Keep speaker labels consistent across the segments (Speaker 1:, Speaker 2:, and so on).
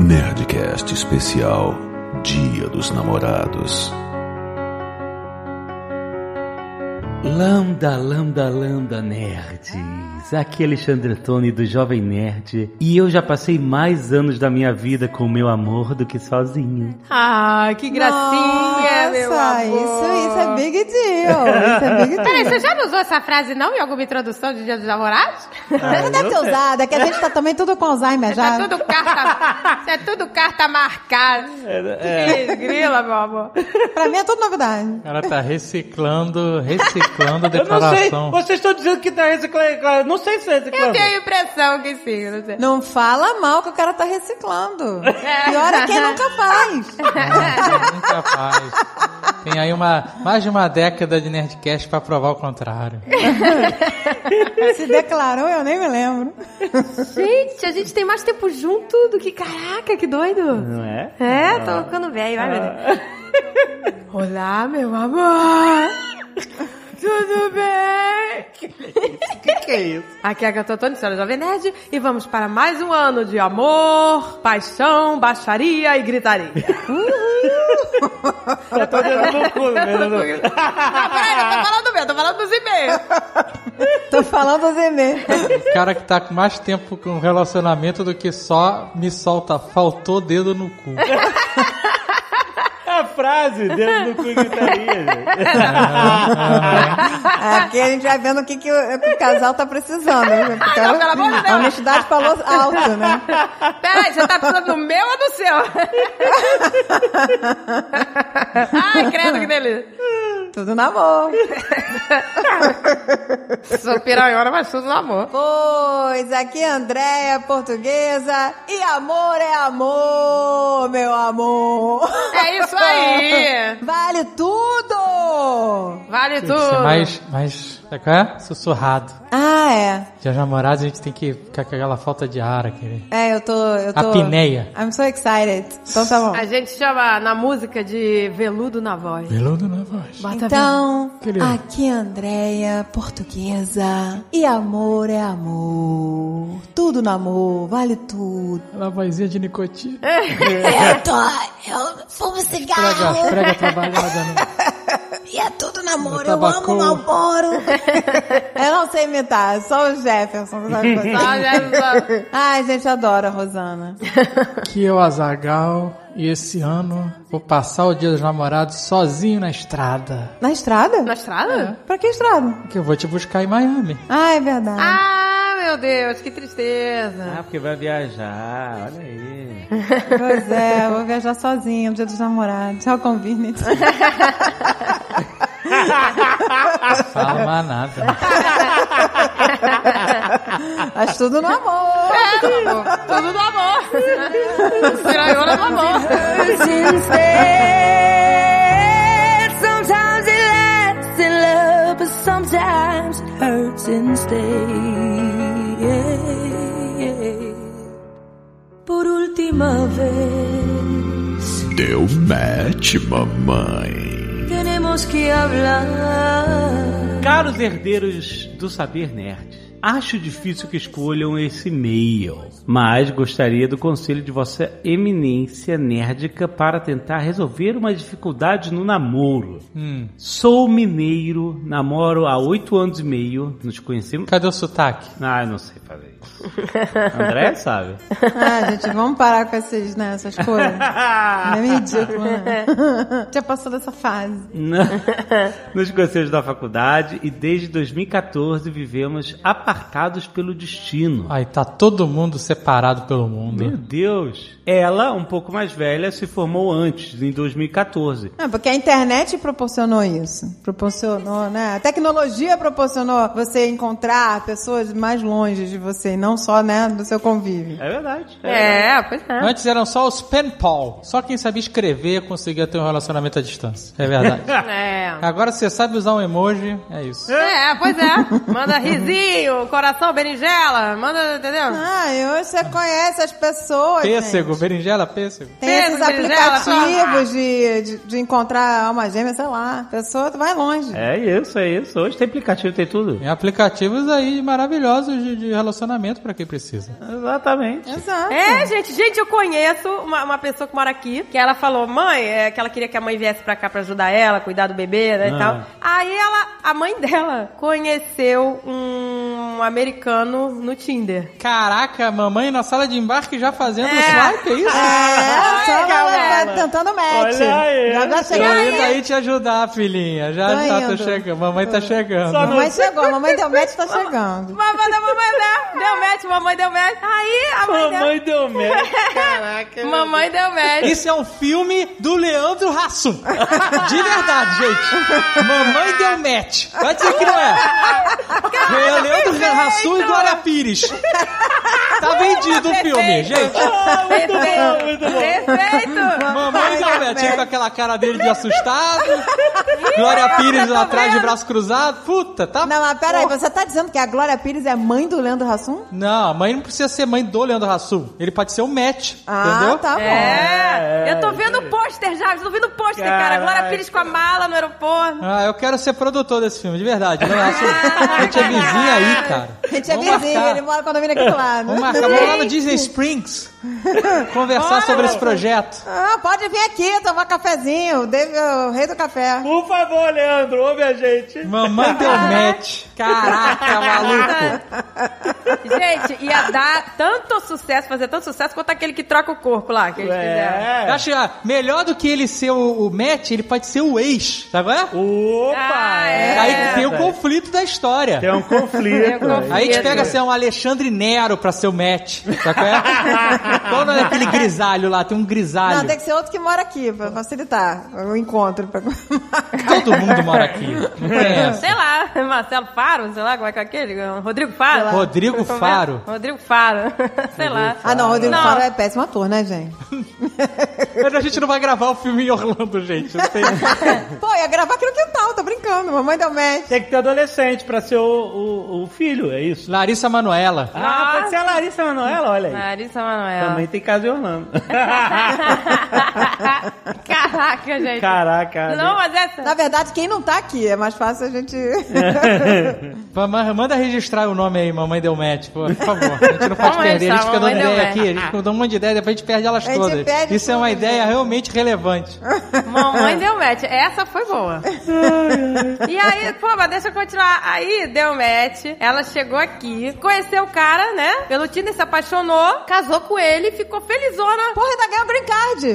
Speaker 1: Nerdcast especial Dia dos Namorados.
Speaker 2: Lambda, lambda, lambda, nerds! Aqui é Alexandre Tony do Jovem Nerd e eu já passei mais anos da minha vida com o meu amor do que sozinho.
Speaker 3: Ah, que gracinha,
Speaker 4: Nossa,
Speaker 3: meu amor.
Speaker 4: Isso, isso é big deal. Isso é big deal.
Speaker 3: Peraí, você já não usou essa frase não em alguma introdução de Dia dos Namorados?
Speaker 4: Você não deve ter usado, é que a gente tá também tudo com Alzheimer
Speaker 3: Isso
Speaker 5: Ah.
Speaker 4: já.
Speaker 3: é tudo carta, isso é tudo carta marcada. Que grila, meu amor.
Speaker 4: Pra mim é tudo novidade.
Speaker 6: Ela tá reciclando, reciclando a
Speaker 7: Eu não sei.
Speaker 6: declaração.
Speaker 7: Vocês estão dizendo que tá reciclando. Não sei se é
Speaker 3: Eu
Speaker 7: reciclando.
Speaker 3: tenho a impressão que sim, não sei.
Speaker 4: Não fala mal que o cara tá reciclando. Pior é quem nunca faz.
Speaker 6: Não, nunca faz. Tem aí uma, mais de uma década de Nerdcast pra provar o contrário.
Speaker 4: Se declarou, eu nem me lembro.
Speaker 5: Gente, a gente tem mais tempo junto do que. Caraca, que doido!
Speaker 2: Não é?
Speaker 5: É,
Speaker 3: Ah.
Speaker 5: tô ficando velho, vai, meu Deus.
Speaker 3: Olá, meu amor. Tudo bem? O que, é isso? Aqui é a Cantor Tony, senhora Jovem Nerd, e vamos para mais um ano de amor, paixão, baixaria e gritaria.
Speaker 7: Eu tô dando no cu,
Speaker 3: Não,
Speaker 7: né?
Speaker 3: peraí, não tô falando meu, tô falando dos e-mails.
Speaker 4: Tô falando assim os e-mails.
Speaker 6: O cara que tá com mais tempo com relacionamento do que só me solta, faltou dedo no cu.
Speaker 7: É A frase, dedo no cu tá e gritaria, gente.
Speaker 4: Aqui a gente vai vendo o que, que, o, o que o casal tá precisando. Né? Porque
Speaker 3: Não, pelo amor de Deus.
Speaker 4: a honestidade falou alto, né?
Speaker 3: Peraí, você tá precisando do meu ou do seu? Ai, credo que delícia.
Speaker 4: Tudo na boa.
Speaker 3: Sou piranhona, mas tudo no amor.
Speaker 4: Pois, aqui é Andréia, portuguesa. E amor é amor, meu amor.
Speaker 3: É isso aí.
Speaker 4: Vale tudo!
Speaker 3: Vale
Speaker 6: Tem que ser
Speaker 3: tudo.
Speaker 6: é mais, mais, sabe qual é? Sussurrado.
Speaker 4: Ah, é.
Speaker 6: Já namorados a gente tem que ficar com aquela falta de ar, aquele.
Speaker 4: É, eu tô. Eu tô...
Speaker 6: Apneia.
Speaker 4: I'm so excited. Então tá bom.
Speaker 3: A gente chama na música de veludo na voz.
Speaker 6: Veludo na voz.
Speaker 3: tá
Speaker 4: Então,
Speaker 6: Querido.
Speaker 4: aqui é Andréia, portuguesa. E amor é amor. Tudo no amor, vale tudo.
Speaker 6: Aquela vozinha de nicotina.
Speaker 8: Eu tô. Eu fumo cigarro
Speaker 6: Prega, prega trabalhada, né?
Speaker 8: e é tudo namoro.
Speaker 6: No
Speaker 8: Eu
Speaker 6: tabaco.
Speaker 8: amo Malboro.
Speaker 4: Eu não sei imitar, é só o Jefferson. Sabe?
Speaker 3: Só, né,
Speaker 4: Ai, gente, adoro a Rosana.
Speaker 6: Aqui é o Azagal e esse ano vou passar o dia dos namorados sozinho na estrada.
Speaker 4: Na estrada? É.
Speaker 3: só- Na estrada?
Speaker 4: Pra que estrada?
Speaker 6: Que eu vou te buscar em Miami.
Speaker 4: Ah, é verdade.
Speaker 3: Ah, meu Deus, que tristeza.
Speaker 2: Ah, porque vai viajar, olha aí.
Speaker 4: Pois é, vou viajar sozinha no dia dos namorados. Tchau, conveniente.
Speaker 6: Fala mais nada.
Speaker 4: Mas tudo no amor.
Speaker 3: É, meu amor, tudo no amor. Piranhona no amor.
Speaker 5: Sometimes it lasts in love, but sometimes it hurts instead. Por última vez,
Speaker 1: Deu match, mamãe.
Speaker 5: tenemos que hablar.
Speaker 2: Caros herdeiros do Saber Nerd. Acho difícil que escolham esse e-mail, mas gostaria do conselho de vossa eminência nerdica para tentar resolver uma dificuldade no namoro.
Speaker 6: Hum.
Speaker 2: Sou mineiro, namoro há oito anos e meio, nos conhecemos.
Speaker 6: Cadê o sotaque?
Speaker 2: Ah, eu não sei fazer isso. André sabe.
Speaker 4: Ah, gente, vamos parar com esses, né, essas coisas. É meio ridículo, né? Já passou dessa fase.
Speaker 2: Na- Nos conselhos da faculdade e desde 2014 vivemos apartados pelo destino.
Speaker 6: Aí tá todo mundo separado pelo
Speaker 2: Meu
Speaker 9: Né?
Speaker 6: mundo.
Speaker 2: Deus! Ela, um pouco mais velha, se formou antes, em 2014.
Speaker 4: Ah, porque a internet proporcionou isso. Proporcionou, né? A tecnologia proporcionou você encontrar pessoas mais longe de você, e não só, né, do seu convívio.
Speaker 2: É verdade.
Speaker 3: É, pois é.
Speaker 6: Antes eram só os penpal. Só quem sabia escrever conseguia ter um relacionamento à distância. É verdade.
Speaker 3: É.
Speaker 6: Agora você sabe usar um emoji, é isso.
Speaker 3: É, pois é. Manda risinho, coração, berinjela. Manda, entendeu?
Speaker 4: Ah, e hoje você conhece as pessoas. gente.
Speaker 6: Pêssego, berinjela, pêssego.
Speaker 4: Tem esses
Speaker 3: Pêssego, berinjela,
Speaker 4: aplicativos de, de, de encontrar alma gêmea, sei lá. A pessoa vai longe.
Speaker 2: É isso, é isso. Hoje tem aplicativo, tem tudo.
Speaker 6: Tem aplicativos aí maravilhosos de, de apartamento pra quem precisa.
Speaker 2: Exatamente.
Speaker 4: Exato.
Speaker 3: É, gente, gente, eu conheço uma, uma pessoa que mora aqui, que ela falou, mãe, é, que ela queria que a mãe viesse pra cá pra ajudar ela, cuidar do bebê, né, e
Speaker 2: Ah.
Speaker 3: tal. Aí ela, a mãe dela, conheceu um americano no Tinder.
Speaker 6: Caraca, mamãe na sala de embarque já fazendo swipe, é isso?
Speaker 4: É, só
Speaker 3: galera.
Speaker 4: tá tentando match.
Speaker 9: Olha aí.
Speaker 4: Já tá
Speaker 6: Tô
Speaker 4: chegando.
Speaker 6: indo aí te ajudar, filhinha. Já
Speaker 4: Tô
Speaker 6: tá, tô
Speaker 4: indo.
Speaker 6: chegando. Mamãe tá chegando.
Speaker 4: Mamãe chegou, mamãe deu match, tá chegando.
Speaker 3: Mamãe da mamãe deu, deu match, mamãe deu match. Aí a mãe
Speaker 9: Mamãe deu merda.
Speaker 3: deu, mamãe deu match.
Speaker 6: Isso é um filme do Leandro Hassum. De verdade, gente. Mamãe deu match. Vai dizer que não é. é Leandro Hassum e Glória Pires. Tá vendido o filme, gente.
Speaker 3: Perfeito, perfeito.
Speaker 6: Mamãe deu match. Ele com aquela cara dele de assustado. Glória Pires lá atrás de braço cruzado. Puta, tá...
Speaker 4: Não, mas peraí, você tá dizendo que a Glória Pires é mãe do Leandro Hassum?
Speaker 6: Não, a mãe não precisa ser mãe do Leandro Hassum. Ele pode ser o match,
Speaker 4: Ah,
Speaker 6: entendeu?
Speaker 4: tá bom.
Speaker 3: É, eu tô vendo o pôster já, eu tô vendo o pôster, cara. Glória Pires com a mala no aeroporto.
Speaker 6: Ah, eu quero ser produtor desse filme, de verdade. Leandro Hassum. A gente é vizinho aí, cara.
Speaker 4: A gente é
Speaker 6: Vamos
Speaker 4: vizinho,
Speaker 6: marcar.
Speaker 4: ele mora no condomínio aqui do lado.
Speaker 6: Vamos marcar, um vamos lá no Disney Springs conversar sobre esse projeto.
Speaker 4: Ah, pode vir aqui tomar cafezinho, Dave, o rei do café.
Speaker 9: Por favor, Leandro, ouve a gente.
Speaker 6: Mamãe deu match. Caraca, maluco.
Speaker 3: Gente, ia dar tanto sucesso, fazer tanto sucesso quanto aquele que troca o corpo lá, que eles
Speaker 4: É,
Speaker 3: fizeram.
Speaker 6: Eu
Speaker 9: É.
Speaker 6: acho que, ah, melhor do que ele ser o, o match, ele pode ser o ex, tá vendo?
Speaker 9: Opa!
Speaker 3: Ah, é.
Speaker 6: Aí tem o conflito da história.
Speaker 9: Tem um conflito.
Speaker 6: Aí te pega assim, um Alexandre Nero pra ser o match, tá qual é? Qual o nome daquele grisalho lá? Tem um grisalho.
Speaker 4: Não, tem que ser outro que mora aqui, pra facilitar o encontro. Pra...
Speaker 6: Todo mundo mora aqui. Não tem essa.
Speaker 3: Sei lá, Marcelo Faro, sei lá como é que é aquele? Rodrigo Faro?
Speaker 6: Rodrigo
Speaker 3: Como é?
Speaker 6: Faro.
Speaker 3: Rodrigo Faro. Sei lá.
Speaker 4: Ah, não, o Rodrigo Faro é péssimo ator, né, gente?
Speaker 6: Mas a gente não vai gravar o filme em Orlando, gente. Não tem...
Speaker 4: Pô, ia gravar aqui no quintal, tô brincando, mamãe deu match.
Speaker 9: Tem que ter adolescente pra ser o, o, o filho, é isso?
Speaker 6: Larissa Manoela.
Speaker 9: Ah, pode ser a Larissa Manoela, olha aí.
Speaker 3: Larissa Manoela.
Speaker 9: Também tem casa em Orlando.
Speaker 4: tá.
Speaker 3: Caraca, gente.
Speaker 9: Caraca. né?
Speaker 3: Não, mas essa.
Speaker 4: Na verdade, quem não tá aqui, é mais fácil a gente...
Speaker 6: É. Vá, ma- Manda registrar o nome aí, Mamãe Deu Match, pô, por favor. A gente não pode
Speaker 3: Vamos
Speaker 6: perder, a
Speaker 3: registrar,
Speaker 6: gente fica dando
Speaker 3: Mamãe Deu
Speaker 6: ideia
Speaker 3: Match.
Speaker 6: aqui, a gente fica dando um monte de ideia, depois a gente perde elas
Speaker 4: A gente
Speaker 6: todas.
Speaker 4: perde
Speaker 6: Isso é uma
Speaker 4: tudo, né?
Speaker 6: ideia realmente relevante.
Speaker 3: Mamãe deu match. Essa foi boa. e aí, pô, mas deixa eu continuar. Aí deu match. Ela chegou aqui, conheceu o cara, né? Pelo Tinder, se apaixonou, casou com ele, ficou felizona,
Speaker 4: Porra, ainda ganhou green card.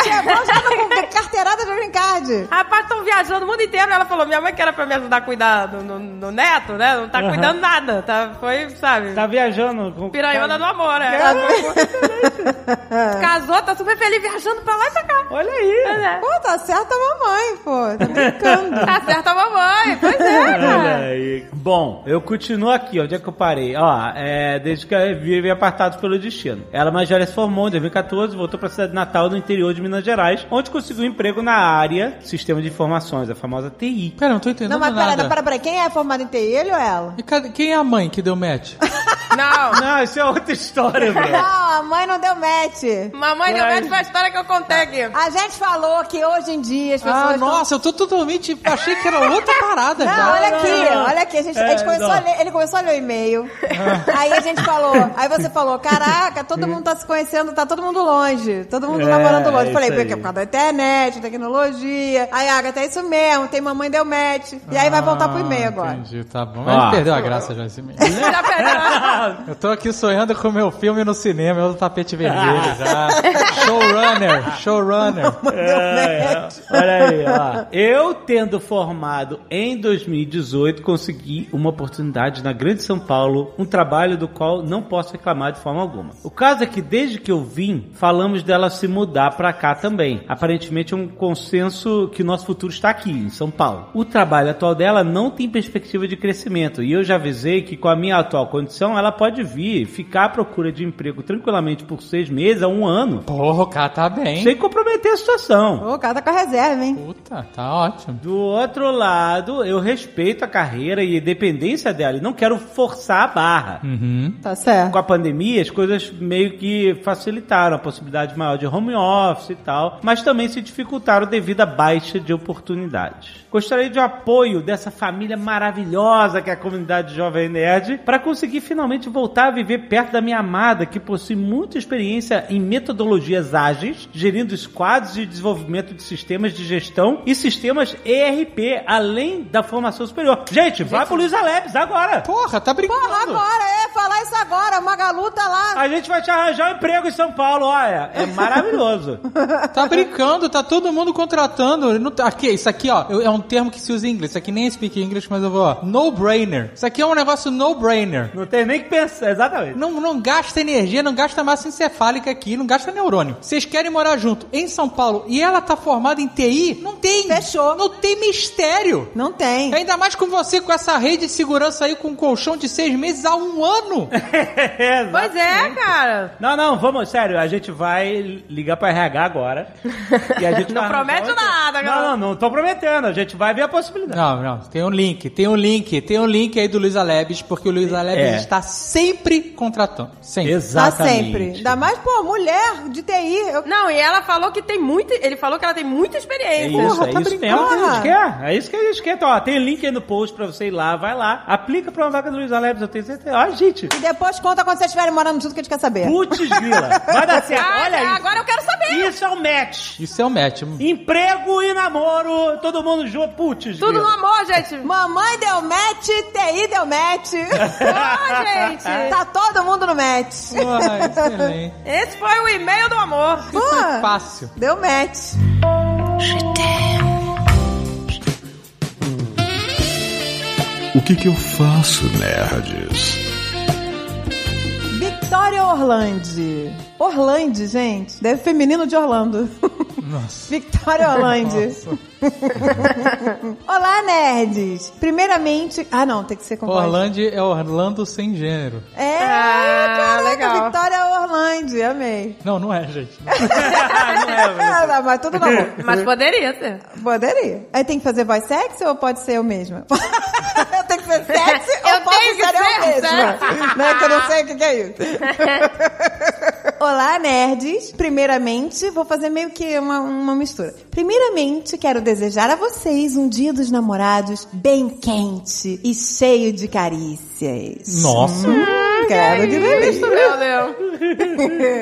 Speaker 4: Chegou, já tá com carteirada de green card.
Speaker 3: Rapaz, estão viajando o mundo inteiro. Ela falou: minha mãe que era pra me ajudar a cuidar do, do- do neto, né? Não tá cuidando nada. Tá, foi, sabe?
Speaker 9: Tá viajando com.
Speaker 3: Piranhona do amor, né? Casou, tá super feliz viajando pra lá e pra cá.
Speaker 9: Olha aí.
Speaker 3: Né?
Speaker 4: Pô, tá certa a mamãe, pô. Tá brincando.
Speaker 3: Tá certa a mamãe, pois é,
Speaker 2: Olha
Speaker 3: cara.
Speaker 2: aí. Bom, eu continuo aqui, onde é que eu parei? Ó, é, desde que eu vive apartados pelo destino. Ela, mais velha, se formou em 2014, voltou pra cidade de natal, no interior de Minas Gerais, onde conseguiu um emprego na área Sistema de Informações, a famosa TI.
Speaker 6: Pera, não tô entendendo
Speaker 4: Não, mas peraí,
Speaker 6: nada.
Speaker 4: não, para, peraí. Quem é formado em TI, ele ou ela?
Speaker 6: E cadê- Quem é a mãe que deu match?
Speaker 3: Não.
Speaker 2: Não, isso é outra história, velho.
Speaker 4: Não, a mãe não deu match.
Speaker 3: Mamãe deu match foi a história que eu contei aqui.
Speaker 4: A gente falou que hoje em dia as pessoas.
Speaker 6: ah,
Speaker 4: estão-
Speaker 6: nossa, eu tô totalmente... Achei que era outra parada
Speaker 4: Não,
Speaker 6: já.
Speaker 4: olha aqui, olha aqui. A gente, a gente
Speaker 9: É,
Speaker 4: começou
Speaker 9: não.
Speaker 4: a ler- ele começou a ler o e-mail. Aí a gente falou. Aí você falou: Caraca, todo mundo tá se conhecendo, tá todo mundo longe. Todo mundo
Speaker 9: É,
Speaker 4: namorando longe. Eu Falei,
Speaker 9: isso aí.
Speaker 4: porque é por causa da internet, tecnologia. Aí, Agatha, é isso mesmo, tem mamãe deu match. E aí vai voltar pro e-mail agora.
Speaker 6: Entendi, tá bom.
Speaker 2: Ah.
Speaker 6: Mas perdeu a graça já esse menino.
Speaker 3: Já perdeu.
Speaker 6: Eu tô aqui sonhando com meu filme no cinema, eu no tapete vermelho já. Showrunner, showrunner.
Speaker 2: É, Olha aí, ó. Eu, tendo formado em 2018, consegui uma oportunidade na Grande São Paulo, um trabalho do qual não posso reclamar de forma alguma. O caso é que desde que eu vim, falamos dela se mudar pra cá também. Aparentemente é um consenso que nosso futuro está aqui, em São Paulo. O trabalho atual dela não tem perspectiva de crescimento e eu já avisei que com a minha atual condição, ela pode vir, ficar à procura de emprego tranquilamente por seis meses a um ano,
Speaker 6: Porra, o cara tá bem.
Speaker 2: sem comprometer a situação.
Speaker 4: Ô, O cara tá com a reserva, hein?
Speaker 6: Puta, tá ótimo.
Speaker 2: Do outro lado, eu respeito a carreira e a dependência dela e não quero forçar a barra.
Speaker 6: Uhum.
Speaker 4: Tá certo.
Speaker 2: Com a pandemia, as coisas meio que facilitaram a possibilidade maior de home office e tal, mas também se dificultaram devido à baixa de oportunidades. Gostaria de apoio dessa família maravilhosa que é a comunidade Jovem Nerd para conseguir finalmente finalmente voltar a viver perto da minha amada, que possui muita experiência em metodologias ágeis, gerindo squads de desenvolvimento de sistemas de gestão e sistemas ERP, além da formação superior. Gente, vai pro Luiz Alebs agora!
Speaker 6: Porra, tá brincando.
Speaker 4: Porra, agora, é, falar isso agora. Magalu tá lá.
Speaker 2: A gente vai te arranjar um emprego em São Paulo, olha. É maravilhoso.
Speaker 6: Tá brincando, tá todo mundo contratando. Não tá- Aqui, isso aqui, ó, eu- é um termo que se usa em inglês. Isso aqui nem é speak English, mas eu vou, ó. No-brainer. Isso aqui é um negócio no-brainer.
Speaker 2: Não tem nem que pensar, exatamente.
Speaker 6: Não, não gasta energia, não gasta massa encefálica aqui, não gasta neurônio. Vocês querem morar junto em São Paulo e ela tá formada em TI? Não tem.
Speaker 4: Fechou.
Speaker 6: Não tem mistério.
Speaker 4: Não tem.
Speaker 6: Ainda mais com você com essa rede de segurança aí com um colchão de seis meses a um ano.
Speaker 3: Pois é, cara.
Speaker 2: Não, não, vamos, sério, a gente vai ligar pra RH agora. E a gente
Speaker 3: Não
Speaker 2: vai arranjar
Speaker 3: promete
Speaker 2: outra-
Speaker 3: nada,
Speaker 2: Não,
Speaker 3: galera.
Speaker 2: não, não tô prometendo, a gente vai ver a possibilidade.
Speaker 6: Não, não, tem um link, tem um link, tem um link aí do Luiz Alebes, porque o Luiz Alebes
Speaker 2: É.
Speaker 6: está sempre contratando. Sempre.
Speaker 4: Tá
Speaker 2: Exatamente.
Speaker 4: sempre. Ainda mais, pô, mulher de TI. Eu...
Speaker 3: Não, e ela falou que tem muito. Ele falou que ela tem muita
Speaker 2: É
Speaker 3: experiência.
Speaker 2: isso,
Speaker 4: Porra,
Speaker 2: é
Speaker 4: tá
Speaker 2: isso
Speaker 4: brincando?
Speaker 2: mesmo que a gente quer. É isso que a gente quer. Então, ó, tem link aí no post pra você ir lá, vai lá. Aplica pra uma vaga do Luiz Alebs, eu tenho certeza. Ó, gente,
Speaker 4: E depois conta quando vocês estiverem morando junto que a gente quer saber.
Speaker 2: putz grila, vai dar certo.
Speaker 3: Ah,
Speaker 2: Olha isso.
Speaker 3: agora eu quero saber.
Speaker 2: Isso é um match.
Speaker 6: Isso é o match.
Speaker 2: Emprego e namoro, todo mundo junto, putz
Speaker 3: Tudo no
Speaker 2: grila.
Speaker 3: amor, gente.
Speaker 4: Mamãe deu match, TI deu match.
Speaker 3: Ó, gente.
Speaker 4: tá todo mundo no match.
Speaker 6: Uai, excelente.
Speaker 3: Esse foi o e-mail do amor.
Speaker 4: Pô,
Speaker 6: Foi fácil.
Speaker 4: deu match.
Speaker 1: O que que eu faço, nerds?
Speaker 4: Victoria Orlandi. Orlandi, gente. Deve feminino de Orlando.
Speaker 6: Nossa.
Speaker 4: Victoria Orlandi. Olá, nerds. Primeiramente... Ah, não. Tem que ser com voz.
Speaker 6: Orlando é Orlando sem gênero.
Speaker 4: É,
Speaker 3: Ah,
Speaker 4: caraca,
Speaker 3: legal.
Speaker 4: Victoria Orlandi. Amei.
Speaker 6: Não, não é, gente.
Speaker 2: é,
Speaker 4: Ah, mas tudo na boca.
Speaker 3: Mas poderia ser.
Speaker 4: Poderia. Aí tem que fazer voz sexy ou pode ser eu mesma? eu tenho que ser sexy
Speaker 3: Eu
Speaker 4: ou posso
Speaker 3: tenho que
Speaker 4: ser eu
Speaker 3: ser
Speaker 4: mesma? né? Que eu não sei o que que é isso. Olá, nerds. Primeiramente, vou fazer meio que uma, uma mistura. Primeiramente, quero desejar a vocês um dia dos namorados bem quente e cheio de carícias.
Speaker 6: Nossa.
Speaker 4: Hum, Cara, que delícia.
Speaker 3: Meu Deus.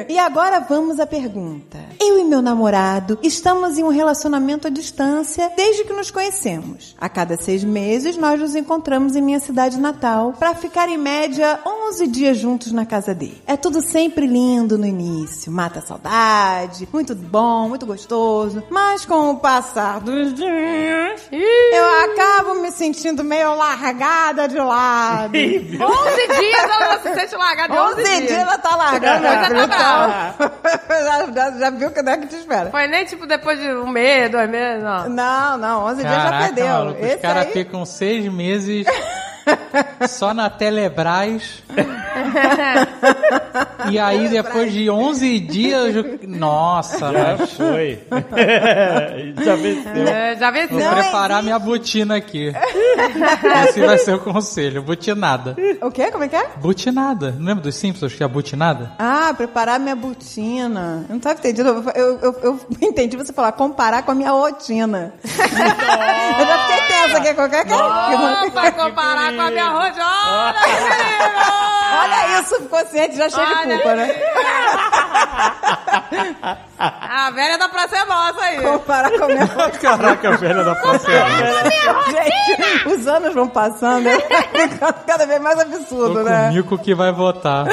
Speaker 4: E agora vamos à pergunta. Eu e meu namorado estamos em um relacionamento à distância desde que nos conhecemos. A cada seis meses nós nos encontramos em minha cidade natal para ficar em média 11 dias juntos na casa dele. É tudo sempre lindo no início, mata a saudade, muito bom, muito gostoso, mas com o passar dos dias eu acabo me sentindo meio largada de
Speaker 3: 11
Speaker 4: lado.
Speaker 3: dias ela se sente largada de 11,
Speaker 4: 11 dias ela tá largando.
Speaker 3: A coisa tá
Speaker 4: já, já, já viu que não é que te espera.
Speaker 3: Foi nem tipo depois de um mês, dois meses, não.
Speaker 4: Não, não, 11 dias já
Speaker 6: Caraca,
Speaker 4: perdeu.
Speaker 6: maluco. Os
Speaker 4: Esse
Speaker 6: caras
Speaker 4: aí...
Speaker 6: ficam seis meses só na Telebrás. e aí, depois de 11 dias... ju- Nossa,
Speaker 10: Já
Speaker 6: mas...
Speaker 10: foi. Já venceu.
Speaker 3: É, já vi
Speaker 6: Vou
Speaker 4: Não
Speaker 6: preparar minha botina aqui. Esse vai ser o conselho. Butinada.
Speaker 4: O quê? Como é que é?
Speaker 6: Butinada. Não lembra dos Simpsons que é a butinada?
Speaker 4: Ah, preparar minha botina. Eu não tava entendendo. Eu, eu, eu, eu entendi você falar comparar com a minha rotina. eu já fiquei tensa aqui. Qualquer é coisa.
Speaker 3: Opa, comparar com a minha rotina. Olha, menino!
Speaker 4: Olha isso, ficou ciente, já cheio de
Speaker 3: Olha
Speaker 4: culpa, né?
Speaker 3: A velha dá pra ser nossa aí.
Speaker 4: Comparar com a minha rotina.
Speaker 10: Caraca, a velha da passada.
Speaker 4: Gente, os anos vão passando, né? Ficando cada vez mais
Speaker 6: Tô com
Speaker 4: absurdo,
Speaker 6: o
Speaker 4: né?
Speaker 6: Mico que vai votar.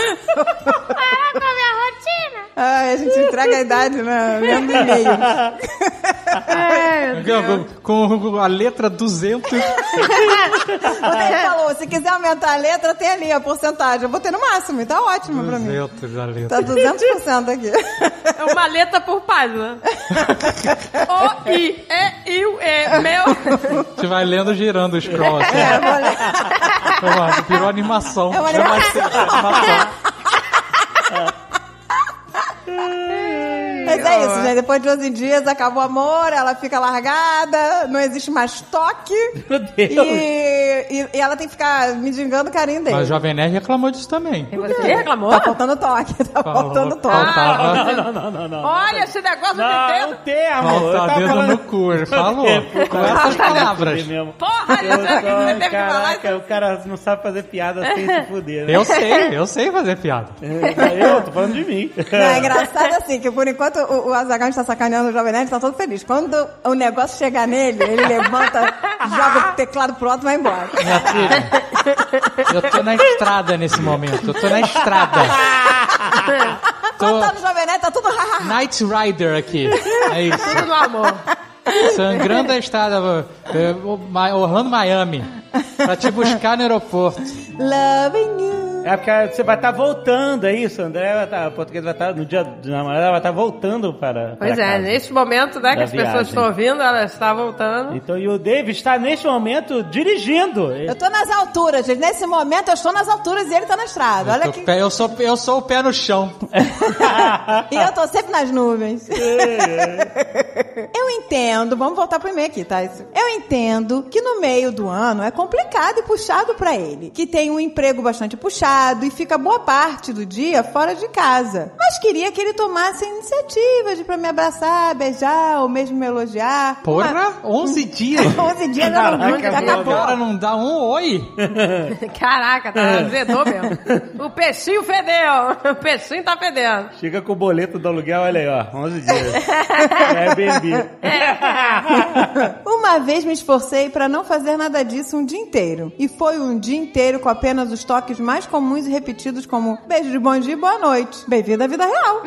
Speaker 4: Ai, a gente entrega a idade, né? Mesmo no meio.
Speaker 3: é?
Speaker 6: Com, com a letra 200.
Speaker 4: Quando ele falou, se quiser aumentar a letra, tem ali a porcentagem. Eu botei no máximo, e tá ótimo pra mim.
Speaker 6: 200 da
Speaker 4: Tá
Speaker 6: letra.
Speaker 4: 200% aqui.
Speaker 3: É uma letra por página. O, I, E, I, U, E. Meu.
Speaker 6: Você vai lendo girando o scroll. Assim.
Speaker 4: É, vou ler.
Speaker 6: Foi uma- virou animação.
Speaker 4: É uma
Speaker 6: Virou animação.
Speaker 4: Mas é isso, gente. Depois de 11 dias, acabou o amor, ela fica largada, não existe mais toque.
Speaker 2: Meu Deus.
Speaker 4: E e, e ela tem que ficar mendigando o carinho dele.
Speaker 6: Mas o Jovem Nerd reclamou disso também.
Speaker 3: E você reclamou?
Speaker 4: Tá faltando toque, tá faltando toque. Ah,
Speaker 6: Faltava,
Speaker 2: Não, não, não, não.
Speaker 3: Olha esse negócio de dedo.
Speaker 2: Não, é um termo.
Speaker 6: faltava dedo no cu. Ele falou.
Speaker 2: É,
Speaker 6: Com essas palavras.
Speaker 2: Ele mesmo.
Speaker 3: Porra, isso é que você teve que falar isso.
Speaker 2: Caraca, o cara não sabe fazer piada sem se fuder. né? É,
Speaker 6: Eu sei, eu sei fazer piada.
Speaker 2: Eu, tô falando de mim.
Speaker 4: Não, é engraçado assim, que por enquanto o, o Azaghal está sacaneando o Jovem Nerd, tá todo feliz. Quando o negócio chega nele, ele levanta, joga o teclado pro alto e vai embora.
Speaker 6: Minha filha, eu tô na estrada nesse momento. Eu tô na estrada.
Speaker 4: Quando tá
Speaker 6: Tô
Speaker 4: no Jovem Nerd, tá tudo hahaha.
Speaker 6: Night Rider aqui. É isso.
Speaker 3: Tudo no amor.
Speaker 6: Sangrando a estrada. eh, o- Ma- Orlando, Miami. Pra te buscar no aeroporto.
Speaker 4: Loving you.
Speaker 2: É porque você vai estar voltando, é isso, André? Vai tá, a portuguesa vai estar, no dia do namorado, ela vai estar voltando para.
Speaker 3: Pois
Speaker 2: para
Speaker 3: é,
Speaker 2: casa.
Speaker 3: neste momento, né, que
Speaker 2: Da
Speaker 3: as pessoas
Speaker 2: viagem.
Speaker 3: estão ouvindo, ela está voltando.
Speaker 2: Então, e o Dave está neste momento dirigindo.
Speaker 4: Eu tô nas alturas, gente. Nesse momento eu estou nas alturas e ele tá na estrada. Olha
Speaker 6: Eu,
Speaker 4: que.
Speaker 6: pé- eu sou, eu sou o pé no chão.
Speaker 4: E eu tô sempre nas nuvens. eu entendo, vamos voltar pro e-mail aqui, tá? Isso- Eu entendo que no meio do ano é complicado e puxado pra ele, que tem um emprego bastante puxado e fica boa parte do dia fora de casa. Mas queria que ele tomasse iniciativas de pra me abraçar, beijar ou mesmo me elogiar.
Speaker 6: Porra, 11 dias.
Speaker 4: Uma- 11 dias já não muito, já
Speaker 6: O cara
Speaker 4: acabou.
Speaker 6: não dá um oi.
Speaker 3: Caraca,
Speaker 2: É.
Speaker 3: tá azedou mesmo. O peixinho fedeu. O peixinho tá fedendo.
Speaker 2: Chega com o boleto do aluguel, olha aí, ó, 11 dias. é bebê.
Speaker 3: É.
Speaker 4: Uma vez me esforcei pra não fazer nada disso um dia inteiro. E foi um dia inteiro com apenas os toques mais comuns e repetidos como beijo de bom dia e boa noite. Bem-vindo à vida real.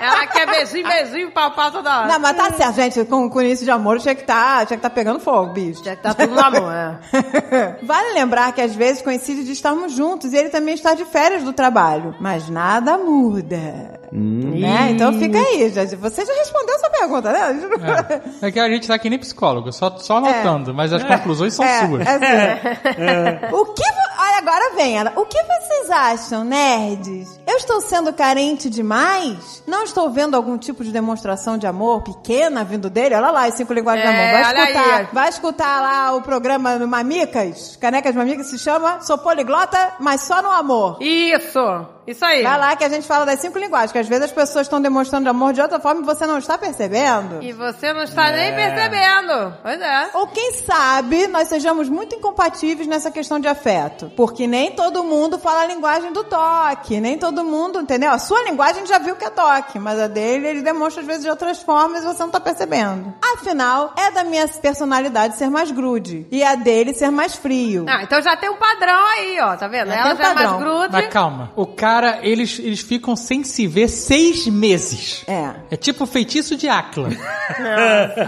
Speaker 3: Ela quer beijinho, beijinho, pau, pau toda hora.
Speaker 4: Não, mas tá certo, gente. Com, com início de amor tinha que tá, tinha que tá pegando fogo, bicho.
Speaker 3: Já que tá tudo no amor, é.
Speaker 4: Vale lembrar que às vezes coincide de estarmos juntos e ele também está de férias do trabalho. Mas nada muda.
Speaker 3: Hum.
Speaker 4: Né? Então fica aí, gente. Você já respondeu essa pergunta, né?
Speaker 6: É que a gente tá aqui nem psicólogo, só, só anotando, mas as conclusões são suas.
Speaker 3: É.
Speaker 4: assim. É, O que. vo- Olha, agora vem ela. O que vocês acham, nerds? Eu estou sendo carente demais? Não estou vendo algum tipo de demonstração de amor pequena vindo dele? Olha lá, as cinco linguagens da
Speaker 3: É,
Speaker 4: mão. Vai
Speaker 3: olha
Speaker 4: escutar.
Speaker 3: aí.
Speaker 4: Vai escutar lá o programa no Mamicas, Canecas Mamicas, se chama Sou Poliglota, mas só no amor.
Speaker 3: Isso. Isso aí.
Speaker 4: Vai lá que a gente fala das cinco linguagens, que às vezes as pessoas estão demonstrando amor de outra forma e você não está percebendo.
Speaker 3: E você não está
Speaker 2: É.
Speaker 3: nem percebendo. Pois é.
Speaker 4: Ou quem sabe nós sejamos muito incompatíveis nessa questão de afeto. Porque nem todo mundo fala a linguagem do toque. Nem todo mundo, entendeu? A sua linguagem já viu que é toque, mas a dele ele demonstra às vezes de outras formas e você não tá percebendo. Afinal, é da minha personalidade ser mais grude. E a dele ser mais frio.
Speaker 3: Ah, então já tem um padrão aí, ó. Tá vendo?
Speaker 4: Já
Speaker 3: Ela
Speaker 4: tem um
Speaker 3: já é mais
Speaker 4: padrão.
Speaker 3: grude.
Speaker 6: Mas calma, o cara, eles, eles ficam sem se ver seis meses.
Speaker 4: É.
Speaker 6: É tipo o feitiço de Acla.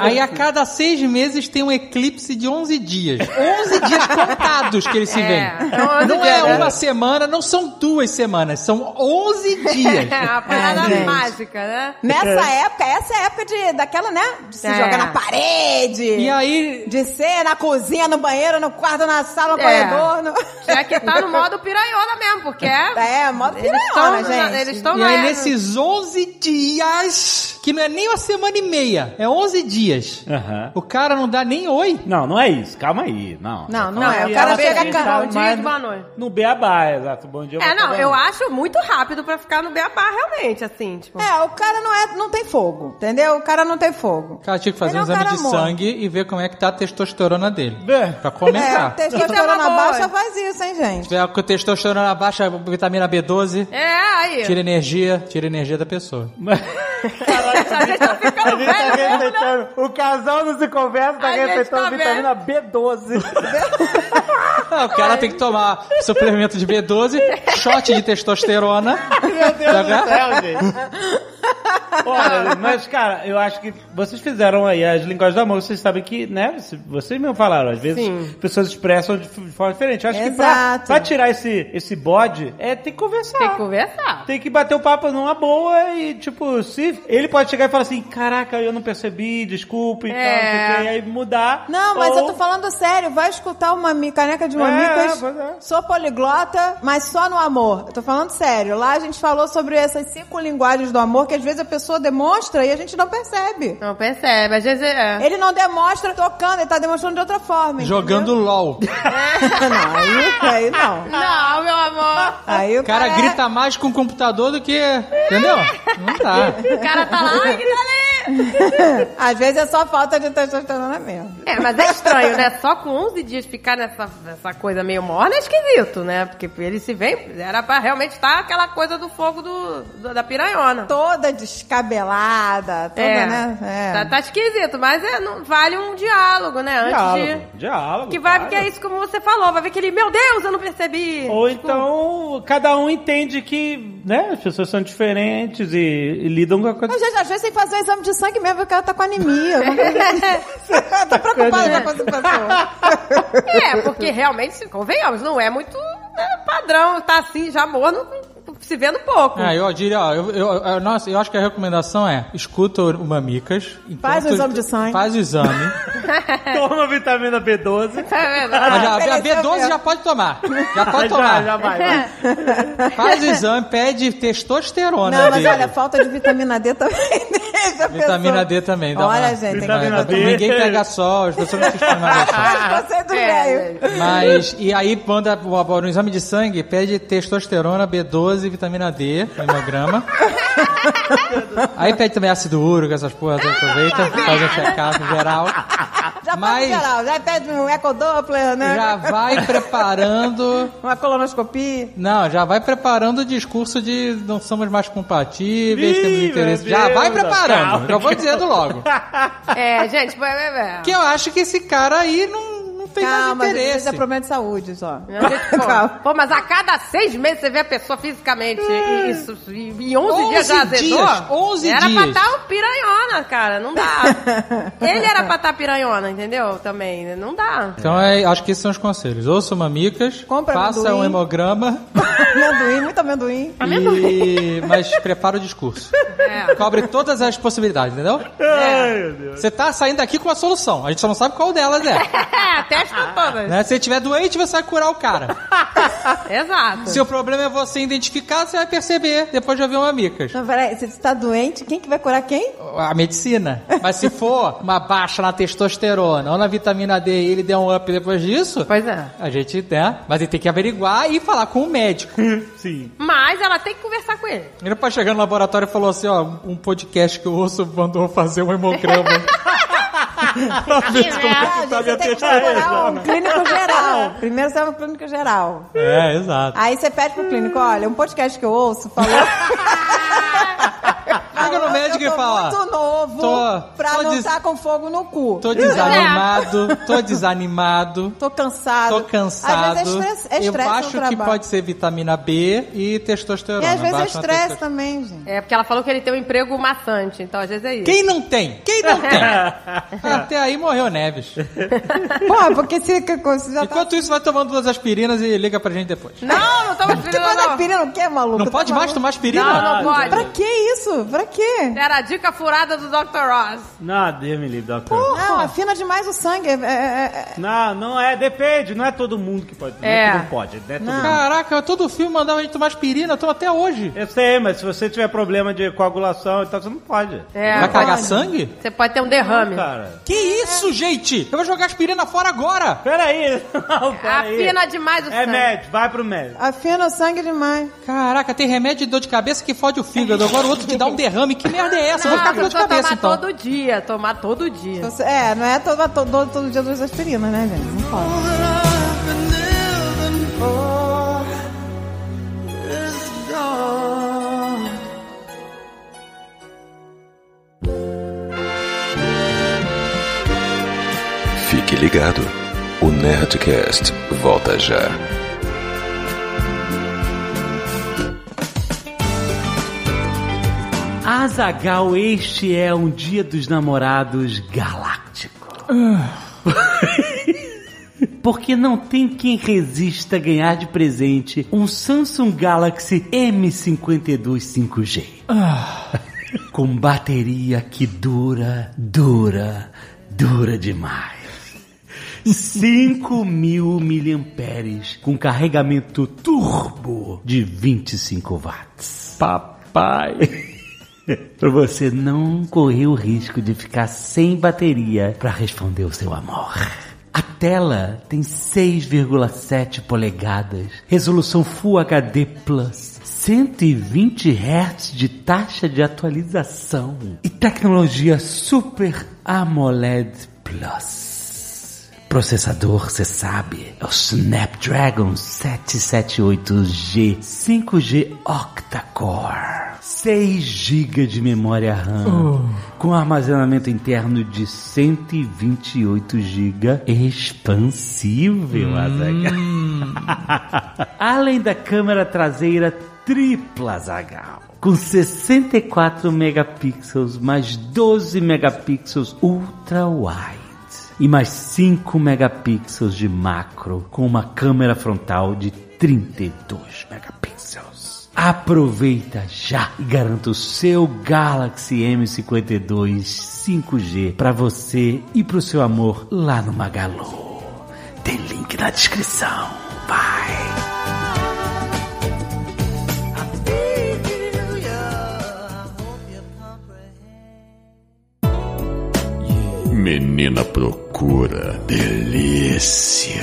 Speaker 6: Aí a cada seis meses tem um eclipse de 11 dias. 11 dias contados que eles se
Speaker 3: É,
Speaker 6: veem.
Speaker 3: são 11
Speaker 6: Não
Speaker 3: dias,
Speaker 6: é
Speaker 3: né?
Speaker 6: uma semana, não são duas semanas, são 11 dias.
Speaker 3: É uma parada
Speaker 4: É, gente.
Speaker 3: mágica, né?
Speaker 4: Nessa época, essa é a época de, daquela, né? De se
Speaker 3: É.
Speaker 4: jogar na parede.
Speaker 6: E aí,
Speaker 4: De ser na cozinha, no banheiro, no quarto, na sala, no
Speaker 3: É.
Speaker 4: corredor. No...
Speaker 3: Já que tá no modo piranhona mesmo, porque é.
Speaker 4: É, modo piranhona,
Speaker 3: estão
Speaker 4: gente.
Speaker 3: na- eles estão
Speaker 6: e
Speaker 3: na-
Speaker 6: aí nesses 11 dias, que não é nem uma semana e meia, é 11 dias.
Speaker 2: Aham.
Speaker 6: O cara não dá nem oi.
Speaker 2: Não, não é isso, calma aí, não.
Speaker 4: Não, não
Speaker 2: Calma
Speaker 4: é, o
Speaker 2: aí,
Speaker 4: cara
Speaker 2: ela
Speaker 4: chega
Speaker 2: tem que
Speaker 4: com-
Speaker 2: estar
Speaker 3: bom dia
Speaker 2: mais
Speaker 3: e boa noite.
Speaker 2: No beabá, exato, bom dia. tá
Speaker 3: É,
Speaker 2: boa
Speaker 3: não,
Speaker 2: tarde.
Speaker 3: eu acho muito rápido pra ficar no beabá, realmente, assim, tipo.
Speaker 4: É, o cara não, é, não tem fogo, entendeu? O cara não tem fogo.
Speaker 6: O cara tinha que fazer
Speaker 4: Ele é
Speaker 6: um
Speaker 4: um
Speaker 6: exame
Speaker 4: cara
Speaker 6: de
Speaker 4: morto.
Speaker 6: sangue e ver como é que tá a testosterona dele.
Speaker 2: É.
Speaker 4: É,
Speaker 6: Pra
Speaker 4: o
Speaker 6: começar.
Speaker 2: Então
Speaker 6: Se
Speaker 3: Isso é
Speaker 4: testosterona
Speaker 3: uma boa.
Speaker 4: baixa faz isso, hein, gente?
Speaker 6: tiver com testosterona baixa, vitamina B12,
Speaker 3: É, aí.
Speaker 6: tira energia, tira energia da pessoa.
Speaker 2: A
Speaker 3: A gente tá ficando
Speaker 2: gente tá
Speaker 3: velho mesmo, né?
Speaker 2: respeitando. O casal não se conversa, tá
Speaker 3: A gente
Speaker 2: respeitando
Speaker 3: tá
Speaker 2: vitamina B12.
Speaker 6: Ah, o cara tem que tomar suplemento de B12, shot de testosterona.
Speaker 2: Meu Deus
Speaker 6: Tá
Speaker 2: do céu, gente. Olha, mas, cara, eu acho que vocês fizeram aí as linguagens do amor, vocês sabem que, né? se- Vocês mesmo falaram, às vezes
Speaker 3: Sim.
Speaker 2: pessoas expressam de f- de forma diferente. Eu acho que pra,
Speaker 4: Exato.
Speaker 2: pra tirar esse, esse bode, é ter que conversar.
Speaker 3: Tem que conversar.
Speaker 2: Tem que bater o papo numa boa e, tipo, se ele pode chegar e falar assim, caraca, eu não percebi, desculpe, e tal, não sei o
Speaker 3: É.
Speaker 2: quê, e aí mudar.
Speaker 4: Não, mas
Speaker 2: Ou-
Speaker 4: eu tô falando sério. Vai escutar uma mi- caneca de
Speaker 2: É,
Speaker 4: mamicas.
Speaker 2: pois é.
Speaker 4: Sou poliglota, mas só no amor. Eu tô falando sério. Lá a gente falou sobre essas cinco linguagens do amor, que às vezes a pessoa pessoa demonstra e a gente não percebe.
Speaker 3: Não percebe, às vezes é.
Speaker 4: Ele não demonstra tocando, ele tá demonstrando de outra forma. entendeu?
Speaker 6: Jogando LOL.
Speaker 4: não, aí, aí não.
Speaker 3: Não, meu amor.
Speaker 4: Aí o
Speaker 6: O cara
Speaker 4: cara,
Speaker 6: grita mais com o computador do que. Entendeu? Não tá.
Speaker 3: O cara tá lá e tá ali.
Speaker 4: Às vezes é só falta de testosterona mesmo.
Speaker 3: É, mas é estranho, né? Só com 11 dias ficar nessa, nessa coisa meio morna é esquisito, né? Porque ele se vem, era pra realmente estar aquela coisa do fogo do, do- da piranhona.
Speaker 4: Toda descabelada, toda,
Speaker 3: é,
Speaker 4: né? É.
Speaker 3: Tá, tá esquisito, mas é, não, vale um diálogo, né? Antes de...
Speaker 2: Diálogo. Diálogo.
Speaker 3: Que vai,
Speaker 2: claro.
Speaker 3: porque é isso como você falou, vai ver que ele, meu Deus, eu não percebi.
Speaker 2: Ou
Speaker 3: Tipo,
Speaker 2: então, cada um entende que né, as pessoas são diferentes e, e lidam com a coisa.
Speaker 4: Mas, gente, às vezes tem que fazer um exame de sangue mesmo, porque o cara tá com anemia. alguma coisa assim. Eu Tô preocupada com essa
Speaker 6: Tá
Speaker 4: pessoa.
Speaker 3: É, porque realmente, convenhamos, não é muito né, padrão, tá assim, já morno, com- com- se vendo pouco.
Speaker 6: Ah, eu diria, ó, eu, eu, eu- nossa, eu acho que a recomendação é escuta o Mamicas.
Speaker 4: Faz
Speaker 6: enquanto-
Speaker 4: o exame de sangue.
Speaker 6: Faz o exame.
Speaker 2: Toma vitamina B12.
Speaker 3: Tá vendo?
Speaker 6: Ah, já- a
Speaker 4: Envelheceu
Speaker 6: B12
Speaker 4: mesmo.
Speaker 6: já pode tomar. Já pode
Speaker 2: já,
Speaker 6: tomar.
Speaker 2: já vai. vai.
Speaker 6: Faz o exame, pede testosterona.
Speaker 4: Não, mas
Speaker 6: dele.
Speaker 4: olha, falta de vitamina D também deixa a
Speaker 6: Vitamina
Speaker 4: pessoa-
Speaker 6: D também. Dá
Speaker 4: Olha,
Speaker 6: uma-
Speaker 4: gente, tem que
Speaker 2: Vitamina
Speaker 6: Mas
Speaker 2: D.
Speaker 6: Ninguém pega sol, as pessoas não se estimam no sol.
Speaker 4: Você é do
Speaker 6: É.
Speaker 4: velho.
Speaker 6: Mas, e aí manda o- o- no exame de sangue, pede testosterona, B12, vitamina D, no hemograma. aí pede também ácido úrico, essas porras, aproveita, faz um check-up geral.
Speaker 4: Já
Speaker 6: Mas-
Speaker 4: pode geral, já pede um ecodoppler, né?
Speaker 6: Já vai preparando...
Speaker 4: Uma colonoscopia.
Speaker 6: Não, já vai preparando o discurso de não somos mais compatíveis,
Speaker 2: Ih,
Speaker 6: temos interesse.
Speaker 2: meu
Speaker 6: Já vai
Speaker 2: Deus,
Speaker 6: preparando,
Speaker 2: calma.
Speaker 6: já vou dizendo logo.
Speaker 3: É, gente, vai, vai, vai.
Speaker 6: Que eu acho que esse cara aí não, não tem
Speaker 4: Calma,
Speaker 6: mais
Speaker 4: gente,
Speaker 6: interesse.
Speaker 4: isso é problema de saúde, só.
Speaker 3: Não, gente, pô,
Speaker 4: Calma.
Speaker 3: pô, mas a cada seis meses você vê a pessoa fisicamente e, isso, e, e 11, dias já
Speaker 6: 11
Speaker 3: azedou.
Speaker 6: dias, 11
Speaker 3: era pra
Speaker 6: dias.
Speaker 3: estar um piranhona, cara, não dá. Ele era pra estar piranhona, entendeu? Também, né? não dá.
Speaker 6: Então é, acho que esses são os conselhos. Ouça o mamicas,
Speaker 4: Compra
Speaker 6: faça
Speaker 4: amendoim.
Speaker 6: um hemograma
Speaker 4: amendoim, muito amendoim.
Speaker 6: e mas prepara o discurso.
Speaker 3: É.
Speaker 6: Cobre todas as possibilidades, entendeu?
Speaker 2: Ai, meu Deus.
Speaker 6: Você tá saindo daqui com a solução. A gente só não sabe qual delas é.
Speaker 3: É, testa todas.
Speaker 6: né? Se ele estiver doente, você vai curar o cara.
Speaker 3: Exato.
Speaker 6: Se o problema é você identificar, você vai perceber depois de ouvir o mamicas.
Speaker 4: Então, peraí, se você tá doente, quem que vai curar quem?
Speaker 6: A medicina. Mas se for uma baixa na testosterona ou na vitamina D e ele der um up depois disso,
Speaker 3: Pois é.
Speaker 6: a gente, né? Mas ele tem que averiguar e falar com o médico.
Speaker 2: Sim.
Speaker 3: Mas ela tem que conversar com ele.
Speaker 6: Ele pra chegar no laboratório e falou assim, ó, um podcast que eu ouço mandou fazer um hemograma. pra ver como é que tá
Speaker 4: Ah,
Speaker 6: minha É,
Speaker 4: você tem que
Speaker 6: testosterona.
Speaker 4: procurar um clínico geral. Primeiro você vai pro clínico geral.
Speaker 6: É, exato.
Speaker 4: Aí você pede pro clínico, olha, um podcast que eu ouço falou...
Speaker 6: Chega no
Speaker 4: falou
Speaker 6: médico
Speaker 4: que
Speaker 6: e
Speaker 4: eu tô
Speaker 6: fala,
Speaker 4: muito novo
Speaker 6: tô-
Speaker 4: pra
Speaker 6: tô
Speaker 4: não
Speaker 6: des-
Speaker 4: tá com fogo no cu.
Speaker 6: tô desanimado, tô desanimado.
Speaker 4: Tô cansado.
Speaker 6: Tô
Speaker 4: Às
Speaker 6: cansado.
Speaker 4: vezes é estresse, é
Speaker 6: eu
Speaker 4: estresse no
Speaker 6: acho que
Speaker 4: trabalho.
Speaker 6: pode ser vitamina B e
Speaker 4: E
Speaker 6: testosterona.
Speaker 4: às vezes é
Speaker 6: baixa na
Speaker 4: estresse
Speaker 6: testosterona.
Speaker 4: também, gente.
Speaker 3: É, porque ela falou que ele tem um emprego maçante, então às vezes é isso.
Speaker 6: Quem não tem? Quem não tem? Até aí morreu Neves.
Speaker 4: Pô, porque se, se já tá...
Speaker 6: Enquanto isso, vai tomando duas aspirinas e liga pra gente depois.
Speaker 3: Não, não toma
Speaker 4: Que
Speaker 3: aspirina,
Speaker 4: coisa
Speaker 3: não.
Speaker 4: aspirina não quer, maluco?
Speaker 6: Não
Speaker 4: Tá
Speaker 6: pode mais
Speaker 4: maluco?
Speaker 6: tomar aspirina?
Speaker 3: Não, não
Speaker 2: Ah,
Speaker 3: pode.
Speaker 4: Pra que isso? Pra quê?
Speaker 3: Era a dica furada do Dr. Ross.
Speaker 2: Não, Deus me livre, doutor.
Speaker 4: Não, afina demais o sangue. É, é, é-
Speaker 2: Não, não é, depende, não é todo mundo que pode. não É.
Speaker 3: É.
Speaker 2: que não pode, né? Todo mundo.
Speaker 6: Caraca, todo filme mandava a gente tomar aspirina, eu tomo até hoje.
Speaker 2: Eu sei, mas se você tiver problema de coagulação e tal, você não pode.
Speaker 3: É.
Speaker 6: Vai cagar sangue?
Speaker 3: Você pode ter um derrame.
Speaker 2: Cara.
Speaker 6: Que isso, gente? Eu vou jogar aspirina fora agora.
Speaker 2: Peraí, não, peraí.
Speaker 3: Afina Tá demais o
Speaker 2: É
Speaker 3: sangue.
Speaker 2: médico, vai pro médico.
Speaker 4: afina o sangue demais.
Speaker 6: Caraca, tem remédio de dor de cabeça que fode o fígado. Agora o outro te dá um derrame. Que merda é essa? Eu
Speaker 3: Não,
Speaker 6: vou ficar com dor de
Speaker 3: só
Speaker 6: cabeça,
Speaker 3: tomar
Speaker 6: então.
Speaker 3: todo dia, tomar todo dia.
Speaker 4: Você- É, não é todo, todo, todo dia duas aspirinas, né, gente? Não pode.
Speaker 1: Fique ligado. O Nerdcast volta já.
Speaker 11: Azagal, este é um dia dos namorados galáctico. Porque não tem quem resista a ganhar de presente um Samsung Galaxy M52 5G. Com bateria que dura, dura, dura demais. 5 mil miliamperes com carregamento turbo de 25 watts. Papai. pra você não correr o risco de ficar sem bateria pra responder o seu amor. A tela tem 6,7 polegadas, resolução Full HD Plus, 120 Hz de taxa de atualização e tecnologia Super AMOLED Plus. Processador, você sabe, é o Snapdragon 778G 5G Octa-Core. 6 GB de memória RAM, com armazenamento interno de 128 GB expansível, Azaghal. Além da câmera traseira tripla, Zagal. Com 64 megapixels, mais 12 megapixels ultra-wide e mais 5 megapixels de macro com uma câmera frontal de 32 megapixels. Aproveita já e garanta o seu Galaxy M52 5G para você e para o seu amor lá no Magalu. Tem link na descrição. Vai!
Speaker 1: Menina procura delícia.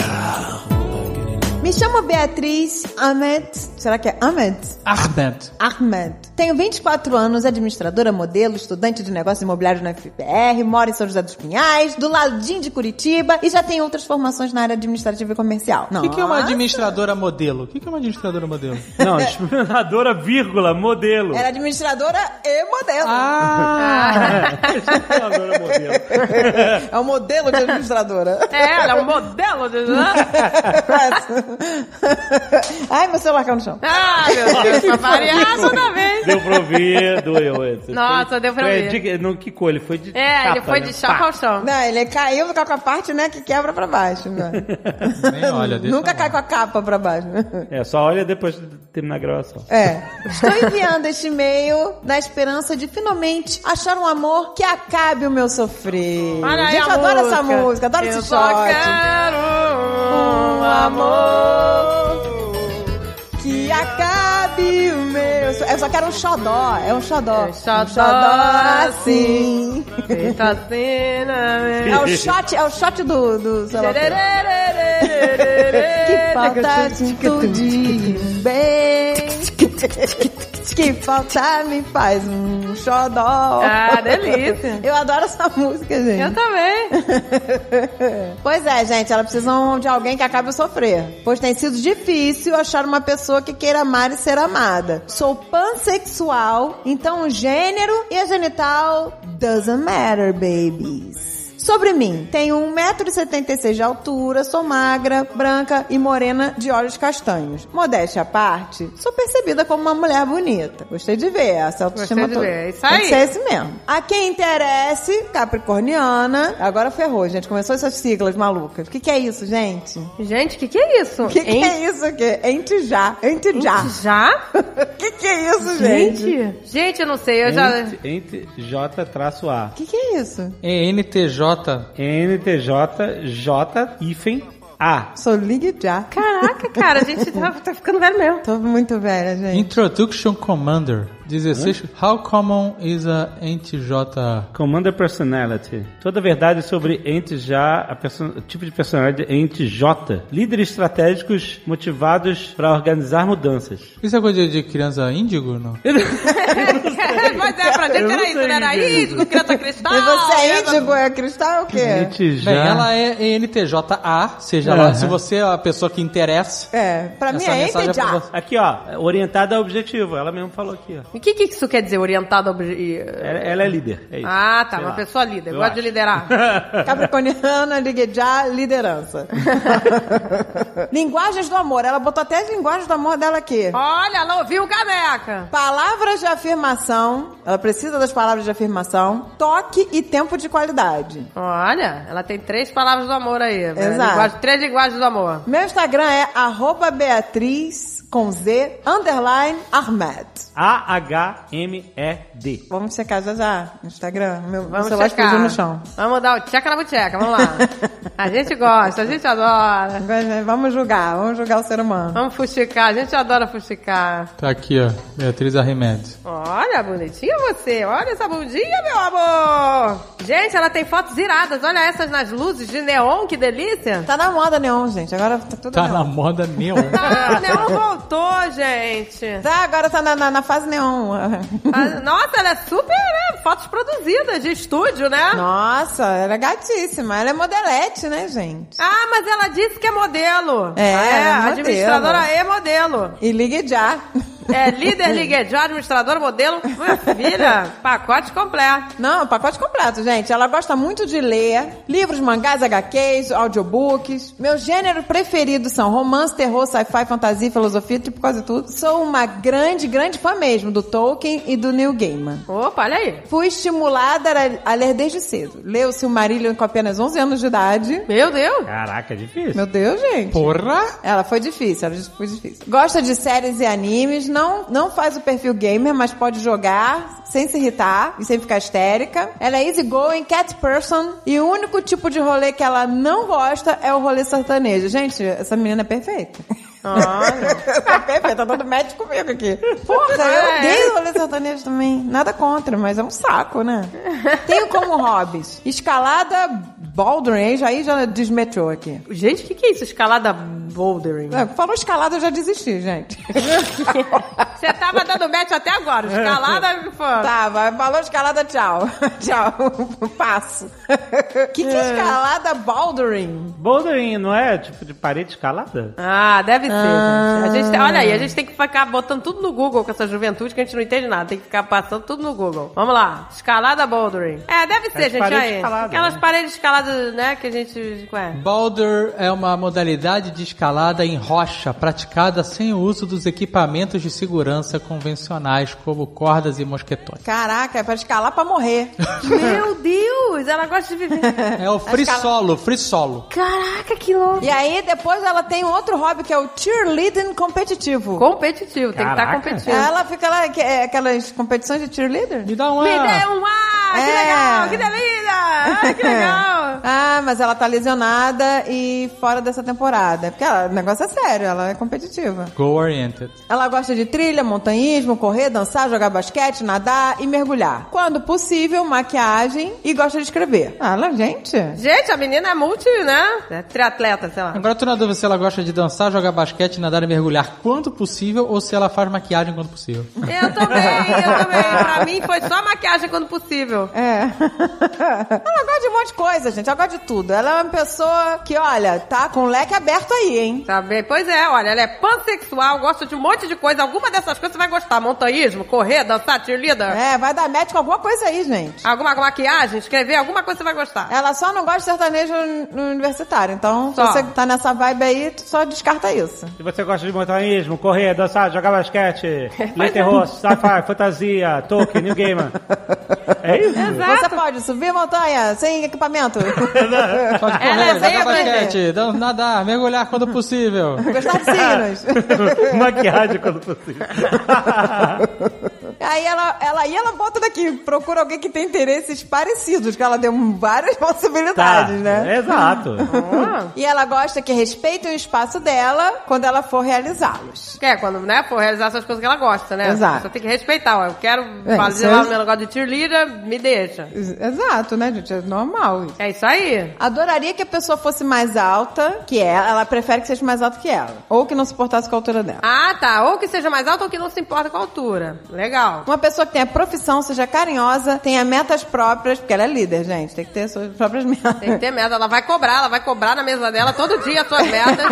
Speaker 4: Me chamo Beatriz Ahmed. Será que é Ahmed?
Speaker 6: Ahmed.
Speaker 4: Ahmed. Tenho 24 anos, administradora, modelo, estudante de negócios imobiliários na FPR, moro em São José dos Pinhais, do ladinho de Curitiba e já tenho outras formações na área administrativa e comercial.
Speaker 6: O que, que é uma administradora modelo? O que, que é uma administradora modelo?
Speaker 2: Não, explanadora, vírgula, modelo.
Speaker 4: Era administradora e modelo.
Speaker 6: Ah!
Speaker 2: Explanadora, modelo.
Speaker 4: É um modelo de administradora.
Speaker 3: É, ela é um modelo né? de.
Speaker 4: Ai, meu celular caiu no chão.
Speaker 3: Ah, meu Deus, tá variado também.
Speaker 2: Deu pra ouvir, doeu. esse.
Speaker 3: Nossa,
Speaker 2: Foi-
Speaker 3: deu pra
Speaker 2: foi
Speaker 3: ouvir.
Speaker 2: de- não quicou, ele foi de
Speaker 3: É, ele
Speaker 2: tapa,
Speaker 3: foi
Speaker 2: né?
Speaker 3: de chão
Speaker 2: Pá.
Speaker 3: ao chão.
Speaker 4: Não, ele caiu com a parte, né, que quebra pra baixo. né?
Speaker 6: Nem olha, deixa
Speaker 4: Nunca
Speaker 6: lá.
Speaker 4: cai com a capa pra baixo.
Speaker 2: É, só olha depois de terminar a gravação.
Speaker 4: É. Estou enviando este e-mail na esperança de finalmente achar um amor que acabe o meu sofrer.
Speaker 3: Olha aí
Speaker 4: Gente, eu
Speaker 3: a
Speaker 4: adoro essa música, adoro
Speaker 3: eu
Speaker 4: esse
Speaker 3: só
Speaker 4: shot.
Speaker 3: quero um
Speaker 4: Um amor que acabe o meu sofrer. Eu só quero um xodó, é um xodó.
Speaker 3: É um xodó
Speaker 4: um xodó assim.
Speaker 3: Feito assim, né?
Speaker 4: É o shot, é o shot do... do sei lá o quê. Que
Speaker 3: Que
Speaker 4: falta de tudo de bem. Que falta me faz um xodó.
Speaker 3: Ah, delícia.
Speaker 4: Eu adoro essa música,
Speaker 3: Eu
Speaker 4: gente.
Speaker 3: também.
Speaker 4: Pois é, gente, elas precisam de alguém que acabe o sofrer. Pois tem sido difícil achar uma pessoa que queira amar e ser amada. Sou pansexual, então o gênero e a genital doesn't matter, babies. Sobre mim, tenho 1,76m de altura, sou magra, branca e morena de olhos castanhos. Modéstia à parte, sou percebida como uma mulher bonita. Gostei de ver essa autoestima
Speaker 3: Gostei de
Speaker 4: toda.
Speaker 3: ver, é isso
Speaker 4: Tem que
Speaker 3: aí.
Speaker 4: ser é esse mesmo. A quem interesse, Capricorniana. Agora ferrou, gente. Começou essas siglas malucas. O que, que é isso, gente? O
Speaker 3: Gente, o que, que é isso?
Speaker 4: que, que é isso aqui? Ente já. Ente já.
Speaker 3: Já?
Speaker 4: O que, que é isso, gente?
Speaker 3: Gente, gente, eu não sei, eu já.
Speaker 2: Ent- ent- J-A.
Speaker 4: O que, que é isso?
Speaker 6: É NTJ.
Speaker 2: NTJ-J-A.
Speaker 4: Sou ligue já.
Speaker 3: Caraca, cara, a gente tá, tá ficando velho mesmo.
Speaker 4: Tô muito velha, gente.
Speaker 6: Introduction Commander. 16. How common is a NTJ?
Speaker 2: Commander Personality. Toda a verdade sobre ente já, a perso- o tipo de personalidade ente J. Líderes estratégicos motivados para organizar mudanças.
Speaker 6: Isso é coisa de criança índigo, não?
Speaker 3: Mas é, pra gente era isso, né? Era índigo, criança
Speaker 6: Então,
Speaker 3: cristal.
Speaker 4: E você é
Speaker 3: era-
Speaker 4: índigo? É cristal ou o quê?
Speaker 2: Ente
Speaker 6: Bem,
Speaker 2: já.
Speaker 6: ela é NTJA, seja lá, se você é a pessoa que interessa.
Speaker 4: É, pra mim é
Speaker 6: mensagem
Speaker 4: ente
Speaker 6: é pra
Speaker 4: já.
Speaker 6: você.
Speaker 2: Aqui, ó. Orientada ao objetivo. Ela mesmo falou aqui, ó.
Speaker 3: O que, que isso quer dizer, orientado ao. obje-
Speaker 2: Ela, ela é líder. É isso.
Speaker 3: Ah, tá,
Speaker 2: Sei
Speaker 3: uma
Speaker 2: lá.
Speaker 3: pessoa líder,
Speaker 2: Eu
Speaker 3: gosta
Speaker 2: acho.
Speaker 3: de liderar.
Speaker 4: Capricorniana, ligue já, liderança. linguagens do amor. Ela botou até as linguagens do amor dela aqui.
Speaker 3: Olha, ela ouviu o caneca.
Speaker 4: Palavras de afirmação. Ela precisa das palavras de afirmação. Toque e tempo de qualidade.
Speaker 3: Olha, ela tem três palavras do amor aí. né?
Speaker 4: Exato.
Speaker 3: Linguagem- três linguagens do amor.
Speaker 4: Meu Instagram é arroba Beatriz com Z, underline, Ahmed.
Speaker 11: A-H-M-E-D.
Speaker 4: Vamos checar já já no Instagram. Meu, meu
Speaker 3: Vamos
Speaker 4: celular
Speaker 3: checar.
Speaker 4: explodiu no chão.
Speaker 3: Vamos dar o tcheca na bucheca, vamos lá. A gente gosta, a gente adora.
Speaker 4: Agora, né, Vamos julgar, vamos julgar o ser humano.
Speaker 3: Vamos fuxicar, a gente adora fuxicar.
Speaker 12: Tá aqui, ó. Beatriz Arremedo.
Speaker 3: Olha, bonitinha você. Olha essa bundinha, meu amor. Gente, ela tem fotos iradas. Olha essas nas luzes de neon, que delícia.
Speaker 4: Tá na moda neon, gente. Agora tá tudo
Speaker 12: Tá
Speaker 4: neon.
Speaker 12: na moda neon.
Speaker 3: Ah, o neon voltou, gente.
Speaker 4: Tá, agora tá na, na- na fase neon.
Speaker 3: Ah, Nossa, ela é super, né? Fotos produzidas de estúdio, né?
Speaker 4: Nossa, ela é gatíssima. Ela é modelete, né, gente?
Speaker 3: Ah, mas ela disse que é modelo.
Speaker 4: É,
Speaker 3: Ah,
Speaker 4: ela é modelo.
Speaker 3: administradora é modelo.
Speaker 4: E ligue já.
Speaker 3: É líder, liguejo, administradora, modelo. Minha filha, pacote completo.
Speaker 4: Não, pacote completo, gente. Ela gosta muito de ler livros, mangás, HQs, audiobooks. Meu gênero preferido são romance, terror, sci-fi, fantasia, filosofia, tipo quase tudo. Sou uma grande, grande fã mesmo do Tolkien e do Neil Gaiman.
Speaker 3: Opa, olha aí.
Speaker 4: Fui estimulada a- a ler desde cedo. Leu o Silmarillion com apenas 11 anos de idade.
Speaker 3: Meu Deus.
Speaker 11: Caraca, é difícil.
Speaker 4: Meu Deus, gente.
Speaker 12: Porra!
Speaker 4: Ela foi difícil, ela foi difícil. Gosta de séries e animes, não, não faz o perfil gamer, mas pode jogar sem se irritar e sem ficar histérica. Ela é easygoing, cat person, e o único tipo de rolê que ela não gosta é o rolê sertanejo. Gente, essa menina é perfeita. tá perfeita, tá dando match comigo aqui. Porra, eu
Speaker 3: É.
Speaker 4: odeio rolê sertanejo também. Nada contra, mas é um saco, né? Tenho como hobbies escalada, bouldering, aí já desmetrou aqui.
Speaker 3: Gente, o que, que é isso? Escalada bouldering.
Speaker 4: É, Falou escalada, eu já desisti, gente.
Speaker 3: Você tava dando match até
Speaker 4: É.
Speaker 3: agora. Escalada, pô.
Speaker 4: Tava, Tá, falou escalada, tchau. tchau, passo. O que, que é escalada bouldering?
Speaker 11: Bouldering não é tipo de parede escalada?
Speaker 3: Ah, deve ser,
Speaker 4: Ah.
Speaker 3: gente. A gente tem- olha aí, a gente tem que ficar botando tudo no Google com essa juventude que a gente não entende nada. Tem que ficar passando tudo no Google. Vamos lá. Escalada bouldering. É, deve ser,
Speaker 11: As
Speaker 3: gente.
Speaker 11: paredes
Speaker 3: Aí.
Speaker 11: escaladas,
Speaker 3: Aquelas
Speaker 11: né?
Speaker 3: paredes escaladas, né, que a gente... Ué.
Speaker 12: Boulder é uma modalidade de escalada em rocha praticada sem o uso dos equipamentos de segurança convencionais, como cordas e mosquetões.
Speaker 4: Caraca, é pra escalar pra morrer.
Speaker 3: Meu Deus, ela gosta de viver.
Speaker 12: É o free solo, free solo.
Speaker 3: Caraca, que louco.
Speaker 4: E aí, depois ela tem outro hobby que é o cheerleading competitivo.
Speaker 3: Competitivo, tem que estar
Speaker 11: Caraca.
Speaker 3: competitivo.
Speaker 4: Ela fica lá, que- é aquelas competições de cheerleader?
Speaker 12: Me dá uma.
Speaker 3: Me dê um ar, que
Speaker 4: É.
Speaker 3: legal, que delícia. Ah, que legal.
Speaker 4: Ah, mas ela tá lesionada e fora dessa temporada. Porque ela, o negócio é sério, ela é competitiva.
Speaker 12: Go oriented.
Speaker 4: Ela gosta de trilha, montanhismo, correr, dançar, jogar basquete, nadar e mergulhar. Quando possível, maquiagem e gosta de escrever. Ah, lá, gente.
Speaker 3: Gente, a menina é multi, né? É triatleta, sei lá.
Speaker 12: Agora eu tô na dúvida se ela gosta de dançar, jogar basquete, nadar e mergulhar quando possível ou se ela faz maquiagem quando possível.
Speaker 3: Eu também, eu também. Pra mim foi só maquiagem quando possível.
Speaker 4: É. ela gosta de um monte de coisa, gente. Ela gosta de tudo. Ela é uma pessoa que, olha, tá com o leque aberto aí, hein?
Speaker 3: Tá bem? Pois é, olha, ela é pansexual, gosta de um monte de coisa. Alguma dessas coisas você vai gostar. Montanhismo, correr, dançar, cheerleader.
Speaker 4: É, vai dar match com alguma coisa aí, gente.
Speaker 3: Alguma maquiagem, escrever, alguma coisa você vai gostar.
Speaker 4: Ela só não gosta de sertanejo no universitário. Então,
Speaker 3: Só.
Speaker 4: se você tá nessa vibe aí, tu só descarta isso.
Speaker 11: Se você gosta de montanhismo, correr, dançar, jogar
Speaker 3: É,
Speaker 11: basquete, ler terror, sci-fi, fantasia, Tolkien, New Gamer. É isso?
Speaker 4: Você pode subir montanha sem equipamento.
Speaker 12: Pode
Speaker 3: Ela
Speaker 12: correr,
Speaker 3: veio
Speaker 12: jogar
Speaker 3: pra
Speaker 12: basquete, dan- nadar, mergulhar quando possível.
Speaker 4: Gostar de signos.
Speaker 11: Maquiagem quando possível.
Speaker 4: Aí ela, ela, aí ela bota daqui, procura alguém que tem interesses parecidos, que ela deu várias
Speaker 11: Tá,
Speaker 4: possibilidades,
Speaker 2: é.
Speaker 4: né?
Speaker 11: exato.
Speaker 4: E ela gosta que respeitem o espaço dela quando ela for realizá-los.
Speaker 3: Que é, quando, né, for realizar essas coisas que ela gosta, né?
Speaker 4: Exato.
Speaker 3: Só tem que respeitar, ó. Eu quero
Speaker 4: É,
Speaker 3: fazer
Speaker 4: isso
Speaker 3: lá
Speaker 4: é-
Speaker 3: o meu negócio de cheerleader, me deixa.
Speaker 4: Ex- Exato, né, gente? É normal isso.
Speaker 3: É isso aí.
Speaker 4: Adoraria que a pessoa fosse mais alta que ela. Ela prefere que seja mais alta que ela. Ou que não se portasse com a altura dela.
Speaker 3: Ah, tá. Ou que seja mais alto ou que não se importa com a altura. Legal.
Speaker 4: Uma pessoa que tenha profissão, seja carinhosa, tenha metas próprias, porque ela é líder, gente. Tem que ter suas próprias metas.
Speaker 3: Tem que ter merda. Ela vai cobrar, ela vai cobrar na mesa dela todo dia as suas merdas.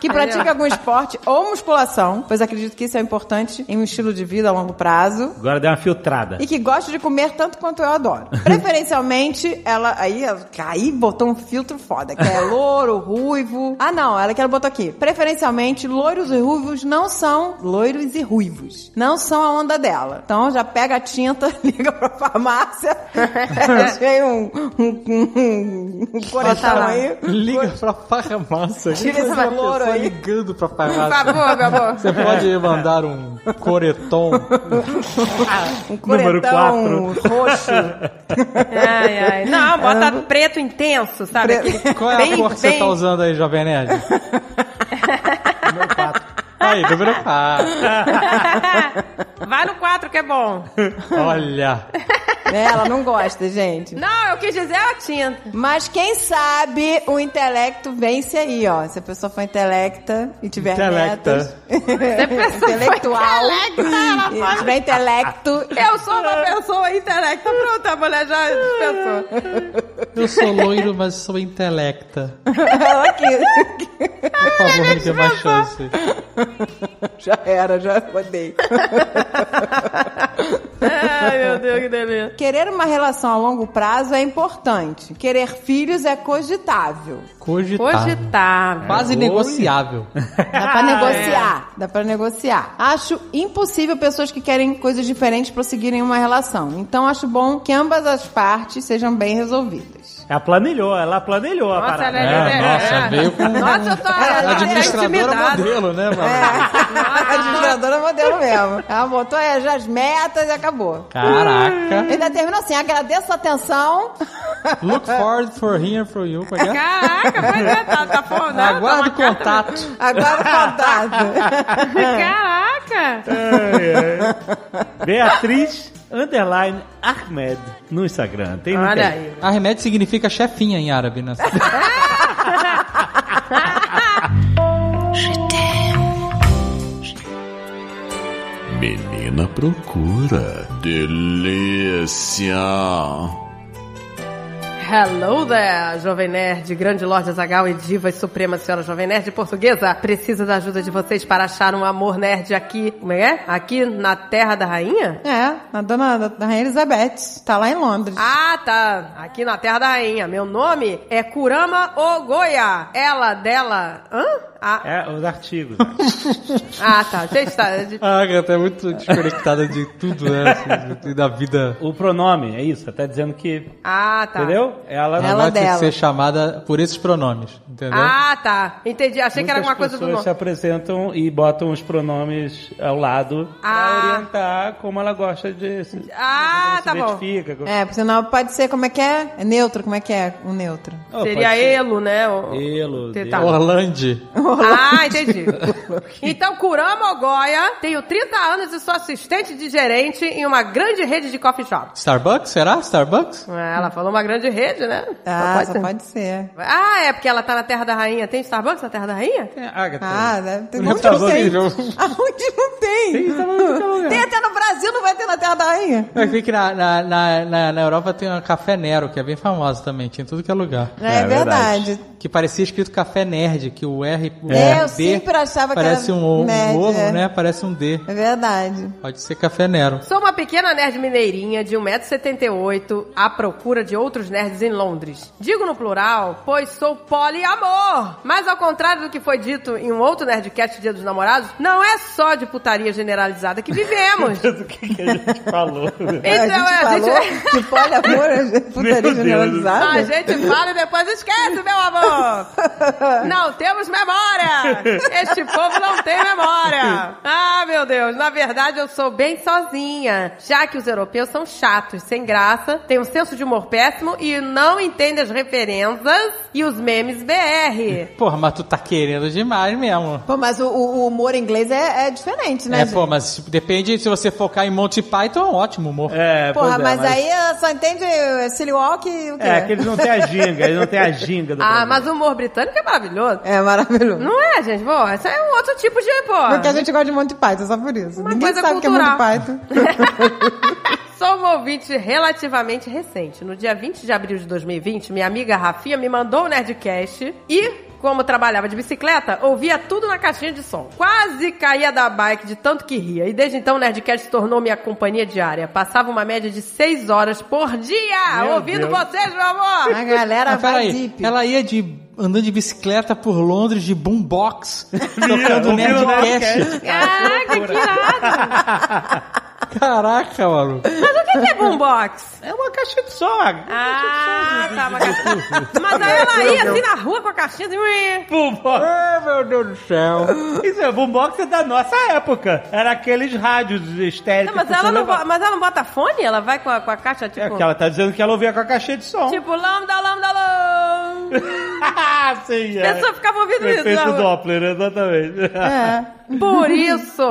Speaker 4: que pratica algum esporte ou musculação, pois acredito que isso é importante em um estilo de vida a longo prazo.
Speaker 11: Agora deu uma filtrada.
Speaker 4: E que gosta de comer tanto quanto eu adoro. Preferencialmente, ela. Aí, ela- aí botou um filtro foda, que é louro, ruivo. Ah, não, ela que ela botou aqui. Preferencialmente, loiros e ruivos não são. Loiros e ruivos. Não são a onda dela. Então já pega a tinta, liga pra farmácia. Achei um. um, um, um coração
Speaker 3: lá.
Speaker 6: tá
Speaker 4: aí.
Speaker 12: Liga pra farmácia.
Speaker 4: Tira esse
Speaker 3: Imagina,
Speaker 6: uma
Speaker 3: Matheus.
Speaker 6: pessoa ligando pra
Speaker 3: Por
Speaker 6: parada.
Speaker 3: favor, meu amor.
Speaker 6: Você pode mandar um coretom
Speaker 4: Um
Speaker 2: Número
Speaker 4: coretão roxo.
Speaker 3: Ai, ai. Não, bota preto intenso, sabe?
Speaker 4: Preto.
Speaker 3: Aquele
Speaker 6: Qual é a cor que você tá usando aí, Jovem Nerd? número 4. Aí, número 4.
Speaker 3: Vai no 4 que é bom.
Speaker 6: Olha.
Speaker 4: É, Ela não gosta, gente.
Speaker 3: Não, eu quis dizer a tinta.
Speaker 4: Mas quem sabe o intelecto vence aí, ó. Se a pessoa for intelecta e tiver
Speaker 6: Intelecta. É,
Speaker 4: metas...
Speaker 3: pessoa for
Speaker 4: intelectual.
Speaker 3: intelecta, ela
Speaker 4: E tiver intelecto...
Speaker 3: Eu sou uma pessoa intelecta. Pronto, a mulher já dispensou.
Speaker 6: Eu sou loiro, mas sou intelecta.
Speaker 4: Ela que...
Speaker 6: Por favor, me dê uma chance.
Speaker 4: Já era, já rodei.
Speaker 3: Ai, meu Deus, que delícia.
Speaker 4: Querer uma relação a longo prazo é importante. Querer filhos é cogitável.
Speaker 6: Cogitar.
Speaker 3: Cogitável.
Speaker 6: Quase negociável.
Speaker 4: Dá pra negociar, dá pra negociar. Acho impossível pessoas que querem coisas diferentes prosseguirem uma relação. Então acho bom que ambas as partes sejam bem resolvidas.
Speaker 2: Ela planilhou, ela planilhou a
Speaker 3: Nossa,
Speaker 2: parada.
Speaker 3: ela é,
Speaker 6: É, nossa, veio com-
Speaker 3: Nossa, eu tô ela tá
Speaker 6: Administradora
Speaker 3: intimidada.
Speaker 6: modelo, né, mano?
Speaker 4: A administradora modelo mesmo. Ela botou aí já as metas e acabou.
Speaker 6: Caraca.
Speaker 4: Ainda terminou assim, agradeço a atenção.
Speaker 6: Look forward for hearing from you. Como é que é?
Speaker 3: Caraca, pois é, tá, tá fondada.
Speaker 6: Aguardo contato.
Speaker 4: Agora
Speaker 6: tá
Speaker 4: contato.
Speaker 3: Caraca.
Speaker 2: Beatriz Underline Ahmed no Instagram. Tem, não
Speaker 3: Olha
Speaker 2: tem?
Speaker 3: aí.
Speaker 6: Arremédio significa chefinha em árabe, né?
Speaker 1: Menina procura. Delícia.
Speaker 3: Hello there, Jovem Nerd, grande Lorde Azagal e diva suprema senhora Jovem Nerd portuguesa. Preciso da ajuda de vocês para achar um amor nerd aqui, como é? Aqui na Terra da Rainha?
Speaker 4: É, a dona da Rainha Elizabeth. Tá lá em Londres.
Speaker 3: Ah, tá. Aqui na Terra da Rainha. Meu nome é Kurama Ogoya. Ela, dela... Hã? Ah,
Speaker 2: É, os artigos.
Speaker 3: ah tá. Gente, tá...
Speaker 6: Ah, Agatha é muito desconectada de tudo, né? assim, da vida.
Speaker 2: o pronome, é isso. Tá dizendo que.
Speaker 3: Ah, tá.
Speaker 2: Entendeu? É Ela.
Speaker 6: Ela,
Speaker 4: Ela
Speaker 6: vai ter que
Speaker 4: dela.
Speaker 6: ser chamada por esses pronomes, entendeu?
Speaker 3: Ah, tá. Entendi. Achei que era alguma
Speaker 2: Muitas
Speaker 3: coisa do
Speaker 2: pessoas se
Speaker 3: nome.
Speaker 2: apresentam e botam os pronomes ao lado
Speaker 3: Ah.
Speaker 2: pra orientar como ela gosta de se,
Speaker 3: Ah,
Speaker 2: se
Speaker 3: tá bom.
Speaker 2: identifica. com-
Speaker 4: É, porque senão pode ser, como é que é? É neutro, como é que é o neutro?
Speaker 2: Oh,
Speaker 3: Seria
Speaker 2: pode ser
Speaker 3: Elo, né? O-
Speaker 2: Elo,
Speaker 3: Tá.
Speaker 2: Deus.
Speaker 6: Orlande.
Speaker 3: Ah, entendi. Então, Kurama Ogoya, tenho 30 anos e sou assistente de gerente em uma grande rede de coffee shops.
Speaker 6: Starbucks? Será? Starbucks?
Speaker 3: Ah, Ela falou uma grande rede, né?
Speaker 4: Ah,
Speaker 3: Só pode
Speaker 4: só
Speaker 3: ser.
Speaker 4: pode ser.
Speaker 3: Ah, é porque ela tá na Terra da Rainha. Tem Starbucks na Terra da Rainha?
Speaker 2: É, Agatha.
Speaker 4: Ah, deve ter.
Speaker 6: Não
Speaker 4: Onde
Speaker 6: tá
Speaker 4: não tem?
Speaker 6: horrível.
Speaker 4: Aonde não tem? Tem até no Brasil, não vai ter na Terra da Rainha.
Speaker 6: Eu vi que na, na, na, na- na Europa tem uma Café Nero, que é bem famosa também, tinha em tudo que é lugar.
Speaker 4: É,
Speaker 2: É verdade.
Speaker 4: verdade.
Speaker 6: Que parecia escrito Café Nerd, que o R o
Speaker 4: É, eu
Speaker 6: RB
Speaker 4: sempre achava que
Speaker 6: parece
Speaker 4: era
Speaker 6: um, o- um
Speaker 4: nerd,
Speaker 6: ovo,
Speaker 4: é.
Speaker 6: né? Parece um D.
Speaker 4: É verdade.
Speaker 6: Pode ser Café Nero.
Speaker 3: Sou uma pequena nerd mineirinha de 1,78m à procura de outros nerds em Londres. Digo no plural, pois sou poliamor. Mas ao contrário do que foi dito em um outro Nerdcast Dia dos Namorados, não é só de putaria generalizada que vivemos.
Speaker 2: O que, que a gente falou?
Speaker 4: É, a gente
Speaker 3: é,
Speaker 4: falou que poliamor é putaria
Speaker 2: Deus.
Speaker 3: A
Speaker 4: generalizada.
Speaker 3: gente fala e depois esquece, meu amor! Não temos memória! Este povo não tem memória! Ah, meu Deus! Na verdade, eu sou bem sozinha, já que os europeus são chatos, sem graça, têm um senso de humor péssimo e não entendem as referências e os memes BR.
Speaker 6: Porra, mas tu tá querendo demais mesmo.
Speaker 4: Pô, mas o, o- o humor inglês é, é diferente, né?
Speaker 6: É,
Speaker 4: gente?
Speaker 6: pô, mas tipo, depende se você focar em Monty Python, ótimo, amor.
Speaker 2: É, pois
Speaker 4: Porra,
Speaker 2: é,
Speaker 4: mas, aí ela só entende é, Silly Walk e o quê?
Speaker 2: É, que eles não têm a ginga, eles não têm a ginga do
Speaker 3: Ah,
Speaker 2: Brasil.
Speaker 3: mas o humor britânico é maravilhoso.
Speaker 4: É maravilhoso.
Speaker 3: Não é, gente? Pô, isso é um outro tipo de, pô.
Speaker 4: Porque a gente gosta de Monty Python, só por isso.
Speaker 3: Uma
Speaker 4: Ninguém
Speaker 3: coisa
Speaker 4: sabe
Speaker 3: cultural.
Speaker 4: que é Monty Python.
Speaker 3: Sou uma ouvinte relativamente recente. No dia 20 de abril de 2020, minha amiga Rafinha me mandou o Nerdcast e, como trabalhava de bicicleta, ouvia tudo na caixinha de som. Quase caía da bike de tanto que ria. E desde então o Nerdcast se tornou minha companhia diária. Passava uma média de 6 horas por dia
Speaker 2: Meu
Speaker 3: ouvindo
Speaker 2: Deus. Ah,
Speaker 3: vocês, meu amor!
Speaker 4: A galera
Speaker 6: Mas
Speaker 4: vai
Speaker 6: Ah, peraí,
Speaker 4: deep.
Speaker 6: ela ia de andando de bicicleta por Londres de boombox,
Speaker 2: ouvindo
Speaker 6: tocando Nerdcast.
Speaker 2: Nerdcast.
Speaker 3: Caraca, que irado!
Speaker 6: Caraca, mano.
Speaker 3: Mas o que que é boombox?
Speaker 2: É uma caixa de som. uma
Speaker 3: Ah, tá, uma caixinha. Mas aí ela ia assim na rua com a caixinha assim... ué.
Speaker 2: Boombox.
Speaker 6: Ai, meu Deus do céu.
Speaker 2: Isso é boombox é da nossa época. Era aqueles rádios estéreos.
Speaker 3: Não, mas, ela não, bo- mas ela não bota fone? Ela vai com a, com a caixa, tipo...
Speaker 2: É que ela tá dizendo que ela ouvia com a caixinha de som.
Speaker 3: Tipo, lambda, lambda, lambda.
Speaker 2: Sim, é.
Speaker 3: A pessoa ficava ouvindo isso.
Speaker 2: Efeito
Speaker 3: né?
Speaker 2: Doppler, exatamente.
Speaker 4: É.
Speaker 3: Por isso,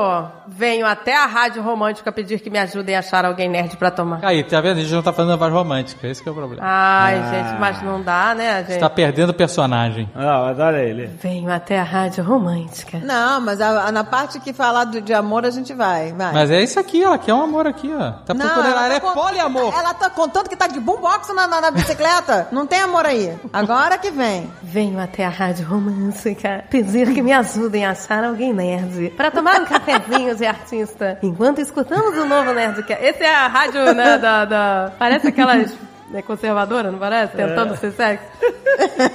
Speaker 3: venho até a Rádio Romântica pedir que me ajudem a achar alguém nerd pra tomar.
Speaker 6: Aí, tá vendo? A gente não tá fazendo a voz romântica. Esse que é o
Speaker 4: Ah,
Speaker 6: problema.
Speaker 3: Ai, gente, mas não dá, né,
Speaker 6: A
Speaker 3: gente?
Speaker 6: gente
Speaker 4: é.
Speaker 6: tá perdendo o personagem.
Speaker 2: Não, mas olha ele.
Speaker 3: Venho até a Rádio Romântica.
Speaker 4: Não, mas a- a- na parte que falar do- de amor a gente vai, vai.
Speaker 6: Mas é isso aqui, ó. Que é um amor aqui, ó. Tá
Speaker 4: Não,
Speaker 6: procurando. Ela,
Speaker 4: tá
Speaker 6: é
Speaker 4: con-
Speaker 6: poliamor.
Speaker 4: Ela tá contando que tá de boombox na, na, na bicicleta. Não tem amor aí. Agora que vem.
Speaker 3: Venho até a Rádio Romântica pedir que me ajudem a achar alguém nerd pra tomar um cafezinho de artista enquanto escutamos o novo Nerdcast. Esse é a rádio, né, da... da- Parece aquelas... né, conservadora, não parece? Tentando ser sexy.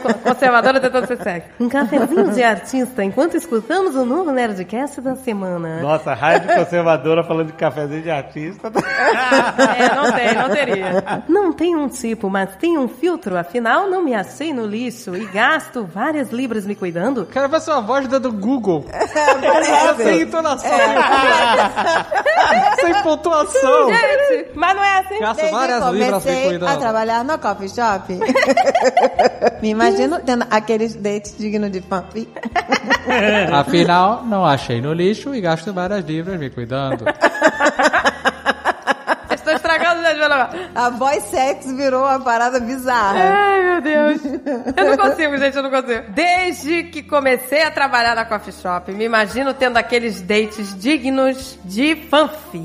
Speaker 3: Co- Conservadora tentando ser sexy. Um cafezinho de artista enquanto escutamos o novo Nerdcast da semana.
Speaker 2: Nossa, rádio conservadora falando de cafezinho de artista.
Speaker 3: É, não tem, não teria. Não tem um tipo, mas tem um filtro. Afinal, não me achei no lixo e gasto várias libras me cuidando.
Speaker 6: Cara, vai ser uma voz da do Google.
Speaker 4: É, Parece.
Speaker 6: Sem entonação. Sem pontuação.
Speaker 3: Gente, mas não é assim.
Speaker 6: Gasta
Speaker 4: Desde que
Speaker 6: várias libras me
Speaker 4: comecei
Speaker 3: então.
Speaker 4: a
Speaker 6: cuidando.
Speaker 4: trabalhar no coffee shop. Me imagino tendo aqueles dates dignos de pump.
Speaker 6: Afinal, não achei no lixo e gasto várias libras me cuidando.
Speaker 3: Vocês estão estragando, né, Joana?
Speaker 4: A voz sex virou uma parada bizarra.
Speaker 3: Ai, meu Deus. Eu não consigo, gente, eu não consigo. Desde que comecei a trabalhar na coffee shop, me imagino tendo aqueles dates dignos de fanfic.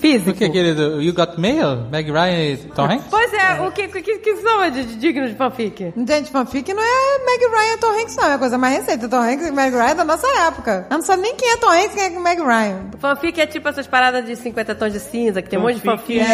Speaker 3: Físico.
Speaker 6: O que, é querido? You Got Mail? Meg Ryan e Tom Hanks?
Speaker 3: Pois é, o que, o que, que são de, de dignos de fanfic?
Speaker 4: Gente, fanfic não é Meg Ryan e Tom Hanks, não. É coisa mais recente. Tom Hanks e Meg Ryan é da nossa época. Eu não sabe nem quem é Tom Hanks e quem é Meg Ryan.
Speaker 3: Fanfic é tipo essas paradas de 50 tons de cinza, que tem um monte de fanfic.
Speaker 2: É,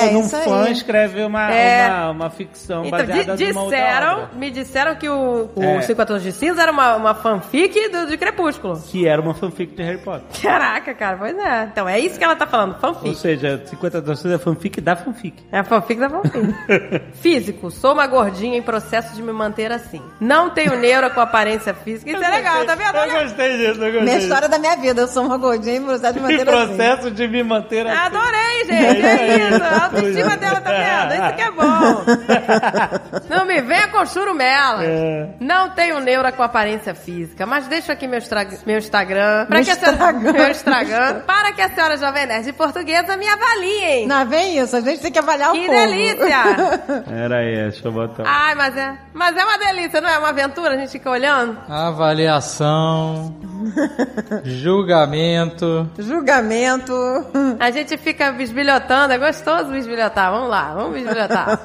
Speaker 4: É,
Speaker 2: quando um
Speaker 4: isso aí.
Speaker 2: fã escreve uma,
Speaker 3: É.
Speaker 2: uma, uma ficção
Speaker 3: Então, di-
Speaker 2: baseada numa outra
Speaker 3: disseram,
Speaker 2: obra.
Speaker 3: me disseram que o, o
Speaker 2: É.
Speaker 3: 50 Tons de Cinza era uma, uma fanfic do, de Crepúsculo.
Speaker 2: Que era uma fanfic de Harry Potter.
Speaker 3: Caraca, cara, pois é. Então é isso que ela tá falando,
Speaker 2: Ou
Speaker 3: fanfic.
Speaker 2: seja, 50 doces é fanfic da fanfic.
Speaker 3: É a fanfic da fanfic. Físico, sou uma gordinha em processo de me manter assim. Não tenho neura com aparência física. Isso é legal, tá vendo?
Speaker 2: Eu gostei disso, eu gostei.
Speaker 4: Minha história da minha vida. Eu sou uma gordinha em processo de
Speaker 2: Que
Speaker 4: maneira assim.
Speaker 2: processo de me manter assim.
Speaker 3: Adorei, gente. É isso. A autoestima dela, tá vendo? Isso que é bom. Não me venha com churumela.
Speaker 4: É.
Speaker 3: Não tenho neura com aparência física, mas deixo aqui meu, estra- meu Instagram. Para
Speaker 4: Meu
Speaker 3: que a senhora-
Speaker 4: Instagram.
Speaker 3: Meu Instagram. Para que a senhora Jovem Nerd portuguesa me avaliem.
Speaker 4: Não, vem isso. A gente tem que avaliar o
Speaker 3: Que
Speaker 4: povo.
Speaker 3: delícia!
Speaker 2: Era aí, deixa eu botar.
Speaker 3: Ai, mas é, mas é uma delícia, não é? Uma aventura, a gente fica olhando.
Speaker 6: Avaliação. julgamento.
Speaker 4: Julgamento.
Speaker 3: A gente fica bisbilhotando, é gostoso bisbilhotar. Vamos lá, vamos bisbilhotar.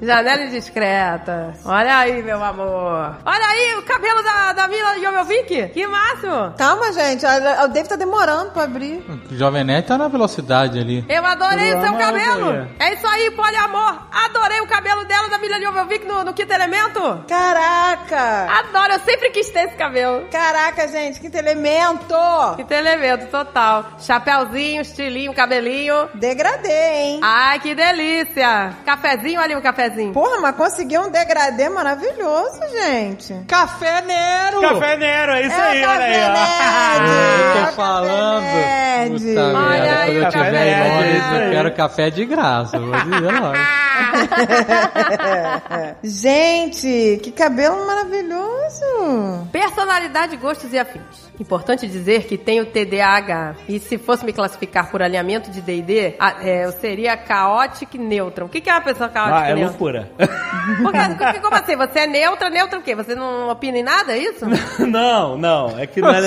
Speaker 3: Janela indiscreta. Olha aí, meu amor. Olha aí o cabelo da, da Mila Jovovic. Que máximo.
Speaker 4: Calma, gente. Olha, O Dave tá demorando pra abrir.
Speaker 6: O Jovem Nerd tá na velocidade ali.
Speaker 3: Eu adorei o seu
Speaker 2: Programa
Speaker 3: cabelo.
Speaker 2: Aldeia.
Speaker 3: É isso aí, poliamor. Adorei o cabelo dela, da Mila Jovovic, no, no Quinto Elemento.
Speaker 4: Caraca!
Speaker 3: Adoro, eu sempre quis ter esse cabelo.
Speaker 4: Caraca, gente, que elemento!
Speaker 3: Quinto Elemento, total. Chapeuzinho, estilinho, cabelinho.
Speaker 4: Degradê, hein?
Speaker 3: Ai, que delícia. Cafezinho, olha ali o cafezinho.
Speaker 4: Porra, mas conseguiu um degradê maravilhoso, gente.
Speaker 6: Café Nero!
Speaker 2: Café Nero, é isso aí, olha aí, ó.
Speaker 6: Ah, eu
Speaker 4: É o
Speaker 6: tô falando.
Speaker 4: Café Nerd.
Speaker 6: Puta
Speaker 3: Olha
Speaker 6: merda,
Speaker 3: aí tá
Speaker 6: quando
Speaker 2: Café
Speaker 3: o
Speaker 6: eu tiver
Speaker 2: Nerd,
Speaker 6: em
Speaker 2: isso
Speaker 6: Londres,
Speaker 2: aí.
Speaker 6: eu quero café de graça. Vou dizer logo.
Speaker 4: Gente, que cabelo maravilhoso!
Speaker 3: Personalidade, gostos e afins. Importante dizer que tenho TDAH. E se fosse me classificar por alinhamento de D&D, a- é, eu seria chaotic neutra. O que que é uma pessoa chaotic
Speaker 2: Ah, é
Speaker 3: neutra?
Speaker 2: loucura.
Speaker 3: Porque, porque, como assim? Você é neutra, neutra o quê? Você não opina em nada, é isso?
Speaker 2: não, não, é que não é...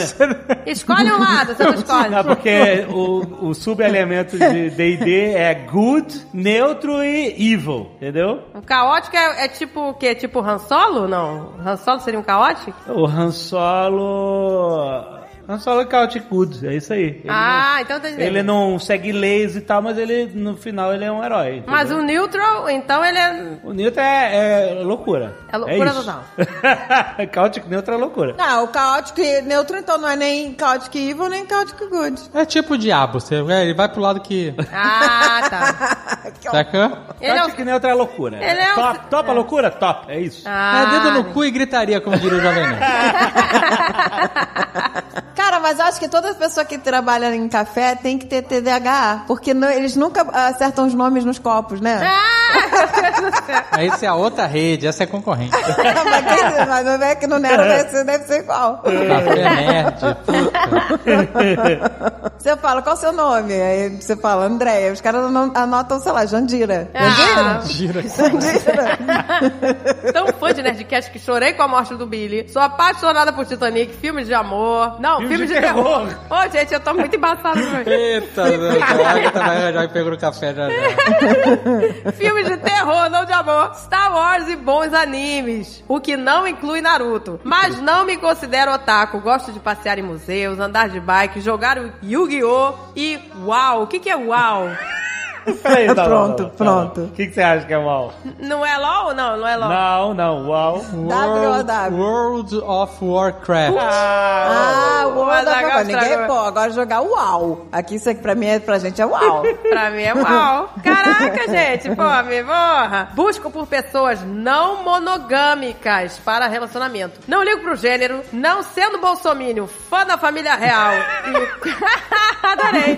Speaker 3: Escolhe um lado, você não escolhe.
Speaker 2: Não, tá porque o, o subelemento de D&D é good, neutro e evil, entendeu?
Speaker 3: O caótico é, é tipo o quê? Tipo Han Solo? Não. Han Solo seria um caótico?
Speaker 2: O Han Solo... Unsolid Chaotic Good, é isso aí. Ele
Speaker 3: Ah, então tá
Speaker 2: não,
Speaker 3: entendendo.
Speaker 2: ele não segue leis e tal, mas ele no final ele é um herói. entendeu?
Speaker 3: Mas o neutral, então ele é.
Speaker 2: O Newton é, é loucura.
Speaker 3: É loucura
Speaker 2: isso.
Speaker 3: total.
Speaker 2: Chaotic Neutro é loucura.
Speaker 4: Não, o Chaotic Neutro então não é nem Chaotic Evil nem Chaotic Good.
Speaker 6: É tipo o diabo, você, ele vai pro lado que.
Speaker 3: Ah, tá.
Speaker 6: Sacou?
Speaker 3: Ele é o-
Speaker 2: Chaotic Neutro é loucura.
Speaker 3: Ele é o-
Speaker 2: top, top a loucura? Top, é isso.
Speaker 6: É dedo
Speaker 3: Ah,
Speaker 6: no cu e gritaria, como diria o Jovem Nerd.
Speaker 4: Cara, mas eu acho que toda pessoa que trabalha em café tem que ter TDAH, porque não- eles nunca acertam os nomes nos copos, né?
Speaker 6: Aí isso é a outra rede, essa é concorrente.
Speaker 4: mas, quem- mas não é que no Nero deve ser- deve ser igual.
Speaker 2: É.
Speaker 6: Café nerd, puta.
Speaker 4: Você fala, qual o seu nome? Aí você fala, Andréia. Os caras não- anotam, sei lá, Jandira.
Speaker 3: Ah,
Speaker 6: Gira.
Speaker 4: Jandira.
Speaker 3: tão fã de Nerdcast que chorei com a morte do Billy. Sou apaixonada por Titanic, filmes de amor. Não, filmes, de, terror. Ô, gente, eu tô muito embaçada hoje.
Speaker 6: Eita, velho. A Agatha vai já pegou no café já. já.
Speaker 3: filmes de terror, não de amor. Star Wars e bons animes. O que não inclui Naruto. Mas não me considero otaku. Gosto de passear em museus, andar de bike, jogar o Yu-Gi-Oh! E uau! O que, que é uau?
Speaker 2: Aí, tá bom,
Speaker 4: Pronto,
Speaker 2: tá bom.
Speaker 4: pronto.
Speaker 2: O que, que você acha que é mal?
Speaker 3: Não é LOL? Não, não é LOL.
Speaker 2: Não, não, uau.
Speaker 4: W.O.W..
Speaker 6: World of Warcraft.
Speaker 2: Ah,
Speaker 4: Ah, o
Speaker 3: Mas agora
Speaker 4: agora ninguém
Speaker 3: estragou.
Speaker 4: pô, agora jogar uau. Aqui isso aqui pra mim é pra gente é uau.
Speaker 3: Pra mim é uau. Caraca, gente, pô, me morra. Busco por pessoas não monogâmicas para relacionamento. Não ligo pro gênero, não sendo bolsomínio, fã da família real. E... adorei,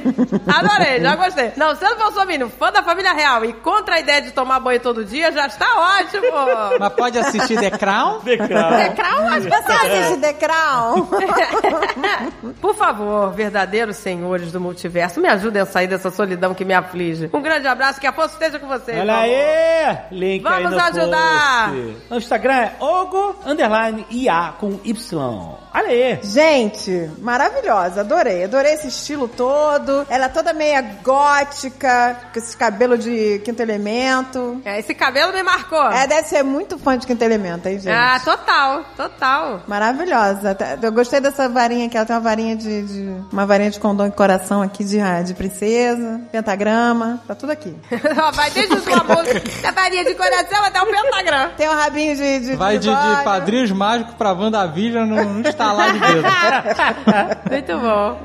Speaker 3: adorei, já gostei. Não sendo bolsomínio, fã da família real e contra a ideia de tomar banho todo dia, já está ótimo.
Speaker 6: Mas pode assistir The Crown?
Speaker 2: Ah.
Speaker 3: É crau, acho que
Speaker 4: Você assiste The Crown?
Speaker 3: Por favor, verdadeiros senhores do multiverso, me ajudem a sair dessa solidão que me aflige. Um grande abraço, que a força esteja com vocês.
Speaker 2: Olha
Speaker 3: por favor.
Speaker 2: aí! Link aí
Speaker 3: Tá Vamos
Speaker 2: no
Speaker 3: ajudar!
Speaker 2: Post. No Instagram é ogo, underline, IA, com Y. Olha aí!
Speaker 4: Gente, maravilhosa, adorei. Adorei esse estilo todo. Ela é toda meia gótica, com esses cabelos de quinto elemento.
Speaker 3: É, Esse cabelo me marcou.
Speaker 4: É, deve ser muito fã de quinto elemento, hein, gente?
Speaker 3: Ah, total, total.
Speaker 4: Maravilhosa. Até- Eu gostei dessa varinha aqui. Ela tem uma varinha de, de- uma varinha de condom e coração aqui de, ra- de princesa, pentagrama, tá tudo aqui.
Speaker 3: Ó, Vai desde o amor da varinha de coração até o pentagrama.
Speaker 4: Tem um rabinho de, de
Speaker 6: Vai de, de
Speaker 4: tribóia.
Speaker 6: padrinhos mágicos pra WandaVision no, no estalar de dedo.
Speaker 3: Muito bom.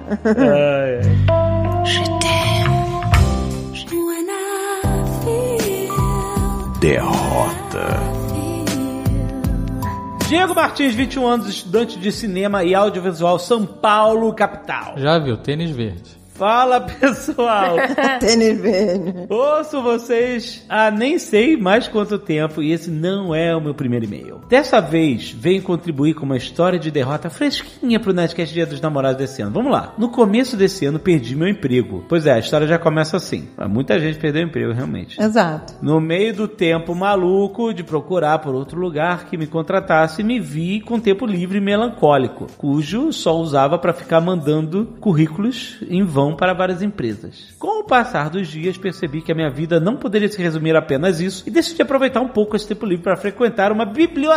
Speaker 5: When I feel,
Speaker 1: Derrota.
Speaker 5: feel
Speaker 2: Diego Martins, 21 anos, estudante de cinema e audiovisual, São Paulo, capital.
Speaker 6: Já viu, tênis verde.
Speaker 2: Fala, pessoal!
Speaker 4: Tênis verde.
Speaker 2: Ouço vocês há nem sei mais quanto tempo e esse não é o meu primeiro e-mail. Dessa vez, venho contribuir com uma história de derrota fresquinha pro Nerdcast Dia dos Namorados desse ano. Vamos lá. No começo desse ano, perdi meu emprego. Pois é, a história já começa assim. Muita gente perdeu o emprego, realmente.
Speaker 4: Exato.
Speaker 2: No meio do tempo maluco de procurar por outro lugar que me contratasse, me vi com tempo livre e melancólico, cujo só usava para ficar mandando currículos em vão para várias empresas. Com o passar dos dias, percebi que a minha vida não poderia se resumir a apenas isso e decidi aproveitar um pouco esse tempo livre para frequentar uma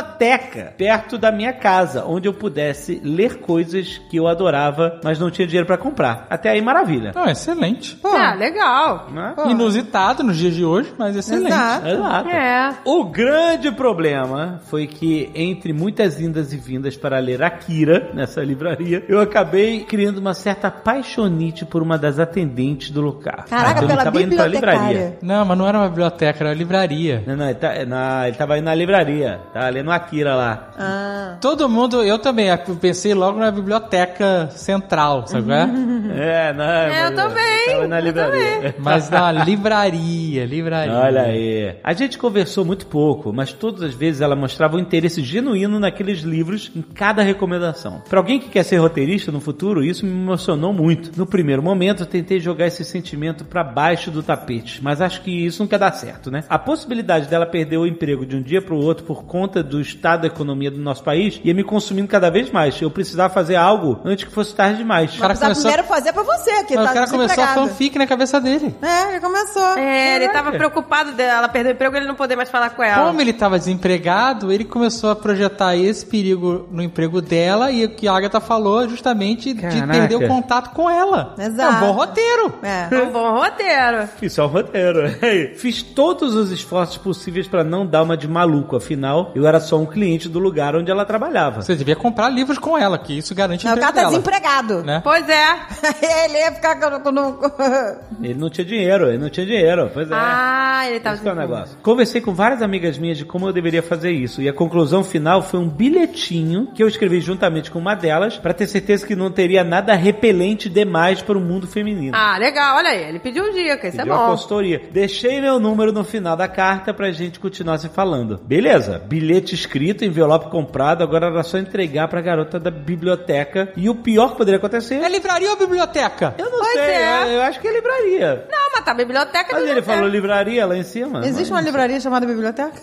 Speaker 2: biblioteca perto da minha casa, onde eu pudesse ler coisas que eu adorava, mas não tinha dinheiro para comprar. Até aí, maravilha.
Speaker 6: Não, excelente.
Speaker 3: Ah, legal.
Speaker 2: Né?
Speaker 6: Inusitado nos dias de hoje, mas excelente.
Speaker 4: Exato.
Speaker 2: Exato.
Speaker 3: É.
Speaker 2: O grande problema foi que, entre muitas indas e vindas para ler Akira nessa livraria, eu acabei criando uma certa paixonite por uma das atendentes do local.
Speaker 4: Caraca,
Speaker 2: Então,
Speaker 6: Ah,
Speaker 2: ele
Speaker 4: pela
Speaker 2: tava indo pra
Speaker 4: bibliotecária.
Speaker 6: Não, mas não era uma biblioteca, era uma livraria.
Speaker 2: Não, não, ele, tá, na, ele tava indo na livraria. Tava lendo Akira lá.
Speaker 4: Ah.
Speaker 6: Todo mundo, eu também, eu pensei logo na biblioteca central, sabe? qual é?
Speaker 4: Uhum.
Speaker 2: É, não. mas
Speaker 3: eu também,
Speaker 2: Tava indo na
Speaker 3: eu
Speaker 2: livraria.
Speaker 6: Mas na livraria, livraria.
Speaker 2: Olha aí. A gente conversou muito pouco, mas todas as vezes ela mostrava um interesse genuíno naqueles livros em cada recomendação. Pra alguém que quer ser roteirista no futuro, isso me emocionou muito. No primeiro momento, eu tentei jogar esse sentimento sentimento pra baixo do tapete, mas acho que isso não quer dar certo, né? A possibilidade dela perder o emprego de um dia pro outro por conta do estado da economia do nosso país ia me consumindo cada vez mais. Eu precisava fazer algo antes que fosse tarde demais.
Speaker 6: cara
Speaker 4: Mas precisava
Speaker 6: começou-
Speaker 4: primeiro fazer pra você, que
Speaker 6: Mas
Speaker 4: tá
Speaker 6: o cara começou a
Speaker 4: desempregado.
Speaker 6: fanfic na cabeça dele.
Speaker 4: É, já começou.
Speaker 3: É, ele tava preocupado dela perder o emprego, ele não poder mais falar com
Speaker 4: É.
Speaker 3: ela.
Speaker 6: Como ele tava desempregado, ele começou a projetar esse perigo no emprego dela e o que a Agatha falou é justamente de
Speaker 2: Caraca.
Speaker 6: perder o contato com ela.
Speaker 4: Exato.
Speaker 6: É um bom roteiro.
Speaker 4: É.
Speaker 3: Um bom roteiro.
Speaker 2: Fiz só o roteiro. Fiz todos os esforços possíveis pra não dar uma de maluco. Afinal, eu era só um cliente do lugar onde ela trabalhava.
Speaker 6: Você devia comprar livros com ela, que isso garante o
Speaker 4: Não, o
Speaker 6: emprego
Speaker 4: cara tá
Speaker 6: dela.
Speaker 4: desempregado.
Speaker 6: Né?
Speaker 3: Pois é.
Speaker 4: ele ia ficar com... com- com-
Speaker 2: Ele não tinha dinheiro, ele não tinha dinheiro. Pois é.
Speaker 3: Ah, ele tava
Speaker 2: Esse que é o negócio. Conversei com várias amigas minhas de como eu deveria fazer isso e a conclusão final foi um bilhetinho que eu escrevi juntamente com uma delas pra ter certeza que não teria nada repelente demais para o mundo feminino.
Speaker 3: Ah, legal, olha aí. Ele pediu um dica, isso
Speaker 2: Pediu
Speaker 3: é
Speaker 2: a
Speaker 3: bom.
Speaker 2: consultoria. Deixei meu número no final da carta pra gente continuar se falando. Beleza, bilhete escrito, envelope comprado, agora era só entregar pra garota da biblioteca. E o pior que poderia acontecer.
Speaker 6: É livraria ou biblioteca?
Speaker 2: Eu não
Speaker 3: Pois
Speaker 2: sei,
Speaker 3: é.
Speaker 2: eu, eu acho que é livraria.
Speaker 3: Não, mas tá a biblioteca
Speaker 2: Mas ele falou livraria lá em cima.
Speaker 4: Existe
Speaker 6: é
Speaker 4: uma livraria chamada biblioteca?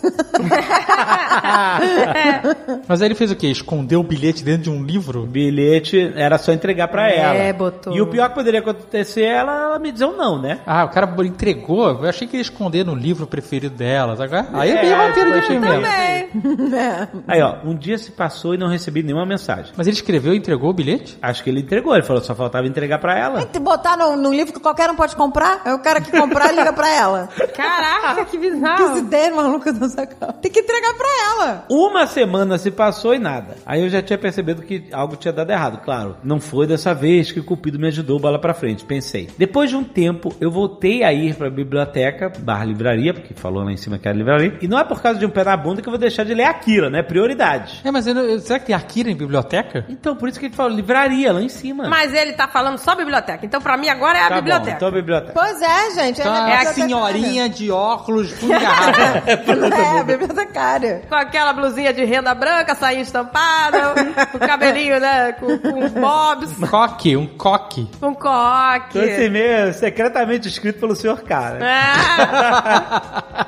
Speaker 6: Mas aí ele fez o quê? Escondeu o bilhete dentro de um
Speaker 2: O
Speaker 6: livro?
Speaker 2: bilhete era só entregar pra
Speaker 3: É,
Speaker 2: ela.
Speaker 3: botou.
Speaker 2: E o pior que poderia acontecer é ela, ela me dizer um não, né?
Speaker 6: Ah, o cara entregou. Eu achei que ia esconder no livro preferido delas. Agora, aí é bem
Speaker 2: É,
Speaker 6: roteiro de
Speaker 2: eu
Speaker 6: filme mesmo.
Speaker 3: Também. Hum.
Speaker 2: Aí, ó, um dia se passou e não recebi nenhuma mensagem.
Speaker 6: Mas ele escreveu e entregou o bilhete?
Speaker 2: Acho que ele entregou, ele falou, só faltava entregar pra
Speaker 3: Então,
Speaker 2: ela.
Speaker 4: Te botar num, num livro que qualquer um pode comprar? É o cara que comprar liga pra ela.
Speaker 3: Caraca, que
Speaker 4: Que
Speaker 3: bizarro.
Speaker 4: ideia maluca do sacal. Tem que entregar pra ela.
Speaker 2: Uma semana se passou e nada. Aí eu já tinha percebido que algo tinha dado errado. Claro, não foi dessa vez que o Cupido me ajudou bola pra frente, pensei. Depois de um tempo, eu voltei a ir pra biblioteca, barra livraria, porque falou lá em cima que era livraria. E não é por causa de um pé na bunda que eu vou deixar de ler Akira, né? Prioridade.
Speaker 6: É, mas eu não- eu- será que tem Akira em biblioteca?
Speaker 2: Então, por isso que ele falou livraria lá em cima.
Speaker 3: Mas ele tá falando só biblioteca. Então, pra mim, agora é a
Speaker 2: tá
Speaker 3: biblioteca.
Speaker 2: Bom, então biblioteca.
Speaker 4: Pois é, gente.
Speaker 6: Tá,
Speaker 4: ela
Speaker 6: é a
Speaker 4: bibliotecária.
Speaker 6: senhorinha de óculos tudo engarrada.
Speaker 4: É, a bibliotecária.
Speaker 3: Com aquela blusinha de renda branca, sainha estampada, o cabelinho, né, com, com bobs,
Speaker 6: coque, um coque.
Speaker 3: com
Speaker 2: Então esse
Speaker 3: coque.
Speaker 2: e-mail é secretamente escrito pelo senhor cara.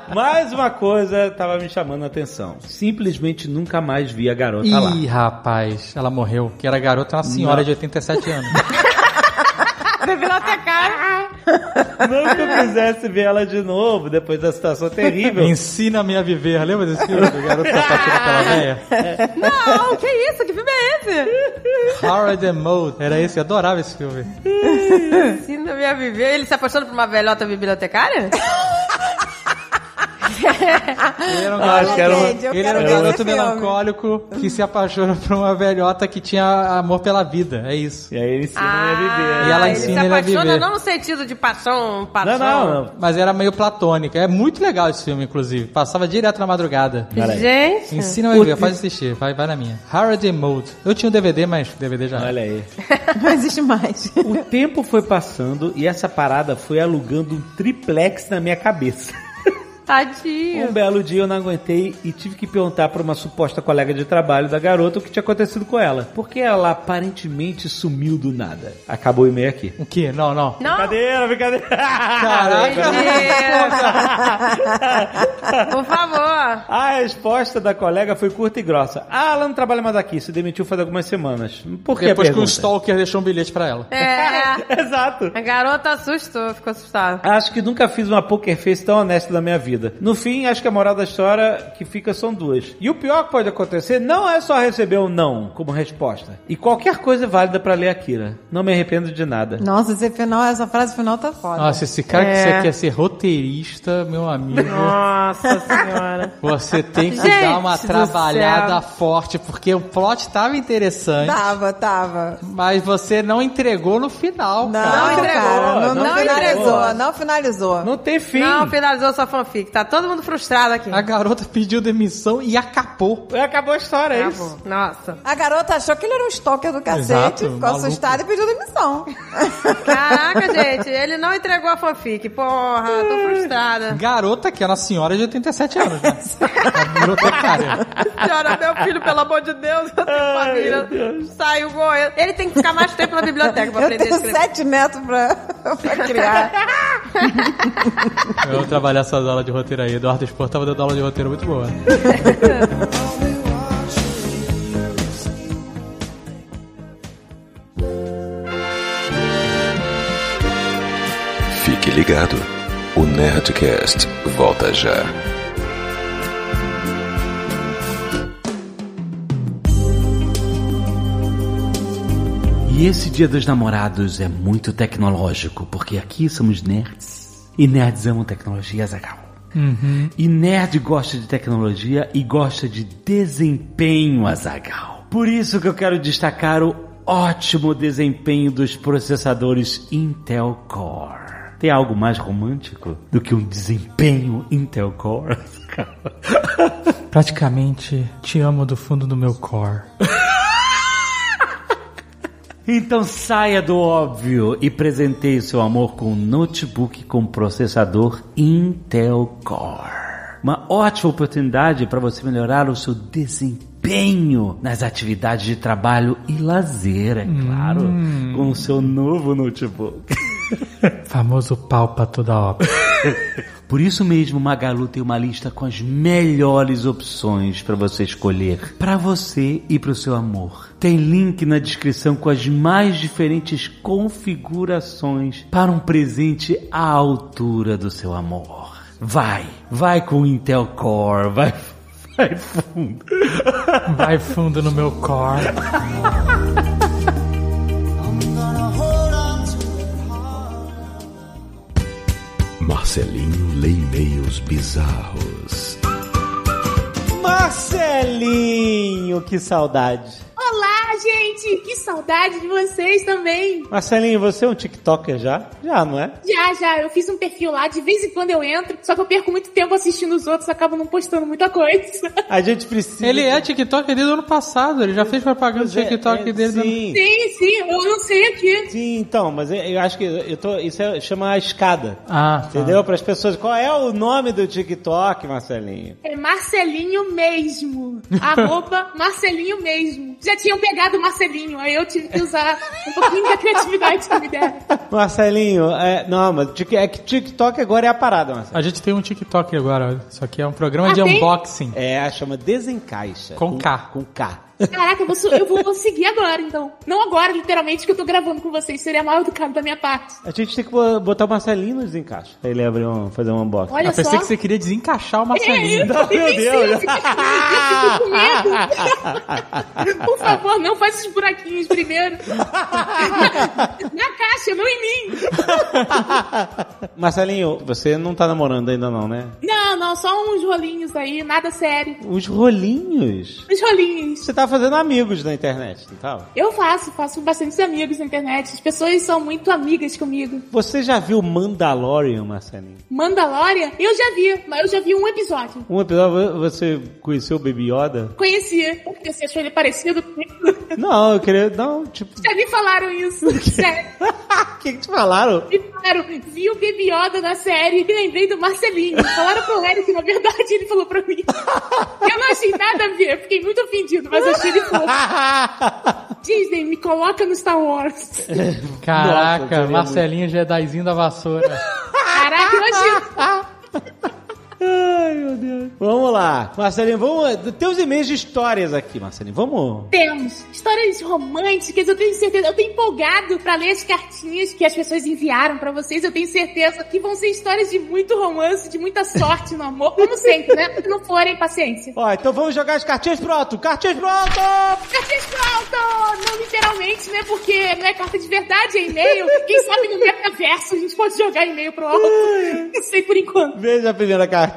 Speaker 3: É.
Speaker 2: Mais uma coisa tava me chamando a atenção. Simplesmente nunca mais vi a garota Tá lá.
Speaker 6: Ih, rapaz, ela morreu. Que era garota, uma senhora
Speaker 2: Não.
Speaker 6: de 87 anos.
Speaker 3: Bibliotecária.
Speaker 2: Não que eu quisesse ver ela de novo depois da situação terrível.
Speaker 6: Ensina-me a viver. Lembra desse filme do garoto sapateiro pela véia?
Speaker 3: Não, que isso? Que filme é esse?
Speaker 6: Howard and Mode. Era esse, eu adorava esse filme.
Speaker 3: Ensina me a viver. Ele se apaixonou por uma velhota bibliotecária?
Speaker 6: Ele era um
Speaker 2: Ah, acho que era uma-
Speaker 4: Gente, eu
Speaker 6: Ele
Speaker 4: quero
Speaker 6: era um
Speaker 4: ver esse
Speaker 6: garoto
Speaker 4: filme.
Speaker 6: melancólico que se apaixona por uma velhota que tinha amor pela vida. É isso.
Speaker 2: E aí ele ensina a é. viver. né?
Speaker 6: E ela
Speaker 3: Ah, ele se
Speaker 6: ensina ele a
Speaker 3: apaixona
Speaker 6: viver.
Speaker 3: não no sentido de paixão,
Speaker 2: Não,
Speaker 3: paixão.
Speaker 2: não, não.
Speaker 6: Mas era meio platônica. É muito legal esse filme, inclusive. Passava direto na madrugada.
Speaker 2: Peraí.
Speaker 3: Gente,
Speaker 6: Ensina a viver, pode assistir. Vai, vai na minha. Howard and Mode. Eu tinha um o DVD, mas DVD já. era.
Speaker 2: Olha aí.
Speaker 4: Não existe mais.
Speaker 2: O tempo foi passando e essa parada foi alugando um triplex na minha cabeça.
Speaker 3: tadinho.
Speaker 2: Um belo dia eu não aguentei e tive que perguntar para uma suposta colega de trabalho da garota o que tinha acontecido com ela. Porque ela aparentemente sumiu do nada. Acabou o e-mail aqui.
Speaker 6: O quê? Não, não.
Speaker 3: Não,
Speaker 2: Brincadeira, brincadeira.
Speaker 6: Caraca.
Speaker 3: gente. Por favor.
Speaker 2: A resposta da colega foi curta e grossa. Ah, ela não trabalha mais aqui, se demitiu faz algumas semanas. Por que a
Speaker 6: Depois que o
Speaker 2: pergunta?
Speaker 6: Stalker deixou um bilhete pra ela.
Speaker 3: É,
Speaker 2: Exato.
Speaker 3: a garota assustou, ficou assustada.
Speaker 2: Acho que nunca fiz uma poker face tão honesta na minha vida. No fim, acho que a moral da história que fica são duas. E o pior que pode acontecer não é só receber um não como resposta. E qualquer coisa é válida pra ler Akira. Não me arrependo de nada.
Speaker 4: Nossa, esse final, essa frase final tá foda.
Speaker 6: Nossa, esse cara
Speaker 3: É.
Speaker 6: que você quer ser roteirista, meu amigo.
Speaker 3: Nossa senhora.
Speaker 6: Você tem que
Speaker 3: Gente
Speaker 6: dar uma
Speaker 3: do
Speaker 6: trabalhada forte, porque o plot tava interessante,
Speaker 4: Tava, tava.
Speaker 6: mas você não entregou no final.
Speaker 4: Não,
Speaker 6: cara.
Speaker 2: entregou,
Speaker 4: cara, não, não
Speaker 2: não
Speaker 4: finalizou,
Speaker 2: entregou.
Speaker 4: não finalizou.
Speaker 2: Não tem fim.
Speaker 3: Não finalizou sua fanfic. Tá todo mundo frustrado aqui.
Speaker 6: A garota pediu demissão e acabou.
Speaker 2: Acabou a história, é isso.
Speaker 3: Acabou. Nossa.
Speaker 4: A garota achou que ele era um stalker do cacete,
Speaker 6: Exato,
Speaker 4: ficou
Speaker 6: maluco.
Speaker 4: assustada e pediu demissão.
Speaker 3: Caraca, gente, ele não entregou a fanfic. Porra, tô frustrada.
Speaker 6: Garota que era uma senhora de 87 anos,
Speaker 2: É.
Speaker 6: né? A bibliotecária.
Speaker 3: Senhora, meu filho, pelo amor de Deus, eu tenho família. Saiu Goiânia. Ele tem que ficar mais tempo na biblioteca pra
Speaker 4: Eu
Speaker 3: aprender a
Speaker 4: tenho
Speaker 3: escrever.
Speaker 4: sete netos pra, pra criar.
Speaker 6: Eu vou trabalhar essas aulas de roteiro aí. Eduardo Sport tava dando aula de roteiro muito boa.
Speaker 1: Fique ligado. O Nerdcast volta já.
Speaker 11: E esse Dia dos Namorados é muito tecnológico, porque aqui somos nerds. E nerds amam tecnologia, Zagal. E nerd gosta de tecnologia e gosta de desempenho, Azagal. Por isso que eu quero destacar o ótimo desempenho dos processadores Intel Core. Tem algo mais romântico do que um desempenho Intel Core? Azaghal?
Speaker 6: Praticamente te amo do fundo do meu core.
Speaker 11: Então saia do óbvio e presenteie seu amor com um notebook com processador Intel Core. Uma ótima oportunidade para você melhorar o seu desempenho nas atividades de trabalho e lazer, é claro, com o seu novo notebook.
Speaker 6: Famoso pau pra toda obra.
Speaker 11: Por isso mesmo, Magalu tem uma lista com as melhores opções para você escolher, para você e para o seu amor. Tem link na descrição com as mais diferentes configurações para um presente à altura do seu amor. Vai, vai com o Intel Core, vai, vai fundo.
Speaker 6: Vai fundo no meu core.
Speaker 1: Marcelinho lê e-mails bizarros.
Speaker 2: Marcelinho, que saudade.
Speaker 5: Olá, gente! Que saudade de vocês também!
Speaker 2: Marcelinho, você é um TikToker já? Já, não é?
Speaker 5: Já, já, eu fiz um perfil lá, de vez em quando eu entro, só que eu perco muito tempo assistindo os outros, acabo não postando muita coisa.
Speaker 2: A gente precisa.
Speaker 6: Ele é TikToker desde o ano passado. Ele já fez propaganda do
Speaker 2: Pois é,
Speaker 6: TikTok
Speaker 2: é,
Speaker 6: dele. do ano-
Speaker 2: Sim.
Speaker 5: Sim, sim, eu não sei aqui.
Speaker 2: Sim, então, mas eu- eu acho que eu tô, isso é- chama a escada.
Speaker 6: Ah, tá.
Speaker 2: Entendeu? Para as pessoas, qual é o nome do TikTok, Marcelinho?
Speaker 5: É Marcelinho mesmo. Arroba Marcelinho mesmo. Já tinham pegado o Marcelinho, aí eu tive que usar um pouquinho da criatividade que me deram.
Speaker 2: Marcelinho, é, não, mas tic- é que TikTok agora é a parada, Marcelinho.
Speaker 6: A gente tem um TikTok agora. Isso aqui é um programa
Speaker 5: Ah,
Speaker 6: de
Speaker 5: tem?
Speaker 6: unboxing.
Speaker 2: É, chama desencaixa.
Speaker 6: Com K.
Speaker 2: Com K.
Speaker 5: Caraca, eu vou, su- eu vou conseguir agora, então. Não agora, literalmente, que eu tô gravando com vocês. Seria mal educado da minha parte.
Speaker 2: A gente tem que bo- botar o Marcelinho no desencaixa. Pra ele abrir um, fazer um unboxing.
Speaker 5: Olha
Speaker 6: eu pensei
Speaker 5: só.
Speaker 6: que você queria desencaixar o
Speaker 5: É,
Speaker 6: Marcelinho.
Speaker 5: eu também pensei, eu fiquei- eu fico com medo. Por favor, não faça esses buraquinhos primeiro. Na caixa, não em mim.
Speaker 2: Marcelinho, você não tá namorando ainda não, né?
Speaker 5: Não, não, só uns rolinhos aí, nada sério.
Speaker 2: Os rolinhos.
Speaker 5: Uns rolinhos.
Speaker 2: Você tá fazendo amigos na internet, não tá?
Speaker 5: Eu faço, faço bastantes amigos na internet. As pessoas são muito amigas comigo.
Speaker 2: Você já viu Mandalorian, Marcelinho?
Speaker 5: Mandalorian, eu já vi, mas eu já vi um episódio.
Speaker 2: Um episódio, você conheceu o Baby Yoda?
Speaker 5: Conheci, porque você achou ele parecido comigo.
Speaker 2: Não, eu queria... Não, tipo...
Speaker 5: Já me falaram isso, sério.
Speaker 2: O que que te falaram?
Speaker 5: E falaram, vi o Baby Yoda na série e lembrei do Marcelinho. Falaram pro Eric, na verdade ele falou pra mim. Eu não achei nada a ver, eu fiquei muito ofendido, mas achei ele fofo. Disney, me coloca no Star Wars.
Speaker 2: Nossa,
Speaker 6: Caraca,
Speaker 2: eu queria
Speaker 6: Marcelinho Jedizinho da vassoura.
Speaker 5: Caraca, eu achei.
Speaker 2: Ai, meu Deus. Vamos lá. Marcelinho, vamos... Tem uns e-mails de histórias aqui, Marcelinho. Vamos...
Speaker 5: Temos histórias românticas, eu tenho certeza. Eu tô empolgado pra ler as cartinhas que as pessoas enviaram pra vocês. Eu tenho certeza que vão ser histórias de muito romance, de muita sorte no amor, como sempre, né? Se não forem, paciência.
Speaker 2: Ó, então vamos jogar as cartinhas pro alto. Cartinhas pro alto!
Speaker 5: Cartas pro alto! Não literalmente, né? Porque não é carta de verdade, é e-mail. Quem sabe no metaverso a gente pode jogar e-mail pro alto. Não sei por enquanto.
Speaker 2: Veja a primeira cartinha.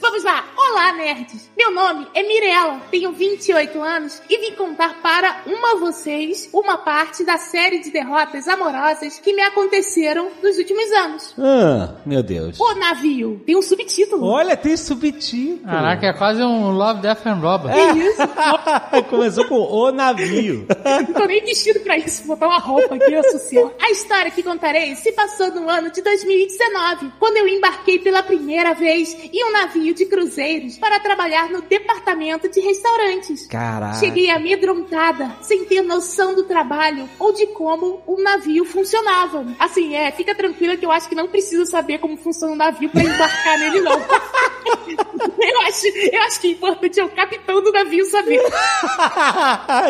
Speaker 5: Vamos lá. Olá, nerds. Meu nome é Mirella, tenho 28 anos e vim contar para uma a vocês uma parte da série de derrotas amorosas que me aconteceram nos últimos anos.
Speaker 2: Ah, meu Deus.
Speaker 5: O navio tem um subtítulo.
Speaker 2: Olha, tem subtítulo.
Speaker 6: Caraca, é quase um Love, Death and Robots.
Speaker 5: Que isso?
Speaker 12: Ah.
Speaker 2: Começou com o navio.
Speaker 5: Não tô nem vestido pra isso, vou botar uma roupa aqui, eu associo. A história que contarei se passou no ano de 2019, quando eu embarquei pela primeira vez em um navio de cruzeiro eles para trabalhar no departamento de restaurantes.
Speaker 12: Caraca.
Speaker 5: Cheguei amedrontada, sem ter noção do trabalho ou de como um navio funcionava. Assim, é, fica tranquila que eu acho que não precisa saber como funciona um navio para embarcar nele, não. eu, acho, eu acho que o importante é o capitão do navio saber.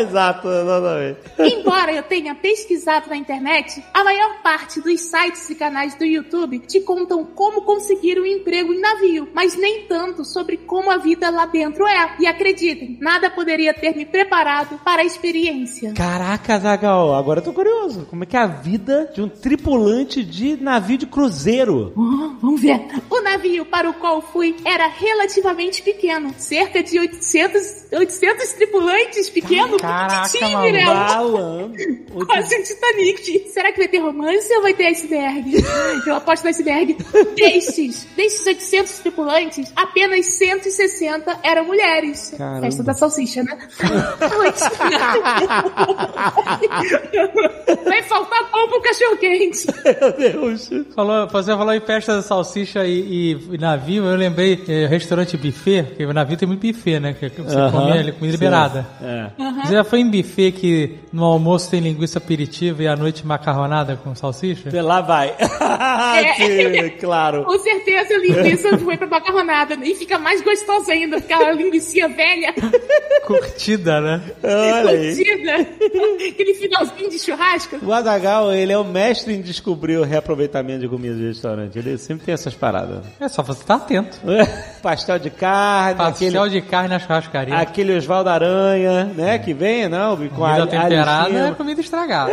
Speaker 12: Exato, exatamente.
Speaker 5: Embora eu tenha pesquisado na internet, a maior parte dos sites e canais do YouTube te contam como conseguir um emprego em navio, mas nem tanto sobre como a vida lá dentro é. E acreditem, nada poderia ter me preparado para a experiência.
Speaker 12: Caraca, Zagal, agora eu tô curioso. Como é que é a vida de um tripulante de navio de cruzeiro?
Speaker 5: Hum, vamos ver. O navio para o qual fui era relativamente pequeno, cerca de 800, 800 tripulantes, pequeno, né?
Speaker 12: Caraca,
Speaker 5: petitinho, Mirella.
Speaker 12: malandro.
Speaker 5: Quase um Titanic. Será que vai ter romance ou vai ter iceberg? Eu aposto no iceberg. Destes, destes 800 tripulantes, apenas 160 eram mulheres.
Speaker 12: Caramba.
Speaker 5: Festa da salsicha, né? vai faltar pão pro cachorro quente.
Speaker 6: Falou, você falou em festa da salsicha e, e- e navio, eu lembrei, eh, restaurante buffet, porque navio tem muito buffet, né? Que que você
Speaker 12: Aham,
Speaker 6: come ali, comida
Speaker 12: sim.
Speaker 6: liberada.
Speaker 12: É.
Speaker 6: Você já foi em buffet que no almoço tem linguiça aperitiva e à noite macarronada com salsicha?
Speaker 12: Lá vai.
Speaker 5: É.
Speaker 12: Sim, claro.
Speaker 5: Com certeza a linguiça foi pra macarronada. E fica mais gostosa ainda, aquela linguiça velha.
Speaker 6: Curtida, né?
Speaker 12: Olha aí.
Speaker 5: Curtida. Aquele finalzinho de churrasco.
Speaker 12: O Azagal, ele é o mestre em descobrir o reaproveitamento de comida de restaurante. Ele sempre tem essas paradas.
Speaker 6: É só você estar atento.
Speaker 12: Pastel de carne,
Speaker 6: Pastel
Speaker 12: É aquele,
Speaker 6: de carne na churrascaria.
Speaker 12: aquele Oswaldo Aranha, né? Que vem, não? Com
Speaker 6: Comida
Speaker 12: alho-
Speaker 6: temperada é
Speaker 12: alhozinho.
Speaker 6: comida estragada.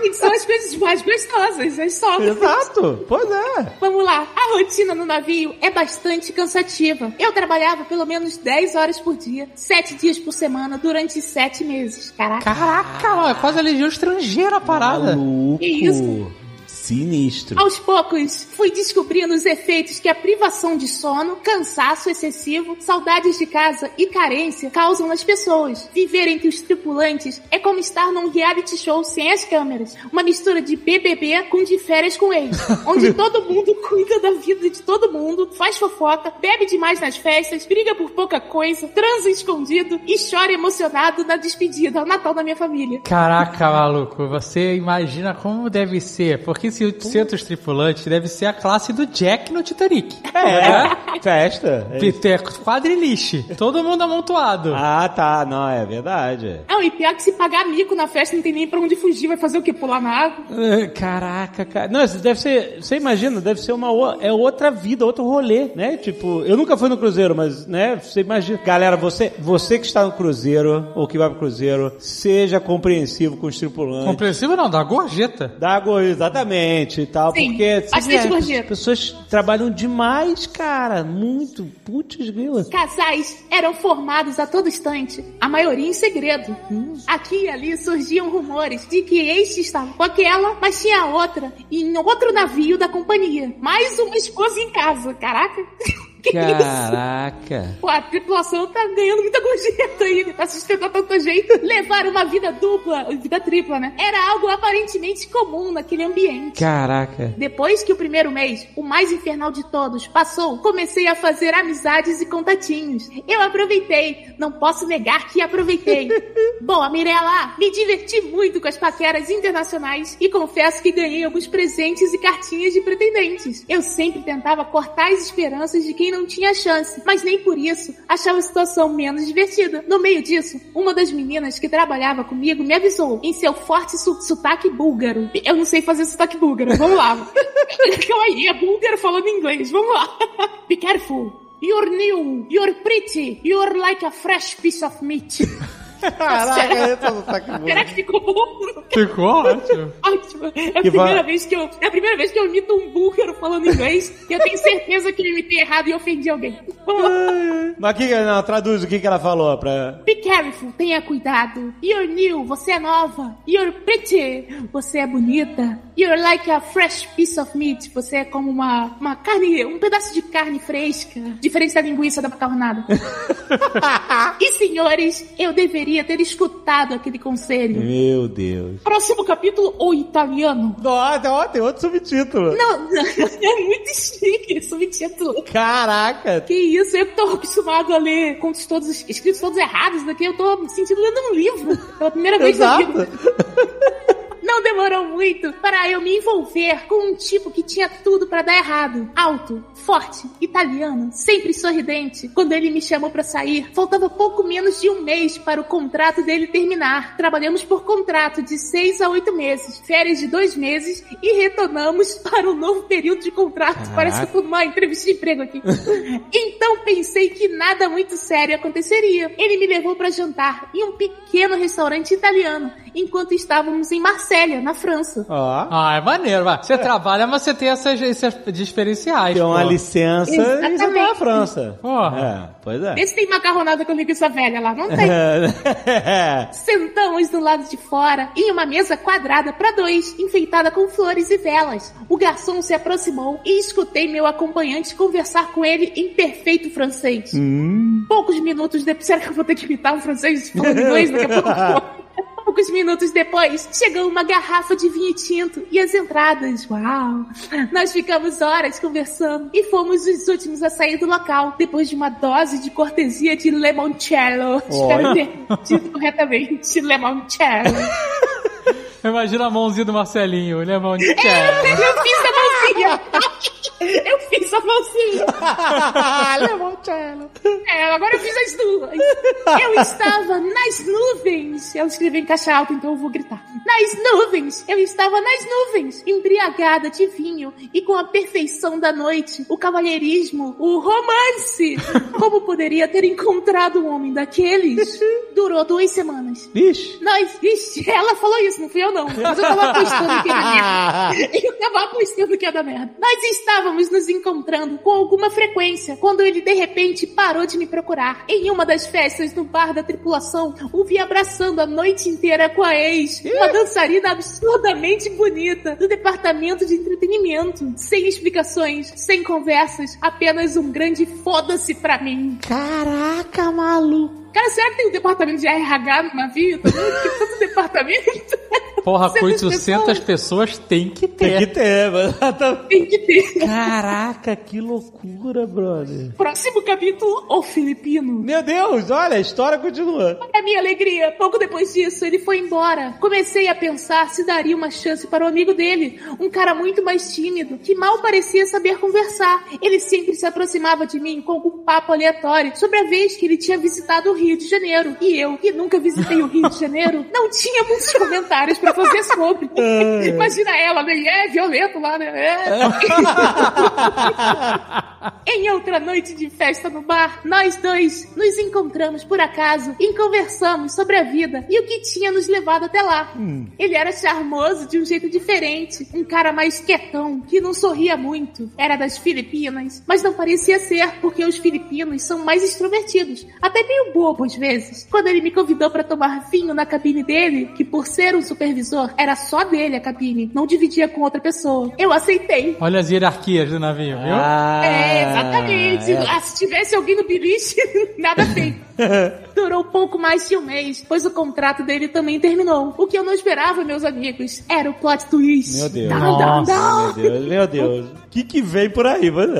Speaker 5: E são as coisas mais gostosas, as sobras.
Speaker 12: Exato. Pois é.
Speaker 5: Vamos lá. A rotina no navio é bastante cansativa. Eu trabalhava pelo menos 10 horas por dia, 7 dias por semana, durante 7 meses. Caraca.
Speaker 6: Caraca, mano, é quase a legião estrangeira a parada.
Speaker 12: Maluco.
Speaker 5: Que isso?
Speaker 12: Sinistro.
Speaker 5: Aos poucos, fui descobrindo os efeitos que a privação de sono, cansaço excessivo, saudades de casa e carência causam nas pessoas. Viver entre os tripulantes é como estar num reality show sem as câmeras. Uma mistura de BBB com de férias com ex, onde todo mundo cuida da vida de todo mundo, faz fofoca, bebe demais nas festas, briga por pouca coisa, transa escondido e chora emocionado na despedida ao Natal da minha família.
Speaker 6: Caraca, maluco, você imagina como deve ser. Porque se o centro tripulantes deve ser a classe do Jack no Titanic. Né?
Speaker 12: É, festa. É isso.
Speaker 6: Piteco, quadriliche, todo mundo amontoado.
Speaker 12: Ah, tá. Não, é verdade.
Speaker 5: Ah, e pior que se pagar mico na festa não tem nem pra onde fugir, vai fazer o quê? Pular na água?
Speaker 6: Ah,
Speaker 12: Caraca, cara. Não, isso deve ser. Você imagina, deve ser uma o- é outra vida, outro rolê, né? Tipo, eu nunca fui no cruzeiro, mas, né? Você imagina, galera, você, você que está no cruzeiro ou que vai pro cruzeiro, seja compreensivo com os tripulantes.
Speaker 6: Compreensível não, da gorjeta.
Speaker 12: Dá gorjeta, exatamente e tal,
Speaker 5: Sim,
Speaker 12: porque você
Speaker 5: bastante
Speaker 12: vê,
Speaker 5: gorjeta.
Speaker 12: as pessoas trabalham demais, cara, muito, putz, grila.
Speaker 5: Casais eram formados a todo instante, a maioria em segredo. Aqui e ali surgiam rumores de que este estava com aquela, mas tinha outra, e em outro navio da companhia. Mais uma esposa em casa, caraca. Que isso?
Speaker 12: Caraca.
Speaker 5: Pô, a tripulação tá ganhando muita gorjeta aí, tá sustentando tanta gente. Levar uma vida dupla, vida tripla, né? Era algo aparentemente comum naquele ambiente.
Speaker 6: É.
Speaker 12: Caraca.
Speaker 5: Depois que o primeiro mês, o mais infernal de todos, passou, comecei a fazer amizades e contatinhos. Eu aproveitei, não posso negar que aproveitei. Boa, Mirella, me diverti muito com as paqueras internacionais e confesso que ganhei alguns presentes e cartinhas de pretendentes. Eu sempre tentava cortar as esperanças de quem não tinha chance, mas nem por isso achava a situação menos divertida. No meio disso, uma das meninas que trabalhava comigo me avisou em seu forte su- sotaque búlgaro. Eu não sei fazer sotaque búlgaro, vamos lá. Calma aí, é búlgaro falando inglês, vamos lá. Be careful. You're new, you're pretty, you're like a fresh piece of meat.
Speaker 12: Caraca, eu tô saco
Speaker 5: Será que ficou bom?
Speaker 6: Ficou ótimo.
Speaker 5: Ótimo. É a,
Speaker 12: Que
Speaker 5: primeira
Speaker 12: va-
Speaker 5: vez que eu, é a primeira vez que eu imito um búlgaro falando inglês e eu tenho certeza que eu imitei errado e ofendi alguém. Vamos lá.
Speaker 12: Mas que, não, traduz o que, que ela falou pra.
Speaker 5: Be careful, tenha cuidado. You're new, você é nova. You're pretty, você é bonita. You're like a fresh piece of meat, você é como uma, uma carne, um pedaço de carne fresca. Diferente da linguiça da macarronada. e senhores, eu deveria deveria ter escutado aquele conselho.
Speaker 11: Meu Deus.
Speaker 5: Próximo capítulo, o italiano.
Speaker 12: Nossa, ó, tem outro subtítulo.
Speaker 5: Não, é muito chique esse subtítulo.
Speaker 12: Caraca.
Speaker 5: Que isso, eu tô acostumado a ler contos todos, escritos todos errados daqui, eu tô me sentindo lendo um livro. Pela primeira vez na vida. Não demorou muito para eu me envolver com um tipo que tinha tudo para dar errado. Alto, forte, italiano, sempre sorridente. Quando ele me chamou para sair, faltava pouco menos de um mês para o contrato dele terminar. Trabalhamos por contrato de seis a oito meses, férias de dois meses e retornamos para um novo período de contrato.
Speaker 11: Caraca.
Speaker 5: Parece uma entrevista de emprego aqui. então pensei que nada muito sério aconteceria. Ele me levou para jantar em um pequeno restaurante italiano, enquanto estávamos em Marselha, na França.
Speaker 12: Ó.
Speaker 6: Ah, é maneiro, vai. Você trabalha, mas você tem essas, esses diferenciais.
Speaker 12: Tem uma
Speaker 6: pô.
Speaker 12: licença e você vai à
Speaker 5: Exatamente.
Speaker 12: França.
Speaker 6: Porra.
Speaker 12: É, pois é.
Speaker 5: Vê se tem macarronada com linguiça velha lá. Não tem.
Speaker 12: É.
Speaker 5: Sentamos do lado de fora em uma mesa quadrada para dois, enfeitada com flores e velas. O garçom se aproximou e escutei meu acompanhante conversar com ele em perfeito francês. Poucos minutos depois. Será que eu vou ter que imitar um francês falando inglês daqui a pouco? Poucos minutos depois, chegou uma garrafa de vinho tinto e as entradas. Uau! Nós ficamos horas conversando e fomos os últimos a sair do local, depois de uma dose de cortesia de limoncello. Espero ter dito corretamente limoncello.
Speaker 6: Imagina a mãozinha do Marcelinho, ele é mão de cara.
Speaker 5: Eu fiz a mãozinha! Eu fiz a mãozinha! Limoncello. É, agora eu fiz as duas. Eu estava nas nuvens. Ela escreveu em caixa alta, então eu vou gritar. Nas nuvens! Eu estava nas nuvens, embriagada de vinho e com a perfeição da noite, o cavalheirismo, o romance. Como poderia ter encontrado um homem daqueles? Durou duas semanas.
Speaker 12: Vixe.
Speaker 5: Nós, vixe, ela falou isso, não fui eu não. Mas eu tava apostando que era merda. Eu tava apostando que ia dar merda. Nós estávamos nos encontrando com alguma frequência quando ele de repente parou de me procurar. Em uma das festas no bar da tripulação, o vi abraçando a noite inteira com a ex, uma dançarina absurdamente bonita do departamento de entretenimento. Sem explicações, sem conversas, apenas um grande foda-se pra mim.
Speaker 12: Caraca, maluco.
Speaker 5: Cara, será que tem um departamento de RH no navio? Que tanto Né? departamento
Speaker 6: Porra, com
Speaker 5: 800
Speaker 6: 800 pessoas tem que
Speaker 12: Tem
Speaker 6: ter.
Speaker 12: que ter, mano.
Speaker 5: tem que ter.
Speaker 12: Caraca, que loucura, brother.
Speaker 5: Próximo capítulo, o Filipino.
Speaker 12: Meu Deus, olha, a história continua.
Speaker 5: Para minha alegria, pouco depois disso, ele foi embora. Comecei a pensar se daria uma chance para o amigo dele, um cara muito mais tímido, que mal parecia saber conversar. Ele sempre se aproximava de mim com algum papo aleatório sobre a vez que ele tinha visitado o Rio de Janeiro. E eu, que nunca visitei o Rio de Janeiro, não tinha muitos comentários para fazer sobre. Imagina ela, né? E É violento lá, né? É. em outra noite de festa no bar, nós dois nos encontramos por acaso e conversamos sobre a vida e o que tinha nos levado até lá. Ele era charmoso de um jeito diferente, um cara mais quietão, que não sorria muito. Era das Filipinas, mas não parecia ser, porque os filipinos são mais extrovertidos, até meio bobo às vezes. Quando ele me convidou para tomar vinho na cabine dele, que por ser um supervisor, era só dele a cabine, não dividia com outra pessoa. Eu aceitei.
Speaker 6: Olha as hierarquias do navio, viu?
Speaker 12: Ah,
Speaker 5: É, exatamente.
Speaker 12: é.
Speaker 5: Ah, se tivesse alguém no biliche, nada feito. Durou pouco mais de um mês, pois o contrato dele também terminou. O que eu não esperava, meus amigos, era o plot twist.
Speaker 12: Meu Deus.
Speaker 5: Não, não, não.
Speaker 12: Meu Deus, meu Deus. O que que vem por aí, é. mano?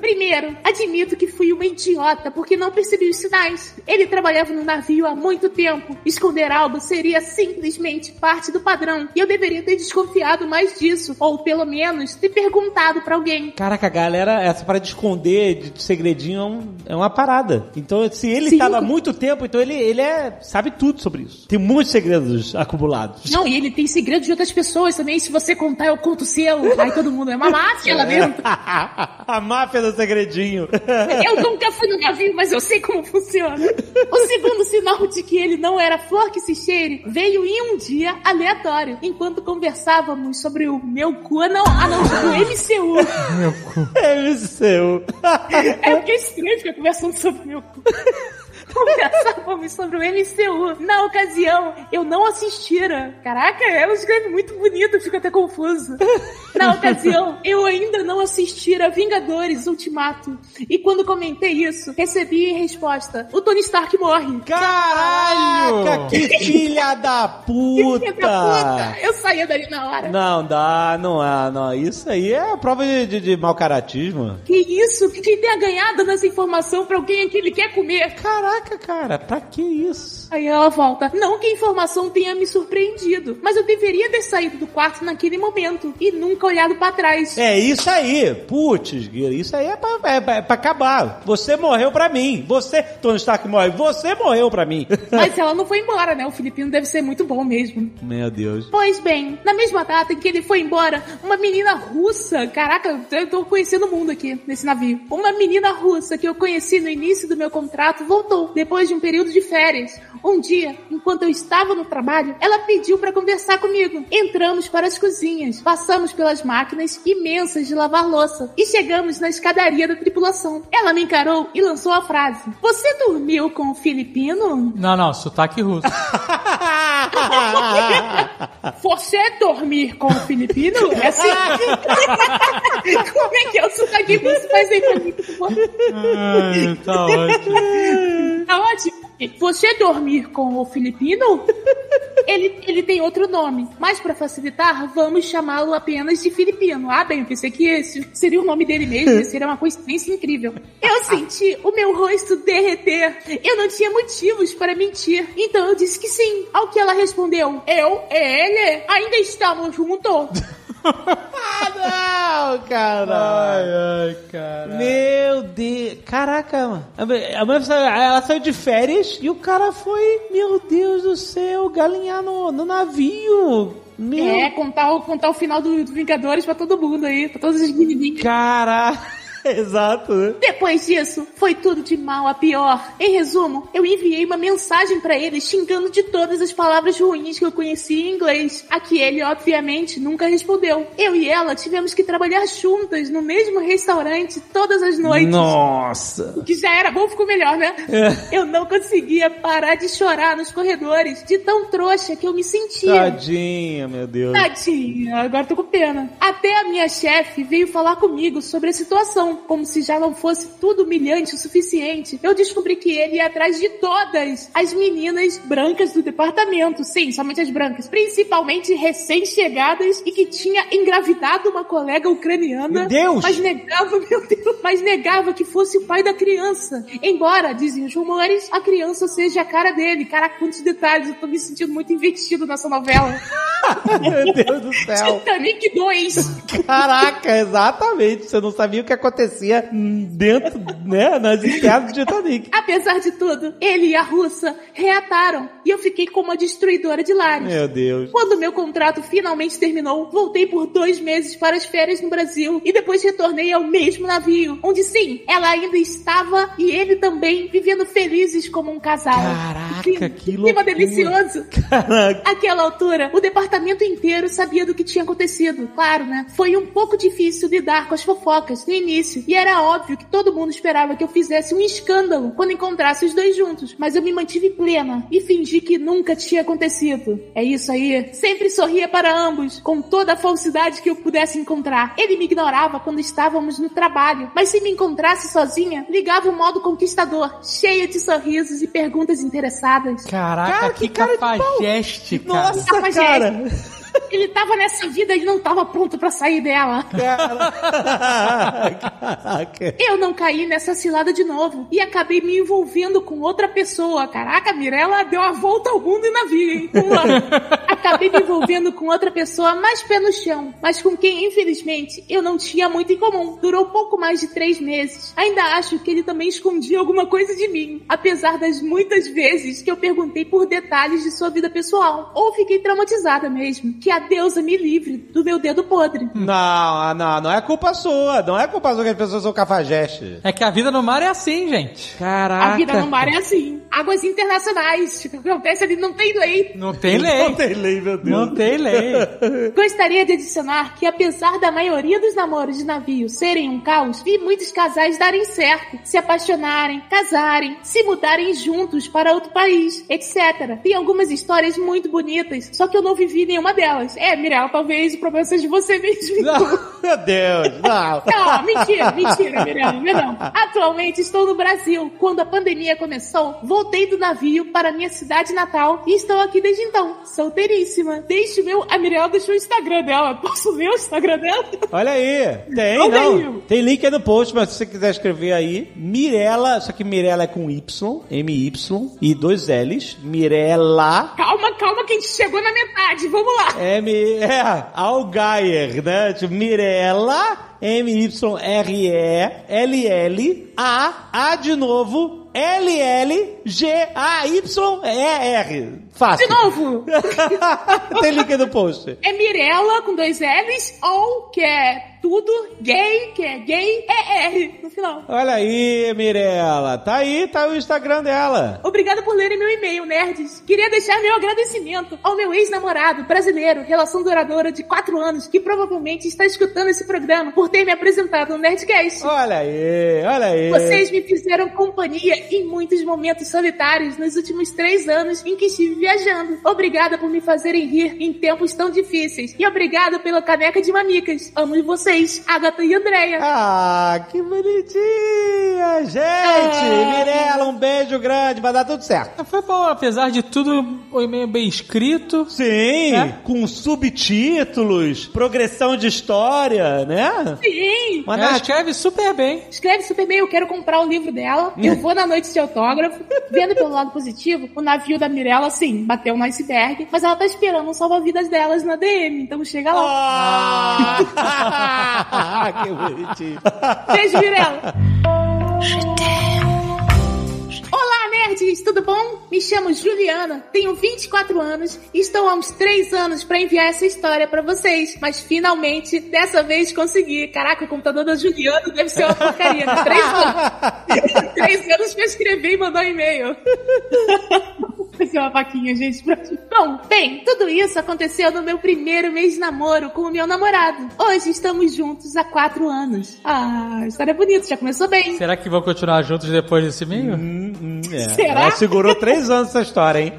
Speaker 5: Primeiro, admito que fui uma idiota porque não percebi os sinais. Ele trabalhava no navio há muito tempo. Esconder algo seria simplesmente parte do padrão. E eu deveria ter desconfiado mais disso, ou pelo menos ter perguntado pra alguém.
Speaker 12: Caraca, galera, essa parada de esconder de segredinho é, um- é uma parada. Então, se ele
Speaker 5: Sim.
Speaker 12: estava há muito tempo, então ele, ele é, sabe tudo sobre isso. Tem muitos segredos acumulados.
Speaker 5: Não, e ele tem segredo de outras pessoas também. Se você contar, eu conto o seu. Aí todo mundo é uma máfia lá dentro.
Speaker 12: a máfia do segredinho.
Speaker 5: Eu nunca fui no navio, mas eu sei como funciona. O segundo sinal de que ele não era flor que se cheire veio em um dia aleatório, enquanto conversávamos sobre o meu cu. Ah, não, ah, não, o MCU.
Speaker 12: é o seu.
Speaker 5: É porque é estranho ficar conversando sobre o meu cu. conversávamos sobre o MCU. Na ocasião, eu não assistira. Caraca, ela escreve muito bonito, eu fico até confuso. Na ocasião, eu ainda não assistira Vingadores Ultimato. E quando comentei isso, recebi resposta: o Tony Stark morre.
Speaker 12: Caraca, que filha da puta!
Speaker 5: Que filha da puta! Eu saía dali na hora.
Speaker 12: Não dá, não há, não. Isso aí é prova de, de, de mau caratismo.
Speaker 5: Que isso? Que ideia ganhada nessa informação pra alguém é que ele quer comer?
Speaker 12: Caraca, cara, pra que isso?
Speaker 5: Aí ela volta. Não que a informação tenha me surpreendido, mas eu deveria ter saído do quarto naquele momento e nunca olhado pra trás.
Speaker 12: É isso aí, putz, isso aí é pra, é pra- é pra acabar. Você morreu pra mim. Você, Tony Stark morre, você morreu pra mim.
Speaker 5: Mas ela não foi embora, né? O Filipino deve ser muito bom mesmo.
Speaker 12: Meu Deus.
Speaker 5: Pois bem, na mesma data em que ele foi embora, uma menina russa, caraca, eu tô conhecendo o mundo aqui nesse navio. Uma menina russa que eu conheci no início do meu contrato voltou depois de um período de férias. Um dia, enquanto eu estava no trabalho, ela pediu para conversar comigo. Entramos para as cozinhas, passamos pelas máquinas imensas de lavar louça e chegamos na escadaria da tripulação. Ela me encarou e lançou a frase: Você dormiu com o Filipino?
Speaker 6: Não, não, sotaque russo.
Speaker 12: Ah,
Speaker 5: Você dormir com o filipino? É assim? Como é que é o sotaque russo? Faz aí pra mim, por favor.
Speaker 6: Ai, tá ótimo.
Speaker 5: Tá ótimo. Você dormir com o filipino? Ele, ele tem outro nome, mas pra facilitar, vamos chamá-lo apenas de Filipino. Ah, bem, eu pensei que esse seria o nome dele mesmo, seria uma coincidência incrível. Eu senti o meu rosto derreter. Eu não tinha motivos para mentir, então eu disse que sim. Ao que ela respondeu: Eu, ele, ainda estamos juntos.
Speaker 12: Ah, não, caralho.
Speaker 6: Ai, cara.
Speaker 12: Meu Deus. Caraca, mano. A mulher- a mulher saiu- ela saiu de férias e o cara foi, meu Deus do céu, galinhar no, no navio. Meu
Speaker 5: É, contar o, contar o final do, do Vingadores pra todo mundo aí, pra todos os menininhos.
Speaker 12: Cara, exato. né?
Speaker 5: Depois disso, foi tudo de mal a pior. Em resumo, eu enviei uma mensagem pra ele xingando de todas as palavras ruins que eu conhecia em inglês, a que ele, obviamente, nunca respondeu. Eu e ela tivemos que trabalhar juntas no mesmo restaurante todas as noites.
Speaker 12: Nossa.
Speaker 5: O que já era bom ficou melhor, né? Eu não conseguia parar de chorar nos corredores, de tão trouxa que eu me sentia.
Speaker 12: Tadinha, meu Deus.
Speaker 5: Tadinha, agora tô com pena. Até a minha chefe veio falar comigo sobre a situação, como se já não fosse tudo humilhante o suficiente. Eu descobri que ele ia atrás de todas as meninas brancas do departamento. Sim, somente as brancas. Principalmente recém-chegadas e que tinha engravidado uma colega ucraniana.
Speaker 12: Meu Deus!
Speaker 5: Mas negava, meu Deus, mas negava que fosse o pai da criança. Embora, dizem os rumores, a criança seja a cara dele. Caraca, quantos detalhes, eu tô me sentindo muito investido nessa novela.
Speaker 12: Meu Deus do céu.
Speaker 5: Titanic 2.
Speaker 12: Caraca, exatamente. Você não sabia o que acontecia hum, dentro, né, nas internas do Titanic.
Speaker 5: Apesar de tudo, ele e a russa reataram e eu fiquei como a destruidora de lares.
Speaker 12: Meu Deus.
Speaker 5: Quando meu contrato finalmente terminou, voltei por dois meses para as férias no Brasil e depois retornei ao mesmo navio, onde sim, ela ainda estava e ele também vivendo felizes como um casal.
Speaker 12: Caraca, que loucura.
Speaker 5: Clima delicioso!
Speaker 12: Caraca.
Speaker 5: Àquela altura, o departamento inteiro sabia do que tinha acontecido. Claro, né? Foi um pouco difícil lidar com as fofocas no início, e era óbvio que todo mundo esperava que eu fizesse um escândalo quando encontrasse os dois juntos, mas eu me mantive plena e fingi que nunca tinha acontecido. É isso aí. Sempre sorria para ambos, com toda a falsidade que eu pudesse encontrar. Ele me ignorava quando estávamos no trabalho, mas se me encontrasse sozinha, ligava o modo conquistador, cheia de sorrisos e perguntas interessadas.
Speaker 6: Caraca,
Speaker 12: Cara, que
Speaker 6: que,
Speaker 12: cara de pau.
Speaker 6: cafajeste, cara.
Speaker 12: Nossa,
Speaker 5: Mas,
Speaker 12: cara.
Speaker 5: Ele tava nessa vida e não tava pronto pra sair dela.
Speaker 12: Caraca.
Speaker 5: Eu não caí nessa cilada de novo e acabei me envolvendo com outra pessoa. Caraca, Mirella deu a volta ao mundo em navio, hein? Um ano. acabei me envolvendo com outra pessoa mais pé no chão, mas com quem, infelizmente, eu não tinha muito em comum. Durou pouco mais de três meses. Ainda acho que ele também escondia alguma coisa de mim, apesar das muitas vezes que eu perguntei por detalhes de sua vida pessoal. Ou fiquei traumatizada mesmo, que a deusa me livre do meu dedo podre.
Speaker 12: Não, não, não é culpa sua. Não é culpa sua que as pessoas são cafajeste.
Speaker 6: É que a vida no mar é assim, gente.
Speaker 5: Caraca. A vida no mar é assim. Águas internacionais. O que acontece ali não tem lei.
Speaker 6: Não tem lei.
Speaker 12: Não tem lei, meu Deus.
Speaker 6: Não tem lei.
Speaker 5: Gostaria de adicionar que, apesar da maioria dos namoros de navio serem um caos, vi muitos casais darem certo, se apaixonarem, casarem, se mudarem juntos para outro país, etc. Tem algumas histórias muito bonitas, só que eu não vivi nenhuma delas. É, Mirella, talvez o problema seja de você mesmo.
Speaker 12: Não, meu Deus, não.
Speaker 5: não, Ah, mentira, mentira, Mirella, não. Atualmente estou no Brasil. Quando a pandemia começou, voltei do navio para minha cidade natal e estou aqui desde então, solteiríssima. Deixe meu... A Mirella deixou o Instagram dela. Posso ver o Instagram dela?
Speaker 12: Olha aí. Tem, não. não. Tem link aí no post, mas se você quiser escrever aí, Mirella, só que Mirella é com Y, M-Y, e dois L's, Mirella...
Speaker 5: Calma, calma, que a gente chegou na metade, vamos lá.
Speaker 12: M... É, Algaier, né? Tipo, Mirella... M-Y-R-E-L-L-A, A de novo, L-L-G-A-Y-E-R. Fácil.
Speaker 5: De novo!
Speaker 12: Tem link no post.
Speaker 5: É Mirella com dois L's ou que é tudo gay, que é gay, é R no final.
Speaker 12: Olha aí, Mirella. Tá aí, tá o Instagram dela.
Speaker 5: Obrigada por lerem meu e-mail, nerds. Queria deixar meu agradecimento ao meu ex-namorado brasileiro, relação duradoura de 4 anos, que provavelmente está escutando esse programa por ter me apresentado no Nerdcast.
Speaker 12: Olha aí, olha
Speaker 2: É.
Speaker 12: aí.
Speaker 5: Vocês me fizeram companhia em muitos momentos solitários nos últimos três anos em que estive viajando. Obrigada por me fazerem rir em tempos tão difíceis. E obrigada pela caneca de mamicas. Amo vocês, Agatha e Andréia.
Speaker 12: Ah, que bonitinha, gente! É... Mirella, um beijo grande, vai dar tudo certo.
Speaker 6: É, Foi bom, apesar de tudo, o e-mail bem escrito.
Speaker 12: Sim, né? com subtítulos, progressão de história, né?
Speaker 5: Sim!
Speaker 6: Mas ela escreve super bem.
Speaker 5: Escreve super bem, eu quero comprar o livro dela. Eu vou na noite de autógrafo. Vendo pelo lado positivo, o navio da Mirella, sim, bateu no iceberg, mas ela tá esperando um salva-vidas delas na DM, então chega lá.
Speaker 12: Oh! que bonitinho.
Speaker 5: Beijo, Mirella. Olá, nerds, tudo bom? Me chamo Juliana, tenho 24 anos e estou há uns 3 anos para enviar essa história para vocês, mas finalmente, dessa vez consegui. Caraca, o computador da Juliana deve ser uma porcaria, né? 3 anos. 3 anos para escrever e mandar um e-mail. Parecia uma vaquinha, gente. Bom, bem, tudo isso aconteceu no meu primeiro mês de namoro com o meu namorado. Hoje estamos juntos há quatro anos. Ah, a história é bonita, já começou bem.
Speaker 6: Será que vão continuar juntos depois desse meio?
Speaker 12: Hum, hum, é. Será? Ela segurou três anos essa história, hein?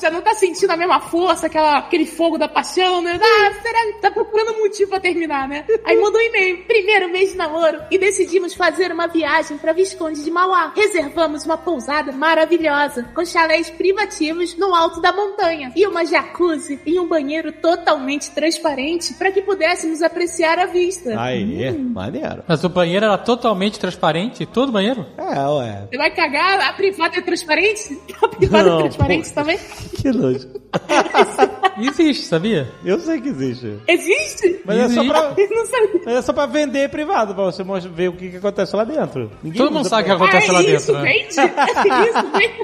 Speaker 5: já não tá sentindo a mesma força, aquela, aquele fogo da paixão, né? Ah, será que tá procurando um motivo pra terminar, né? Aí mandou um e-mail. Primeiro mês de namoro e decidimos fazer uma viagem pra Visconde de Mauá. Reservamos uma pousada maravilhosa com chalés privativos no alto da montanha e uma jacuzzi e um banheiro totalmente transparente para que pudéssemos apreciar a vista.
Speaker 12: Aí, hum. maneiro.
Speaker 6: Mas o banheiro era totalmente transparente? Todo banheiro?
Speaker 12: É, ué.
Speaker 5: Você vai cagar? A privada é transparente? A privada Não, é transparente pô. também?
Speaker 12: Que nojo.
Speaker 6: existe, sabia?
Speaker 12: Eu sei que existe.
Speaker 5: Existe?
Speaker 12: Mas, existe. É, só pra, mas é só pra vender privado, pra você mostrar, ver o que, que acontece lá dentro.
Speaker 6: Ninguém Todo mundo sabe o que acontece ah, lá
Speaker 5: É isso,
Speaker 6: dentro.
Speaker 5: Vende? Né? isso vende?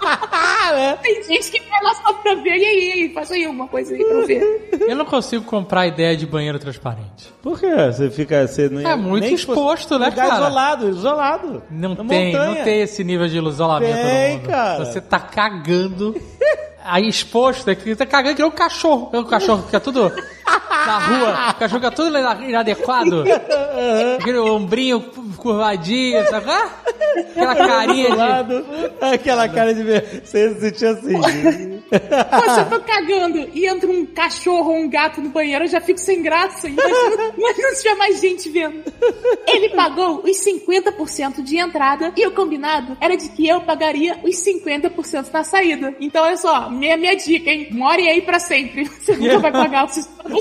Speaker 5: é. Tem gente que vai lá só pra ver e aí, aí faz aí uma coisa aí pra ver.
Speaker 6: Eu não consigo comprar a ideia de banheiro transparente.
Speaker 12: Por quê? Você fica. Você
Speaker 6: não, é muito exposto, né, cara?
Speaker 12: isolado, isolado.
Speaker 6: Não Na tem, montanha. não tem esse nível de isolamento.
Speaker 12: Tem, cara.
Speaker 6: Você tá cagando. aí exposto, é que tá cagando que é um cachorro. É um cachorro que fica tudo na rua, o cachorro fica todo inadequado. Aquele ombrinho curvadinho, sabe? Aquela carinha de. Lado,
Speaker 12: aquela cara de. Você se sentia assim.
Speaker 5: Poxa, eu tô cagando e entra um cachorro ou um gato no banheiro, eu já fico sem graça. Imagina, imagina se tiver mais gente vendo. Ele pagou os 50% de entrada e o combinado era de que eu pagaria os 50% na saída. Então, olha só, minha, minha dica, hein? More aí pra sempre. Você nunca vai pagar o que você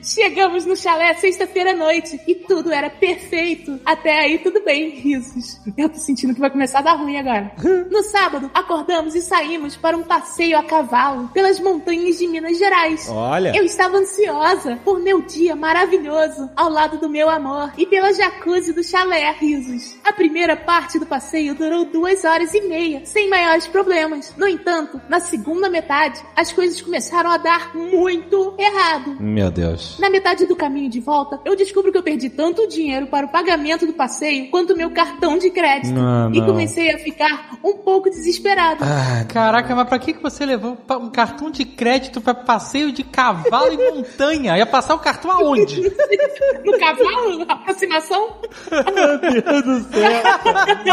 Speaker 5: Chegamos no chalé sexta-feira à noite e tudo era perfeito. Até aí, tudo bem, risos. Eu tô sentindo que vai começar a dar ruim agora. No sábado, acordamos e saímos para um passeio a cavalo pelas montanhas de Minas Gerais.
Speaker 12: Olha.
Speaker 5: Eu estava ansiosa por meu dia maravilhoso ao lado do meu amor e pela jacuzzi do chalé, risos. A primeira parte do passeio durou duas horas e meia, sem maiores problemas. No entanto, na segunda metade, as coisas começaram a dar muito errado.
Speaker 12: Meu Deus.
Speaker 5: Na metade do caminho de volta, eu descubro que eu perdi tanto dinheiro para o pagamento do passeio quanto meu cartão de crédito.
Speaker 12: Não,
Speaker 5: E
Speaker 12: não.
Speaker 5: comecei a ficar um pouco desesperada.
Speaker 12: Ah,
Speaker 6: Caraca, mas pra que, que você levou pa- um cartão de crédito pra passeio de cavalo e montanha? Ia passar o cartão aonde?
Speaker 5: No cavalo, na aproximação,
Speaker 12: meu Deus do céu.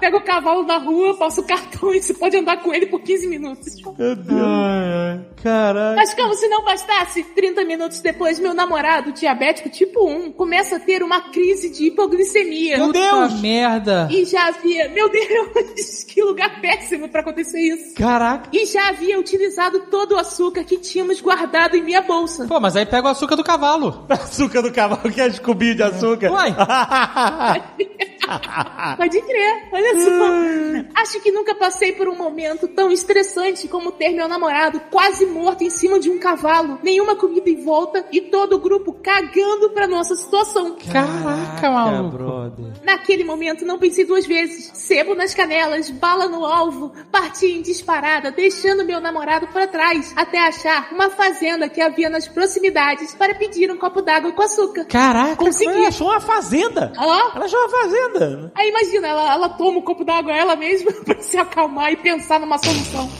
Speaker 5: pego o cavalo na rua, passo o cartão e você pode andar com ele por 15 minutos.
Speaker 12: Meu Deus. Caraca.
Speaker 5: Mas como se não bastasse, 30 minutos depois, meu namorado, diabético tipo 1, começa a ter uma crise de hipoglicemia.
Speaker 6: Meu Deus! merda!
Speaker 5: E já havia, meu Deus, que lugar péssimo pra acontecer isso.
Speaker 6: Caraca!
Speaker 5: E já havia utilizado todo o açúcar que tínhamos guardado em minha bolsa.
Speaker 6: Pô, mas aí pega o açúcar do cavalo.
Speaker 12: Açúcar do cavalo, que é de cubinho de açúcar.
Speaker 6: Uai!
Speaker 5: Pode crer, olha só. Acho que nunca passei por um momento tão estressante como ter meu namorado quase morto em cima de um cavalo, nenhuma comida em volta e todo o grupo cagando pra nossa situação.
Speaker 6: Caraca, maluco.
Speaker 12: brother.
Speaker 5: Naquele momento não pensei duas vezes. Sebo nas canelas, bala no alvo, parti em disparada, deixando meu namorado para trás, até achar uma fazenda que havia nas proximidades para pedir um copo d'água com açúcar.
Speaker 6: Caraca,
Speaker 5: Consegui.
Speaker 12: Ela achou uma fazenda.
Speaker 5: Ó,
Speaker 12: Ela achou uma fazenda.
Speaker 5: aí imagina, ela, ela toma um copo d'água ela mesma para se acalmar e pensar numa solução.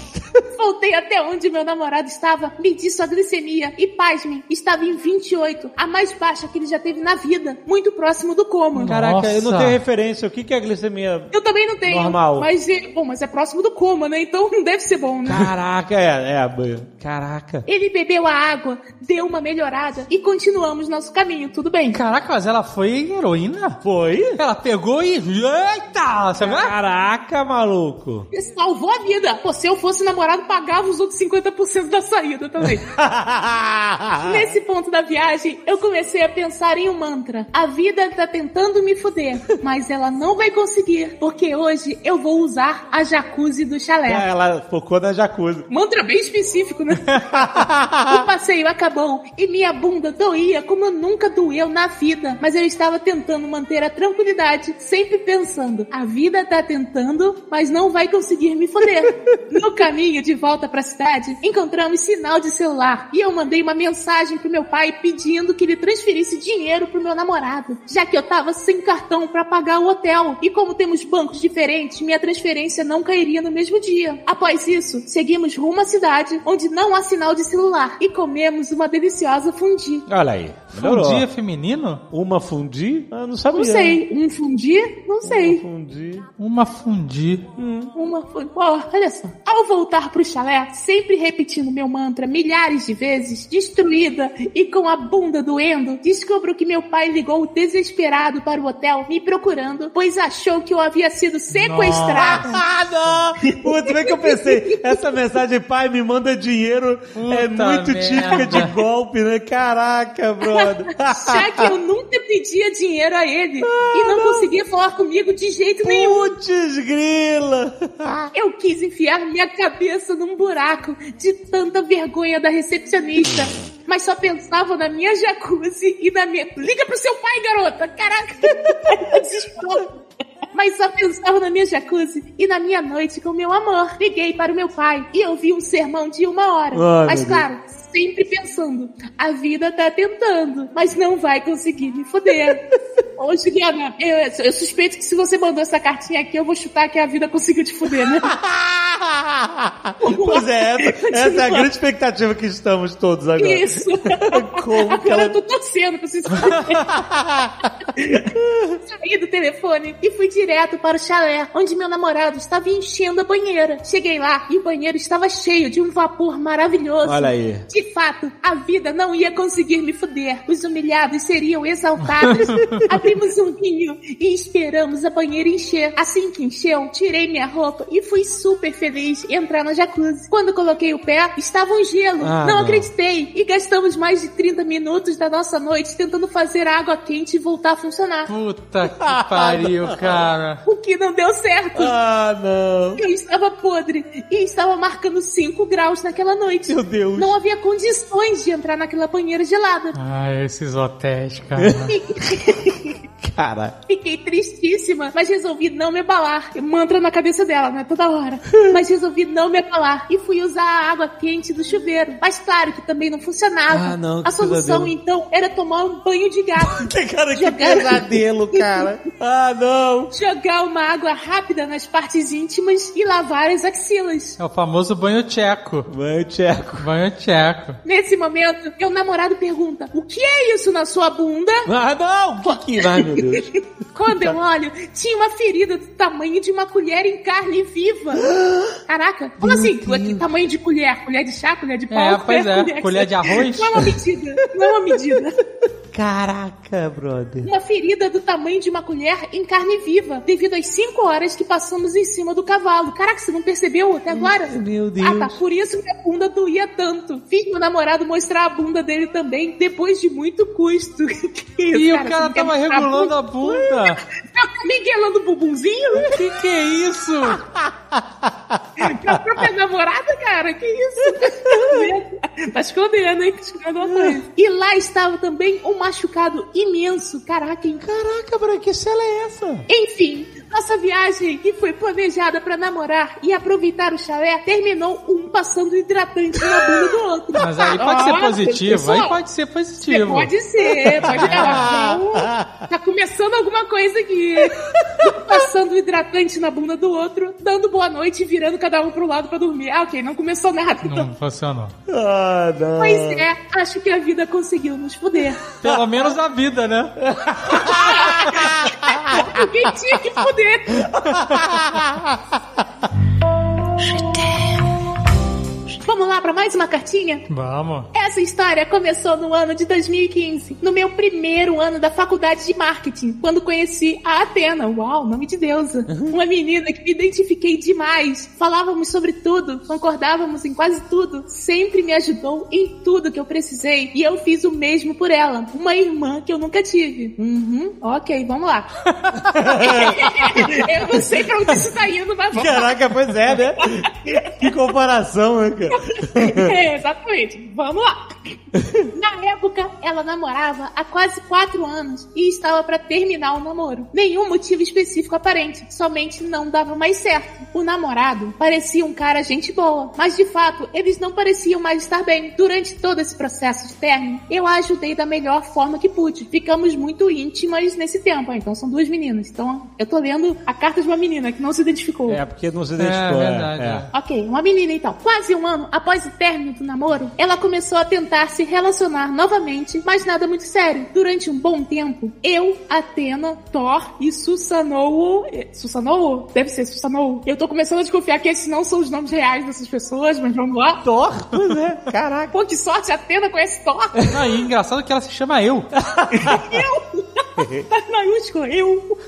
Speaker 5: Voltei até onde meu namorado estava, medi sua glicemia e, pasmem, estava em 28, a mais baixa que ele já teve na vida, muito próximo do coma.
Speaker 12: Caraca, eu não
Speaker 6: Nossa.
Speaker 12: tenho referência. O que que é glicemia?
Speaker 5: Eu também não tenho.
Speaker 12: Normal.
Speaker 5: Mas, é- bom, mas é próximo do coma, né? Então não deve ser bom,
Speaker 6: Tá.
Speaker 5: né?
Speaker 12: Caraca, é, é.
Speaker 6: Caraca.
Speaker 5: Ele bebeu a água, deu uma melhorada e continuamos nosso caminho, tudo bem.
Speaker 6: Caraca, mas ela foi heroína?
Speaker 12: Foi?
Speaker 6: Ela pegou e. Eita! Você viu?
Speaker 12: Caraca, maluco.
Speaker 5: Salvou a vida. Pô, se eu fosse namorado, pagava os outros 50% da saída também. Nesse ponto da viagem, eu comecei a pensar em um mantra. A vida tá tentando me fuder, mas ela não vai conseguir, porque hoje eu vou usar a jacuzzi do chalé.
Speaker 2: É.
Speaker 12: Ah, Ela focou na jacuzzi.
Speaker 5: Mantra bem específico, né? o passeio acabou e minha bunda doía como nunca doeu na vida. Mas eu estava tentando manter a tranquilidade, sempre pensando: a vida tá tentando, mas não vai conseguir me foder. no caminho de volta pra cidade, encontramos sinal de celular e eu mandei uma mensagem pro meu pai pedindo que ele transferisse dinheiro pro meu namorado, já que eu tava sem cartão pra pagar o hotel. E como temos bancos diferentes, minha transferência não cairia no mesmo dia. Após isso, seguimos rumo à cidade, onde não há sinal de celular, e comemos uma deliciosa fundi.
Speaker 12: Olha aí. Melhorou.
Speaker 6: Fundia é feminino?
Speaker 12: Uma fundi? Ah, não sabia.
Speaker 5: Não sei, um fundi? Não sei.
Speaker 12: Fundi.
Speaker 6: Uma fundi.
Speaker 5: Uma foi. Pô, olha só. Ao voltar pro chalé, sempre repetindo meu mantra milhares de vezes, destruída e com a bunda doendo, descubro que meu pai ligou desesperado para o hotel me procurando, pois achou que eu havia sido sequestrada.
Speaker 12: Ah, não! Putz, bem que eu pensei. Essa mensagem, pai, me manda dinheiro, é
Speaker 6: Puta
Speaker 12: muito
Speaker 6: merda.
Speaker 12: típica de golpe, né? Caraca, brother.
Speaker 5: Já que eu nunca pedia dinheiro a ele e não conseguia falar comigo de jeito nenhum.
Speaker 12: Putz, grila!
Speaker 5: Eu quis enfiar minha cabeça num buraco de tanta vergonha da recepcionista. Mas só pensava na minha jacuzzi e na minha. Liga pro seu pai, garota! Caraca! Desesperou. Mas só pensava na minha jacuzzi e na minha noite com meu amor. Liguei para o meu pai e ouvi um sermão de uma hora.
Speaker 12: Ai,
Speaker 5: mas
Speaker 12: meu Deus.
Speaker 5: claro, sempre pensando: a vida tá tentando, mas não vai conseguir me foder. Ô, Juliana, eu, eu suspeito que se você mandou essa cartinha aqui, eu vou chutar que a vida conseguiu te foder, né?
Speaker 12: Pois é, essa, essa é a grande expectativa que estamos todos agora.
Speaker 5: Isso.
Speaker 12: Como que ela
Speaker 5: Agora eu tô torcendo pra vocês. Saí do telefone e fui direto para o chalé, onde meu namorado estava enchendo a banheira. Cheguei lá e o banheiro estava cheio de um vapor maravilhoso.
Speaker 12: Olha aí.
Speaker 5: De fato, a vida não ia conseguir me fuder. Os humilhados seriam exaltados. Abrimos um rinho e esperamos a banheira encher. Assim que encheu, tirei minha roupa e fui super feliz feliz entrar no jacuzzi. Quando coloquei o pé, estava um gelo.
Speaker 6: Ah,
Speaker 5: não
Speaker 6: não.
Speaker 5: acreditei. E gastamos mais de 30 minutos da nossa noite tentando fazer a água quente voltar a funcionar.
Speaker 6: Puta que pariu, cara.
Speaker 5: O que não deu certo.
Speaker 12: Ah, não.
Speaker 5: Eu estava podre e estava marcando 5 graus naquela noite.
Speaker 12: Meu Deus.
Speaker 5: Não havia condições de entrar naquela banheira gelada.
Speaker 6: Ai, Ah, esses hotéis, cara.
Speaker 12: Cara.
Speaker 5: Fiquei tristíssima, mas resolvi não me abalar. Mantra na cabeça dela, né? Toda hora. Mas resolvi não me abalar e fui usar a água quente do chuveiro. Mas claro que também não funcionava.
Speaker 12: Ah, não,
Speaker 5: a
Speaker 12: que
Speaker 5: solução
Speaker 12: pesadelo.
Speaker 5: então era tomar um banho de gato.
Speaker 12: Que cara, que
Speaker 5: Jogaram-
Speaker 12: pesadelo, cara. Ah, não.
Speaker 5: Jogar uma água rápida nas partes íntimas e lavar as axilas.
Speaker 6: É o famoso banho tcheco.
Speaker 12: Mãe, Tcheco.
Speaker 6: Banho tcheco.
Speaker 5: Nesse momento, meu namorado pergunta: O que é isso na sua bunda?
Speaker 12: Ah, não.
Speaker 6: Um
Speaker 12: Que que... Ai, meu Deus.
Speaker 5: Quando eu
Speaker 12: Tá.
Speaker 5: olho, tinha uma ferida do tamanho de uma colher em carne viva. Caraca, como assim? Que tamanho de colher? Colher de chá, colher de pau?
Speaker 6: É, pois é. Colher de arroz?
Speaker 5: Não é uma medida, não é uma medida.
Speaker 12: Caraca, brother.
Speaker 5: Uma ferida do tamanho de uma colher em carne viva, devido às 5 horas que passamos em cima do cavalo. Caraca, você não percebeu até agora?
Speaker 12: Meu Deus.
Speaker 5: Ah, tá. Por isso que a bunda doía tanto. Fiz meu namorado mostrar a bunda dele também, depois de muito custo. Que isso,
Speaker 6: E o
Speaker 5: você
Speaker 6: cara
Speaker 5: não quer
Speaker 6: tava
Speaker 5: mostrar a
Speaker 6: regulando a bunda.
Speaker 5: Tá miguelando o bumbumzinho?
Speaker 6: Que que é isso?
Speaker 5: Pra própria namorada, cara, que isso? tá escondendo, hein? Tá Escondendo uma coisa. E lá estava também um machucado imenso. Caraca, hein?
Speaker 12: Caraca, brother, que cela é essa?
Speaker 5: Enfim, nossa viagem, que foi planejada pra namorar e aproveitar o chalé, terminou um passando hidratante na bunda do outro.
Speaker 6: Mas aí pode
Speaker 5: Nossa,
Speaker 6: ser positivo. Aí
Speaker 5: pessoal,
Speaker 6: pode ser
Speaker 5: você
Speaker 6: positivo.
Speaker 5: Pode ser, pode ser. Tá começando alguma coisa aqui. Passando hidratante na bunda do outro, dando boa noite e virando cada um pro lado pra dormir. Ah, ok, não começou nada. Então
Speaker 6: Não funcionou.
Speaker 12: Ah, não.
Speaker 5: Pois é, acho que a vida conseguiu nos foder.
Speaker 6: Pelo menos a vida, né?
Speaker 5: Alguém tinha que foder.
Speaker 12: É,
Speaker 5: Vamos lá pra mais uma cartinha?
Speaker 6: Vamos.
Speaker 5: Essa história começou no ano de 2015, no meu primeiro ano da faculdade de marketing, quando conheci a Atena. Uau, nome de deusa. Uma menina que me identifiquei demais. Falávamos sobre tudo, concordávamos em quase tudo, sempre me ajudou em tudo que eu precisei e eu fiz o mesmo por ela. Uma irmã que eu nunca tive. Uhum, ok, vamos lá. eu não sei pra onde isso tá indo, mas vamos lá.
Speaker 12: Caraca, pois é, né? Que comparação, né, cara?
Speaker 5: É, exatamente. Vamos lá. Na época, ela namorava há quase quatro anos e estava pra terminar o namoro. Nenhum motivo específico aparente, somente não dava mais certo. O namorado parecia um cara gente boa, mas de fato, eles não pareciam mais estar bem. Durante todo esse processo de término, eu a ajudei da melhor forma que pude. Ficamos muito íntimas nesse tempo. Ah, então são duas meninas. Então, eu tô lendo a carta de uma menina que não se identificou.
Speaker 12: É, porque não se
Speaker 6: É
Speaker 12: identificou.
Speaker 6: verdade.
Speaker 12: é.
Speaker 6: é.
Speaker 5: Ok, uma menina então. Quase um ano após o término do namoro, ela começou a tentar se relacionar novamente, mas nada muito sério. Durante um bom tempo, eu, Atena, Thor e Susanoo. eh, Susanoo? Deve ser Susanoo. Eu tô começando a desconfiar que esses não são os nomes reais dessas pessoas, mas vamos lá.
Speaker 12: Thor? Pois é, caraca.
Speaker 5: Pô, que sorte, a Atena conhece Thor.
Speaker 6: é. Não, e engraçado que ela se chama eu.
Speaker 5: Eu! Tá maiúsculo, eu!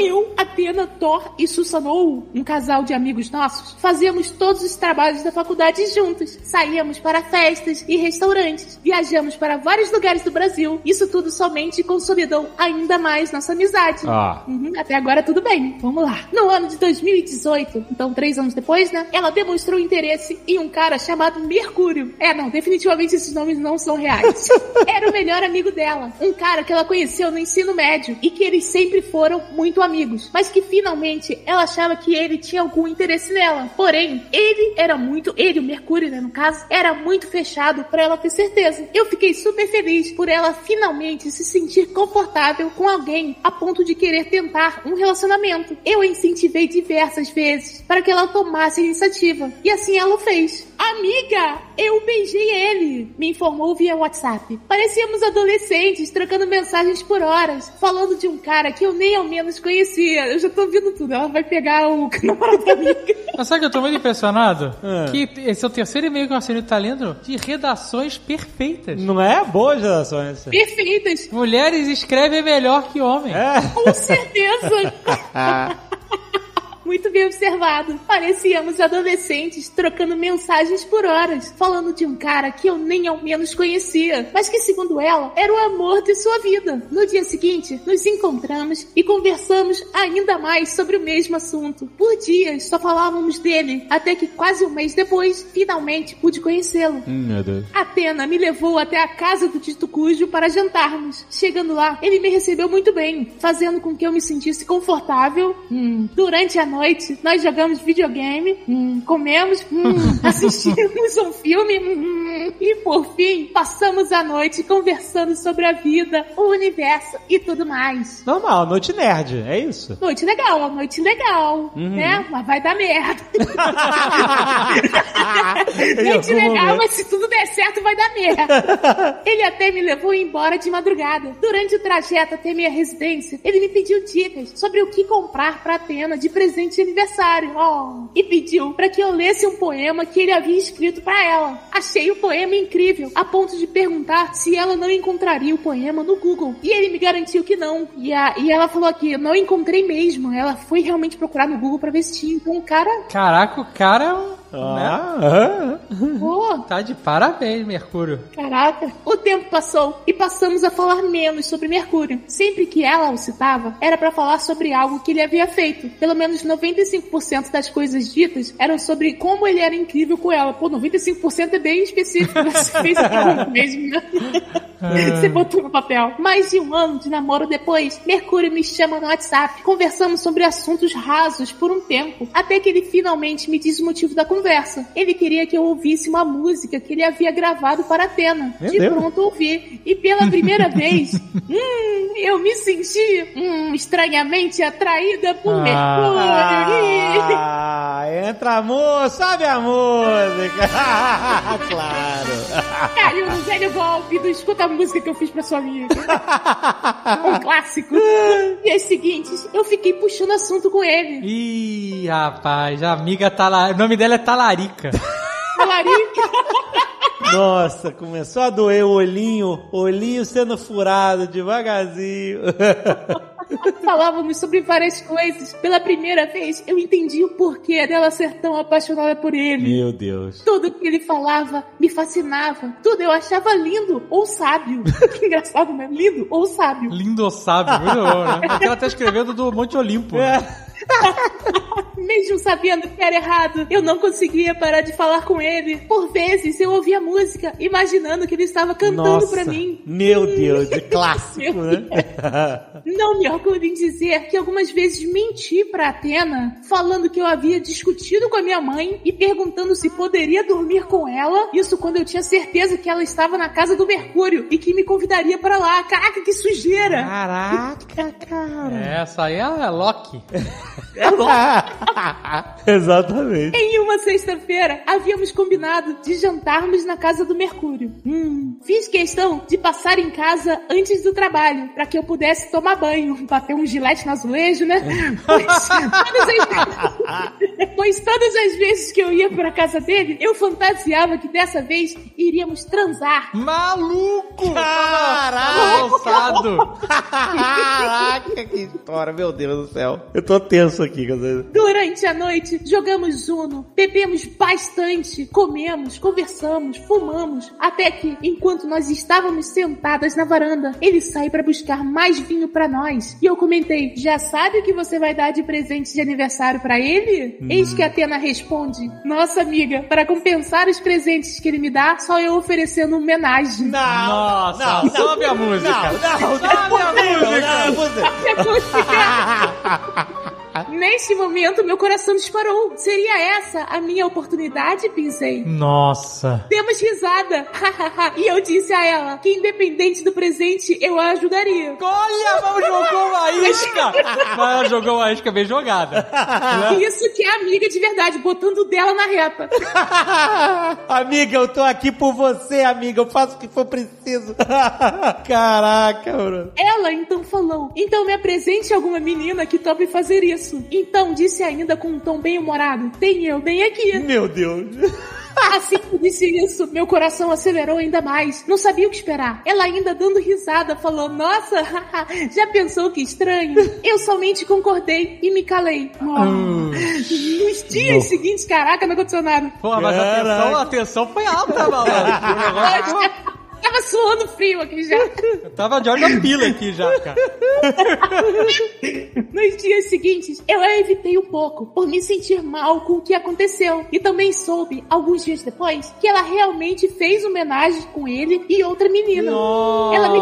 Speaker 5: Eu, Atena, Thor e Susanou, um casal de amigos nossos, fazíamos todos os trabalhos da faculdade juntos. Saíamos para festas e restaurantes, viajamos para vários lugares do Brasil. Isso tudo somente consolidou ainda mais nossa amizade.
Speaker 12: Ah.
Speaker 5: Uhum, até agora tudo bem, vamos lá. No ano de 2018, então três anos depois, né? Ela demonstrou interesse em um cara chamado Mercúrio. É, não, definitivamente esses nomes não são reais. Era o melhor amigo dela, um cara que ela conheceu no ensino médio e que eles sempre foram muito amigos, mas que finalmente ela achava que ele tinha algum interesse nela. Porém, ele era muito, ele, o Mercúrio, né, no caso, era muito fechado pra ela ter certeza. Eu fiquei super feliz por ela finalmente se sentir confortável com alguém a ponto de querer tentar um relacionamento. Eu a incentivei diversas vezes para que ela tomasse a iniciativa, e assim ela o fez. Amiga, eu beijei ele, me informou via WhatsApp. Parecíamos adolescentes trocando mensagens por horas, falando de um cara que eu nem ao menos conhecia. Eu já tô ouvindo tudo, ela vai pegar o namorado da amiga.
Speaker 6: Mas sabe que eu tô muito impressionado? Que esse é o terceiro e-mail que o Marcelinho tá lendo de redações perfeitas.
Speaker 12: Não é boa geração essa.
Speaker 5: Perfeitas,
Speaker 6: Mulheres escrevem melhor que homens.
Speaker 12: É.
Speaker 5: com certeza. Muito bem observado. Parecíamos adolescentes trocando mensagens por horas, falando de um cara que eu nem ao menos conhecia, mas que, segundo ela, era o amor de sua vida. No dia seguinte, nos encontramos e conversamos ainda mais sobre o mesmo assunto. Por dias só falávamos dele, até que quase um mês depois, finalmente pude conhecê-lo.
Speaker 12: Hum,
Speaker 6: Meu Deus.
Speaker 5: Atena me levou até a casa do Tito Cujo para jantarmos. Chegando lá, ele me recebeu muito bem, fazendo com que eu me sentisse confortável. Hum. Durante a noite, nós jogamos videogame, hum. comemos, hum. assistimos um filme hum. e, por fim, passamos a noite conversando sobre a vida, o universo e tudo mais.
Speaker 12: Normal, noite nerd, é isso?
Speaker 5: Noite legal, uma noite legal, né? Mas vai dar merda.
Speaker 12: Ah,
Speaker 5: noite
Speaker 12: algum
Speaker 5: legal,
Speaker 12: momento.
Speaker 5: mas se tudo der certo, vai dar merda. Ele até me levou embora de madrugada. Durante o trajeto até minha residência, ele me pediu dicas sobre o que comprar pra Atena de presente de aniversário. Oh. E pediu pra que eu lesse um poema que ele havia escrito pra ela. Achei o poema incrível, a ponto de perguntar se ela não encontraria o poema no Google. E ele me garantiu que não. E, a- e ela falou aqui, não encontrei mesmo. Ela foi realmente procurar no Google pra ver se tinha. Então o cara,
Speaker 6: Caraca, o cara.
Speaker 12: Ah, aham.
Speaker 5: pô,
Speaker 6: Tá de parabéns, Mercúrio.
Speaker 5: Caraca, o tempo passou e passamos a falar menos sobre Mercúrio. Sempre que ela o citava, era pra falar sobre algo que ele havia feito. Pelo menos 95% das coisas ditas eram sobre como ele era incrível com ela. Pô, 95% é bem específico. né? Você fez a conta mesmo, né?
Speaker 12: Ah.
Speaker 5: Você botou no papel. Mais de um ano de namoro depois, Mercúrio me chama no WhatsApp. Conversamos sobre assuntos rasos por um tempo, até que ele finalmente me diz o motivo da conversa. Ele queria que eu ouvisse uma música que ele havia gravado para Atena.
Speaker 12: Meu
Speaker 5: de
Speaker 12: Deus.
Speaker 5: pronto ouvi. E pela primeira vez, hum, eu me senti hum, estranhamente atraída por Mercúrio.
Speaker 12: Ah, entra amor, sabe a música. claro.
Speaker 5: Caiu no velho golpe do escuta a música que eu fiz pra sua amiga. um clássico. Dias seguintes, eu fiquei puxando assunto com ele.
Speaker 6: Ih, rapaz, a amiga Talarica. O nome dela é Talarica.
Speaker 5: Talarica.
Speaker 12: Nossa, começou a doer o olhinho, olhinho sendo furado devagarzinho.
Speaker 5: Falávamos sobre várias coisas. Pela primeira vez, eu entendi o porquê dela ser tão apaixonada por ele.
Speaker 12: Meu Deus.
Speaker 5: Tudo que ele falava me fascinava. Tudo eu achava lindo ou sábio. que engraçado, né? Lindo ou sábio.
Speaker 6: Lindo sábio, muito bom, né? Porque ela tá escrevendo do Monte Olimpo.
Speaker 12: É.
Speaker 6: né?
Speaker 5: Mesmo sabendo que era errado, eu não conseguia parar de falar com ele. Por vezes eu ouvia música, imaginando que ele estava cantando pra mim.
Speaker 12: Meu Deus, de clássico, né?
Speaker 5: Não me orgulho em dizer que algumas vezes menti pra Atena, falando que eu havia discutido com a minha mãe e perguntando se poderia dormir com ela. Isso quando eu tinha certeza que ela estava na casa do Mercúrio e que me convidaria pra lá. Caraca, que sujeira!
Speaker 12: Caraca, cara.
Speaker 6: Essa aí é Loki.
Speaker 12: É Exatamente.
Speaker 5: Em uma sexta-feira, havíamos combinado de jantarmos na casa do Mercúrio. Hum, fiz questão de passar em casa antes do trabalho, pra que eu pudesse tomar banho. Bater um gilete no azulejo, né? Pois todas, as... pois todas as vezes que eu ia pra casa dele, eu fantasiava que dessa vez iríamos transar.
Speaker 6: Maluco!
Speaker 12: Caraca!
Speaker 6: Alçado!
Speaker 12: Caraca, que história, meu Deus do céu. Eu tô tenso aqui, cara.
Speaker 5: Durante a noite, jogamos Uno, bebemos bastante, comemos, conversamos, fumamos, até que, enquanto nós estávamos sentadas na varanda, ele sai para buscar mais vinho para nós. E eu comentei: "Já sabe o que você vai dar de presente de aniversário para ele?" Eis que Atena responde: "Nossa amiga, para compensar os presentes que ele me dá, só eu oferecendo homenagem."
Speaker 6: Nossa, sobe a música.
Speaker 12: não, é
Speaker 6: Sobe a
Speaker 5: é
Speaker 6: música.
Speaker 5: Neste momento, meu coração disparou. Seria essa a minha oportunidade, pensei.
Speaker 6: Nossa.
Speaker 5: Demos risada. e eu disse a ela que, independente do presente, eu a ajudaria.
Speaker 6: Olha, mal jogou uma isca. Mas ela jogou uma isca bem jogada.
Speaker 5: Isso que é amiga de verdade, botando dela na reta.
Speaker 12: amiga, eu tô aqui por você, amiga. Eu faço o que for preciso. Caraca, Bruno.
Speaker 5: Ela então falou: Então me apresente alguma menina que tope fazer isso. Então disse ainda com um tom bem humorado: Tem eu bem aqui.
Speaker 12: Meu Deus.
Speaker 5: Assim que eu disse isso, meu coração acelerou ainda mais. Não sabia o que esperar. Ela ainda dando risada falou: Nossa, já pensou que estranho? Eu somente concordei e me calei. Nos dias seguintes, caraca, não aconteceu nada.
Speaker 6: Pô, mas a atenção, a atenção foi alta, maluco.
Speaker 5: Tava suando frio aqui já.
Speaker 6: Eu tava de olho na pila aqui já, cara.
Speaker 5: Nos dias seguintes, eu a evitei um pouco por me sentir mal com o que aconteceu. E também soube, alguns dias depois, que ela realmente fez homenagem com ele e outra menina. Ela me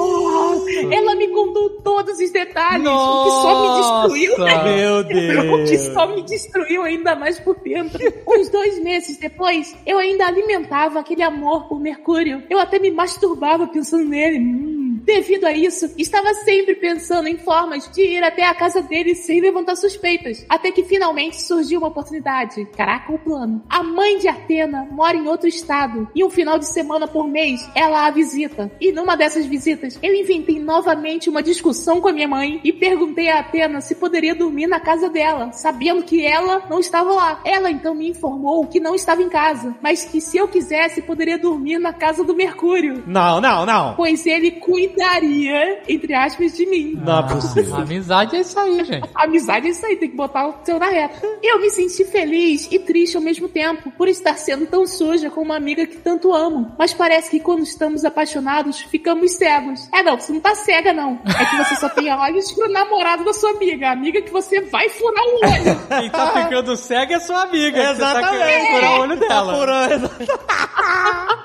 Speaker 5: contou. Ela me contou todos os detalhes, o que só me destruiu.
Speaker 6: Meu Deus.
Speaker 5: O que só me destruiu ainda mais por dentro. Uns dois meses depois, eu ainda alimentava aquele amor por Mercúrio. Eu até me masturbava pensando nele. Hum. Devido a isso, estava sempre pensando em formas de ir até a casa dele sem levantar suspeitas. Até que finalmente surgiu uma oportunidade. Caraca, o plano. A mãe de Atena mora em outro estado e um final de semana por mês ela a visita. E numa dessas visitas, eu inventei novamente uma discussão com a minha mãe e perguntei a Atena se poderia dormir na casa dela, sabendo que ela não estava lá. Ela então me informou que não estava em casa, mas que se eu quisesse poderia dormir na casa do Mercúrio,
Speaker 12: Não, não, não.
Speaker 5: pois ele cuidaria, entre aspas, de mim.
Speaker 12: Não é possível.
Speaker 6: Amizade é isso aí, gente.
Speaker 5: A amizade é isso aí, tem que botar o seu na reta. Eu me senti feliz e triste ao mesmo tempo por estar sendo tão suja com uma amiga que tanto amo. Mas parece que quando estamos apaixonados, ficamos cegos. É não, você não tá cega, não. É que você só tem olhos pro namorado da sua amiga. A amiga que você vai furar o olho.
Speaker 6: Quem tá ficando cego é sua amiga. que Você tá querendo furar o olho
Speaker 12: Tá
Speaker 6: dela.
Speaker 12: furando.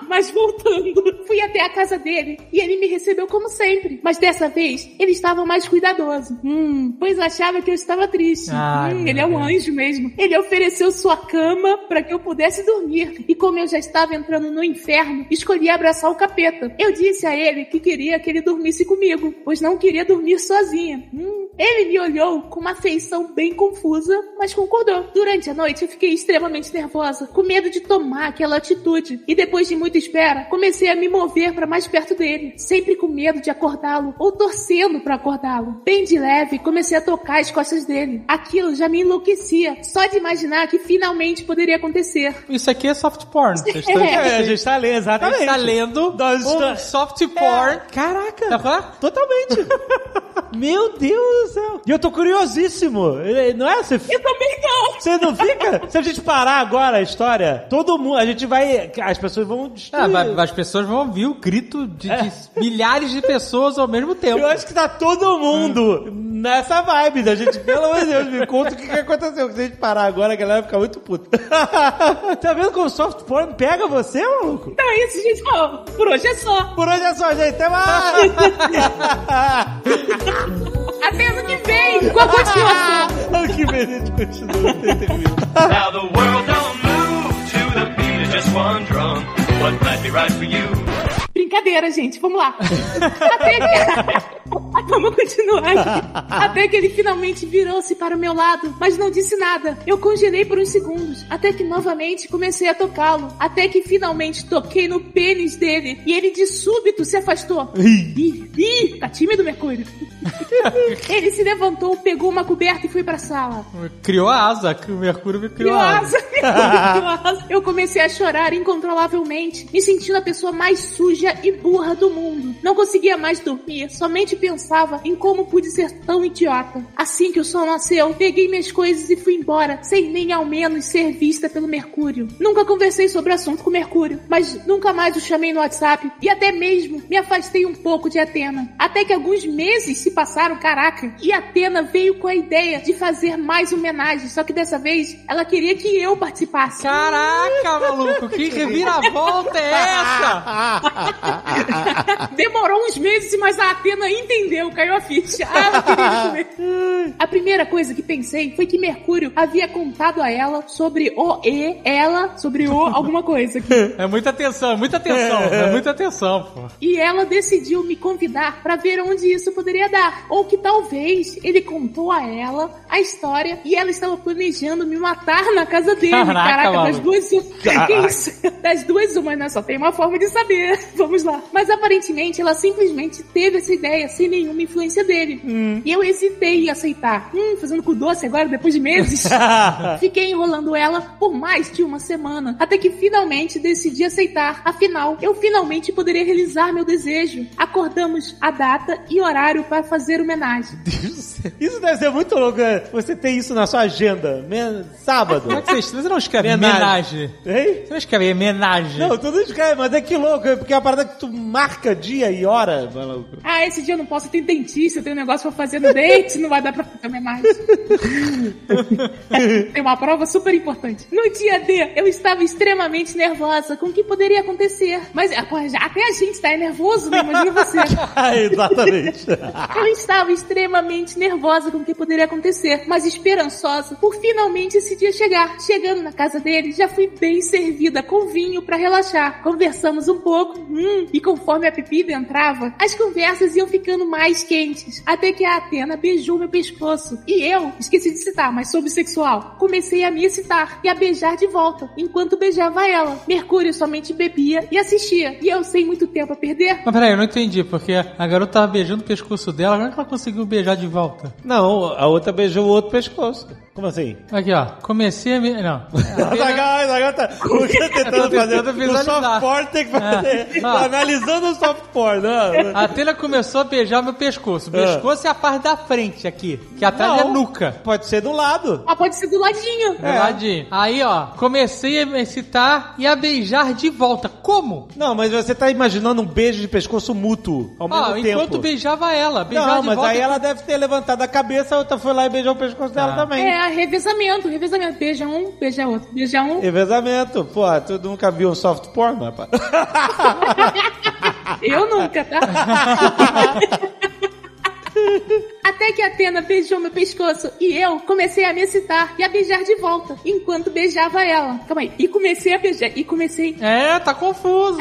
Speaker 5: Mas voltando, fui até a casa dele e ele me recebeu como sempre. Mas dessa vez, ele estava mais cuidadoso. Hum, pois achava que eu estava triste.
Speaker 6: Ai,
Speaker 5: hum,
Speaker 6: meu
Speaker 5: ele é um
Speaker 6: Deus.
Speaker 5: anjo mesmo. Ele ofereceu sua cama para que eu pudesse dormir. E como eu já estava entrando no inferno, escolhi abraçar o capeta. Eu disse a ele que queria que ele dormisse comigo, pois não queria dormir sozinha. Hum, ele me olhou com uma feição bem confusa, mas concordou. Durante a noite, eu fiquei extremamente nervosa, com medo de tomar aquela atitude. E depois de muita espera, comecei a me mover para mais perto dele, sempre com medo de acordá-lo ou torcendo para acordá-lo. Bem de leve, comecei a tocar as costas dele. Aquilo já me enlouquecia, só de imaginar que finalmente poderia acontecer.
Speaker 6: Isso aqui é soft porn. Vocês estão-
Speaker 5: É.
Speaker 12: É, a gente tá lendo,
Speaker 6: A gente
Speaker 12: exatamente.
Speaker 6: tá lendo
Speaker 12: Nós
Speaker 6: um
Speaker 12: está-
Speaker 6: soft porn.
Speaker 12: Caraca.
Speaker 6: Tá falando?
Speaker 12: Totalmente. Meu Deus do céu. E eu tô curiosíssimo. Ele- Não é? Você
Speaker 5: Eu também não!
Speaker 12: Você não fica? Se a gente parar agora a história, todo mundo, a gente vai, as pessoas vão destruir.
Speaker 6: Ah, mas- mas as pessoas vão ouvir o grito de, de milhares de pessoas ao mesmo tempo.
Speaker 12: É. Eu acho que tá todo mundo é nessa vibe da gente. Pelo amor de Deus, me conta o que, que aconteceu. Se a gente parar agora, a galera vai ficar muito puta. tá vendo como o soft porn pega você, maluco?
Speaker 5: Então é isso, gente. Ó, por hoje é só.
Speaker 12: Por hoje é só, gente.
Speaker 6: Tá
Speaker 12: Até mais!
Speaker 5: Até ano que é vem, com a continuação.
Speaker 12: ano que vem a gente continua. Tem entrevista.
Speaker 13: Now the world don't move to the beat of just one drum. What might be right for you
Speaker 5: Brincadeira, gente. Vamos lá. Até que... Vamos continuar. Até que ele finalmente virou-se para o meu lado, mas não disse nada. Eu congelei por uns segundos, até que novamente comecei a tocá-lo. Até que finalmente toquei no pênis dele e ele de súbito se afastou. Ih, ih, tá tímido, Mercúrio? ele se levantou, pegou uma coberta e foi para a sala.
Speaker 6: Criou a asa, que o Mercúrio criou a asa.
Speaker 5: Curiosa, curiosa. Eu comecei a chorar incontrolavelmente, me sentindo a pessoa mais suja e burra do mundo. Não conseguia mais dormir, somente pensava em como pude ser tão idiota. Assim que o sol nasceu, peguei minhas coisas e fui embora, sem nem ao menos ser vista pelo Mercúrio. Nunca conversei sobre o assunto com o Mercúrio, mas nunca mais o chamei no WhatsApp e até mesmo me afastei um pouco de Atena. Até que alguns meses se passaram, caraca, e Atena veio com a ideia de fazer mais homenagem, só que dessa vez ela queria que eu participasse.
Speaker 6: Ah. Caraca, maluco, que reviravolta é essa?
Speaker 5: Demorou uns meses, mas a Atena entendeu, caiu a ficha. Ah, ela queria isso mesmo. A primeira coisa que pensei foi que Mercúrio havia contado a ela sobre o E, ela, sobre o alguma coisa.
Speaker 6: É muita atenção, é muita atenção, é muita atenção, pô.
Speaker 5: E ela decidiu me convidar pra ver onde isso poderia dar. será? Ou que talvez ele contou a ela a história e ela estava planejando me matar na casa dele.
Speaker 6: Caraca, mano.
Speaker 5: das duas.
Speaker 6: Caraca.
Speaker 5: Que isso? Das duas, uma, né? Só tem uma forma de saber. Vamos lá. Mas aparentemente ela simplesmente teve essa ideia sem nenhuma influência dele.
Speaker 6: Hum.
Speaker 5: E eu hesitei em aceitar. Hum, fazendo cu doce agora, depois de meses. Fiquei enrolando ela por mais de uma semana, até que finalmente decidi aceitar. Afinal, eu finalmente poderia realizar meu desejo. Acordamos a data e horário para fazer homenagem.
Speaker 2: Isso deve ser muito louco, né? Você tem isso na sua agenda. Men- Sábado.
Speaker 12: Como é que você, você não escreve homenagem?
Speaker 2: Hein?
Speaker 12: Você não escreve homenagem?
Speaker 2: Não, tu não escreve, mas é que louco, é porque é uma parada que tu marca dia e hora, maluco.
Speaker 5: Ah, esse dia eu não posso, eu tenho dentista, eu tenho um negócio pra fazer no dente, não vai dar pra fazer homenagem. Tem uma prova super importante. No dia D, eu estava extremamente nervosa com o que poderia acontecer. Mas ah, pô, já- até a gente tá nervoso, né? Imagina você.
Speaker 2: Ah, Exatamente.
Speaker 5: Eu estava extremamente nervosa com o que poderia acontecer, mas esperançosa por finalmente esse dia chegar. Chegando na casa dele, já fui bem servida com vinho pra relaxar. Conversamos um pouco, hum, e conforme a bebida entrava, as conversas iam ficando mais quentes, até que a Atena beijou meu pescoço. E eu, esqueci de citar, mas sou bissexual, comecei a me excitar e a beijar de volta, enquanto beijava ela. Mercúrio somente bebia e assistia, e eu sem muito tempo a perder,
Speaker 6: Mas peraí, eu não entendi, porque a garota tava beijando o pescoço dela, como é que ela conseguiu beijar de volta?
Speaker 12: Não, a outra beijou o outro pescoço.
Speaker 2: Como assim?
Speaker 6: Aqui, ó. Comecei a me... Não.
Speaker 2: Zagal, Zagal tá o que tá
Speaker 6: Eu tô
Speaker 2: tentando fazer
Speaker 6: tentando
Speaker 2: o
Speaker 6: visualizar.
Speaker 2: soft porn, tem que fazer.
Speaker 6: É. Ah,
Speaker 2: Tá analisando o soft porn. né?
Speaker 6: A Atena começou a beijar meu pescoço. O pescoço é a parte da frente aqui, que atrás é
Speaker 2: Não.
Speaker 6: nuca.
Speaker 2: Pode ser do lado.
Speaker 5: Ah, pode ser do ladinho.
Speaker 2: É.
Speaker 6: Do ladinho. Aí, ó, comecei a me excitar e a beijar de volta. Como?
Speaker 2: Não, mas você tá imaginando um beijo de pescoço mútuo ao
Speaker 6: Ah,
Speaker 2: mesmo tempo.
Speaker 6: enquanto beijava ela. Beijava
Speaker 2: Não,
Speaker 6: de
Speaker 2: mas
Speaker 6: volta.
Speaker 2: aí ela deve ter levantado a cabeça, a outra foi lá e beijou o pescoço dela também.
Speaker 5: É, revezamento, revezamento. Beija um, beija outro, beija um.
Speaker 2: Revezamento. Pô, tu nunca viu um soft porn, rapaz?
Speaker 5: Eu nunca, tá? Até que a Atena beijou meu pescoço e eu comecei a me excitar e a beijar de volta, enquanto beijava ela. Calma aí. E comecei a beijar, e comecei.
Speaker 6: É, tá confuso.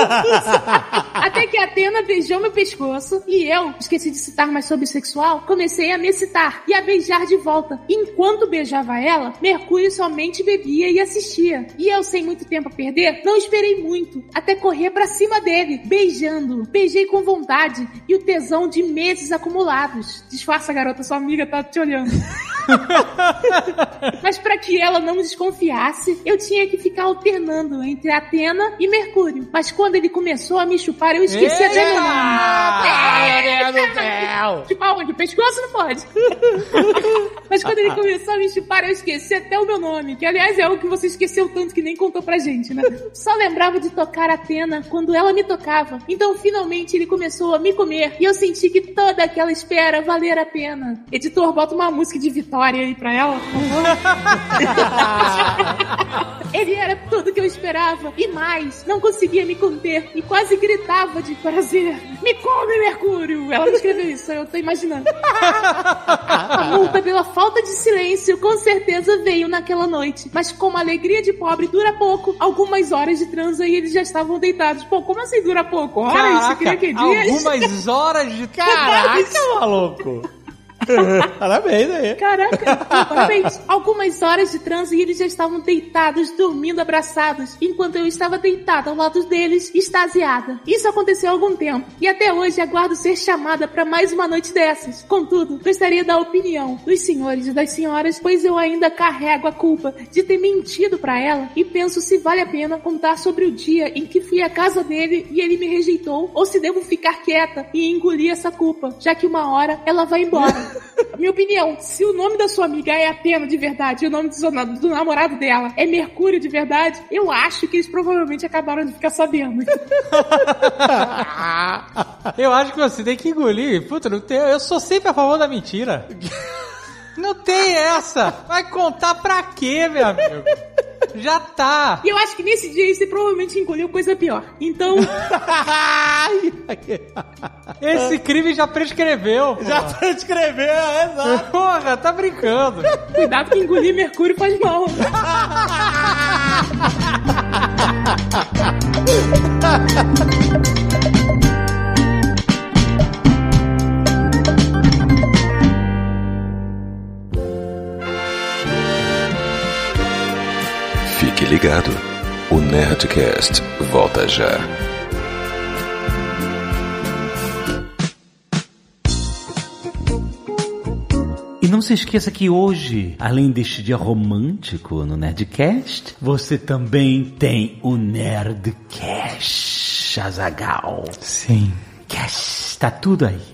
Speaker 5: Até que a Atena beijou meu pescoço e eu, esqueci de citar mais sobre sexual, comecei a me excitar e a beijar de volta. Enquanto beijava ela, Mercúrio somente bebia e assistia. E eu, sem muito tempo a perder, não esperei muito, até correr pra cima dele, beijando. Beijei com vontade e o tesão de meses acumulados. Disfarça, garota, sua amiga tá te olhando. Mas para que ela não desconfiasse, eu tinha que ficar alternando entre Atena e Mercúrio. Mas quando ele começou a me chupar, eu esqueci até meu nome. Chupar onde? O pescoço não pode. Mas quando ele começou a me chupar, eu esqueci até o meu nome. Que, aliás, é algo que você esqueceu tanto que nem contou pra gente, né? Só lembrava de tocar Atena quando ela me tocava. Então, finalmente, ele começou a me comer. E eu senti que toda aquela espera valer a pena. Editor, bota uma música de vitória aí pra ela. Ele era tudo que eu esperava e mais. Não conseguia me conter e quase gritava de prazer. Me come, Mercúrio! Ela não escreveu isso, eu tô imaginando. A multa pela falta de silêncio com certeza veio naquela noite. Mas como a alegria de pobre dura pouco, algumas horas de transa e eles já estavam deitados. Pô, como assim dura pouco? Horas? Você queria que dias?
Speaker 6: algumas horas de...
Speaker 2: Caraca, então. maluco. Parabéns aí.
Speaker 5: Caraca, parabéns. Algumas horas de transe e eles já estavam deitados, dormindo abraçados, enquanto eu estava deitada ao lado deles, extasiada. Isso aconteceu há algum tempo, e até hoje aguardo ser chamada para mais uma noite dessas. Contudo, gostaria da opinião dos senhores e das senhoras, pois eu ainda carrego a culpa de ter mentido para ela e penso se vale a pena contar sobre o dia em que fui à casa dele e ele me rejeitou, ou se devo ficar quieta e engolir essa culpa, já que uma hora ela vai embora. Minha opinião, se o nome da sua amiga é Atena de verdade e o nome do, seu na- do namorado dela é Mercúrio de verdade, eu acho que eles provavelmente acabaram de ficar sabendo.
Speaker 6: Eu acho que você tem que engolir. Puta, não tem... eu sou sempre a favor da mentira. Não tem essa. Vai contar pra quê, meu amigo? Já tá.
Speaker 5: e eu acho que nesse dia você provavelmente engoliu coisa pior. Então,
Speaker 6: Esse crime já prescreveu. pô.
Speaker 2: Já transcreveu, exato.
Speaker 6: Porra, tá brincando.
Speaker 5: cuidado que engolir Mercúrio faz mal.
Speaker 1: Obrigado. O Nerdcast volta já.
Speaker 11: E não se esqueça que hoje, além deste dia romântico no Nerdcast, você também tem o Nerdcast Azagal.
Speaker 6: Sim.
Speaker 11: Cash, tá tudo aí.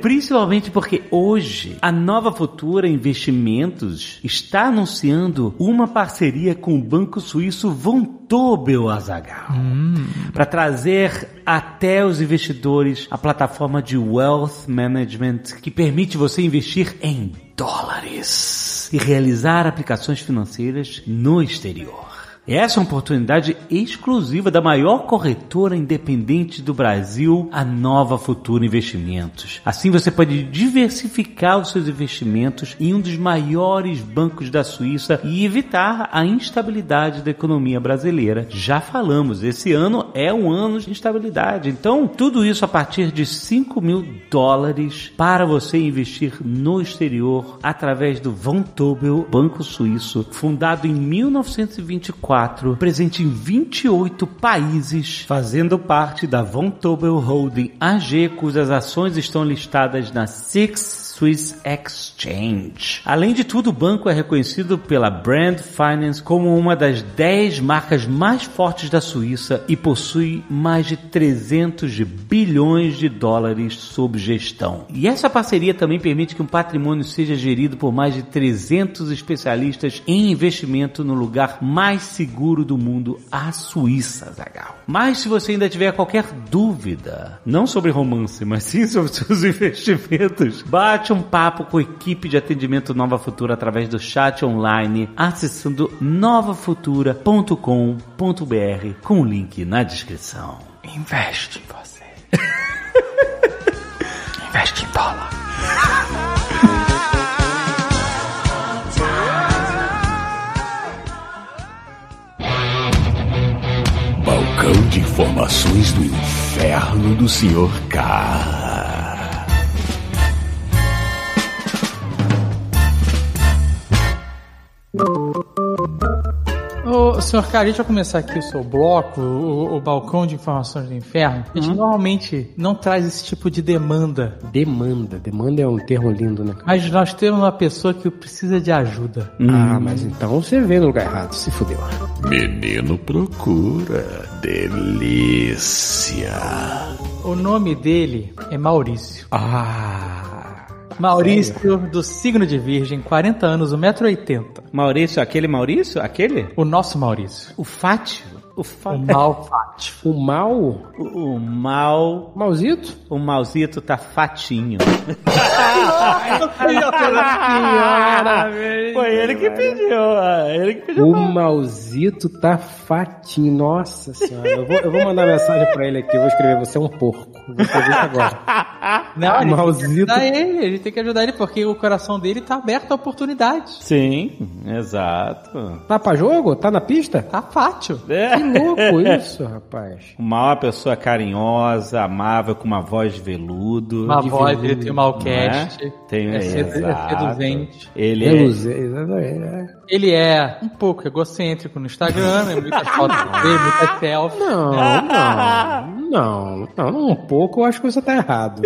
Speaker 11: Principalmente porque hoje a Nova Futura Investimentos está anunciando uma parceria com o banco suíço Von Tobel Azagal para trazer até os investidores a plataforma de Wealth Management que permite você investir em dólares e realizar aplicações financeiras no exterior. Essa é uma oportunidade exclusiva da maior corretora independente do Brasil, a Nova Futura Investimentos. Assim você pode diversificar os seus investimentos em um dos maiores bancos da Suíça e evitar a instabilidade da economia brasileira. Já falamos, esse ano é um ano de instabilidade. Então, tudo isso a partir de 5 mil dólares para você investir no exterior através do Von Tobel Banco Suíço, fundado em 1924 presente em 28 países, fazendo parte da Von Tobel Holding AG, cujas ações estão listadas na SIX Swiss Exchange. Além de tudo, o banco é reconhecido pela Brand Finance como uma das 10 marcas mais fortes da Suíça e possui mais de 300 de bilhões de dólares sob gestão. E essa parceria também permite que um patrimônio seja gerido por mais de 300 especialistas em investimento no lugar mais seguro do mundo, a Suíça, Zagal. Mas se você ainda tiver qualquer dúvida, não sobre romance, mas sim sobre seus investimentos, bate um papo com a equipe de atendimento Nova Futura através do chat online, acessando novafutura.com.br com o link na descrição.
Speaker 6: Investe em você. Investe em dólar.
Speaker 1: Balcão de informações do inferno do Sr. K.
Speaker 6: Ô, senhor cara, a gente vai começar aqui o seu bloco, o, o balcão de informações do inferno. A gente normalmente não traz esse tipo de demanda.
Speaker 14: Demanda. Demanda é um termo lindo, né?
Speaker 6: Mas nós temos uma pessoa que precisa de ajuda.
Speaker 14: Ah, mas então você veio no lugar errado, se fudeu.
Speaker 1: Menino procura. Delícia.
Speaker 6: O nome dele é Maurício.
Speaker 14: Ah.
Speaker 6: Maurício, do signo de Virgem, 40 anos, 1,80m.
Speaker 11: Maurício, aquele Maurício? Aquele?
Speaker 6: O nosso Maurício.
Speaker 11: O Fátio? O, fa...
Speaker 6: O mal Fátio.
Speaker 14: O mal?
Speaker 11: o, o mal.
Speaker 14: Malzito?
Speaker 11: O Mauzito tá fatinho. tá
Speaker 14: senhora!
Speaker 11: Foi ele que pediu, ah, ele que pediu.
Speaker 14: O Malzito tá fatinho. Nossa senhora. Eu vou, eu vou mandar mensagem pra ele aqui. Eu vou escrever: Você é um porco. Vou fazer isso agora.
Speaker 6: Não,
Speaker 14: O
Speaker 6: ele tem que
Speaker 14: Mauzito.
Speaker 6: ajudar ele, a gente tem que ajudar ele, porque o coração dele tá aberto a oportunidades.
Speaker 11: Sim, exato.
Speaker 14: Tá pra jogo? Tá na pista?
Speaker 6: Tá fácil.
Speaker 11: É.
Speaker 14: Que louco isso, rapaz.
Speaker 11: O mal é uma pessoa carinhosa, amável, com uma voz de veludo.
Speaker 6: Uma
Speaker 11: De
Speaker 6: voz,
Speaker 11: veludo,
Speaker 6: ele tem um malcast.
Speaker 11: né? Tem,
Speaker 6: É
Speaker 11: é,
Speaker 6: sedu- é
Speaker 11: exato.
Speaker 6: seduzente.
Speaker 11: Ele é-
Speaker 14: Eu usei, exatamente. é.
Speaker 6: Ele é um pouco egocêntrico no Instagram, né? muitas fotos dele, muitas selfies.
Speaker 14: Não, não, não, não, não, um pouco eu acho que você tá errado.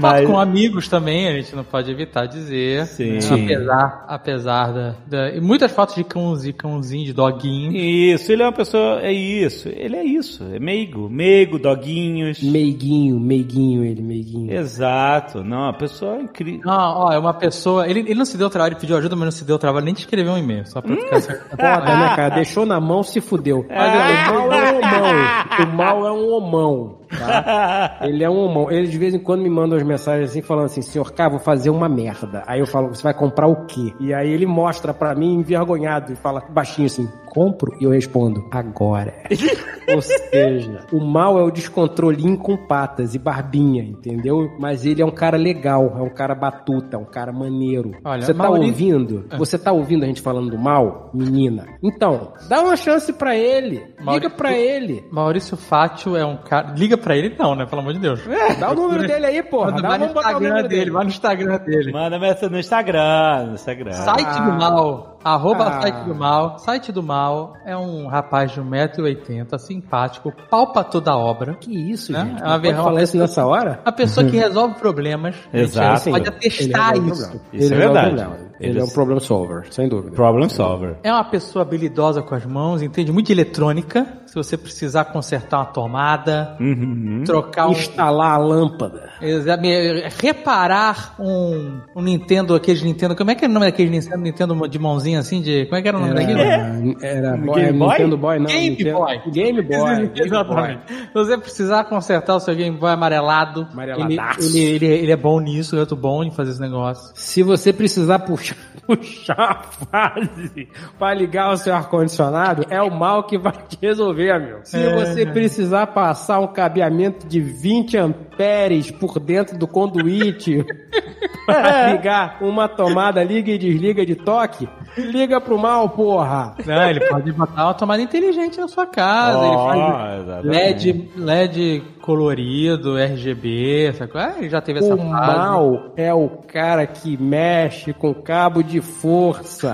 Speaker 6: Foto
Speaker 11: mas-
Speaker 6: com amigos também, a gente não pode evitar dizer. Né?
Speaker 11: Sim.
Speaker 6: Apesar, apesar da, da- E muitas fotos de cãozinho, cãozinho, de doguinho.
Speaker 11: Isso, ele é uma pessoa. É isso, ele é isso. É meigo, meigo, doguinhos.
Speaker 14: Hum. meiguinho, meiguinho ele, meiguinho.
Speaker 11: Exato, não, a pessoa é incrível.
Speaker 6: Não, ó, é uma pessoa. Ele, ele não se deu trabalho, ele pediu ajuda, mas não se deu trabalho nem de escrever um e-mail, só
Speaker 14: Hum.
Speaker 6: pra ficar certo.
Speaker 14: Foda, né, cara? Deixou na mão, se fudeu. Olha, o mal é um homão. O mal é um homão. Tá? Ele é um homão. Ele de vez em quando me manda umas mensagens assim, falando assim: senhor K, vou fazer uma merda. Aí eu falo: você vai comprar o quê? E aí ele mostra pra mim, envergonhado, e fala baixinho assim: compro? E eu respondo: agora. Ou seja, o mal é o descontrolinho com patas e barbinha, entendeu? Mas ele é um cara legal, é um cara batuta, é um cara maneiro.
Speaker 6: Olha,
Speaker 14: você tá
Speaker 6: Mauri-
Speaker 14: ouvindo?
Speaker 6: É.
Speaker 14: Você tá ouvindo a gente falando do mal, menina? Então, dá uma chance pra ele.
Speaker 6: Mauri-
Speaker 14: Liga pra ele.
Speaker 6: Maurício Fátio é um cara. Liga pra ele, não, né? Pelo amor de Deus.
Speaker 14: É, Dá o número dele aí, porra. Dá,
Speaker 6: vai no
Speaker 14: vamos botar o
Speaker 6: Instagram
Speaker 14: número
Speaker 6: dele,
Speaker 14: dele.
Speaker 6: vai no Instagram dele.
Speaker 14: Ah.
Speaker 11: Manda mensagem no Instagram, no Instagram.
Speaker 6: Site do mal. Arroba site do mal. Site do mal é um rapaz de 1,80m, simpático, palpa toda a obra.
Speaker 14: Que isso,
Speaker 6: né?
Speaker 14: gente?
Speaker 6: É uma
Speaker 14: Pode
Speaker 6: verra-
Speaker 14: falar isso nessa hora?
Speaker 6: A pessoa que resolve problemas.
Speaker 14: Uhum. Exato.
Speaker 6: gente, Pode atestar
Speaker 14: Ele resolve
Speaker 6: isso. é
Speaker 14: problema. Ele resolve problema. Ele, é um problem solver, sem dúvida.
Speaker 7: Problem solver.
Speaker 6: É uma pessoa habilidosa com as mãos, entende muito de eletrônica. Se você precisar consertar uma tomada,
Speaker 14: Uhum.
Speaker 6: trocar um...
Speaker 14: Instalar a lâmpada.
Speaker 6: Exa- me- Reparar um, um Nintendo, aqueles Nintendo. Como é que era o nome daquele Nintendo, Nintendo de mãozinha assim? De, como é que era o nome daquele?
Speaker 14: Era boy, Nintendo Boy, não.
Speaker 6: Game
Speaker 14: Nintendo-
Speaker 6: Boy. é
Speaker 14: Game Boy. Game Boy.
Speaker 6: Exatamente. Se você precisar consertar o seu Game Boy amarelado, ele,
Speaker 14: Amareladaço.
Speaker 6: ele, ele, ele é bom nisso, eu tô bom em fazer esse negócio.
Speaker 14: Se você precisar puxar, puxar a fase para ligar o seu ar-condicionado, é o mal que vai te resolver, amigo. Se
Speaker 6: É.
Speaker 14: você precisar passar um cabeamento de 20 amperes por dentro do conduíte para ligar uma tomada, liga e desliga de toque, liga pro mal, porra.
Speaker 6: Não, ele pode botar uma tomada inteligente na sua casa, ele faz LED, LED colorido, RGB, sabe? qual é? Ele já teve essa
Speaker 14: O
Speaker 6: fase.
Speaker 14: mal é o cara que mexe com cabo de força.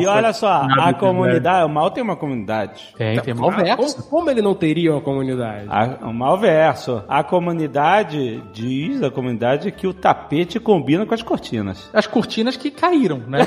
Speaker 7: e olha só,
Speaker 14: nada
Speaker 7: a
Speaker 14: que
Speaker 7: comunidade, o mal tem uma comunidade.
Speaker 6: Tem, tem
Speaker 14: Como, como ele não teria uma comunidade?
Speaker 7: A, o malverso. A comunidade diz, a comunidade, que o tapete combina com as cortinas.
Speaker 6: As cortinas que caíram, né?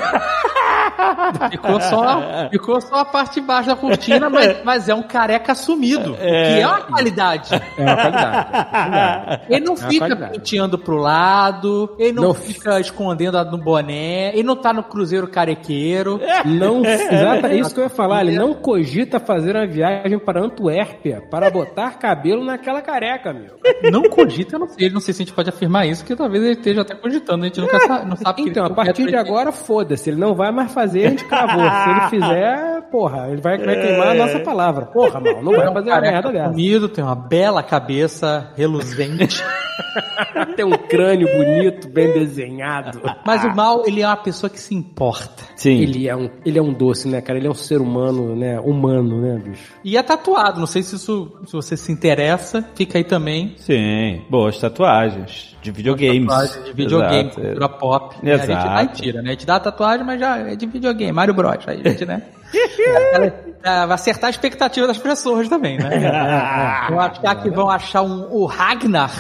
Speaker 6: Ficou só, ficou só a parte de baixo da cortina, mas, mas é um careca sumido.
Speaker 7: É.
Speaker 6: Que é uma qualidade.
Speaker 14: É uma qualidade.
Speaker 6: Ele não
Speaker 14: É uma
Speaker 6: fica
Speaker 14: qualidade.
Speaker 6: penteando pro lado, ele não,
Speaker 14: Não
Speaker 6: fica escondendo a- no boné, ele não tá no cruzeiro carequeiro.
Speaker 14: Não, exato, é isso que eu ia falar. Ele não cogita fazer uma viagem para Antuérpia para botar cabelo naquela careca, meu.
Speaker 6: Não cogita, eu não sei. Ele não sei se a gente pode afirmar isso, que talvez ele esteja até cogitando, a gente nunca sabe, não sabe. é
Speaker 14: Então, a partir de agora, foda-se. Ele não vai mais fazer, a gente cravou. Se ele fizer, porra, ele vai, vai queimar a nossa palavra. Porra, mal, É. não vai fazer a merda dessa.
Speaker 6: Unido, tem uma bela cabeça reluzente.
Speaker 14: Tem um crânio bonito, bem desenhado.
Speaker 6: Mas o mal, ele é uma pessoa que se importa.
Speaker 7: Sim.
Speaker 14: Ele é, um, ele é um doce, né, cara? Ele é um ser humano, né? Humano, né, bicho?
Speaker 6: E é tatuado, não sei se isso, se você se interessa, fica aí também.
Speaker 7: Sim, boas tatuagens. De videogames.
Speaker 6: Tatuagem de videogame,
Speaker 7: Exato.
Speaker 6: cultura pop. né? A gente
Speaker 7: Exato.
Speaker 6: dá e tira, né? A gente dá a tatuagem, mas já é de videogame, Mario Bros. Aí a gente, né? Ela- ah, vai acertar a expectativa das pessoas também, né? Vão achar que vão achar um, o Ragnar.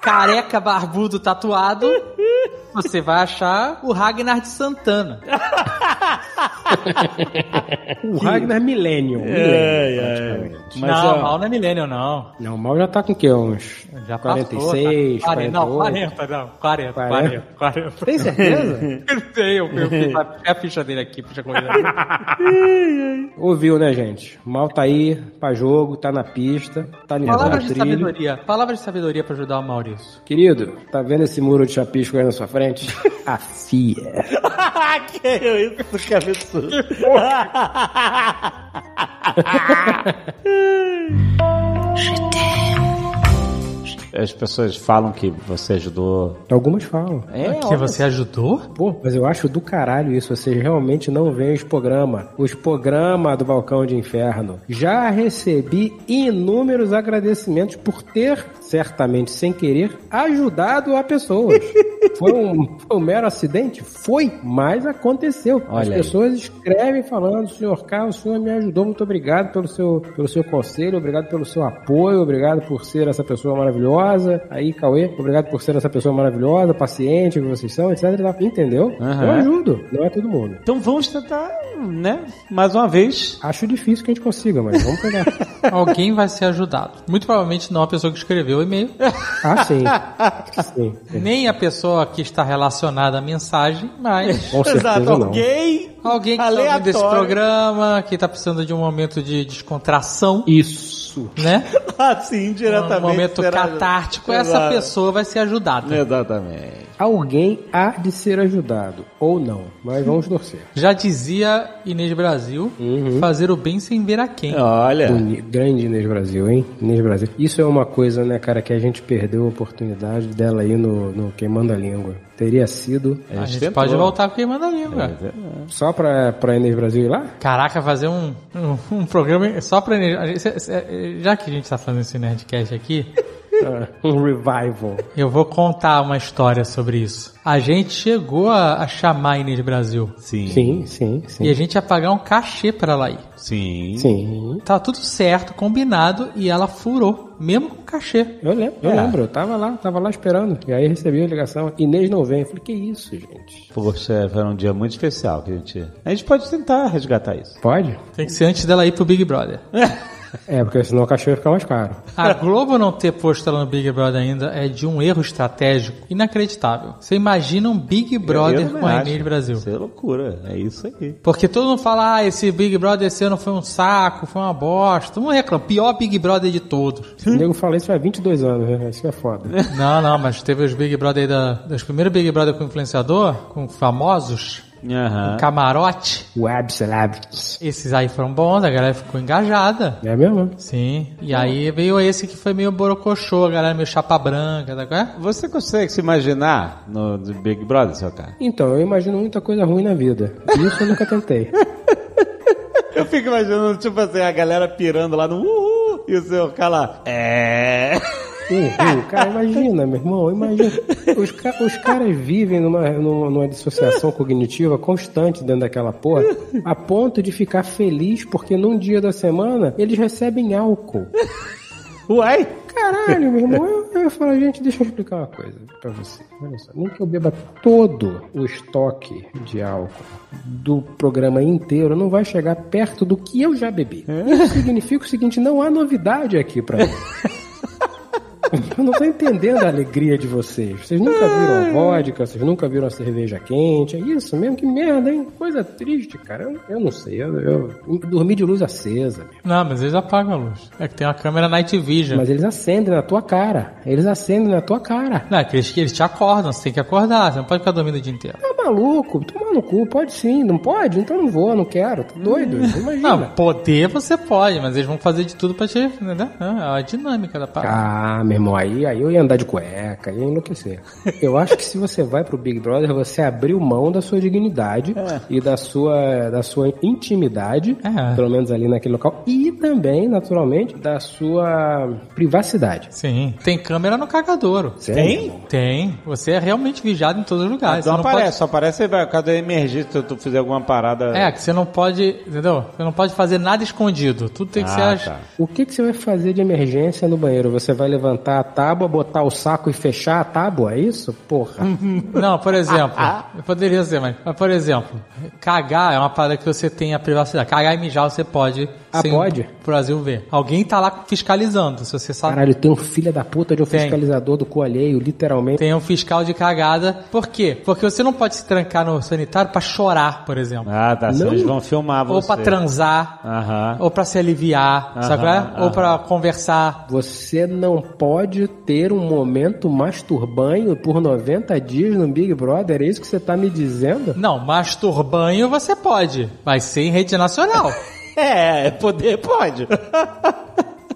Speaker 6: Careca, barbudo, tatuado. Você vai achar o Ragnar de Santana.
Speaker 14: O Ragnar Millennium.
Speaker 7: Ai,
Speaker 14: millennium,
Speaker 7: ai.
Speaker 14: praticamente.
Speaker 7: Mas,
Speaker 6: não,
Speaker 7: ó,
Speaker 6: mal não é millennial, não.
Speaker 14: Não, o mal já tá com o quê? Uns
Speaker 6: Já passou,
Speaker 14: 46,
Speaker 6: tá? 40, Não,
Speaker 14: 48.
Speaker 6: 40, não. 40, 40,
Speaker 14: 40.
Speaker 6: 40.
Speaker 14: Tem certeza?
Speaker 6: Eu tenho, eu fiz a- é a ficha dele aqui, ficha corrida.
Speaker 14: Ouviu, né, gente? O mal tá aí pra jogo, tá na pista, tá ligado na
Speaker 6: Palavras de
Speaker 14: trilha.
Speaker 6: sabedoria. Palavras de sabedoria pra ajudar o Maurício.
Speaker 14: Querido, tá vendo esse muro de chapisco aí na sua frente? Ah, Afia.
Speaker 2: que isso, que absurdo.
Speaker 7: As pessoas falam que você ajudou.
Speaker 14: Algumas falam.
Speaker 6: É, que você ajudou?
Speaker 14: Pô, mas eu acho do caralho isso. Vocês realmente não veem os programas. Os programas do Balcão de Inferno. Já recebi inúmeros agradecimentos por ter, certamente sem querer, ajudado a pessoas. Foi um, foi um mero acidente? Foi, mas aconteceu. As
Speaker 7: Olha aí.
Speaker 14: pessoas escrevem falando, senhor Carlos, o senhor me ajudou, muito obrigado pelo seu, pelo seu conselho, obrigado pelo seu apoio, obrigado por ser essa pessoa maravilhosa. Aí, Cauê, obrigado por ser essa pessoa maravilhosa, paciente que vocês são, etc. e tal. Entendeu?
Speaker 7: Aham.
Speaker 14: Eu ajudo, não é todo mundo.
Speaker 7: Então vamos tentar, né? Mais uma vez.
Speaker 14: Acho difícil que a gente consiga, mas vamos pegar.
Speaker 6: Alguém vai ser ajudado. É. Muito provavelmente não a pessoa que escreveu o e-mail,
Speaker 14: Ah, sim. sim.
Speaker 6: nem a pessoa que está relacionada à mensagem, mas
Speaker 14: Com certeza
Speaker 2: Exato,
Speaker 14: não.
Speaker 2: alguém
Speaker 6: alguém que está ouvindo
Speaker 2: aleatório.
Speaker 6: esse programa, que está precisando de um momento de descontração,
Speaker 14: Isso.
Speaker 6: né?
Speaker 2: assim
Speaker 6: Um
Speaker 2: diretamente.
Speaker 6: momento
Speaker 2: será-
Speaker 6: catártico, essa
Speaker 2: Exato.
Speaker 6: pessoa vai ser ajudada.
Speaker 2: Exatamente.
Speaker 14: Alguém há de ser ajudado, ou não, mas vamos torcer.
Speaker 6: Já dizia Inês Brasil, fazer o bem sem ver a quem.
Speaker 2: Olha.
Speaker 14: Boni- grande Inês Brasil, hein? Inês Brasil. Isso é uma coisa, né, cara, que a gente perdeu a oportunidade dela aí no, no Queimando a Língua. Teria sido.
Speaker 6: a gente É.
Speaker 7: tentou.
Speaker 6: pode voltar com quem manda língua.
Speaker 14: Só pra, pra Inês Brasil ir lá?
Speaker 6: Caraca, fazer um, um, um programa só pra energia. Já que a gente tá fazendo esse Nerdcast aqui,
Speaker 14: um revival.
Speaker 6: Eu vou contar uma história sobre isso. A gente chegou a, a chamar a Inês Brasil.
Speaker 14: Sim. Sim, sim, sim.
Speaker 6: E a gente ia pagar um cachê pra ela ir.
Speaker 7: Sim.
Speaker 14: Sim.
Speaker 6: Tá tudo certo, combinado, e ela furou, mesmo com cachê.
Speaker 14: Eu lembro, eu
Speaker 6: É.
Speaker 14: lembro. Eu tava lá, tava lá esperando. E aí recebi a ligação. Inês não vem. Eu falei, que isso, gente?
Speaker 7: Poxa, foi um dia muito especial que a gente. A gente pode tentar resgatar isso.
Speaker 14: Pode?
Speaker 6: Tem que ser antes dela ir pro Big Brother.
Speaker 14: É, porque senão o cachorro fica mais caro.
Speaker 6: A Globo não ter posto ela no Big Brother ainda é de um erro estratégico inacreditável. Você imagina um Big Brother
Speaker 7: também
Speaker 6: com a
Speaker 7: acho.
Speaker 6: Inês Brasil.
Speaker 7: Isso é loucura, é isso aí.
Speaker 6: Porque todo mundo fala, ah, esse Big Brother esse ano foi um saco, foi uma bosta. Não é, claro, pior Big Brother de todos.
Speaker 14: O nego fala isso há 22 anos, né? Isso que é foda.
Speaker 6: Não, não, mas teve os Big Brother aí da, dos primeiros Big Brother com influenciador, com famosos,
Speaker 7: Aham.
Speaker 6: com camarote.
Speaker 14: Web
Speaker 6: Esses aí foram bons, a galera ficou engajada.
Speaker 14: É mesmo?
Speaker 6: Sim. E aí veio esse que foi meio borocochô, a galera meio chapa branca, tá? qual é?
Speaker 7: Você consegue se imaginar no do Big Brother, seu cara?
Speaker 14: Então, eu imagino muita coisa ruim na vida. Isso eu nunca tentei.
Speaker 7: Eu fico imaginando, tipo assim, a galera pirando lá no uhul e o seu cara lá. É.
Speaker 14: Uhul, cara, imagina, meu irmão, imagina. Os, ca- os caras vivem numa, numa, numa dissociação cognitiva constante dentro daquela porra, a ponto de ficar feliz porque num dia da semana eles recebem álcool.
Speaker 7: Uai!
Speaker 14: Caralho, meu irmão, eu, eu falo, gente, deixa eu explicar uma coisa pra você. Olha só, nem que eu beba todo o estoque de álcool do programa inteiro, não vai chegar perto do que eu já bebi. Isso significa o seguinte: não há novidade aqui pra mim. Eu não tô entendendo a alegria de vocês. Vocês nunca viram a vodka, vocês nunca viram a cerveja quente. É isso mesmo? Que merda, hein? Coisa triste, cara. Eu, eu não sei. Eu, eu dormi de luz acesa, meu.
Speaker 6: Não, mas eles apagam a luz. É que tem uma câmera Night Vision.
Speaker 14: Mas eles acendem na tua cara. Eles acendem na tua cara.
Speaker 6: Não, é que eles, eles te acordam, você tem que acordar, você não pode ficar dormindo o dia inteiro.
Speaker 14: Tá maluco? Toma no cu. Pode sim. Não pode? Então não vou, não quero. Tá doido? Imagina.
Speaker 6: Não, poder você pode, mas eles vão fazer de tudo pra te. Entendeu? É a dinâmica da parada.
Speaker 14: Ah, meu irmão, aí, aí eu ia andar de cueca, ia enlouquecer. Eu acho que se você vai pro Big Brother, você abriu mão da sua dignidade e da sua, da sua intimidade, pelo menos ali naquele local, e também, naturalmente, da sua privacidade.
Speaker 6: Sim. Tem câmera no cagadouro.
Speaker 14: Tem?
Speaker 6: Tem. Você é realmente vigiado em todos os lugares.
Speaker 7: Então Não
Speaker 6: Ah, Você não
Speaker 7: aparece, só aparece por causa da emergência, se tu fizer alguma parada.
Speaker 14: né?
Speaker 6: pode- É, que você não pode. Entendeu? Você não pode fazer nada escondido. Tudo tem que
Speaker 7: Ah,
Speaker 6: ser.
Speaker 7: tá.
Speaker 14: O que, que você vai fazer de emergência no banheiro? Você vai levantar a tábua, botar o saco e fechar a tábua? É isso? Porra.
Speaker 6: Não, por exemplo,
Speaker 14: Ah,
Speaker 6: eu poderia ser, mas, mas, por exemplo, cagar é uma parada que você tem a privacidade. Cagar e mijar você pode.
Speaker 14: Ah, pode?
Speaker 6: O Brasil ver. Alguém tá lá fiscalizando, se você sabe.
Speaker 14: Caralho, tem um filho da puta de um
Speaker 6: Tem.
Speaker 14: fiscalizador do cu alheio, literalmente.
Speaker 6: Tem um fiscal de cagada. Por quê? Porque você não pode se trancar no sanitário pra chorar, por exemplo.
Speaker 7: Ah, tá. senão
Speaker 6: Não.
Speaker 7: Eles vão filmar você.
Speaker 6: Ou pra transar.
Speaker 7: Aham.
Speaker 6: Ou pra se aliviar,
Speaker 7: Aham,
Speaker 6: sabe? qual é?
Speaker 7: aham.
Speaker 6: Ou pra conversar.
Speaker 14: Você não pode ter um momento masturbanho por 90 dias no Big Brother, é isso que você tá me dizendo?
Speaker 6: Não, masturbanho você pode, mas sem rede nacional.
Speaker 7: É, poder pode.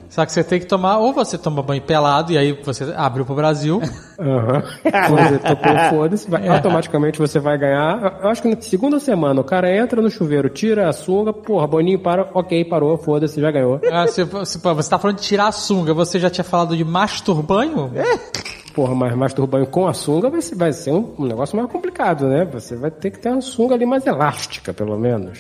Speaker 6: Só que você tem que tomar, ou você toma banho pelado e aí você abriu pro Brasil.
Speaker 14: Aham. Você tocou foda-se, vai-
Speaker 6: É.
Speaker 14: automaticamente você vai ganhar. Eu acho que na segunda semana o cara entra no chuveiro, tira a sunga, porra, Boninho para, ok, parou, foda-se, já ganhou.
Speaker 6: Ah, se- se- pô, você tá falando de tirar a sunga, você já tinha falado de masturbanho?
Speaker 14: Porra, mas masturbanho com a sunga vai ser, vai ser um, um negócio mais complicado, né? Você vai ter que ter uma sunga ali mais elástica, pelo menos.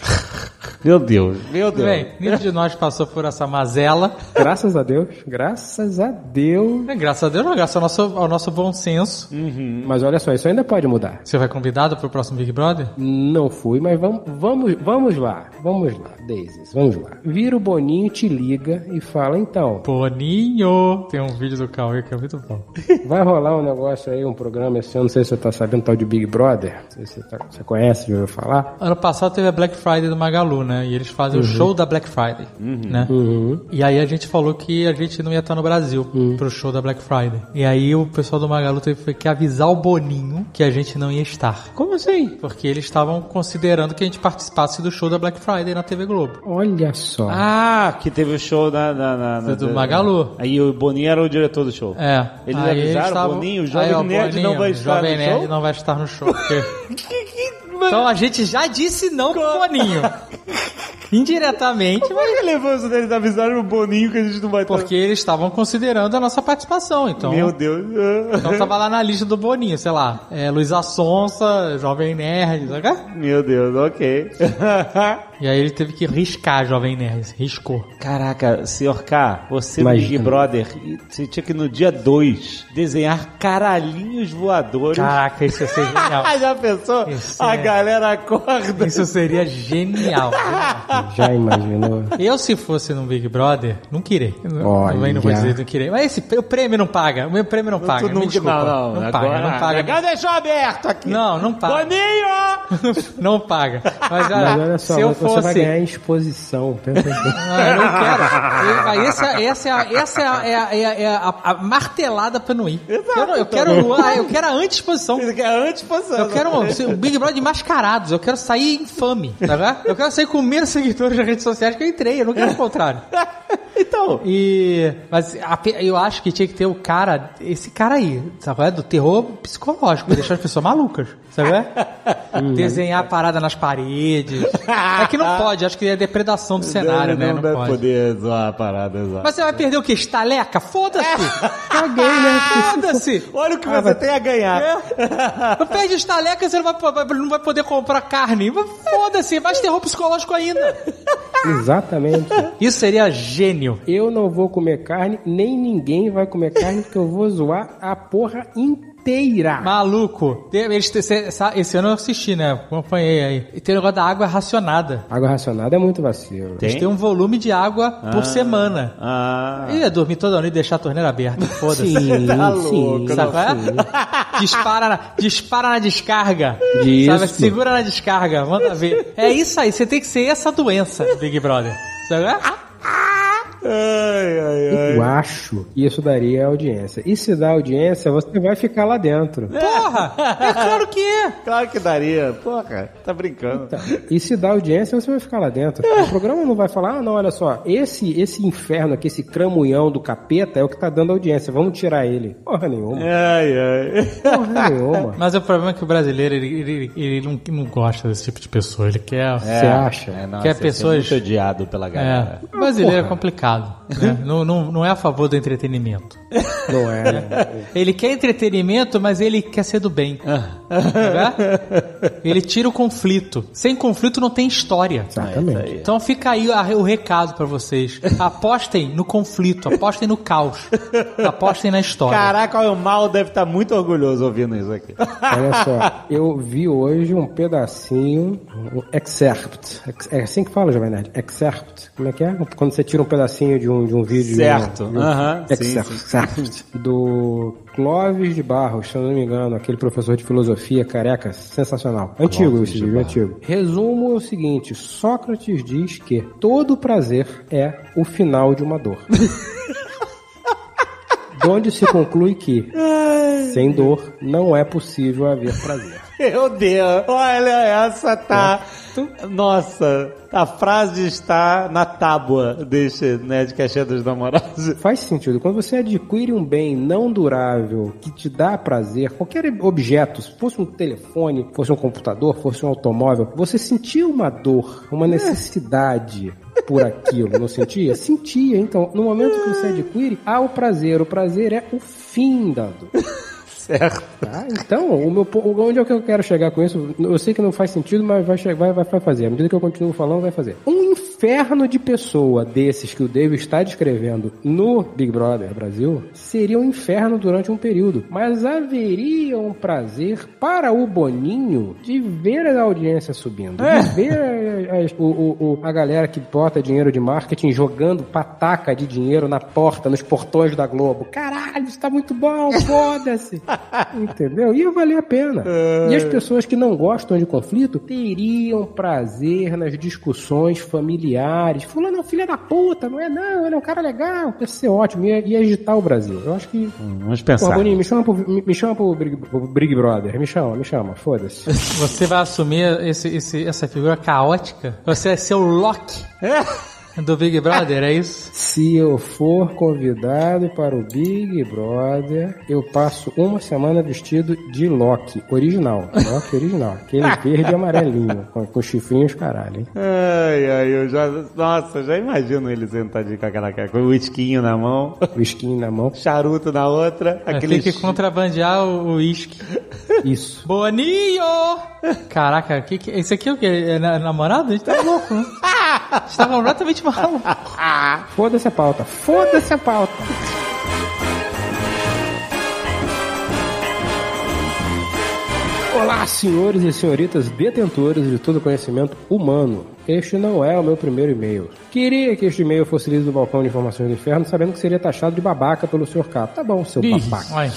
Speaker 7: Meu Deus.
Speaker 6: Meu Deus. Bem, nenhum de nós passou por essa mazela.
Speaker 14: Graças a Deus, graças a Deus.
Speaker 6: É, Graças a Deus, não, graças ao nosso, ao nosso bom senso.
Speaker 14: Mas olha só, isso ainda pode mudar.
Speaker 6: Você vai convidado pro próximo Big Brother?
Speaker 14: Não fui, mas vamos, vamos, vamos lá. Vamos lá, Daisy, vamos lá. Vira o Boninho, te liga e fala, então,
Speaker 6: Boninho! Tem um vídeo do Cauê que é muito bom.
Speaker 14: vai rolar um negócio aí, um programa esse ano, não sei se você tá sabendo, tal de Big Brother. Não sei se você, tá- você conhece, já ouviu falar.
Speaker 6: Ano passado teve a Black Friday do Magalu, né? E eles fazem o
Speaker 14: Uhum.
Speaker 6: show da Black Friday, né? E aí a gente falou que a gente não ia estar no Brasil pro show da Black Friday. E aí o pessoal do Magalu teve que avisar o Boninho que a gente não ia estar.
Speaker 14: Como assim?
Speaker 6: Porque eles estavam considerando que a gente participasse do show da Black Friday na TV Globo.
Speaker 14: Olha só.
Speaker 7: Ah, que teve o show na, na, na- na-
Speaker 6: é Do Magalu.
Speaker 7: Aí o Boninho era o diretor do show.
Speaker 6: É.
Speaker 7: Eles
Speaker 6: Aí
Speaker 7: avisaram
Speaker 6: estavam-
Speaker 7: o Boninho, o
Speaker 6: Aí,
Speaker 7: Jovem
Speaker 6: ó,
Speaker 7: Nerd não
Speaker 6: Boninho,
Speaker 7: vai estar
Speaker 6: Jovem
Speaker 7: no
Speaker 6: Nerd
Speaker 7: show.
Speaker 6: não vai estar no show. porque- então a gente já disse não pro Boninho. Indiretamente,
Speaker 7: é
Speaker 2: mas. Qual a relevância deles
Speaker 7: Tá
Speaker 2: avisarem o Boninho que a gente não vai
Speaker 6: Porque eles estavam considerando a nossa participação, então.
Speaker 2: Meu Deus.
Speaker 6: Então tava lá na lista do Boninho, sei lá. É, Luiz Assonsa, Jovem Nerd, sabe? é?
Speaker 2: Meu Deus, ok.
Speaker 6: E aí ele teve que riscar Jovem Nerd, riscou.
Speaker 2: Caraca, senhor K, você no Big Brother, você tinha que no dia 2 desenhar caralhinhos voadores.
Speaker 6: Caraca, isso ia ser genial.
Speaker 2: Já pensou?
Speaker 6: Isso
Speaker 2: a
Speaker 6: é-
Speaker 2: galera acorda.
Speaker 6: Isso seria genial.
Speaker 14: Já imaginou?
Speaker 6: Eu, se fosse num Big Brother, não queria. Não, também não vou
Speaker 14: Olha.
Speaker 6: dizer que não queria. Mas esse, o prêmio não paga. O meu prêmio não paga.
Speaker 2: Tu
Speaker 6: me
Speaker 2: não-
Speaker 6: desculpa.
Speaker 2: não, não,
Speaker 6: paga,
Speaker 2: agora-
Speaker 6: não paga. Tá
Speaker 2: agora deixou aberto aqui.
Speaker 6: Não, não paga.
Speaker 2: Boninho!
Speaker 6: Não paga. Mas, olha,
Speaker 14: Mas olha só,
Speaker 6: se eu
Speaker 14: você vai
Speaker 6: fosse.
Speaker 14: ganhar exposição. um Pensa bem.
Speaker 6: Não, eu não quero. Eu- mas Essa, essa é, a, essa é, a, é, a, é a- é a- a martelada pra não ir. eu, não- eu quero Luan, eu quero a anteexposição.
Speaker 2: Você quer antes né? passando.
Speaker 6: Eu quero um, um Big Brother de mascarados. Eu quero sair infame, tá vendo? Eu quero sair com menos seguidores nas redes sociais que eu entrei. Eu não quero o contrário.
Speaker 2: Então.
Speaker 6: E, mas a pe- eu acho que tinha que ter o cara, esse cara aí, sabe? qual é? Do terror psicológico, deixar as pessoas malucas, sabe? qual é?
Speaker 2: Hum.
Speaker 6: Desenhar a parada nas paredes. É que não pode, acho que é depredação do cenário, né?
Speaker 2: não,
Speaker 6: Não
Speaker 2: vai
Speaker 6: pode.
Speaker 2: poder zoar a parada, exato.
Speaker 6: Mas você vai perder o quê? Estaleca? Foda-se! Caguei, né? Ah, Foda-se! É.
Speaker 2: Olha o que você tem a ganhar.
Speaker 6: Não perde estaleca, você não vai, po- vai- não vai poder comprar carne. Foda-se, mais terror psicológico ainda.
Speaker 14: Exatamente.
Speaker 6: Isso seria gênio.
Speaker 14: Eu não vou comer carne, nem ninguém vai comer carne, porque eu vou zoar a porra inteira.
Speaker 6: Maluco. Tem- eles te- se- sa- Esse ano eu assisti, né? Acompanhei aí. E tem o negócio da água racionada.
Speaker 14: Água racionada é muito vacilo.
Speaker 6: Eles têm um volume de água por semana.
Speaker 2: Ah.
Speaker 6: Ia dormir toda noite e deixar a torneira aberta. Foda-se.
Speaker 14: Sim,
Speaker 2: Tá
Speaker 14: sim.
Speaker 2: louco,
Speaker 6: Sabe qual é? Dispara na, dispara na descarga.
Speaker 14: Isso.
Speaker 6: Sabe? Segura na descarga, manda ver. É isso aí, você tem que ser essa doença, Big Brother. Sabe? qual é?
Speaker 2: Ai, ai, ai.
Speaker 14: Eu acho que isso daria audiência. E se dá audiência, você vai ficar lá dentro.
Speaker 6: Porra! É claro que é!
Speaker 2: Claro que daria. Porra, tá brincando.
Speaker 6: Então.
Speaker 14: E se dá audiência, você vai ficar lá dentro. O programa não vai falar, ah, não, olha só, esse esse inferno aqui, esse cramunhão do capeta é o que tá dando audiência, vamos tirar ele. Porra
Speaker 2: É.
Speaker 14: nenhuma.
Speaker 2: Ai, ai.
Speaker 14: Porra nenhuma.
Speaker 6: Mas o problema é que o brasileiro, ele, ele, ele não, não gosta desse tipo de pessoa. Ele quer.
Speaker 14: Você acha?
Speaker 2: nossa,
Speaker 6: Que é
Speaker 2: ia ser
Speaker 6: pessoas-
Speaker 2: muito odiado pela
Speaker 6: É,
Speaker 2: galera.
Speaker 6: o brasileiro é complicado. né? não, não, não é a favor do entretenimento.
Speaker 14: Não é. né?
Speaker 6: Ele quer entretenimento, mas ele quer ser do bem. Tá vendo? ele tira o conflito. Sem conflito não tem história.
Speaker 14: Exatamente.
Speaker 6: Então fica aí a- o recado pra vocês. Apostem no conflito, apostem no caos, apostem na história.
Speaker 2: Caraca, olha, o mal deve estar muito orgulhoso ouvindo isso aqui.
Speaker 14: Olha só, eu vi hoje um pedacinho, um excerpt. Ex- É assim que fala, Jovem Nerd? Excerpt. Como é que é? Quando você tira um pedacinho de um, de um vídeo.
Speaker 2: Certo.
Speaker 14: de um-
Speaker 2: Aham, sim,
Speaker 14: excerpt. excerpt. Do Clóvis de Barros, se eu não me engano, aquele professor de filosofia careca, sensacional. Antigo esse vídeo, antigo. Resumo é o seguinte: Sócrates diz que todo prazer é o final de uma dor. Onde se conclui que, sem dor, não é possível haver prazer.
Speaker 2: Meu Deus, olha, essa tá.
Speaker 6: É.
Speaker 2: Nossa, a frase está na tábua deste Nerdcast dos Namorados.
Speaker 14: Faz sentido. Quando você adquire um bem não durável que te dá prazer, qualquer objeto, se fosse um telefone, fosse um computador, fosse um automóvel, você sentia uma dor, uma necessidade por aquilo, não sentia? Sentia. Então, no momento que você adquire, há o prazer. O prazer é o fim da dor.
Speaker 2: Certo.
Speaker 14: Tá? Então, o meu, po- onde é que eu quero chegar com isso? Eu sei que não faz sentido, mas vai, che- vai, vai, vai fazer. À medida que eu continuo falando, vai fazer. Um inferno de pessoa desses que o David está descrevendo no Big Brother Brasil seria um inferno durante um período. Mas haveria um prazer para o Boninho de ver a audiência subindo, de ver a, a- o- o- o- a galera que bota dinheiro de marketing jogando pataca de dinheiro na porta, nos portões da Globo. Caralho, isso tá muito bom, foda-se. Entendeu? Ia valer a pena. E as pessoas que não gostam de conflito teriam prazer nas discussões familiares. Fulano é um filho da puta, não é não, ele é um cara legal, deve ser ótimo, ia, ia agitar o Brasil. Eu acho que...
Speaker 2: Vamos
Speaker 14: Pô,
Speaker 2: pensar.
Speaker 14: Boninho, me chama pro, me, me chama pro Big, pro Big Brother, me chama, me chama, foda-se.
Speaker 6: Você vai assumir esse, esse- essa figura caótica? Você vai ser o é Loki. Do Big Brother, é isso?
Speaker 14: Se eu for convidado para o Big Brother, eu passo uma semana vestido de Loki, original. Loki original. Aquele verde e amarelinho, com, com chifrinhos caralho. hein?
Speaker 2: Ai, ai, eu já. Nossa, já imagino ele sentadinho com aquela cara, com o isquinho na mão.
Speaker 14: O isquinho na mão.
Speaker 2: Charuto na outra. Aquele
Speaker 6: Aquele Tem que contrabandear o o uísque.
Speaker 14: Isso.
Speaker 6: Boninho! Caraca, que que, esse aqui é o quê? É na- namorado? A gente tá louco, né? A gente tá completamente maluco.
Speaker 14: Foda-se a pauta. Foda-se a pauta. Olá, senhores e senhoritas detentores de todo conhecimento humano. Este não é o meu primeiro e-mail. Queria que este e-mail fosse lido do balcão de informações do inferno, sabendo que seria taxado de babaca pelo Sr. K. Tá bom, seu babaca.
Speaker 6: Ai.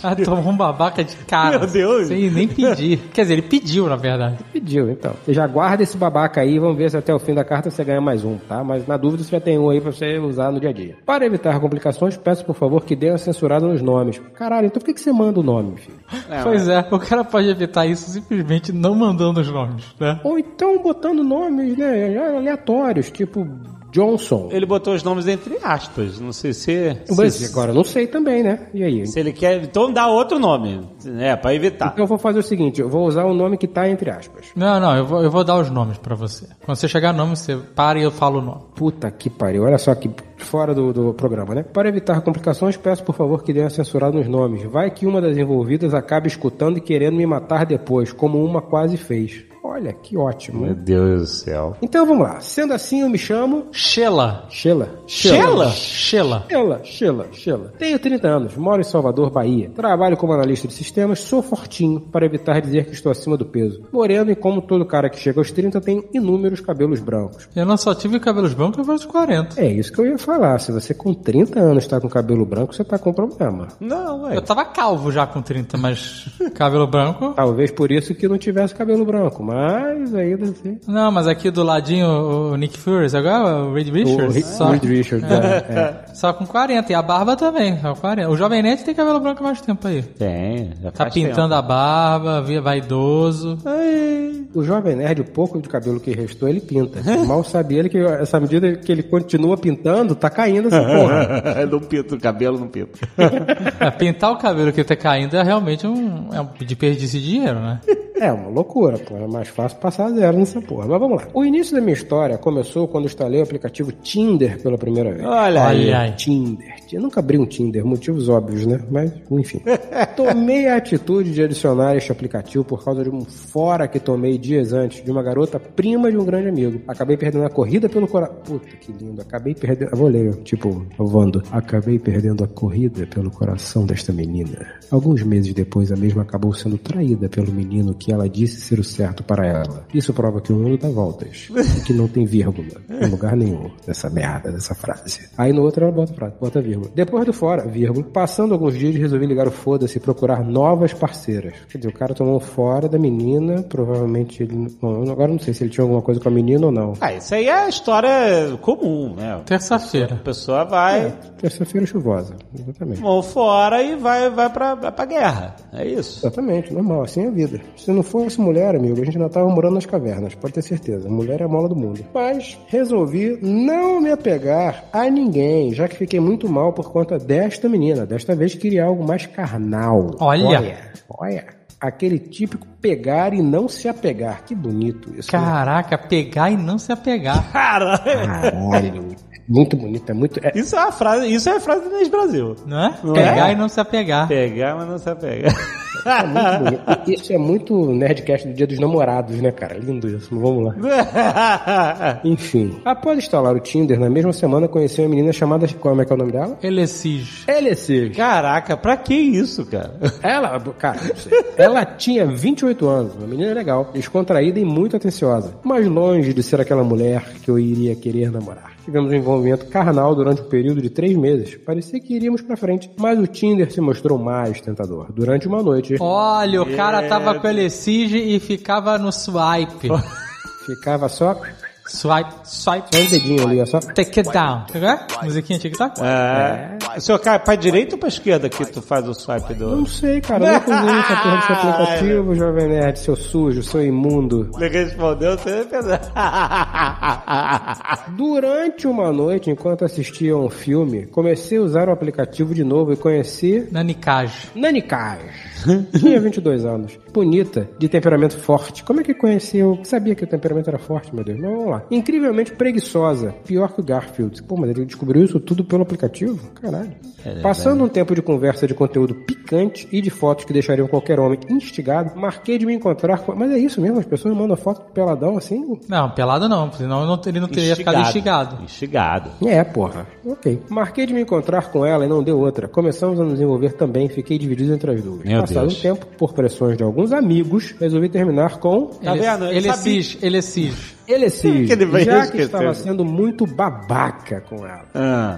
Speaker 6: Ah, tomou um babaca de cara. Meu Deus! Sem nem pedir. Quer dizer, ele pediu, na verdade.
Speaker 14: Pediu, então. Você já guarda esse babaca aí, vamos ver se até o fim da carta você ganha mais um, tá? Mas na dúvida você já tem um aí pra você usar no dia a dia. Para evitar complicações, peço por favor que dê uma censurada nos nomes. Caralho, então por que, que você manda o nome, filho?
Speaker 6: pois é, o cara pode evitar isso simplesmente não mandando os nomes, né?
Speaker 14: Ou então botando nomes, né, aleatórios, tipo Johnson.
Speaker 2: Ele botou os nomes entre aspas. Não sei se. é-
Speaker 14: Mas
Speaker 2: se,
Speaker 14: agora eu não sei também, né? E aí?
Speaker 2: se ele quer. Então dá outro nome. É, pra evitar.
Speaker 14: Então eu vou fazer o seguinte, eu vou usar o nome que tá entre aspas.
Speaker 6: Não, não, eu vou, eu vou dar os nomes pra você. Quando você chegar no nome, você para e eu falo o nome.
Speaker 14: Puta que pariu, olha só que fora do, do programa, né? Para evitar complicações, peço por favor que dê uma censurada nos nomes. Vai que uma das envolvidas acaba escutando e querendo me matar depois, como uma quase fez. Olha, que ótimo.
Speaker 2: Meu
Speaker 14: né?
Speaker 2: Deus do céu.
Speaker 14: Então vamos lá. Sendo assim, eu me chamo
Speaker 6: Sheila.
Speaker 14: Sheila.
Speaker 6: Sheila? Sheila.
Speaker 14: Sheila, Sheila, Sheila. Tenho 30 anos, moro em Salvador, Bahia. Trabalho como analista de sistemas, sou fortinho, para evitar dizer que estou acima do peso. Moreno e como todo cara que chega aos 30 tem inúmeros cabelos brancos.
Speaker 6: Eu não só tive cabelos brancos, eu vou aos 40.
Speaker 14: É isso que eu ia falar. Se você com 30 anos está com cabelo branco, você está com problema.
Speaker 2: Não, ué.
Speaker 6: Eu tava calvo já com 30, mas cabelo branco.
Speaker 14: Talvez por isso que não tivesse cabelo branco, mas ainda assim.
Speaker 6: Não, mas aqui do ladinho o Nick Fury, agora o Reed Richards.
Speaker 14: Ri- Reed Richards, é,
Speaker 6: Só com 40. E a barba também, só com 40. O Jovem Nerd tem cabelo branco há mais tempo aí.
Speaker 2: Tem. Já
Speaker 6: Tá pintando a barba, vi- vaidoso.
Speaker 14: O jovem nerd, o pouco de cabelo que restou, ele pinta. Mal sabia ele que essa medida que ele continua pintando, tá caindo essa porra.
Speaker 2: não pinto o cabelo, não pinto.
Speaker 6: É, pintar o cabelo que tá caindo é realmente um, é um desperdício de dinheiro, né?
Speaker 14: É uma loucura, pô. É mais fácil passar zero nessa porra. Mas vamos lá. O início da minha história começou quando instalei o aplicativo Tinder pela primeira vez.
Speaker 2: Olha aí.
Speaker 6: Olha aí.
Speaker 14: Tinder. Eu nunca abri um Tinder, motivos óbvios, né? Mas, enfim. Tomei a atitude de adicionar este aplicativo por causa de um fora que tomei dias antes de uma garota prima de um grande amigo. Acabei perdendo a corrida pelo coração. Puta que lindo. Acabei perdendo. Eu Vou ler, tipo, eu Vando. Acabei perdendo a corrida pelo coração desta menina. Alguns meses depois, a mesma acabou sendo traída pelo menino que ela disse ser o certo para ela. Isso prova que o mundo dá voltas. e que não tem vírgula em lugar nenhum dessa merda, dessa frase. Aí no outro ela bota a frase, bota a vírgula. Depois do fora, vírgula. Passando alguns dias, resolvi ligar o foda-se e procurar novas parceiras. Quer dizer, o cara tomou um fora da menina, provavelmente ele. Bom, eu agora não sei se ele tinha alguma coisa com a menina ou não.
Speaker 2: Ah, isso aí é história comum, né?
Speaker 6: Terça-feira.
Speaker 2: A pessoa vai,
Speaker 14: Terça-feira chuvosa, exatamente.
Speaker 2: mão fora e vai, vai pra, pra guerra. É isso.
Speaker 14: Exatamente, normal, assim é a vida. Se não fosse mulher, amigo, a gente ainda tava morando nas cavernas, pode ter certeza. Mulher é a mola do mundo. Mas resolvi não me apegar a ninguém, já que fiquei muito mal por conta desta menina. Desta vez queria algo mais carnal.
Speaker 6: Olha.
Speaker 14: Olha! olha. Aquele típico pegar e não se apegar. Que bonito isso. né?
Speaker 6: Caraca, pegar e não se apegar.
Speaker 2: Cara,
Speaker 14: Caralho! Muito bonito, é muito. é-
Speaker 2: isso é uma frase, isso é a frase do Inês Brasil.
Speaker 6: Não é?
Speaker 2: Não
Speaker 6: pegar
Speaker 2: é?
Speaker 6: e não se apegar.
Speaker 2: Pegar, mas não se apega.
Speaker 14: É muito bonito. Isso é muito Nerdcast do Dia dos Namorados, né, cara? Lindo isso. mas Vamos lá. Enfim. Após instalar o Tinder, na mesma semana conheci uma menina chamada. Como é que é o nome dela?
Speaker 6: Ele exige.
Speaker 2: É.
Speaker 14: LC.
Speaker 2: Caraca, pra que isso, cara?
Speaker 14: Ela, cara, não sei. ela tinha 28 anos, uma menina legal, descontraída e muito atenciosa, mas longe de ser aquela mulher que eu iria querer namorar. Tivemos um envolvimento carnal durante um período de três meses. Parecia que iríamos pra frente, mas o Tinder se mostrou mais tentador. Durante uma noite,
Speaker 6: Olha, o cara tava com o Elecige e ficava no swipe.
Speaker 14: ficava só
Speaker 6: Swipe, swipe.
Speaker 14: Só o dedinho ali, ó. Só.
Speaker 6: Take it down. Agora? Musiquinha TikTok?
Speaker 2: É. O senhor cai pra direita ou pra esquerda que tu faz o swipe do.
Speaker 14: Não sei, cara. Eu nunca usei essa porra desse aplicativo, Jovem Nerd, seu sujo, seu imundo.
Speaker 2: Ele respondeu, você é
Speaker 14: Durante uma noite, enquanto assistia a um filme, comecei a usar o aplicativo de novo e conheci.
Speaker 6: Nanicage.
Speaker 14: Nanicage. Tinha 22 anos. Bonita, de temperamento forte. Como é que conheci? Eu sabia que o temperamento era forte, meu Deus. Mas vamos lá. Incrivelmente preguiçosa. Pior que o Garfield. Pô, mas ele descobriu isso tudo pelo aplicativo? Caralho. Passando um tempo de conversa de conteúdo picante e de fotos que deixariam qualquer homem instigado, marquei de me encontrar com. Mas é isso mesmo, as pessoas mandam foto peladão assim?
Speaker 6: Não, pelado não, senão não- ele não teria ficado instigado.
Speaker 2: Instigado.
Speaker 14: É, porra. Ok. Marquei de me encontrar com ela e não deu outra. Começamos a nos envolver também, fiquei dividido entre as duas.
Speaker 2: Meu
Speaker 14: Passado
Speaker 2: Deus.
Speaker 14: um tempo, por pressões de alguns amigos, resolvi terminar com.
Speaker 6: Tá ele, vendo? Ele, cis, ele cis.
Speaker 14: Ele é cis,
Speaker 6: Que ele vai
Speaker 14: já que
Speaker 6: esquecer.
Speaker 14: estava sendo muito babaca com ela.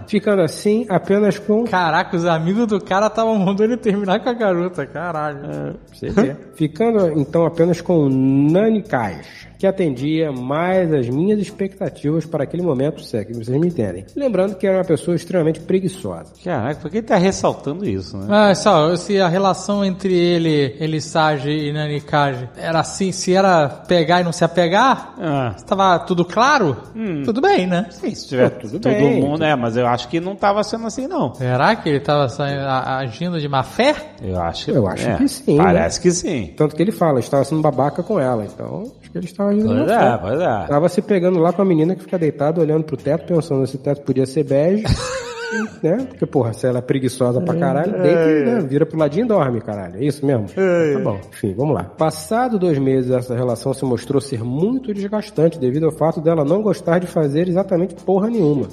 Speaker 14: Ficando assim, apenas com.
Speaker 6: Caraca, os amigos do cara estavam mandando ele terminar com a garota,
Speaker 2: É,
Speaker 6: caralho.
Speaker 14: Você vê. Ficando então apenas com o Nani Cais, que atendia mais as minhas expectativas para aquele momento, se é que vocês me entendem. Lembrando que era uma pessoa extremamente preguiçosa.
Speaker 2: Caraca, por que ele tá ressaltando isso, né?
Speaker 6: Ah, só, se a relação entre ele, ele Sage e Nani Cage era assim, se era pegar e não se apegar,
Speaker 2: Ah,
Speaker 6: estava tudo claro, tudo bem, né?
Speaker 2: Sim, se tiver
Speaker 6: tudo
Speaker 2: todo
Speaker 6: bem.
Speaker 2: mundo, é, mas eu acho que não tava sendo assim, não.
Speaker 6: Será que ele estava agindo de má fé?
Speaker 2: Eu acho
Speaker 14: Eu acho
Speaker 2: é,
Speaker 14: que sim.
Speaker 2: Parece
Speaker 14: né?
Speaker 2: que sim.
Speaker 14: Tanto que ele fala, estava sendo babaca com ela, então acho que ele estava indo
Speaker 2: Pois
Speaker 14: na
Speaker 2: é,
Speaker 14: fé.
Speaker 2: pois é.
Speaker 14: Tava se pegando lá com a menina que fica deitada olhando pro teto, pensando se o teto podia ser bege. né? Porque, porra, se ela é preguiçosa pra caralho, deita e né, vira pro ladinho e dorme, caralho. É isso mesmo? Tá bom. Enfim, vamos lá. Passado dois meses, essa relação se mostrou ser muito desgastante devido ao fato dela não gostar de fazer exatamente porra nenhuma.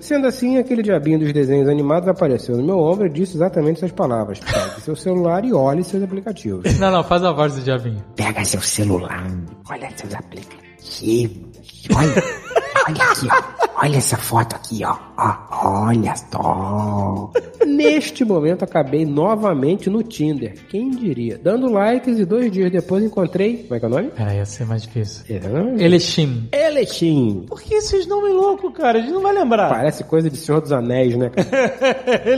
Speaker 14: Sendo assim, aquele diabinho dos desenhos animados apareceu no meu ombro e disse exatamente essas palavras. Pegue seu celular e olhe seus aplicativos.
Speaker 6: Não, não, faz a voz do diabinho.
Speaker 14: Pega seu celular, olha seus aplicativos.
Speaker 15: Olha aqui, ó. olha essa foto aqui, ó. ó olha só.
Speaker 14: Neste momento, acabei novamente no Tinder. Quem diria? Dando likes e dois dias depois encontrei. Como é que é o nome?
Speaker 6: Peraí, ia ser mais difícil. é
Speaker 14: Elechim. Elechim.
Speaker 2: Por que esses nomes loucos, cara? A gente não vai lembrar.
Speaker 14: Parece coisa de Senhor dos Anéis, né, cara?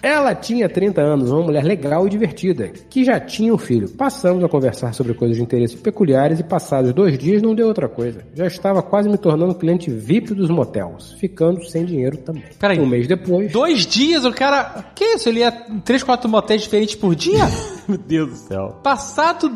Speaker 14: Ela tinha 30 anos, uma mulher legal e divertida, que já tinha um filho. Passamos a conversar sobre coisas de interesse peculiares e passados dois dias não deu outra coisa. Já estava quase me tornando cliente VIP dos motels, ficando sem dinheiro também.
Speaker 6: Peraí.
Speaker 14: Um mês depois...
Speaker 6: Dois dias, o cara. Que isso? Ele ia em três, quatro motéis diferentes por dia?
Speaker 2: Meu Deus do céu.
Speaker 6: Passado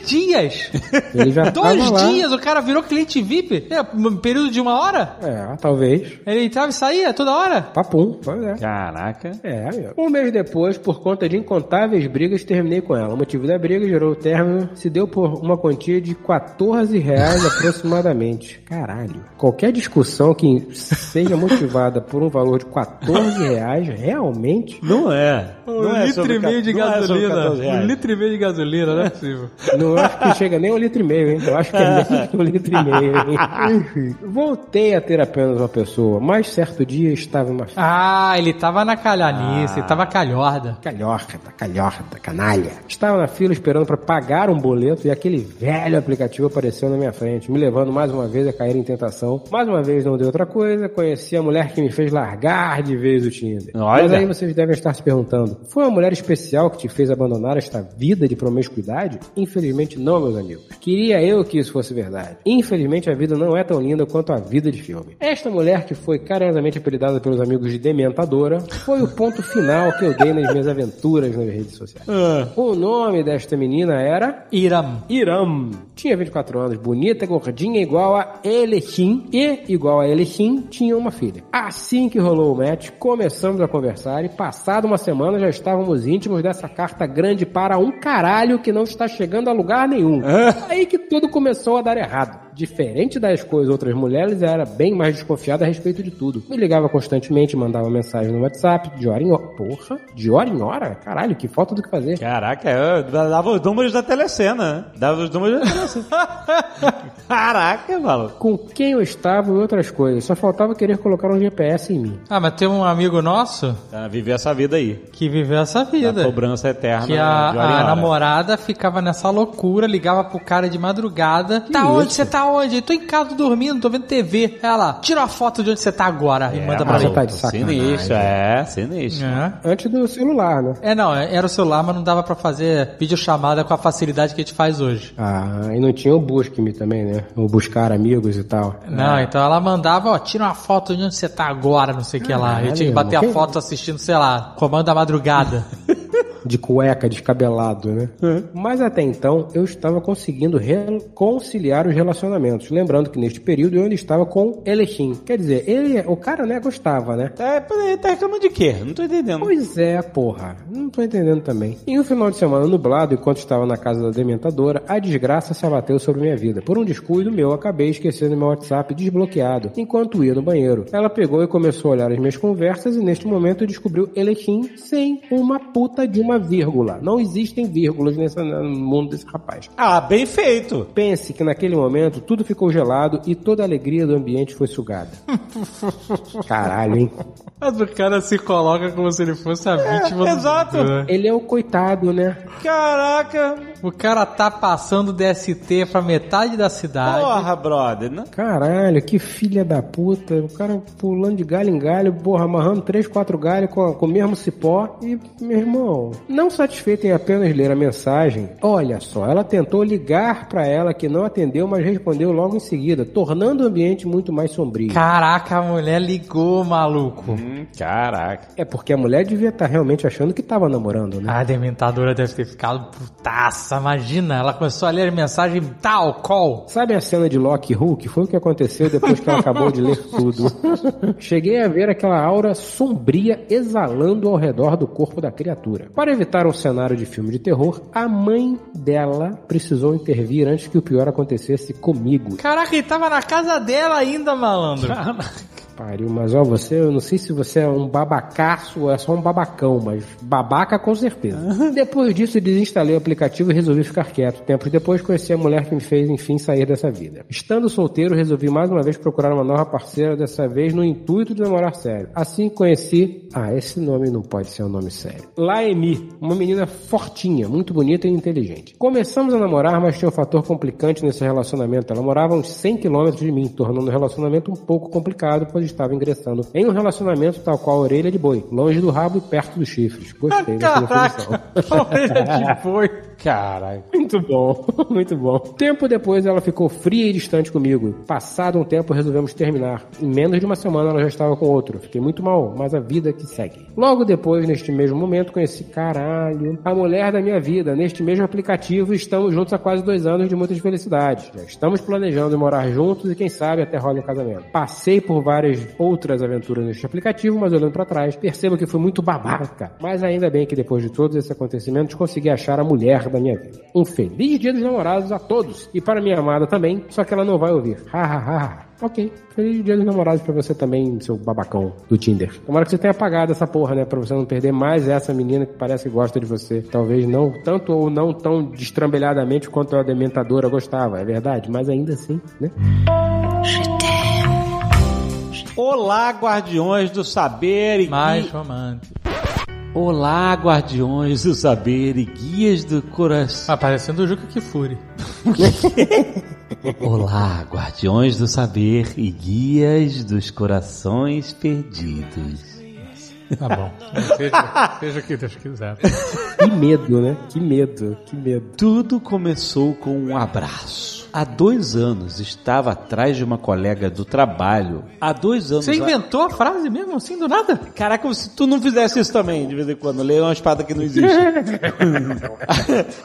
Speaker 6: dias.
Speaker 14: Ele já
Speaker 6: dois
Speaker 14: tava lá.
Speaker 6: dias, o cara virou cliente VIP? É, um período de uma hora?
Speaker 14: É, talvez.
Speaker 6: Ele entrava e saía toda hora?
Speaker 14: Papum, pois é.
Speaker 2: Caraca.
Speaker 14: É, meu. Um mês depois, por conta de incontáveis brigas, terminei com ela. O motivo da briga gerou o término, se deu por uma quantia de 14 reais aproximadamente. Caralho. Qualquer discussão que seja motivada por um valor de 14 reais, realmente...
Speaker 2: Não é.
Speaker 6: Um litro e meio de gasolina. um litro e meio de gasolina, não é possível.
Speaker 14: Não acho que chega nem um litro e meio, hein? Eu acho que é menos que um litro e meio, hein? Enfim. Voltei a ter apenas uma pessoa, mas certo dia estava em uma
Speaker 6: Ah, ele tava na calhanice,
Speaker 2: Ah.
Speaker 6: ele tava calhorda.
Speaker 14: Calhorda, calhorda, tá canalha. Estava na fila esperando para pagar um boleto e aquele velho aplicativo apareceu na minha frente, me levando mais uma vez a cair em tentação. Mais uma vez não deu outra coisa, conheci a mulher que me fez largar de vez o Tinder.
Speaker 2: Olha.
Speaker 14: Mas aí vocês devem estar se perguntando, foi uma mulher especial que te fez abandonar esta vida de promiscuidade? Infelizmente não, meus amigos. Queria eu que isso fosse verdade. Infelizmente a vida não é tão linda quanto a vida de filme. Esta mulher que foi carinhosamente apelidada pelos amigos de Dementadora foi o ponto final que eu dei nas minhas aventuras nas redes sociais. O nome desta menina era
Speaker 6: Iram.
Speaker 14: Iram. Tinha 24 anos, bonita, gordinha, igual a Elechim. E, igual a Elechim, tinha uma filha. Assim que rolou o match, começamos a conversar e, passada uma semana, já estávamos íntimos dessa carta grande para um caralho que não está chegando a lugar nenhum. Aí que tudo começou a dar errado. Diferente das coisas outras mulheres, ela era bem mais desconfiada a respeito de tudo. Me ligava constantemente, mandava mensagem no WhatsApp, de hora em hora. Porra, de hora em hora? Caralho, que falta do que fazer.
Speaker 2: Caraca, eu dava os números da telecena, né? Dava os números da telecena. Caraca, maluco.
Speaker 14: com quem eu estava e outras coisas. Só faltava querer colocar um GPS em mim.
Speaker 6: Ah, mas tem um amigo nosso
Speaker 2: Ah, viver essa vida aí.
Speaker 6: que viveu essa
Speaker 2: Da
Speaker 6: vida.
Speaker 2: cobrança eterna.
Speaker 6: Que a,
Speaker 2: Ah, de hora em
Speaker 6: a
Speaker 2: hora.
Speaker 6: namorada ficava nessa loucura, ligava pro cara de madrugada. tá onde? Você tá tá onde? Tô em casa dormindo, tô vendo TV. Ela lá, tira uma foto de onde você tá agora e manda pra
Speaker 2: É, maluco,
Speaker 6: mim.
Speaker 2: Sinistro, Tá é, sinistro.
Speaker 6: Antes do celular, né? É, não, era o celular, mas não dava pra fazer videochamada com a facilidade que a gente faz hoje.
Speaker 14: Ah, e não tinha o Busque-me também, né? O Buscar Amigos e tal.
Speaker 2: É.
Speaker 6: Não, então ela mandava, ó, tira uma foto de onde você tá agora, não sei o que lá. Eu tinha que bater
Speaker 14: irmão,
Speaker 6: a foto assistindo, sei lá, Comando da Madrugada.
Speaker 14: de cueca, descabelado, né? Mas até então eu estava conseguindo reconciliar os relacionamentos. Lembrando que neste período eu ainda estava com Elechim. Quer dizer, ele, o cara, né, gostava, né?
Speaker 2: É, peraí, tá reclamando de quê? Não tô entendendo.
Speaker 14: Pois é, porra. Não tô entendendo também. Em um final de semana nublado, enquanto estava na casa da dementadora, a desgraça se abateu sobre minha vida. Por um descuido meu, acabei esquecendo meu WhatsApp desbloqueado enquanto ia no banheiro. Ela pegou e começou a olhar as minhas conversas e neste momento descobriu Elechim sem uma puta de uma vírgula. Não existem vírgulas nesse, no mundo desse rapaz.
Speaker 2: Ah, bem feito.
Speaker 14: Pense que naquele momento tudo ficou gelado e toda a alegria do ambiente foi sugada. Caralho, hein?
Speaker 6: Mas o cara se coloca como se ele fosse a vítima do-
Speaker 2: exato.
Speaker 6: do...
Speaker 14: Ele é o coitado, né?
Speaker 2: Caraca.
Speaker 6: O cara tá passando DST pra metade da cidade.
Speaker 2: Porra, brother, né?
Speaker 14: Caralho, que filha da puta. O cara pulando de galho em galho, porra, amarrando três, quatro galhos com, com o mesmo cipó. E, meu irmão, não satisfeito em apenas ler a mensagem, olha só, ela tentou ligar pra ela que não atendeu, mas respondeu logo em seguida, tornando o ambiente muito mais sombrio.
Speaker 6: Caraca, a mulher ligou, maluco.
Speaker 2: Uhum. caraca.
Speaker 14: É porque a mulher devia estar realmente achando que tava namorando, né?
Speaker 6: A dementadora deve ter ficado putaça, imagina. Ela começou a ler mensagem tal, call.
Speaker 14: Sabe a cena de Loki e Hulk? Foi o que aconteceu depois que ela acabou de ler tudo. Cheguei a ver aquela aura sombria exalando ao redor do corpo da criatura. Para evitar um cenário de filme de terror, a mãe dela precisou intervir antes que o pior acontecesse comigo.
Speaker 6: Caraca, ele tava na casa dela ainda, malandro.
Speaker 2: Ah,
Speaker 14: Pariu, mas ó, você, eu não sei se você é um babacaço ou é só um babacão, mas babaca com certeza. Depois disso, desinstalei o aplicativo e resolvi ficar quieto. Tempos depois, conheci a mulher que me fez, enfim, sair dessa vida. Estando solteiro, resolvi mais uma vez procurar uma nova parceira, dessa vez no intuito de namorar sério. Assim conheci. Ah, esse nome não pode ser um nome sério. Laemi, uma menina fortinha, muito bonita e inteligente. Começamos a namorar, mas tinha um fator complicante nesse relacionamento. Ela morava a uns 100 quilômetros de mim, tornando o relacionamento um pouco complicado, pois estava ingressando em um relacionamento tal qual a orelha de boi, longe do rabo e perto dos chifres. Gostei dessa definição.
Speaker 2: é
Speaker 6: Caraca, foi.
Speaker 2: Caralho.
Speaker 14: Muito bom, muito bom. Tempo depois ela ficou fria e distante comigo. Passado um tempo resolvemos terminar. Em menos de uma semana ela já estava com outro. Fiquei muito mal, mas a vida que segue. Logo depois, neste mesmo momento, conheci caralho, a mulher da minha vida. Neste mesmo aplicativo estamos juntos há quase dois anos de muitas felicidades. Já estamos planejando morar juntos e quem sabe até rola um casamento. Passei por várias outras aventuras neste aplicativo, mas olhando pra trás, percebo que fui muito babaca. Mas ainda bem que depois de todos esses acontecimentos consegui achar a mulher da minha vida. Um feliz dia dos namorados a todos e para minha amada também, só que ela não vai ouvir. Ha ha ha. ha. Ok, feliz dia dos namorados pra você também, seu babacão do Tinder. Tomara que você tenha apagado essa porra, né? Pra você não perder mais essa menina que parece que gosta de você. Talvez não tanto ou não tão destrambelhadamente quanto a dementadora gostava, é verdade, mas ainda assim, né?
Speaker 2: Olá, guardiões do saber e
Speaker 6: Mais
Speaker 2: gui-
Speaker 6: romântico.
Speaker 2: Olá, guardiões do saber e guias do coração.
Speaker 6: Ah, parecendo o Juca Kifuri.
Speaker 2: Olá, guardiões do saber e guias dos corações perdidos.
Speaker 6: Tá bom. Seja, seja o que Deus quiser.
Speaker 14: Que medo, né? Que medo, que medo.
Speaker 2: Tudo começou com um abraço. Há dois anos estava atrás de uma colega do trabalho. Há dois anos.
Speaker 6: Você inventou a frase mesmo, assim, do nada?
Speaker 2: Caraca, como se tu não fizesse isso também, de vez em quando, ler uma espada que não existe.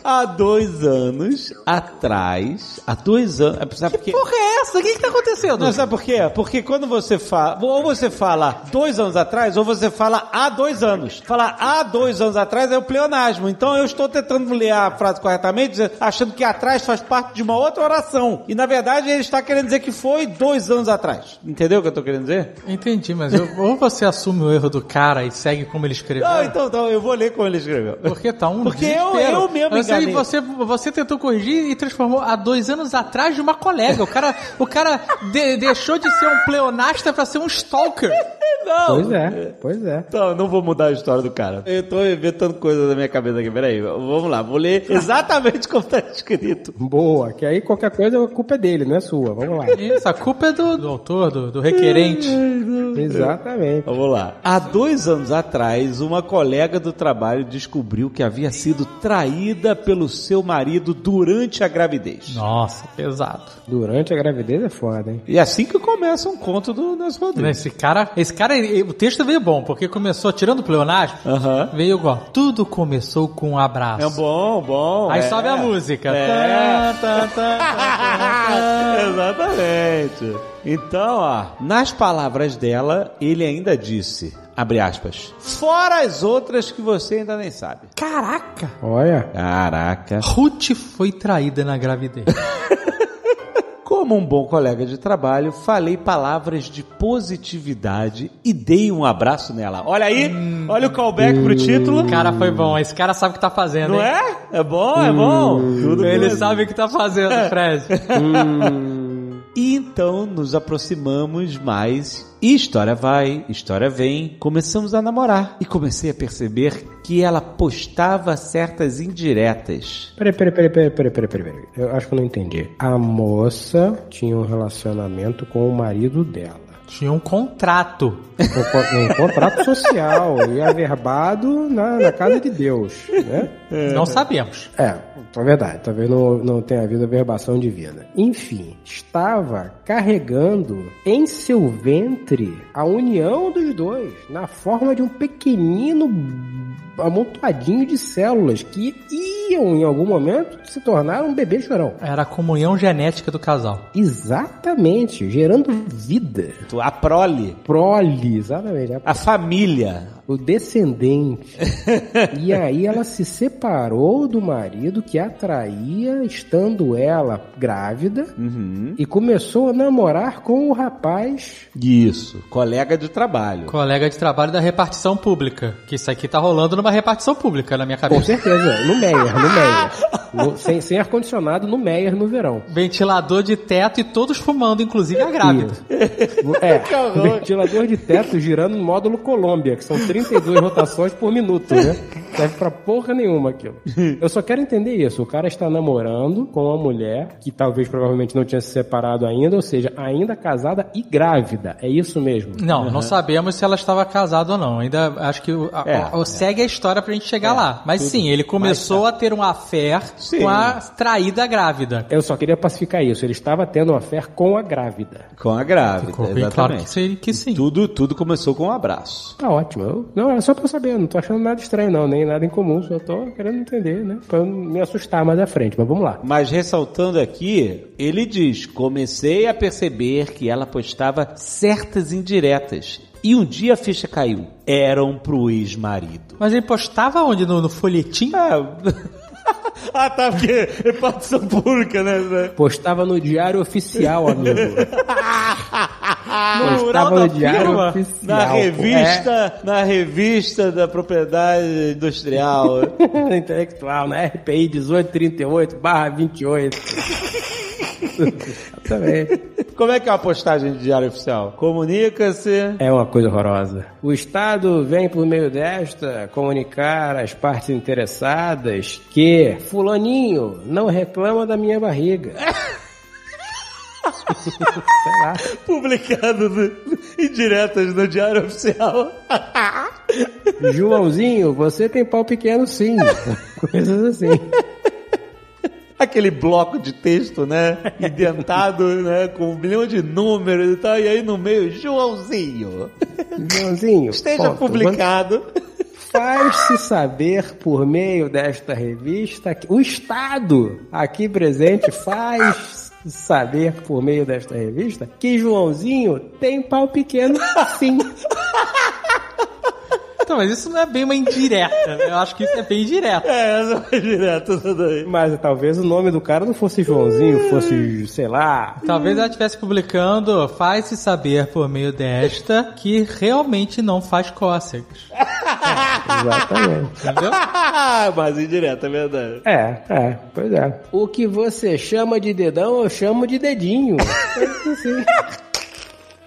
Speaker 2: há dois anos atrás. Há dois anos. Sabe por quê?
Speaker 6: Porra, é essa? O que que tá acontecendo?
Speaker 2: Não, sabe por quê? Porque quando você fala. Ou você fala dois anos atrás, ou você fala há dois anos. Falar há dois anos atrás é o pleonasmo. Então eu estou tentando ler a frase corretamente, dizer- achando que atrás faz parte de uma outra oração. E na verdade ele está querendo dizer que foi dois anos atrás. Entendeu o que eu estou querendo dizer?
Speaker 6: Entendi, mas eu- ou você assume o erro do cara e segue como ele escreveu.
Speaker 2: Não, então, então eu vou ler como ele escreveu.
Speaker 6: Porque tá um
Speaker 2: Porque eu-
Speaker 6: desespero.
Speaker 2: eu mesmo
Speaker 6: eu sei,
Speaker 2: enganei.
Speaker 6: você, você tentou corrigir e transformou há dois anos atrás de uma colega. O cara, o cara de- deixou de ser um pleonasta pra ser um stalker.
Speaker 2: Não.
Speaker 14: Pois é, pois é.
Speaker 2: Então, eu não vou mudar a história do cara. Eu tô inventando coisa da minha cabeça aqui. Peraí, vamos lá. Vou ler exatamente como tá escrito.
Speaker 14: Boa, que aí qualquer qualquer coisa, a culpa é dele, não é sua. Vamos lá.
Speaker 6: Isso, a culpa é do, do autor, do, do requerente.
Speaker 14: Exatamente.
Speaker 2: Vamos lá. Há dois anos atrás, uma colega do trabalho descobriu que havia sido traída pelo seu marido durante a gravidez.
Speaker 6: Nossa, pesado.
Speaker 14: Durante a gravidez é foda, hein?
Speaker 2: E é assim que começa um conto do Nelson Rodrigues.
Speaker 6: Esse cara, esse cara, ele- o texto veio bom, porque começou, tirando o pleonasmo, veio igual. Tudo começou com um abraço.
Speaker 2: É bom, bom.
Speaker 6: Aí
Speaker 2: é.
Speaker 6: sobe a música.
Speaker 2: É.
Speaker 6: Tan, tan, tan,
Speaker 2: Exatamente. Então, ó, nas palavras dela, ele ainda disse, abre aspas, fora as outras que você ainda nem sabe.
Speaker 6: Caraca!
Speaker 14: Olha.
Speaker 2: Caraca.
Speaker 6: Ruth foi traída na gravidez.
Speaker 2: Como um bom colega de trabalho, falei palavras de positividade e dei um abraço nela. Olha aí, olha o callback pro título.
Speaker 6: O Hum. cara foi bom, esse cara sabe o que tá fazendo,
Speaker 2: Não
Speaker 6: hein?
Speaker 2: é? É bom, é bom. Tudo
Speaker 6: Hum. Ele
Speaker 2: beleza.
Speaker 6: sabe o que tá fazendo, Fred.
Speaker 2: E então nos aproximamos mais. E história vai, história vem. Começamos a namorar. E comecei a perceber que ela postava certas indiretas.
Speaker 14: Peraí, peraí, peraí, peraí, peraí, peraí, peraí, peraí. Eu acho que eu não entendi. A moça tinha um relacionamento com o marido dela.
Speaker 6: Tinha um contrato.
Speaker 14: Um, co- um contrato social e averbado na, na casa de Deus, né?
Speaker 6: Não sabemos.
Speaker 14: É, é verdade. Talvez não, não tenha havido averbação divina. Enfim, estava carregando em seu ventre a união dos dois na forma de um pequenino amontoadinho de células que iam, em algum momento, se tornar um bebê chorão.
Speaker 6: Era a comunhão genética do casal.
Speaker 14: Exatamente, gerando vida.
Speaker 2: A prole,
Speaker 14: Prole, exatamente. né?
Speaker 2: a família.
Speaker 14: O descendente. e aí ela se separou do marido que a traía, estando ela grávida,
Speaker 2: Uhum.
Speaker 14: e começou a namorar com o rapaz.
Speaker 2: Isso, colega de trabalho.
Speaker 6: Colega de trabalho da repartição pública. Que isso aqui tá rolando numa repartição pública na minha
Speaker 14: Com
Speaker 6: cabeça.
Speaker 14: certeza, no Meyer, no Meyer. No- sem sem ar-condicionado, no Meyer no verão.
Speaker 6: Ventilador de teto e todos fumando, inclusive a grávida.
Speaker 14: É, ventilador de teto girando no módulo Colômbia, que são 32 rotações por minuto, né? Serve pra porra nenhuma aquilo. Eu só quero entender isso. O cara está namorando com uma mulher que talvez provavelmente não tinha se separado ainda, ou seja, ainda casada e grávida. É isso mesmo.
Speaker 6: Não, não sabemos se ela estava casada ou não. Ainda acho que o- a-
Speaker 14: É,
Speaker 6: o- segue a história pra gente chegar lá. Mas sim, ele começou a ter uma fé
Speaker 2: Sim.
Speaker 6: com a traída grávida.
Speaker 14: Eu só queria pacificar isso. Ele estava tendo uma fé com a grávida.
Speaker 2: Com a grávida,
Speaker 6: Ficou bem claro que
Speaker 2: exatamente.
Speaker 6: sim. Que sim.
Speaker 2: Tudo, tudo começou com um abraço.
Speaker 14: Tá ótimo. Eu- não, era só pra eu saber. Não tô achando nada estranho, não. Nem nada incomum. Só tô querendo entender, né? Pra eu não me assustar mais à frente. Mas vamos lá.
Speaker 2: Mas ressaltando aqui, ele diz: comecei a perceber que ela postava certas indiretas. E um dia a ficha caiu. Eram pro ex-marido.
Speaker 6: Mas ele postava onde? No, no folhetim?
Speaker 2: ah, tá, porque é partição pública, né?
Speaker 14: Postava no diário oficial, amigo.
Speaker 2: No
Speaker 14: Estava
Speaker 2: mural
Speaker 14: no
Speaker 2: da
Speaker 14: diário
Speaker 2: firma,
Speaker 14: oficial,
Speaker 2: na
Speaker 14: pô.
Speaker 2: revista, na revista da propriedade industrial.
Speaker 14: intelectual, né? RPI 1838 barra 28. Exatamente.
Speaker 2: Como é que é uma postagem de diário oficial? Comunica-se.
Speaker 14: É uma coisa horrorosa. O Estado vem por meio desta comunicar às partes interessadas que fulaninho não reclama da minha barriga. Sei lá.
Speaker 2: Publicado no- em diretas no diário oficial.
Speaker 14: Joãozinho, você tem pau pequeno sim. Coisas assim.
Speaker 2: Aquele bloco de texto, né? Indentado, né? Com um milhão de números e tal. E aí no meio, Joãozinho.
Speaker 14: Joãozinho,
Speaker 2: Esteja
Speaker 14: ponto.
Speaker 2: publicado.
Speaker 14: Faz-se saber por meio desta revista que o Estado aqui presente faz saber por meio desta revista que Joãozinho tem pau pequeno sim.
Speaker 6: Então, mas isso não é bem uma indireta. né? Eu acho que isso é bem direta.
Speaker 2: É, essa foi direta essa daí.
Speaker 14: Mas talvez o nome do cara não fosse Joãozinho, fosse, sei lá.
Speaker 6: Talvez ela estivesse publicando, faz-se saber por meio desta, que realmente não faz cócegas.
Speaker 14: Exatamente.
Speaker 6: Entendeu?
Speaker 2: Mas indireta, é verdade.
Speaker 14: É, é, pois é. O que você chama de dedão, eu chamo de dedinho. Coisas assim.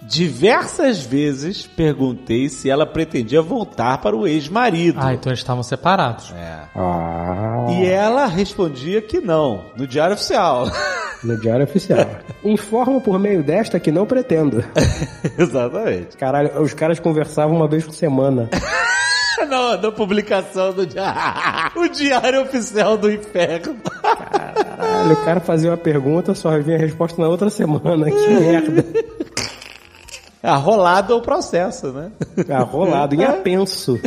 Speaker 2: Diversas vezes perguntei se ela pretendia voltar para o ex-marido.
Speaker 6: Ah, então eles estavam separados.
Speaker 2: É.
Speaker 14: Ah.
Speaker 2: E ela respondia que não, no Diário Oficial.
Speaker 14: No Diário Oficial. Informo por meio desta que não pretendo.
Speaker 2: Exatamente.
Speaker 14: Caralho, os caras conversavam uma vez por semana.
Speaker 2: Não, na publicação do diário. o diário oficial do inferno.
Speaker 14: Caralho, o cara fazia uma pergunta, só vinha a resposta na outra semana. Que merda.
Speaker 2: Arrolado é o processo, né?
Speaker 14: Tá Arrolado, em apenso.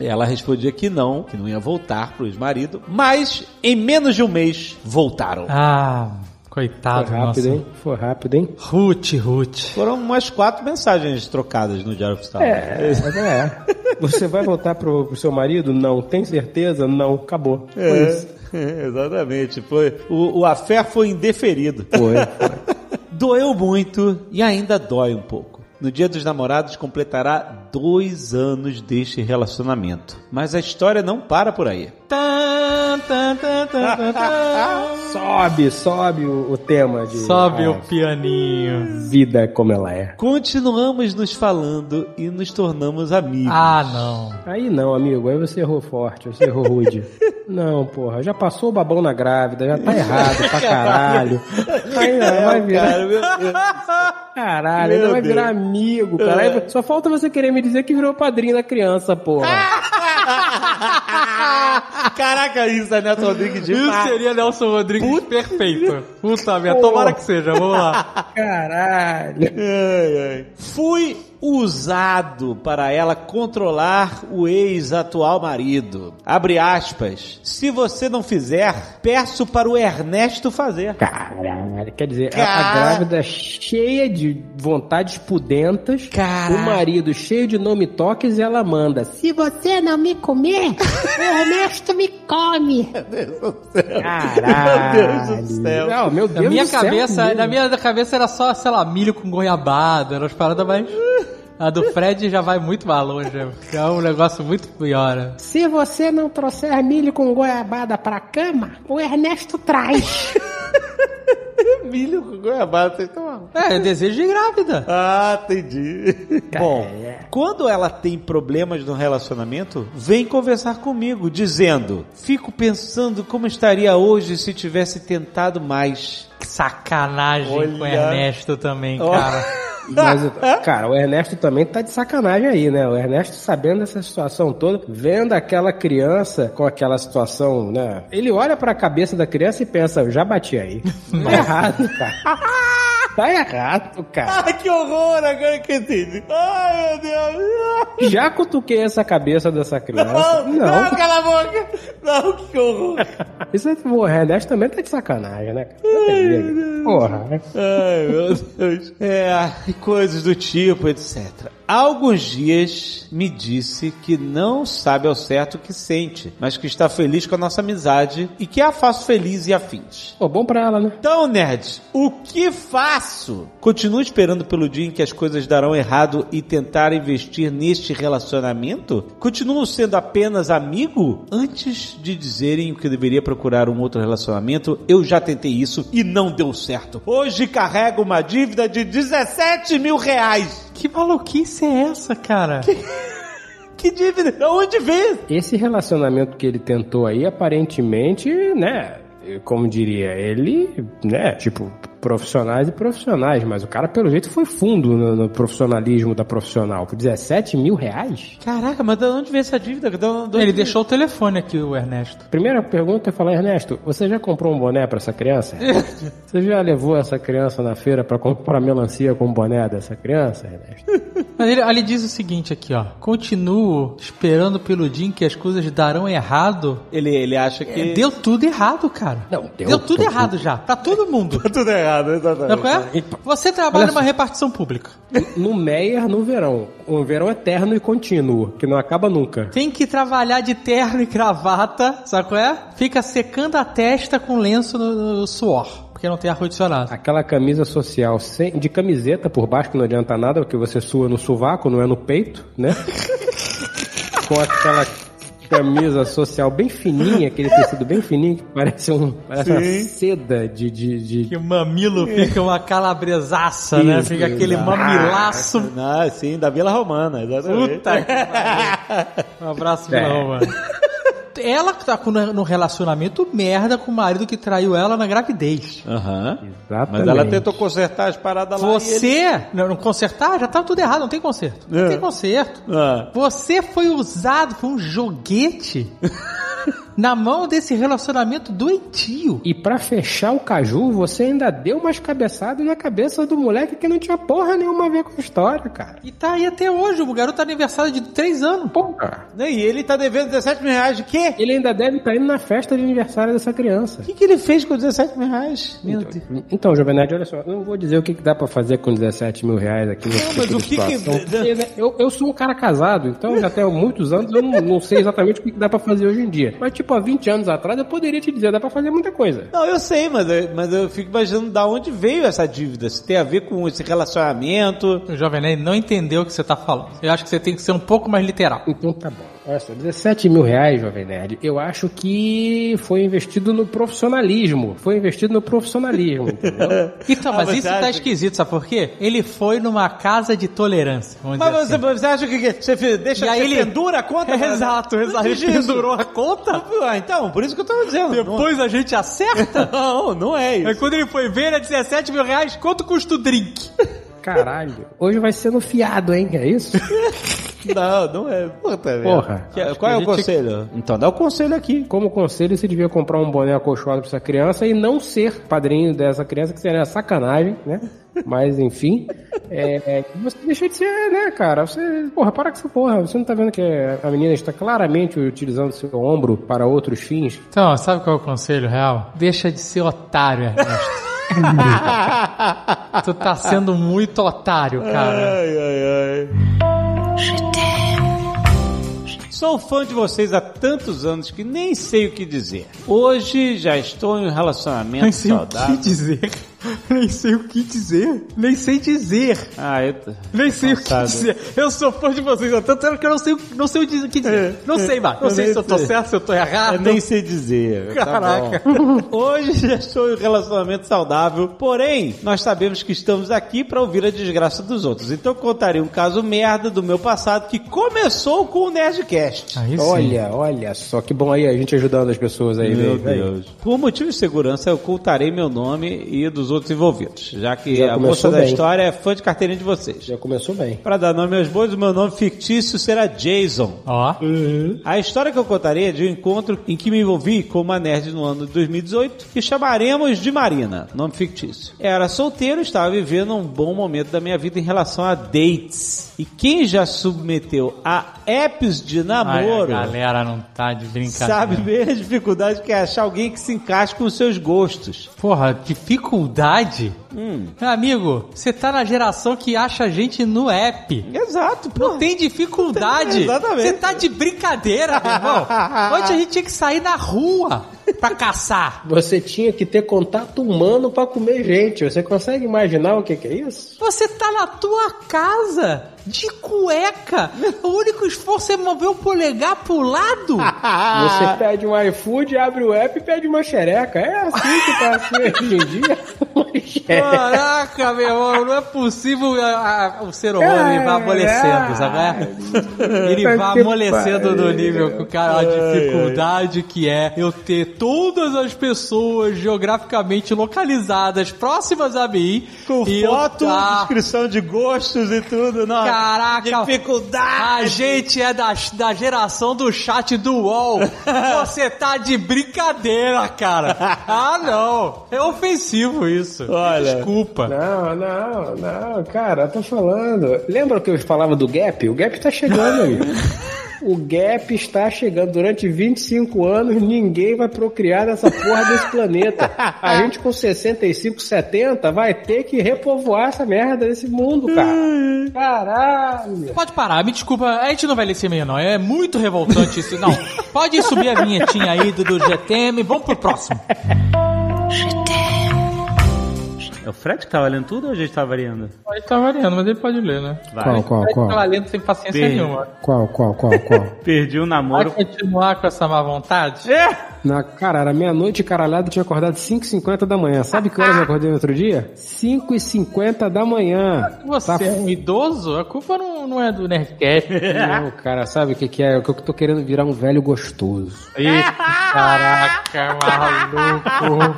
Speaker 2: Ela respondia que não, que não ia voltar pro ex-marido, mas em menos de um mês voltaram.
Speaker 6: Ah, coitado,
Speaker 14: Foi rápido,
Speaker 6: nossa.
Speaker 14: hein? Foi rápido, hein?
Speaker 6: Ruth, Ruth.
Speaker 2: Foram umas quatro mensagens trocadas no Diário Oficial.
Speaker 14: É, mas é. Você vai voltar pro, pro seu marido? Não. Tem certeza? Não. Acabou. Foi
Speaker 2: É,
Speaker 14: isso.
Speaker 2: é, exatamente. Foi, o, o afé foi indeferido. Foi, Doeu muito e ainda dói um pouco. No dia dos namorados completará dois anos deste relacionamento. Mas a história não para por aí.
Speaker 6: Tan, tan, tan, tan, tan, tan.
Speaker 14: Sobe, sobe o, o tema de
Speaker 6: Sobe
Speaker 14: a
Speaker 6: o pianinho.
Speaker 14: vida como ela é.
Speaker 2: Continuamos nos falando e nos tornamos amigos.
Speaker 6: Ah, não.
Speaker 14: Aí não, amigo. Aí você errou forte, você errou rude. Não, porra, já passou o babão na grávida, já tá errado pra caralho. Aí não, vai virar.
Speaker 6: Ah.
Speaker 14: Caralho, ainda
Speaker 2: Meu
Speaker 14: vai
Speaker 2: Deus. É.
Speaker 14: virar amigo, cara. Aí Só falta você querer me dizer que virou padrinho da criança,
Speaker 2: Ah!
Speaker 14: porra.
Speaker 2: Caraca, isso é Neto Rodrigues de
Speaker 6: Isso
Speaker 2: fato.
Speaker 6: seria Nelson Rodrigues perfeito. Puta merda, tomara que seja, vamos lá.
Speaker 14: Caralho.
Speaker 2: Ai, ai. Fui usado para ela controlar o ex-atual marido. Abre aspas. Se você não fizer, peço para o Ernesto fazer.
Speaker 14: Caralho, quer dizer, a- a, grávida cheia de vontades pudentas, o marido cheio de nome toques e ela manda. Se você não me comer, o Ernesto me come. Caralho.
Speaker 2: Meu Deus do céu.
Speaker 14: Não, meu
Speaker 6: Na
Speaker 14: Deus
Speaker 6: minha
Speaker 14: do céu
Speaker 6: cabeça,
Speaker 14: mesmo.
Speaker 6: na minha cabeça era só, sei lá, milho com goiabada, eram as paradas, mas a do Fred já vai muito mais longe. É um negócio muito pior. né?
Speaker 14: Se você não trouxer milho com goiabada pra cama, o Ernesto traz.
Speaker 2: Milho com goiabada, vocês estão malucos.
Speaker 6: É, é desejo de grávida.
Speaker 2: Ah, entendi. É. Bom, quando ela tem problemas no relacionamento, vem conversar comigo, dizendo: Fico pensando como estaria hoje se tivesse tentado mais.
Speaker 6: Que sacanagem com o
Speaker 2: Olha.
Speaker 6: Ernesto também,
Speaker 2: Ó.
Speaker 6: cara.
Speaker 14: Mas, cara, o Ernesto também tá de sacanagem aí, né? O Ernesto sabendo dessa situação toda, vendo aquela criança com aquela situação, né? Ele olha pra cabeça da criança e pensa, "Eu já bati aí. Tá errado, cara. Tá errado, cara.
Speaker 2: Ah, que horror! Agora que eu entendi. Ai, meu Deus!
Speaker 14: Já cutuquei essa cabeça dessa criança. Não.
Speaker 2: cala a boca! Não, que horror!
Speaker 14: Isso é, o Ernesto também tá de sacanagem, né? cara? Não tem jeito. Porra, né?
Speaker 2: Ai, meu Deus. É, e coisas do tipo, etc. Há alguns dias me disse que não sabe ao certo o que sente, mas que está feliz com a nossa amizade e que a faço feliz e afins.
Speaker 14: Pô, bom pra ela, né?
Speaker 2: Então, nerds, o que faço? Continuo esperando pelo dia em que as coisas darão errado e tentar investir neste relacionamento? Continuo sendo apenas amigo? Antes de dizerem que eu deveria procurar um outro relacionamento, eu já tentei isso e não deu certo. Hoje carrego uma dívida de 17 mil reais.
Speaker 6: Que maluquice é essa, cara?
Speaker 2: Que dívida? Da onde veio?
Speaker 14: Esse relacionamento que ele tentou aí, aparentemente, né? Como diria ele, né? Tipo, profissionais e profissionais, mas o cara, pelo jeito, foi fundo no, no profissionalismo da profissional. Por 17 mil reais?
Speaker 2: Caraca, mas da onde veio essa dívida? Da onde- da onde
Speaker 6: Ele
Speaker 2: veio?
Speaker 6: deixou o telefone aqui, o Ernesto.
Speaker 14: Primeira pergunta é falar, Ernesto, você já comprou um boné pra essa criança? Ernesto? Você já levou essa criança na feira pra comprar melancia com o boné dessa criança, Ernesto?
Speaker 6: Mas ele, ele diz o seguinte aqui, ó. Continuo esperando pelo dia em que as coisas darão errado.
Speaker 2: Ele, ele acha que.
Speaker 6: É, Deu tudo errado, cara.
Speaker 14: Não,
Speaker 6: deu,
Speaker 14: deu
Speaker 6: tudo
Speaker 14: tudo.
Speaker 6: errado já. Pra todo mundo.
Speaker 2: tudo errado,
Speaker 6: Sabe
Speaker 2: exatamente.
Speaker 6: qual é? Você trabalha numa repartição pública.
Speaker 14: No Meyer, no verão. Um verão eterno e contínuo, que não acaba nunca.
Speaker 6: Tem que trabalhar de terno e gravata, sabe qual é? Fica secando a testa com lenço no, no suor, porque não tem ar-condicionado.
Speaker 14: Aquela camisa social sem, de camiseta por baixo, que não adianta nada, porque você sua no sovaco, não é no peito, né? Com aquela camisa social bem fininha, aquele tecido bem fininho, que parece, um, parece uma
Speaker 2: Sim.
Speaker 14: seda de. de, de-
Speaker 6: Que o mamilo fica uma calabresaça, né?
Speaker 14: Isso,
Speaker 6: Fica aquele
Speaker 14: exato.
Speaker 6: mamilaço.
Speaker 2: Ah, sim, da Vila Romana, exatamente.
Speaker 6: Puta que pariu. Um abraço,
Speaker 14: É.
Speaker 6: Vilão, mano. ela que tá com- num relacionamento merda com o marido que traiu ela na gravidez.
Speaker 2: Aham. Mas
Speaker 6: Exatamente.
Speaker 2: ela tentou consertar as paradas lá. e
Speaker 6: Você, não, não consertar, já tava tudo errado, não tem conserto. Não
Speaker 2: É.
Speaker 6: tem conserto.
Speaker 2: Ah.
Speaker 6: Você foi usado por um joguete na mão desse relacionamento doentio.
Speaker 14: E pra fechar o caju, você ainda deu umas cabeçadas na cabeça do moleque que não tinha porra nenhuma a ver com a história, cara.
Speaker 6: E tá aí até hoje, o garoto tá aniversário de 3 anos.
Speaker 14: Porra!
Speaker 2: ele- E ele tá devendo 17 mil reais de quê?
Speaker 14: Ele ainda deve estar indo na festa de aniversário dessa criança.
Speaker 2: O que, que ele fez com 17 mil reais? Meu Deus.
Speaker 14: Então, Jovem Nerd, olha só, eu não vou dizer o que, que dá pra fazer com 17 mil reais aqui nesse tipo
Speaker 2: mas
Speaker 14: de
Speaker 2: o que que-
Speaker 14: situação, porque, né, eu, eu sou um cara casado, então já tenho muitos anos, eu não, não sei exatamente o que, que dá pra fazer hoje em dia. Mas, tipo, há 20 anos atrás eu poderia te dizer, dá pra fazer muita coisa.
Speaker 2: Não, eu sei, mas eu, mas eu fico imaginando da onde veio essa dívida. Se tem a ver com esse relacionamento.
Speaker 6: O Jovem Nerd não entendeu o que você tá falando. Eu acho que você tem que ser um pouco mais literal.
Speaker 14: Então tá bom. Olha só, 17 mil reais, Jovem Nerd, eu acho que foi investido no profissionalismo. Foi investido no profissionalismo, entendeu?
Speaker 6: Então, mas
Speaker 14: Ah,
Speaker 6: isso
Speaker 14: você
Speaker 6: tá
Speaker 14: acha-
Speaker 6: esquisito, sabe por quê? Ele foi numa casa de tolerância. Vamos
Speaker 2: Mas
Speaker 6: dizer
Speaker 2: você,
Speaker 6: assim.
Speaker 2: você acha que que você fe- deixa
Speaker 6: E aí
Speaker 2: você
Speaker 6: ele-
Speaker 2: pendura a conta?
Speaker 6: É, exato, exato.
Speaker 2: Antes
Speaker 6: Ele
Speaker 2: disso.
Speaker 6: pendurou a conta?
Speaker 2: Ah, então, por isso que eu tava dizendo.
Speaker 6: Depois a gente acerta?
Speaker 2: Não, não é isso.
Speaker 6: É quando ele foi ver, era 17 mil reais. Quanto custa o drink?
Speaker 14: Caralho. Hoje vai ser no fiado, hein? É isso?
Speaker 2: Não, não é. Puta, velho.
Speaker 14: Porra.
Speaker 2: Que- Qual é o conselho? Então dá o conselho aqui.
Speaker 14: Como conselho, você devia comprar um boné acolchoado pra essa criança e não ser padrinho dessa criança, que seria sacanagem, né? Mas enfim. É, é, você deixa de ser, né, cara? Você, porra, para com essa porra. Você não tá vendo que a menina está claramente utilizando seu ombro para outros fins?
Speaker 6: Então, sabe qual é o conselho real? Deixa de ser otário, Ernesto. tu tá sendo muito otário, cara.
Speaker 2: Ai, ai, ai. Sou um fã de vocês há tantos anos que nem sei o que dizer. Hoje já estou em um relacionamento
Speaker 6: Nem sei o
Speaker 2: saudável.
Speaker 6: que dizer. Nem sei o que dizer. Nem sei dizer.
Speaker 2: Ah, eu tô...
Speaker 6: Nem sei o
Speaker 2: Cansado.
Speaker 6: que dizer. Eu sou fã de vocês há tanto tempo que eu não sei, o- não sei o que dizer. Não sei, mais. Não
Speaker 2: eu
Speaker 6: sei É
Speaker 2: nem
Speaker 6: se É, eu tô
Speaker 2: sei.
Speaker 6: certo, se eu tô
Speaker 2: Eu
Speaker 6: errado.
Speaker 2: nem sei dizer. Tá
Speaker 6: Caraca.
Speaker 2: bom. Hoje já estou em um relacionamento saudável, porém, nós sabemos que estamos aqui para ouvir a desgraça dos outros. Então eu contarei um caso merda do meu passado que começou com o Nerdcast.
Speaker 14: Olha, olha só que bom aí a gente ajudando as pessoas aí.
Speaker 2: Meu
Speaker 14: né?
Speaker 2: Deus. Por motivo de segurança, eu ocultarei meu nome e dos outros envolvidos, já que
Speaker 14: Já
Speaker 2: a moça
Speaker 14: começou
Speaker 2: da
Speaker 14: bem.
Speaker 2: história é fã de carteirinha de vocês.
Speaker 14: Já começou bem.
Speaker 2: Para dar nome aos bois, o meu nome fictício será Jason. Uhum.
Speaker 6: Ó.
Speaker 2: A história que eu contarei é de um encontro em que me envolvi com uma nerd no ano de 2018 que chamaremos de Marina, nome fictício. Era solteiro, estava vivendo um bom momento da minha vida em relação a dates. E quem já submeteu a apps de namoro
Speaker 6: Ai, a galera não tá de brincadeira.
Speaker 2: sabe bem a dificuldade que é achar alguém que se encaixe com os seus gostos.
Speaker 6: Porra, dificuldade? Meu amigo, você tá na geração que acha a gente no app.
Speaker 2: Exato, pô.
Speaker 6: Tem dificuldade.
Speaker 2: Exatamente.
Speaker 6: Você tá de brincadeira, meu irmão. Antes a gente tinha que sair na rua pra caçar.
Speaker 14: Você tinha que ter contato humano pra comer gente. Você consegue imaginar o que, que é isso?
Speaker 6: Você tá na tua casa, de cueca. O único esforço é mover o polegar pro lado.
Speaker 14: Você pede um iFood, abre o app e pede uma xereca. É assim que tá assim hoje em dia. Uma xereca.
Speaker 6: Caraca, meu irmão, não é possível a- a- o ser humano ele vai amolecendo, sabe? Ele vai
Speaker 14: que
Speaker 6: amolecendo no
Speaker 14: pariu.
Speaker 6: nível que o cara, a dificuldade que é eu ter todas as pessoas geograficamente localizadas, próximas a mim,
Speaker 2: Com
Speaker 6: e eu
Speaker 2: foto,
Speaker 6: tá-
Speaker 2: descrição de gostos e tudo. Nossa,
Speaker 6: Caraca.
Speaker 2: Dificuldade.
Speaker 6: A gente é da, da geração do chat do UOL. Você tá de brincadeira, cara. Ah, não. É ofensivo isso.
Speaker 2: Olha.
Speaker 6: Desculpa.
Speaker 14: Não, não, não, cara, eu tô falando. Lembra que eu falava do Gap? O Gap tá chegando, amigo. O Gap está chegando. Durante 25 anos, ninguém vai procriar nessa porra desse planeta. A gente com 65, 70 vai ter que repovoar essa merda desse mundo, cara. Caralho.
Speaker 6: Pode parar, me desculpa, a gente não vai ler esse e-mail não, é muito revoltante isso, não. Pode subir a vinhetinha aí do, do GTM, vamos pro próximo.
Speaker 11: É o Fred que tá valendo tudo ou a gente tá variando?
Speaker 6: Ele tá variando, mas ele pode ler, né?
Speaker 11: Vai.
Speaker 14: Qual, qual,
Speaker 6: Ele
Speaker 14: qual?
Speaker 6: tá valendo sem paciência
Speaker 11: Perdi.
Speaker 6: nenhuma.
Speaker 14: Qual, qual, qual, qual?
Speaker 11: Perdi o namoro.
Speaker 6: Vai continuar com essa má vontade?
Speaker 2: É.
Speaker 14: Na, cara, era meia-noite caralhada, eu tinha acordado 5h50 da manhã. Sabe que horas eu acordei no outro dia? 5h50 da manhã. Tá
Speaker 6: Você é um idoso? A culpa não, não é do Nerdcast.
Speaker 14: Não, cara, sabe o que, que é? Eu que tô querendo virar um velho gostoso.
Speaker 6: Ih, caraca, maluco.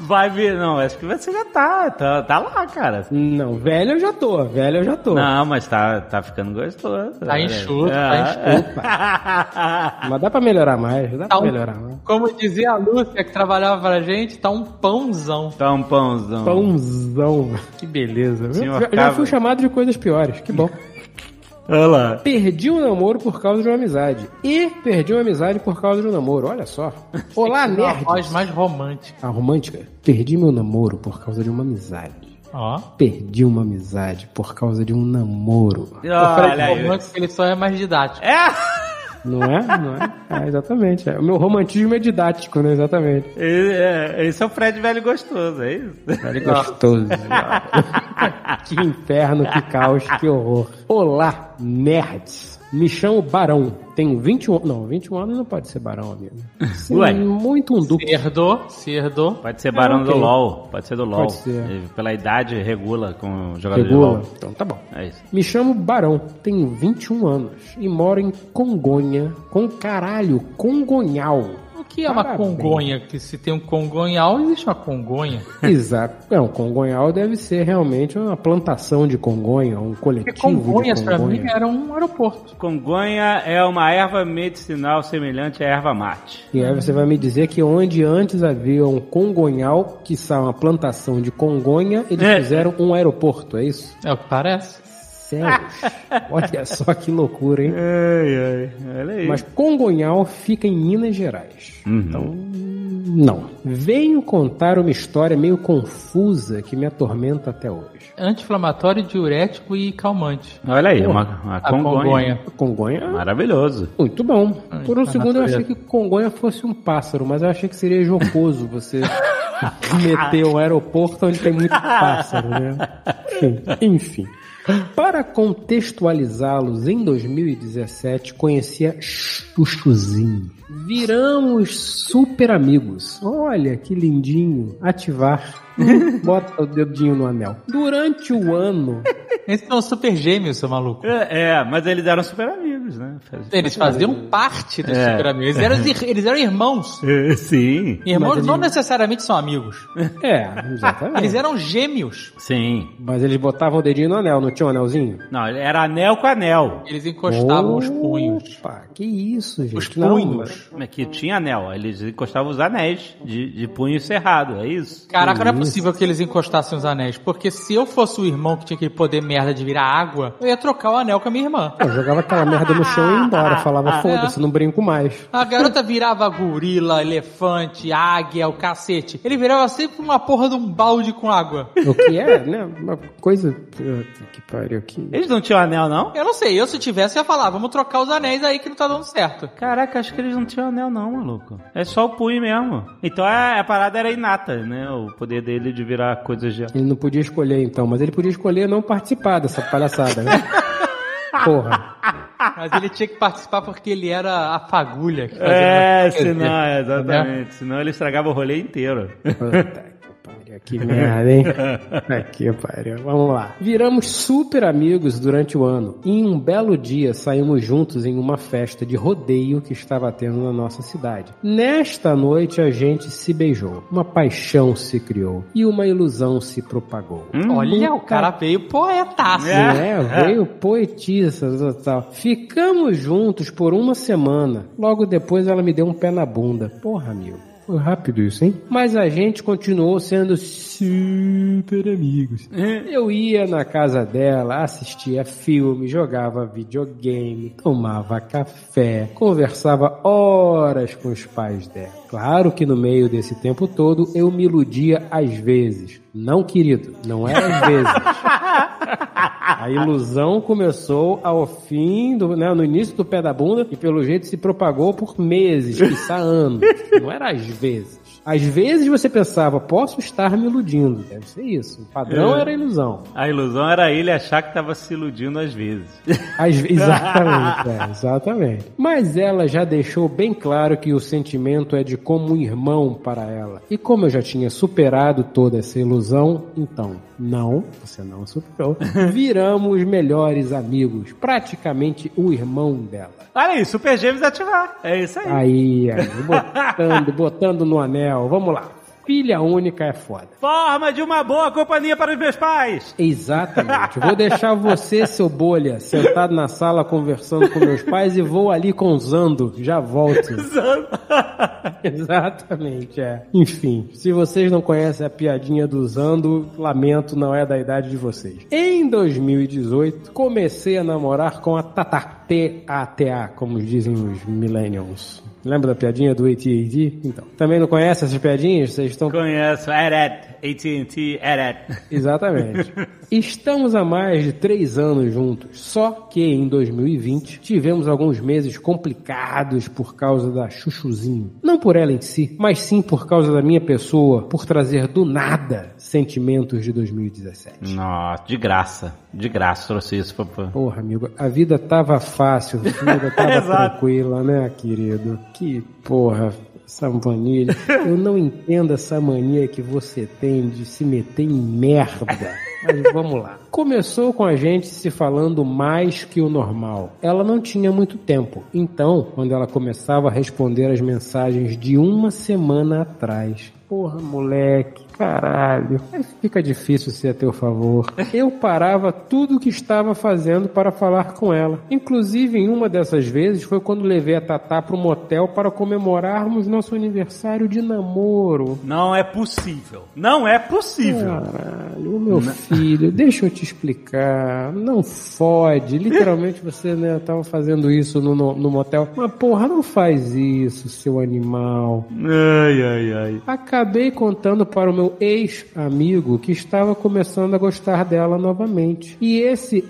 Speaker 11: Vai vir. Não, acho que você já tá. Tá, tá lá, cara.
Speaker 14: Não, velho eu já tô, velho eu já tô.
Speaker 11: Não, mas tá, tá ficando gostoso.
Speaker 6: Tá enxuto, tá
Speaker 11: É.
Speaker 6: enxuto.
Speaker 14: Mas dá pra melhorar mais, dá
Speaker 6: Tá
Speaker 14: pra
Speaker 6: um-
Speaker 14: melhorar mais.
Speaker 6: Como dizia a Lúcia, que trabalhava pra gente, tá um pãozão.
Speaker 11: Tá um pãozão.
Speaker 14: Pãozão. Que beleza. viu?
Speaker 11: Senhor
Speaker 14: já, já
Speaker 11: Cava.
Speaker 14: fui chamado de coisas piores, que bom.
Speaker 11: Olha lá.
Speaker 14: Perdi um namoro por causa de uma amizade. E perdi uma amizade por causa de um namoro, olha só.
Speaker 6: Uma
Speaker 14: Olá, nerd.
Speaker 6: voz mais romântica.
Speaker 14: A romântica. Perdi meu namoro por causa de uma amizade.
Speaker 6: Ó.
Speaker 14: Perdi uma amizade por causa de um namoro.
Speaker 6: Eu falei
Speaker 11: Olha
Speaker 6: que o
Speaker 11: aí.
Speaker 6: romântico ele só é mais didático.
Speaker 14: Não é? Não é? É, exatamente. É. O meu romantismo é didático, né? Exatamente.
Speaker 11: É, é, Esse é o Fred velho gostoso, é isso?
Speaker 14: Olha que gostoso. que inferno, que caos, que horror. Olá, nerds. Me chamo Barão. Tenho 21 anos. Não, 21 anos não pode ser Barão, amigo. Sim,
Speaker 11: Ué.
Speaker 14: Muito um duque.
Speaker 6: Se herdou, se herdou.
Speaker 11: Pode ser Barão
Speaker 14: ok.
Speaker 11: do LOL. Pode ser do LOL.
Speaker 14: Pode ser.
Speaker 11: E Pela idade, regula com o jogador
Speaker 14: Regula.
Speaker 11: de LOL.
Speaker 14: Então tá bom.
Speaker 11: É isso.
Speaker 14: Me chamo Barão, tenho 21 anos e moro em Congonha, com caralho, Congonhal.
Speaker 6: O que é uma
Speaker 14: Parabéns.
Speaker 6: congonha? Que se tem um congonhal, existe uma congonha.
Speaker 14: Exato. Não, Congonhal deve ser realmente uma plantação de Congonha, um
Speaker 6: Porque
Speaker 14: coletivo
Speaker 6: congonhas
Speaker 14: de
Speaker 6: pra
Speaker 14: Congonha.
Speaker 6: mim era um aeroporto.
Speaker 11: Congonha é uma erva medicinal semelhante à erva mate.
Speaker 14: E aí você vai me dizer que onde antes havia um Congonhal, que está uma plantação de Congonha, eles
Speaker 11: É.
Speaker 14: fizeram um aeroporto, é isso?
Speaker 6: É o que parece.
Speaker 14: Sério? Olha só que loucura, hein?
Speaker 11: Ai, ai. Olha aí.
Speaker 14: Mas Congonhal fica em Minas Gerais. Então, não. Venho contar uma história meio confusa que me atormenta até hoje.
Speaker 6: Anti-inflamatório, diurético e calmante.
Speaker 11: Olha aí, uma, uma
Speaker 6: A congonha.
Speaker 11: congonha.
Speaker 14: Congonha?
Speaker 11: É Maravilhoso.
Speaker 14: Muito bom. Por um
Speaker 6: tá
Speaker 14: segundo eu
Speaker 6: natureza.
Speaker 14: achei que Congonha fosse um pássaro, mas eu achei que seria jocoso você meter um aeroporto onde tem muito pássaro, né? Enfim. Para contextualizá-los, em 2017 conhecia o Chuzinho. Viramos super amigos. Olha que lindinho. Ativar. Bota o dedinho no anel. Durante o ano,
Speaker 6: Esses são super gêmeos, seu maluco.
Speaker 11: É, é, mas eles eram super amigos, né?
Speaker 14: É.
Speaker 6: Eles faziam parte dos
Speaker 11: É.
Speaker 6: super amigos. Eles eram, ir- eles eram irmãos.
Speaker 11: É, Sim.
Speaker 6: Irmãos
Speaker 14: Mas
Speaker 6: não
Speaker 14: eles-
Speaker 6: necessariamente são amigos. Ah,
Speaker 14: é, exatamente.
Speaker 6: Eles eram gêmeos.
Speaker 11: Sim.
Speaker 14: Mas eles botavam o dedinho no anel, não tinha um anelzinho?
Speaker 11: Não, era anel com anel.
Speaker 6: Eles encostavam os punhos.
Speaker 14: Opa, que isso, gente.
Speaker 6: Os
Speaker 14: Não,
Speaker 6: punhos.
Speaker 11: Mas que tinha anel, eles encostavam os anéis de, de punho cerrado, é isso?
Speaker 6: Caraca, não é
Speaker 14: Isso.
Speaker 6: possível que eles encostassem os anéis. Porque se eu fosse o irmão que tinha aquele poder merda de virar água, eu ia trocar o anel com a minha irmã.
Speaker 14: Eu jogava aquela merda no chão e ia embora. Falava, foda-se, não brinco mais.
Speaker 6: A garota virava gorila, elefante, águia, o cacete. Ele virava sempre uma porra de um balde com água.
Speaker 14: O que é, né? Uma coisa. Puta Que pariu aqui.
Speaker 11: Eles não tinham anel, não?
Speaker 6: Eu não sei, eu se tivesse ia falar, vamos trocar os anéis aí que não tá dando certo.
Speaker 11: Caraca, acho que eles não tinham anel, não, maluco. É só o punho mesmo. Então a, a parada era inata, né? O poder dele de virar coisas de.
Speaker 14: Ele não podia escolher então, mas ele podia escolher não participar dessa palhaçada, né? Porra.
Speaker 6: Mas ele tinha que participar porque ele era a fagulha que fazia
Speaker 11: É,
Speaker 6: isso.
Speaker 11: senão, exatamente. Senão ele estragava o rolê inteiro.
Speaker 14: Puta que pariu, que merda, hein? Puta Que pariu. Vamos lá. Viramos super amigos durante o ano. E em um belo dia saímos juntos em uma festa de rodeio que estava tendo na nossa cidade. Nesta noite a gente se beijou. Uma paixão se criou e uma ilusão se propagou. Um
Speaker 6: Olha,
Speaker 11: Uhum.
Speaker 6: o cara veio poetaço.
Speaker 14: Não é, veio poetisa tal, tal. Ficamos juntos por uma semana. Logo depois ela me deu um pé na bunda. Porra, amigo. Foi rápido isso, hein? Mas a gente continuou sendo super amigos. Eu ia na casa dela, assistia filme, jogava videogame, tomava café, conversava horas com os pais dela. Claro que no meio desse tempo todo eu me iludia às vezes. Não, querido, não é às vezes. A ilusão começou ao fim, do, né, no início do pé da bunda, e pelo jeito se propagou por meses, quiçá anos. Não era às vezes. Às vezes você pensava, posso estar me iludindo. Deve ser isso. O padrão
Speaker 11: É.
Speaker 14: era a ilusão.
Speaker 11: A ilusão era ele achar que tava se iludindo às vezes.
Speaker 14: Às ve- exatamente, é, exatamente. Mas ela já deixou bem claro que o sentimento é de como um irmão para ela. E como eu já tinha superado toda essa ilusão, então, não, você não superou. Viramos melhores amigos, praticamente o irmão dela.
Speaker 11: Olha aí, Super Gêmeos ativar. É isso aí.
Speaker 14: Aí, aí botando, botando no anel. Vamos lá. Filha única é foda.
Speaker 11: Forma de uma boa companhia para os meus pais.
Speaker 14: Exatamente. Vou deixar você, seu bolha, sentado na sala conversando com meus pais e vou ali com o Zando. Já volto. Exatamente, é. Enfim, se vocês não conhecem a piadinha do Zando, lamento, não é da idade de vocês. Em 2018, comecei a namorar com a Tata. T-A-T-A, como dizem os millennials. Lembra da piadinha do AT&T? Então, também não conhece essas piadinhas? Vocês estão...
Speaker 11: Conheço. Eret. AT&T. Eret.
Speaker 14: Exatamente. Estamos há mais de três anos juntos, só que em 2020 tivemos alguns meses complicados por causa da Chuchuzinho. Não por ela em si, mas sim por causa da minha pessoa, por trazer do nada sentimentos de 2017.
Speaker 11: Nossa, de graça. De graça trouxe isso. Pra...
Speaker 14: Porra, amigo, a vida tava fácil, a vida tava
Speaker 11: Exato.
Speaker 14: tranquila, né, querido? Que porra, essa mania. Eu não entendo essa mania que você tem de se meter em merda. Mas vamos lá. Começou com a gente se falando mais que o normal. Ela não tinha muito tempo. Então, quando ela começava a responder as mensagens de uma semana atrás, Porra, moleque, caralho. Aí fica difícil ser a teu favor. Eu parava tudo o que estava fazendo para falar com ela. Inclusive, em uma dessas vezes, foi quando levei a Tatá para um motel para comemorarmos nosso aniversário de namoro.
Speaker 11: Não é possível. Não é possível.
Speaker 14: Caralho, ô meu filho, deixa eu te explicar. Não fode. Literalmente você, né, tava fazendo isso no, no, no motel. Mas porra, não faz isso, seu animal.
Speaker 11: Ai, ai, ai.
Speaker 14: Acabei contando para o meu ex-amigo que estava começando a gostar dela novamente. E esse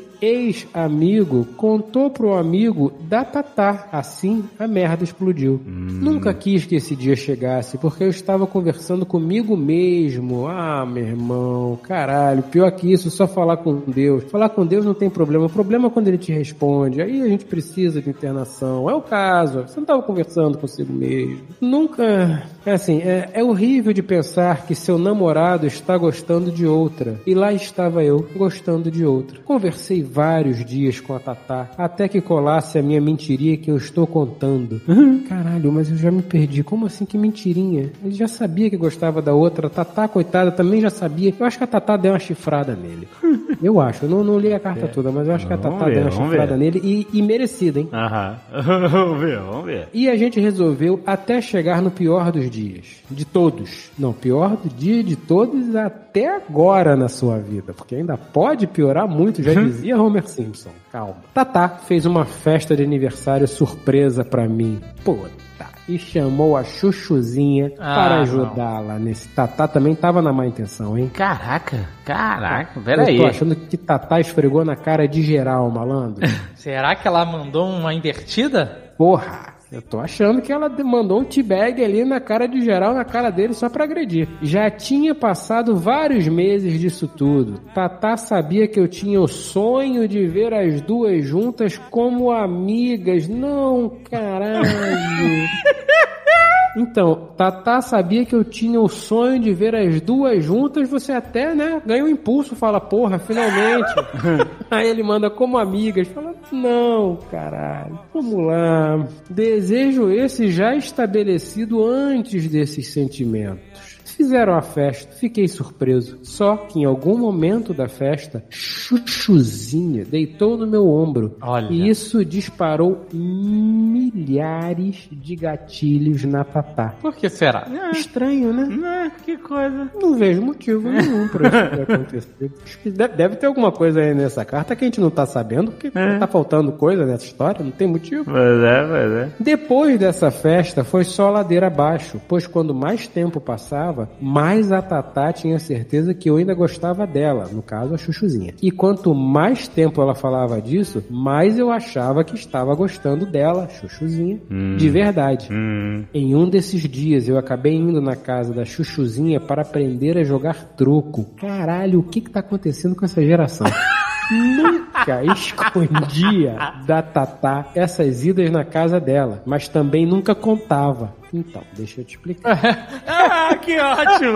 Speaker 14: ex-amigo contou pro amigo da Tatá. Assim, a merda explodiu. Nunca quis que esse dia chegasse, porque eu estava conversando comigo mesmo. Ah, meu irmão, caralho, pior que isso, só falar com Deus. Falar com Deus não tem problema. O problema é quando ele te responde. Aí a gente precisa de internação. É o caso. Você não estava conversando consigo mesmo. Nunca. É assim, é, é horrível de pensar que seu namorado está gostando de outra. E lá estava eu, gostando de outra. Conversei vários dias com a Tatá, até que colasse a minha mentirinha que eu estou contando.
Speaker 11: Uhum.
Speaker 14: Caralho, mas eu já me perdi. Como assim que mentirinha? Ele já sabia que gostava da outra. A Tatá, coitada, também já sabia. Eu acho que a Tatá deu uma chifrada nele. Eu acho. Eu não, não li a carta toda, mas eu acho que a
Speaker 11: É. Vamos
Speaker 14: Tatá
Speaker 11: ver,
Speaker 14: deu uma
Speaker 11: vamos
Speaker 14: chifrada
Speaker 11: ver.
Speaker 14: nele e, e merecida, hein?
Speaker 11: Aham. vamos ver, vamos ver.
Speaker 14: E a gente resolveu até chegar no pior dos dias. De todos. Não, pior do dia de todos até agora na sua vida. Porque ainda pode piorar muito, já dizia Homer Simpson. Calma. Tatá fez uma festa de aniversário surpresa pra mim. Puta. E chamou a Chuchuzinha
Speaker 11: Ah,
Speaker 14: para
Speaker 11: não.
Speaker 14: ajudá-la nesse. Tatá também tava na má intenção, hein?
Speaker 11: Caraca, caraca,
Speaker 14: Eu
Speaker 11: peraí.
Speaker 14: tô achando que Tatá esfregou na cara de geral, malandro.
Speaker 6: Será que ela mandou uma invertida?
Speaker 14: Porra! Eu tô achando que ela mandou um t-bag ali na cara de geral, na cara dele, só pra agredir. Já tinha passado vários meses disso tudo. Tatá sabia que eu tinha o sonho de ver as duas juntas como amigas. Não, caralho! Então, Tatá sabia que eu tinha o sonho de ver as duas juntas, você até, né, ganha um impulso, fala, porra, finalmente. Aí ele manda como amigas, fala, não, caralho, vamos lá. Desejo esse já estabelecido antes desses sentimentos. Fizeram a festa, fiquei surpreso. Só que em algum momento da festa, Chuchuzinha deitou no meu ombro.
Speaker 6: Olha.
Speaker 14: E isso disparou milhares de gatilhos na Tatá.
Speaker 6: Por que será?
Speaker 14: Estranho,
Speaker 11: É. né? que coisa.
Speaker 14: Não vejo motivo nenhum pra isso ter acontecido. Acho que de- Deve ter alguma coisa aí nessa carta que a gente não tá sabendo, porque
Speaker 11: É.
Speaker 14: tá faltando coisa nessa história, não tem motivo.
Speaker 11: Mas é, mas é.
Speaker 14: Depois dessa festa foi só ladeira abaixo, pois quando mais tempo passava, mais a Tatá tinha certeza que eu ainda gostava dela, no caso a Chuchuzinha. E quanto mais tempo ela falava disso, mais eu achava que estava gostando dela, Chuchu. Chuchuzinha, de verdade. Em um desses dias eu acabei indo na casa da Chuchuzinha para aprender a jogar troco. Caralho, o que que tá acontecendo com essa geração? Nunca escondia da Tatá essas idas na casa dela, mas também nunca contava. Então, deixa eu te explicar.
Speaker 11: Ah, que ótimo!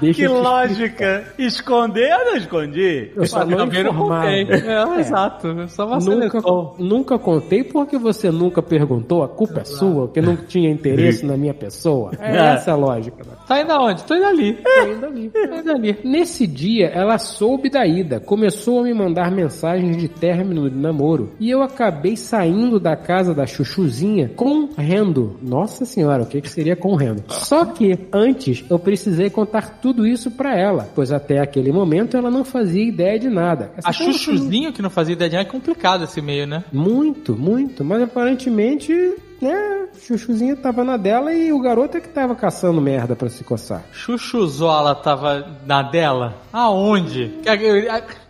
Speaker 14: Deixa
Speaker 11: que
Speaker 14: eu te
Speaker 11: lógica! Esconder eu não escondi?
Speaker 14: Eu só não
Speaker 11: Também
Speaker 14: informava.
Speaker 11: contei.
Speaker 14: É.
Speaker 6: Exato, só vacilei.
Speaker 14: Nunca, nunca contei porque você nunca perguntou, a culpa é sua, que não tinha interesse na minha pessoa. É
Speaker 6: É.
Speaker 14: essa a lógica. né?
Speaker 6: Tá indo aonde? Tô indo ali. É,
Speaker 14: Tô indo ali, tô indo ali. Nesse dia, ela soube da ida, começou a me mandar mensagens de término de namoro. E eu acabei saindo da casa da Chuchuzinha com rendo. Nossa senhora, o que, que seria com rendo? Só que, antes, eu precisei contar tudo isso pra ela, pois até aquele momento ela não fazia ideia de nada.
Speaker 6: A
Speaker 14: Essa coisa-
Speaker 6: chuchuzinho que não fazia ideia de nada é complicado esse meio, né?
Speaker 14: Muito, muito. Mas aparentemente, né? Chuchuzinha tava na dela e o garoto é que tava caçando merda pra se coçar.
Speaker 6: Chuchuzola tava na dela? Aonde?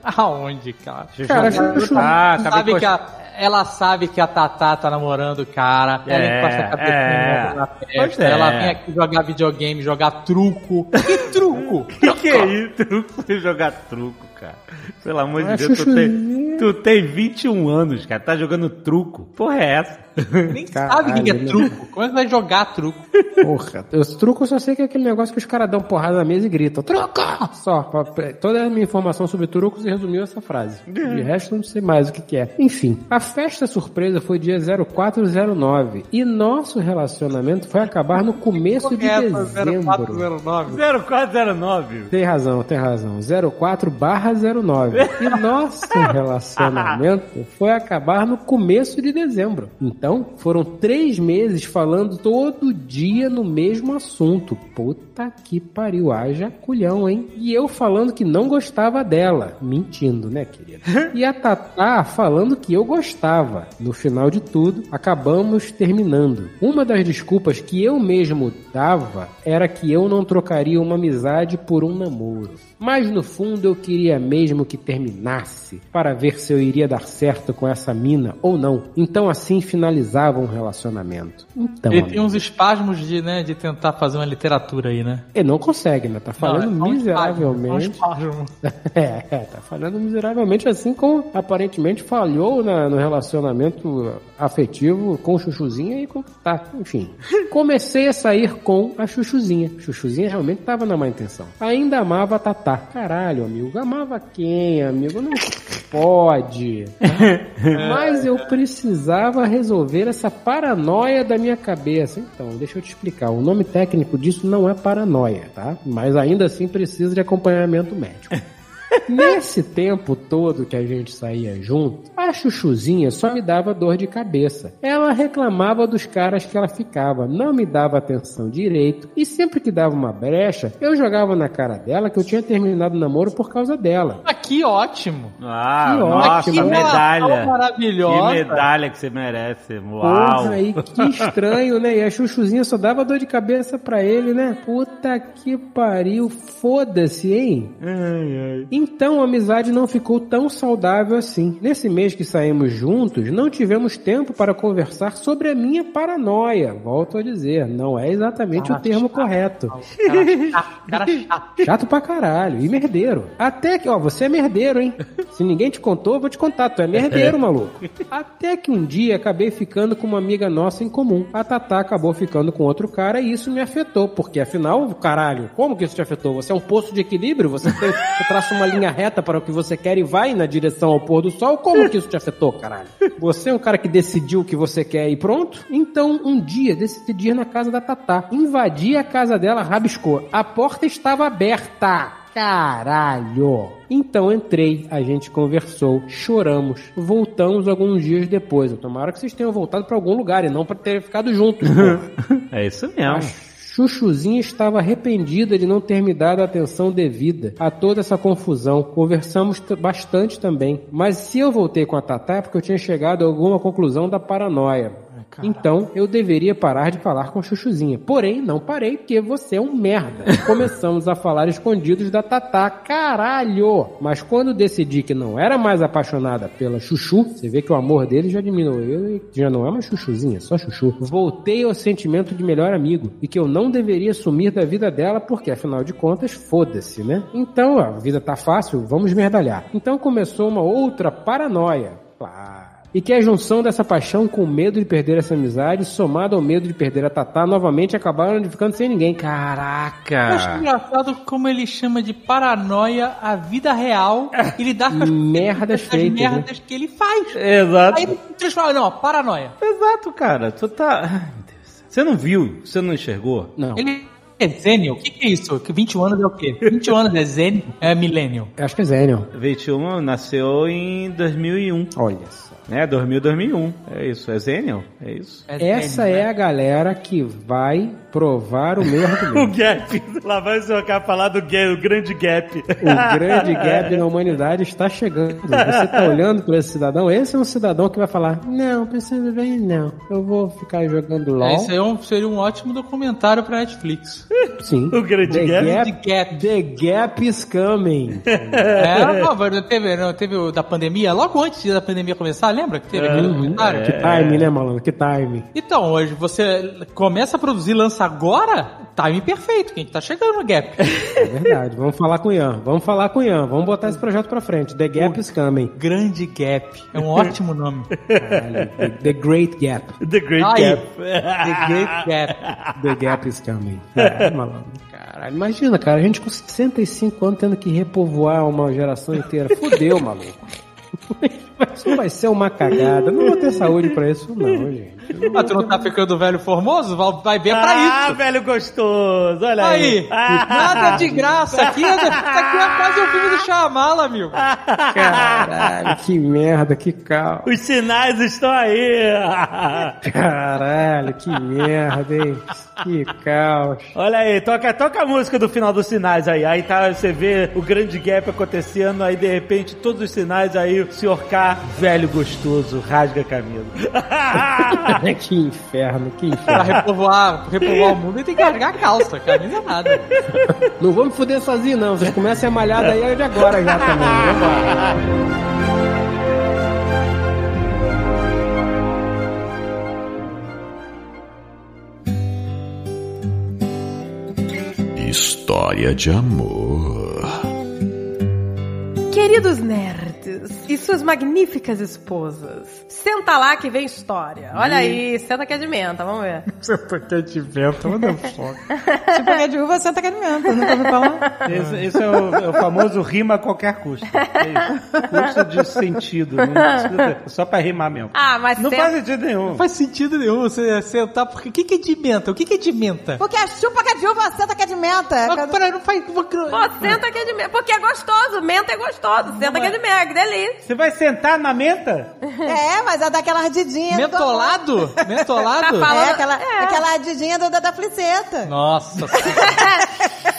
Speaker 6: Aonde, cara?
Speaker 14: Cara, chuchu-
Speaker 6: Ah,
Speaker 14: Ah,
Speaker 6: sabe
Speaker 14: tava
Speaker 6: sabe que
Speaker 14: encostado.
Speaker 6: a, ela sabe que a Tatá tá namorando o cara. Ela
Speaker 14: É,
Speaker 6: encosta a cabecinha
Speaker 14: é.
Speaker 6: na
Speaker 14: Pois
Speaker 6: festa.
Speaker 14: é.
Speaker 6: Ela vem aqui jogar videogame, jogar truco. Que truco?
Speaker 11: Que que é isso? Truco foi jogar truco, cara. Pelo amor de
Speaker 6: Ah,
Speaker 11: Deus, tu tem,
Speaker 6: chuchuzinha.
Speaker 11: tu tem 21 anos, cara. Tá jogando truco. Porra, é essa?
Speaker 6: Nem sabe o que que é
Speaker 14: Caralho, né?
Speaker 6: truco? Como é que vai jogar truco?
Speaker 14: Porra. Eu, truco eu só sei que é aquele negócio que os caras dão porrada na mesa e gritam: Truco! Só. pra- pra- Toda a minha informação sobre truco se resumiu a essa frase. De resto, eu não sei mais o que, que é. Enfim, a festa surpresa foi dia 0409 e nosso relacionamento foi acabar no começo de dezembro.
Speaker 6: 0409.
Speaker 11: 0409.
Speaker 14: Tem razão, tem razão. 04 barra 09. E nosso relacionamento foi acabar no começo de dezembro. Então, foram três meses falando todo dia no mesmo assunto. Puta que pariu, haja culhão, hein? E eu falando que não gostava dela. Mentindo, né, querida? E a Tatá Ah, falando que eu gostava. No final de tudo, acabamos terminando. Uma das desculpas que eu mesmo dava era que eu não trocaria uma amizade por um namoro. Mas no fundo eu queria mesmo que terminasse para ver se eu iria dar certo com essa mina ou não. Então assim finalizava um relacionamento. Então,
Speaker 6: Ele
Speaker 14: amigo,
Speaker 6: tem uns espasmos de, né, de tentar fazer uma literatura aí, né?
Speaker 14: ele não consegue, né? Tá falando
Speaker 6: Não, é só um espasmo,
Speaker 14: miseravelmente.
Speaker 6: só um espasmo.
Speaker 14: É, tá falhando miseravelmente, assim como aparentemente falhou na- no relacionamento afetivo com o Chuchuzinha e com. Tá, enfim. Comecei a sair com a Chuchuzinha. Chuchuzinha realmente tava na má intenção. Ainda amava a Tatá. Caralho, amigo. Amava quem, amigo? Não pode. Mas eu precisava resolver essa paranoia da minha cabeça. Então, deixa eu te explicar. O nome técnico disso não é paranoia, tá? Mas ainda assim precisa de acompanhamento médico. Nesse tempo todo que a gente saía junto, a chuchuzinha só me dava dor de cabeça. Ela reclamava dos caras que ela ficava, não me dava atenção direito e sempre que dava uma brecha, eu jogava na cara dela que eu tinha terminado o namoro por causa dela.
Speaker 6: Ah, que ótimo.
Speaker 11: Ah,
Speaker 14: Que
Speaker 11: nossa,
Speaker 14: ótimo.
Speaker 11: medalha.
Speaker 6: tá
Speaker 14: Que maravilhosa.
Speaker 11: Que medalha que você merece. Uau.
Speaker 14: Porra, aí, que estranho, né? E a chuchuzinha só dava dor de cabeça pra ele, né? Puta que pariu, foda-se, hein? Então a amizade não ficou tão saudável assim. Nesse mês que saímos juntos, não tivemos tempo para conversar sobre a minha paranoia. Volto a dizer, não é exatamente o termo correto.
Speaker 6: Cara chato.
Speaker 14: Chato pra caralho. E merdeiro. Até que, ó, você é merdeiro, hein? Se ninguém te contou, eu vou te contar. Tu é merdeiro, maluco. Até que um dia acabei ficando com uma amiga nossa em comum. A Tatá acabou ficando com outro cara e isso me afetou. Porque afinal, caralho, como que isso te afetou? Você é um poço de equilíbrio? Você, tem, você traça uma linha reta para o que você quer e vai na direção ao pôr do sol? Como que isso te afetou, caralho? Você é um cara que decidiu o que você quer e pronto? Então, um dia, decidi ir na casa da Tatá. Invadi a casa dela, rabiscou. A porta estava aberta. Caralho! Então entrei, a gente conversou, choramos, voltamos alguns dias depois. Tomara que vocês tenham voltado pra algum lugar e não pra terem ficado juntos. porra.
Speaker 11: É isso mesmo.
Speaker 14: Chuchuzinha estava arrependida de não ter me dado a atenção devida a toda essa confusão. Conversamos t- bastante também. Mas se eu voltei com a Tatá é porque eu tinha chegado a alguma conclusão da paranoia. Então eu deveria parar de falar com a Chuchuzinha. Porém, não parei porque você é um merda. Começamos a falar escondidos da Tatá. Caralho! Mas quando decidi que não era mais apaixonada pela Chuchu, você vê que o amor dele já diminuiu e já não é uma Chuchuzinha, é só Chuchu. Voltei ao sentimento de melhor amigo e que eu não deveria sumir da vida dela porque, afinal de contas, foda-se, né? Então, ó, a vida tá fácil, vamos merdalhar. Então começou uma outra paranoia. Claro. E que a junção dessa paixão com o medo de perder essa amizade, somado ao medo de perder a Tatá, novamente acabaram de ficando sem ninguém.
Speaker 11: Caraca!
Speaker 6: Eu acho
Speaker 14: Ah.
Speaker 6: engraçado como ele chama de paranoia a vida real e lidar com as
Speaker 14: merdas feitas.
Speaker 6: As merdas
Speaker 14: né? Tá.
Speaker 6: que ele faz.
Speaker 11: Exato.
Speaker 6: Aí ele transforma, não, paranoia.
Speaker 11: Exato, cara. Tu tá. Ai, meu Deus. Você não viu? Você não enxergou?
Speaker 14: Não.
Speaker 6: Ele é Zênio? O que, que é isso? Que 21 anos é o quê? 21 anos é Zênio? É Millennium.
Speaker 14: Eu acho que é Zênio.
Speaker 11: 21 nasceu em 2001.
Speaker 14: Olha só.
Speaker 11: É, 2000, 2001. É isso. É Zenial? É isso. É
Speaker 14: Essa
Speaker 11: Zenial,
Speaker 14: é né? a galera que vai provar o meu
Speaker 11: o
Speaker 14: argumento.
Speaker 11: gap. Lá vai o senhor cá falar do ga- o grande gap.
Speaker 14: o grande gap na humanidade está chegando. Você tá olhando para esse cidadão? Esse é um cidadão que vai falar: Não, pensando bem, não. Eu vou ficar jogando LOL.
Speaker 6: Esse aí é um- seria um ótimo documentário pra Netflix.
Speaker 14: Sim.
Speaker 11: O grande
Speaker 14: The
Speaker 11: gap.
Speaker 14: gap.
Speaker 6: The Gap.
Speaker 14: The gap is coming.
Speaker 6: É, não, mas não teve, não, teve o da pandemia, logo antes da pandemia começar, lembra que teve aquele documentário?
Speaker 14: Que time, né, malandro? Que time.
Speaker 6: Então, hoje você começa a produzir, lança agora, time perfeito, que a gente tá chegando no gap.
Speaker 14: É verdade. Vamos falar com o Ian. Vamos falar com o Ian. Vamos botar esse projeto pra frente. The gap is coming.
Speaker 6: Grande Gap, é um ótimo nome.
Speaker 14: Caralho, The, the Great Gap.
Speaker 11: The Great
Speaker 6: Aí. é
Speaker 11: Gap.
Speaker 6: The Great Gap.
Speaker 14: The Gap is coming. Caralho, malandro. Caralho, imagina, cara, a gente com 65 anos tendo que repovoar uma geração inteira. Fudeu, maluco. Isso vai ser uma cagada. Não vou ter saúde pra isso, não, gente.
Speaker 6: Mas tu não tá ficando velho formoso? Vai- Vai ver pra
Speaker 11: Ah,
Speaker 6: isso.
Speaker 11: velho gostoso. Olha aí.
Speaker 6: Aí, nada de graça aqui, isso aqui é quase o filme do Chamala, amigo.
Speaker 14: Caralho, que merda, que cal.
Speaker 11: Ah, Os sinais estão aí.
Speaker 14: Caralho, que merda, hein? Que caos.
Speaker 11: Olha aí, toca, toca a música do final dos sinais aí. Aí tá, você vê o grande gap acontecendo, aí de repente todos os sinais aí, o senhor K, velho gostoso, rasga a camisa.
Speaker 14: Que inferno, que
Speaker 6: Pra
Speaker 14: inferno.
Speaker 6: repovoar, repovoar o mundo, ele tem que largar a calça, camisa nada.
Speaker 14: Não vou me fuder sozinho, não. Vocês comecem a malhar daí é de agora já também. né? Vambora.
Speaker 1: História de amor.
Speaker 3: Queridos nerds e suas magníficas esposas, senta lá que vem história. Olha aí, senta que adimenta, vamos ver.
Speaker 14: Senta que adimenta, manda foca.
Speaker 4: Tipo, é de uva, senta que alimenta. Nunca ouviu falar?
Speaker 11: Esse, esse é, o, é o famoso rima a qualquer custo. É isso. Custo de sentido. Não precisa, só pra rimar mesmo.
Speaker 3: Ah, mas
Speaker 11: Não
Speaker 3: senta-
Speaker 11: faz sentido nenhum.
Speaker 6: Não faz sentido nenhum você sentar, porque o que, que é de menta? O que, que é de menta?
Speaker 4: Porque a chupa que é de uva, senta que alimenta. É
Speaker 6: Mas,
Speaker 4: cada-
Speaker 6: peraí, não faz.
Speaker 3: Pô, senta que adimenta, porque é gostoso, menta é gostoso, senta que adimenta, que delícia.
Speaker 11: Você vai sentar na menta?
Speaker 4: É, mas é daquela ardidinha. do-
Speaker 6: Mentolado? Mentolado?
Speaker 3: Tá
Speaker 4: É, aquela, aquela ardidinha do- da, da fliceta.
Speaker 6: Nossa senhora.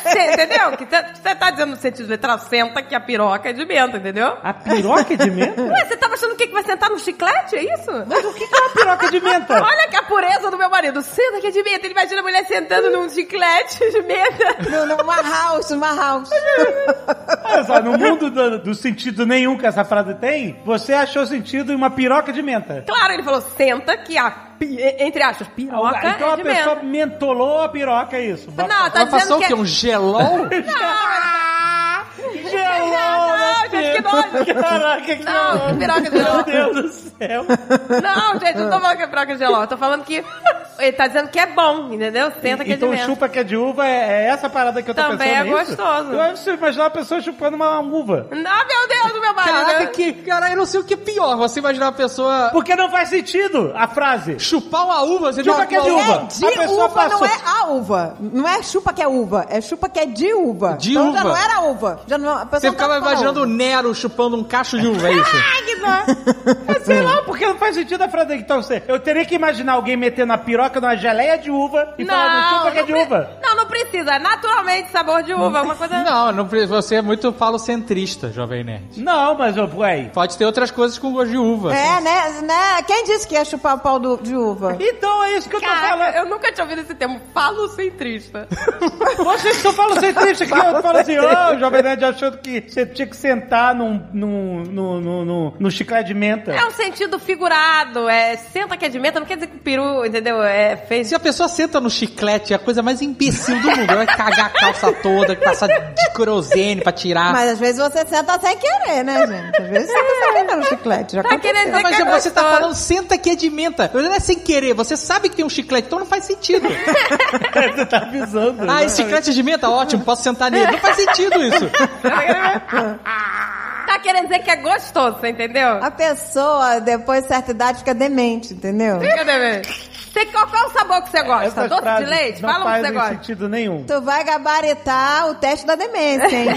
Speaker 3: Você entendeu? Que você tá dizendo no sentido literal, senta que a piroca é de menta, entendeu?
Speaker 11: A piroca de menta?
Speaker 3: Ué, você tava achando que, que vai sentar no chiclete? É isso?
Speaker 11: O que que é uma piroca de menta?
Speaker 3: Olha que a pureza do meu marido. Senta que é de menta. Ele imagina a mulher sentando num chiclete de menta.
Speaker 4: No- Numa house, numa house.
Speaker 11: Olha só, no mundo do, do sentido nenhum que essa frase tem, você achou sentido em uma piroca de menta.
Speaker 3: Claro, ele falou, senta que a, pi- entre aspas, piroca
Speaker 11: então
Speaker 3: é
Speaker 11: a
Speaker 3: de
Speaker 11: pessoa
Speaker 3: menta.
Speaker 11: mentolou a piroca, é isso.
Speaker 3: Não, tá
Speaker 6: Vai passar
Speaker 3: dizendo
Speaker 6: o
Speaker 3: que...
Speaker 6: quê? Um gelol?
Speaker 11: Gelou na
Speaker 3: Não, gente, que nojo.
Speaker 11: Caraca, que
Speaker 3: é Não, que piroca de
Speaker 11: Meu
Speaker 3: gelol.
Speaker 11: Deus do céu.
Speaker 3: Não, gente, não tô falando que é piroca de gelol. Eu tô falando que... Ele tá dizendo que é bom, entendeu? Senta que é de
Speaker 11: então
Speaker 3: menta.
Speaker 11: chupa que é de uva é, é essa parada que eu tô
Speaker 3: Também
Speaker 11: pensando.
Speaker 3: é
Speaker 11: nisso?
Speaker 3: gostoso.
Speaker 11: Eu acho que você imaginar uma pessoa chupando uma uva.
Speaker 3: Não, meu Deus do meu marido.
Speaker 6: Caraca, que. Caralho, eu não sei o que é pior. Você imaginar uma pessoa
Speaker 11: Porque não faz sentido a frase.
Speaker 6: chupar uma uva, você
Speaker 11: Chupa
Speaker 6: joga
Speaker 11: que é de
Speaker 6: uma
Speaker 11: uva.
Speaker 4: É de
Speaker 11: A pessoa
Speaker 4: uva,
Speaker 11: passou.
Speaker 4: não é a uva. Não é chupa que é uva, é chupa que é de uva.
Speaker 6: De
Speaker 4: então já
Speaker 6: uva.
Speaker 4: não era uva. Já não, a pessoa
Speaker 6: Você
Speaker 4: não tá
Speaker 6: ficava
Speaker 4: tava com a
Speaker 6: imaginando o
Speaker 4: uva.
Speaker 6: Nero chupando um cacho de uva, é isso?
Speaker 11: Mas sei lá, porque não faz sentido a frase. Então, você, eu teria que imaginar alguém metendo a
Speaker 16: troca numa geleia de uva e fala, não chupa que é de
Speaker 3: pre-
Speaker 16: uva.
Speaker 3: Não, não precisa. É Naturalmente, sabor de uva. é Uma coisa...
Speaker 6: Não, não pre- você é muito falocentrista, Jovem Nerd.
Speaker 16: Não, mas, ô, ué.
Speaker 6: Pode ter outras coisas com gosto de uva.
Speaker 4: É, né, né? Quem disse que ia chupar o pau do- de uva?
Speaker 16: Então é isso que eu
Speaker 3: tô falando. Eu nunca tinha ouvido esse termo. Falocentrista.
Speaker 16: Vocês só falam ser triste que eu falo assim, ó, o Jovem Nerd achando que você tinha que sentar num, num, num, num, num, num chiclete de menta.
Speaker 3: É um sentido figurado. É senta que é de menta. Não quer dizer que o peru, entendeu? É fez...
Speaker 6: Se a pessoa senta no chiclete, é a coisa mais imbecil do mundo. Vai cagar a calça toda, passar de querosene pra tirar.
Speaker 4: Mas às vezes você senta sem querer, né, gente? Às vezes você tá sem querer no chiclete. Já
Speaker 6: Tá querendo
Speaker 4: aconteceu.
Speaker 3: é
Speaker 6: mas você tá falando, senta que é de menta. Não é sem querer, você sabe que tem um chiclete, então não faz sentido.
Speaker 16: você tá avisando.
Speaker 6: Ah, esse chiclete de menta, ótimo, posso sentar nele. Não faz sentido isso.
Speaker 3: Tá querendo dizer que é gostoso, você entendeu?
Speaker 4: A pessoa, depois de certa idade, fica demente, entendeu?
Speaker 3: Fica demente. Tem qual, qual o sabor que você gosta?
Speaker 4: Essas
Speaker 3: Doce de
Speaker 4: frases
Speaker 3: leite?
Speaker 4: não
Speaker 3: Fala um Então, que você
Speaker 4: fazem
Speaker 3: gosta.
Speaker 16: sentido nenhum.
Speaker 4: Tu vai gabaritar o teste da demência, hein?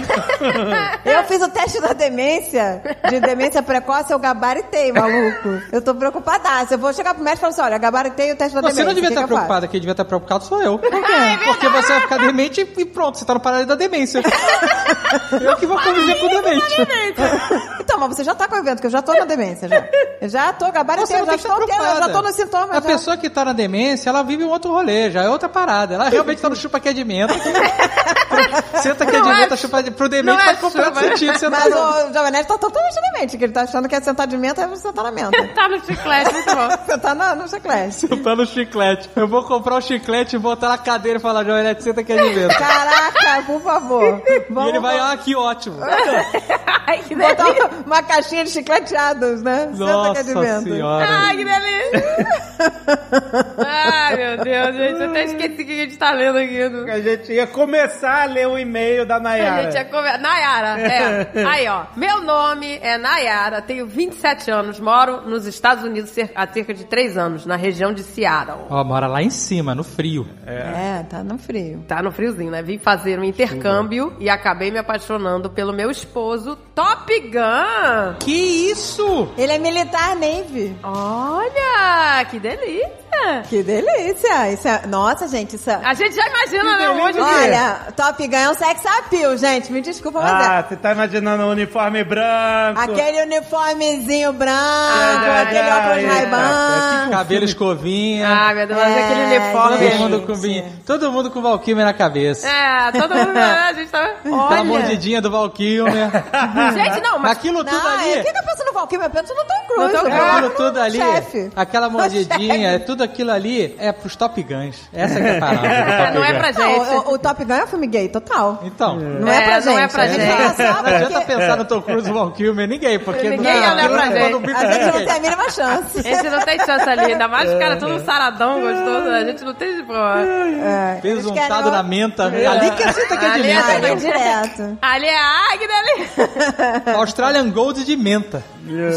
Speaker 4: eu fiz o teste da demência, de demência precoce, eu gabaritei, maluco. Eu tô preocupada. Se eu vou chegar pro médico e falar assim, olha, gabaritei o teste da
Speaker 6: Você
Speaker 4: demência.
Speaker 6: não devia
Speaker 4: o que
Speaker 6: estar
Speaker 4: que eu faço?
Speaker 6: preocupado, quem devia estar preocupado sou eu. Por quê? Porque você vai ficar demente e pronto, você tá no paralelo da demência. eu que vou conviver com o demente.
Speaker 4: Então, mas você já tá com o evento, que eu já tô na demência, já. Eu já tô gabaritei,
Speaker 6: Você
Speaker 4: eu
Speaker 6: não
Speaker 4: já
Speaker 6: tem que estar
Speaker 4: estou tendo, eu
Speaker 6: preocupada.
Speaker 4: já tô nos sintomas.
Speaker 6: A
Speaker 4: já.
Speaker 6: pessoa que tá na demência, ela vive um outro rolê, já é outra parada. Ela realmente tá no chupa que é de menta. Senta que é de
Speaker 4: Não é-
Speaker 6: menta, chupa de... Pro demente faz completo sentido. sentar
Speaker 4: Mas
Speaker 6: no-
Speaker 4: o Jovem Nerd tá totalmente demente, que ele tá achando que é sentar de menta, é sentar na menta.
Speaker 3: tá no chiclete, muito bom.
Speaker 4: Sentar na- no chiclete.
Speaker 6: Tá no chiclete. Eu vou comprar o chiclete e botar na cadeira e falar, Joelete, senta aqui de dentro.
Speaker 4: Caraca, por favor.
Speaker 6: e ele vai, ah, que ótimo.
Speaker 4: Ai, que Botar uma, uma caixinha de chicleteados, né? Senta que é de
Speaker 6: Nossa
Speaker 4: vento.
Speaker 6: Senhora.
Speaker 3: Ai, que delícia! Ai, meu Deus, gente, eu até esqueci o que a gente tá lendo aqui. Do...
Speaker 16: A gente ia começar a ler o e-mail da Nayara.
Speaker 3: A gente ia conver- Nayara, é. Aí, ó. Meu nome é Nayara, tenho 27 anos, moro nos Estados Unidos cer- há cerca de 3 anos, na região de Seattle.
Speaker 6: Ó, mora lá em cima, no frio.
Speaker 4: É, tá no frio.
Speaker 3: Tá no friozinho, né? Vim fazer um intercâmbio e acabei me apaixonando pelo meu esposo, Top Gun!
Speaker 6: Que isso?
Speaker 4: Ele é militar Navy.
Speaker 3: Olha, que delícia!
Speaker 4: Que delícia. Isso é- Nossa, gente, isso é...
Speaker 3: A gente já imagina, né? Um monte de...
Speaker 4: Olha, Top Gun é um sex appeal, gente. Me desculpa, mas
Speaker 16: Ah,
Speaker 4: é.
Speaker 16: você tá imaginando o uniforme branco.
Speaker 3: é-
Speaker 4: Aquele uniformezinho branco,
Speaker 16: Ah,
Speaker 4: aquele
Speaker 16: é,
Speaker 4: óculos
Speaker 16: é,
Speaker 4: Ray-Ban.
Speaker 6: Cabelo escovinha.
Speaker 3: Ah, meu Deus, mas é aquele uniforme.
Speaker 6: Todo mundo com, vinho- todo mundo com Valkyrie na cabeça.
Speaker 3: É, todo mundo. A gente tá.
Speaker 6: Tá a
Speaker 3: Olha.
Speaker 6: mordidinha do Valkyrie.
Speaker 3: Gente, não, é mas.
Speaker 6: Aquilo tudo
Speaker 4: Não,
Speaker 6: ali.
Speaker 4: e quem tá pensando no Valkyrie? Eu penso no Tom Cruise.
Speaker 3: No Tom
Speaker 4: né?
Speaker 3: Cruise.
Speaker 6: Aquilo tudo ali,
Speaker 4: chefe.
Speaker 6: aquela mordidinha, é tudo aquilo ali é pros Top Guns. Essa que é a parada. do Top
Speaker 3: Não é
Speaker 6: Gun.
Speaker 3: pra
Speaker 4: Não,
Speaker 3: gente.
Speaker 4: o, o Top Gun é um filme gay, total.
Speaker 6: Então,
Speaker 4: Não é, pra gente.
Speaker 3: não é pra
Speaker 4: A gente
Speaker 3: gente.
Speaker 4: fala só
Speaker 6: Não adianta
Speaker 4: porque
Speaker 6: pensar no Tom Cruise, Val Kilmer, ninguém, porque... é
Speaker 3: Ninguém olha pra gente.
Speaker 6: né? quando o bico
Speaker 4: a gente não
Speaker 6: ninguém.
Speaker 4: tem a mínima chance.
Speaker 3: Esse não tem chance ali, ainda mais os caras todo saradão gostoso. A gente não tem. Pô.
Speaker 4: É, eles querem
Speaker 6: Pesuntado
Speaker 4: o-
Speaker 6: um na menta. Ali que aceita que é de
Speaker 3: Ali é
Speaker 6: menta,
Speaker 4: Ali é
Speaker 6: né?
Speaker 4: direto.
Speaker 3: Ali é a Agda ali.
Speaker 6: é Australian Gold de menta.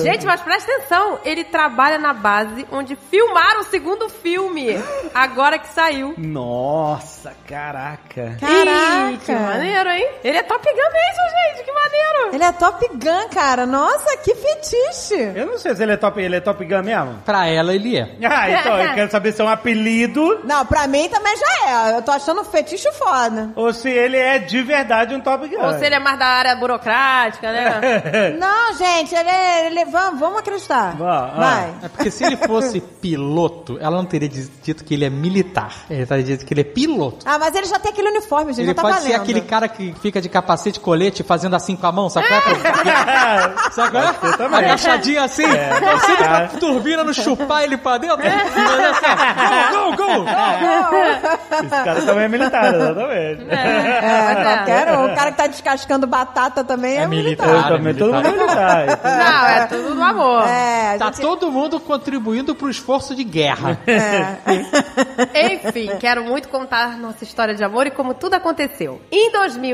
Speaker 3: Gente, mas presta atenção. Ele trabalha na base onde filmaram o segundo filme. Agora que saiu.
Speaker 16: Nossa, caraca.
Speaker 3: Ih, que maneiro, hein? Ele é Top Gun mesmo, gente. Que maneiro.
Speaker 4: Ele é Top Gun, cara. Nossa, que fetiche.
Speaker 16: Eu não sei se ele é top, ele é top gun mesmo.
Speaker 6: Pra ela, ele é.
Speaker 16: Ah, então, eu quero saber se é um apelido
Speaker 4: Não, pra mim também já é. Eu tô achando um fetiche foda.
Speaker 16: ou se ele é de verdade um top gun.
Speaker 3: Ou se ele é mais da área burocrática, né?
Speaker 4: Não, gente, ele, é, ele vamos, vamos acreditar.
Speaker 16: Vá,
Speaker 4: Vai.
Speaker 6: É porque se ele fosse piloto, ela não teria diz- dito que ele é militar. Ele estaria dizendo que ele é piloto.
Speaker 4: Ah, mas ele já tem aquele uniforme, gente.
Speaker 6: Ele
Speaker 4: já tá
Speaker 6: pode
Speaker 4: valendo.
Speaker 6: ser aquele cara que fica de capacete, colete, fazendo assim com a mão, sabe? sabe? é?
Speaker 16: eu também.
Speaker 6: Agachadinho assim, torcendo pra turbina não chupar ele pra dentro. Mas assim, ó, Gol, gol, gol!
Speaker 16: Esse cara também é militar, exatamente.
Speaker 4: É,
Speaker 3: né?
Speaker 4: qualquer um. O cara que tá descascando batata também é, militar.
Speaker 16: Eu também, todo mundo é militar.
Speaker 3: Não, é tudo no amor.
Speaker 4: É, a
Speaker 6: Tá
Speaker 4: gente-
Speaker 6: todo mundo contribuindo pro esforço de guerra.
Speaker 3: Enfim, quero muito contar nossa história de amor e como tudo aconteceu. Em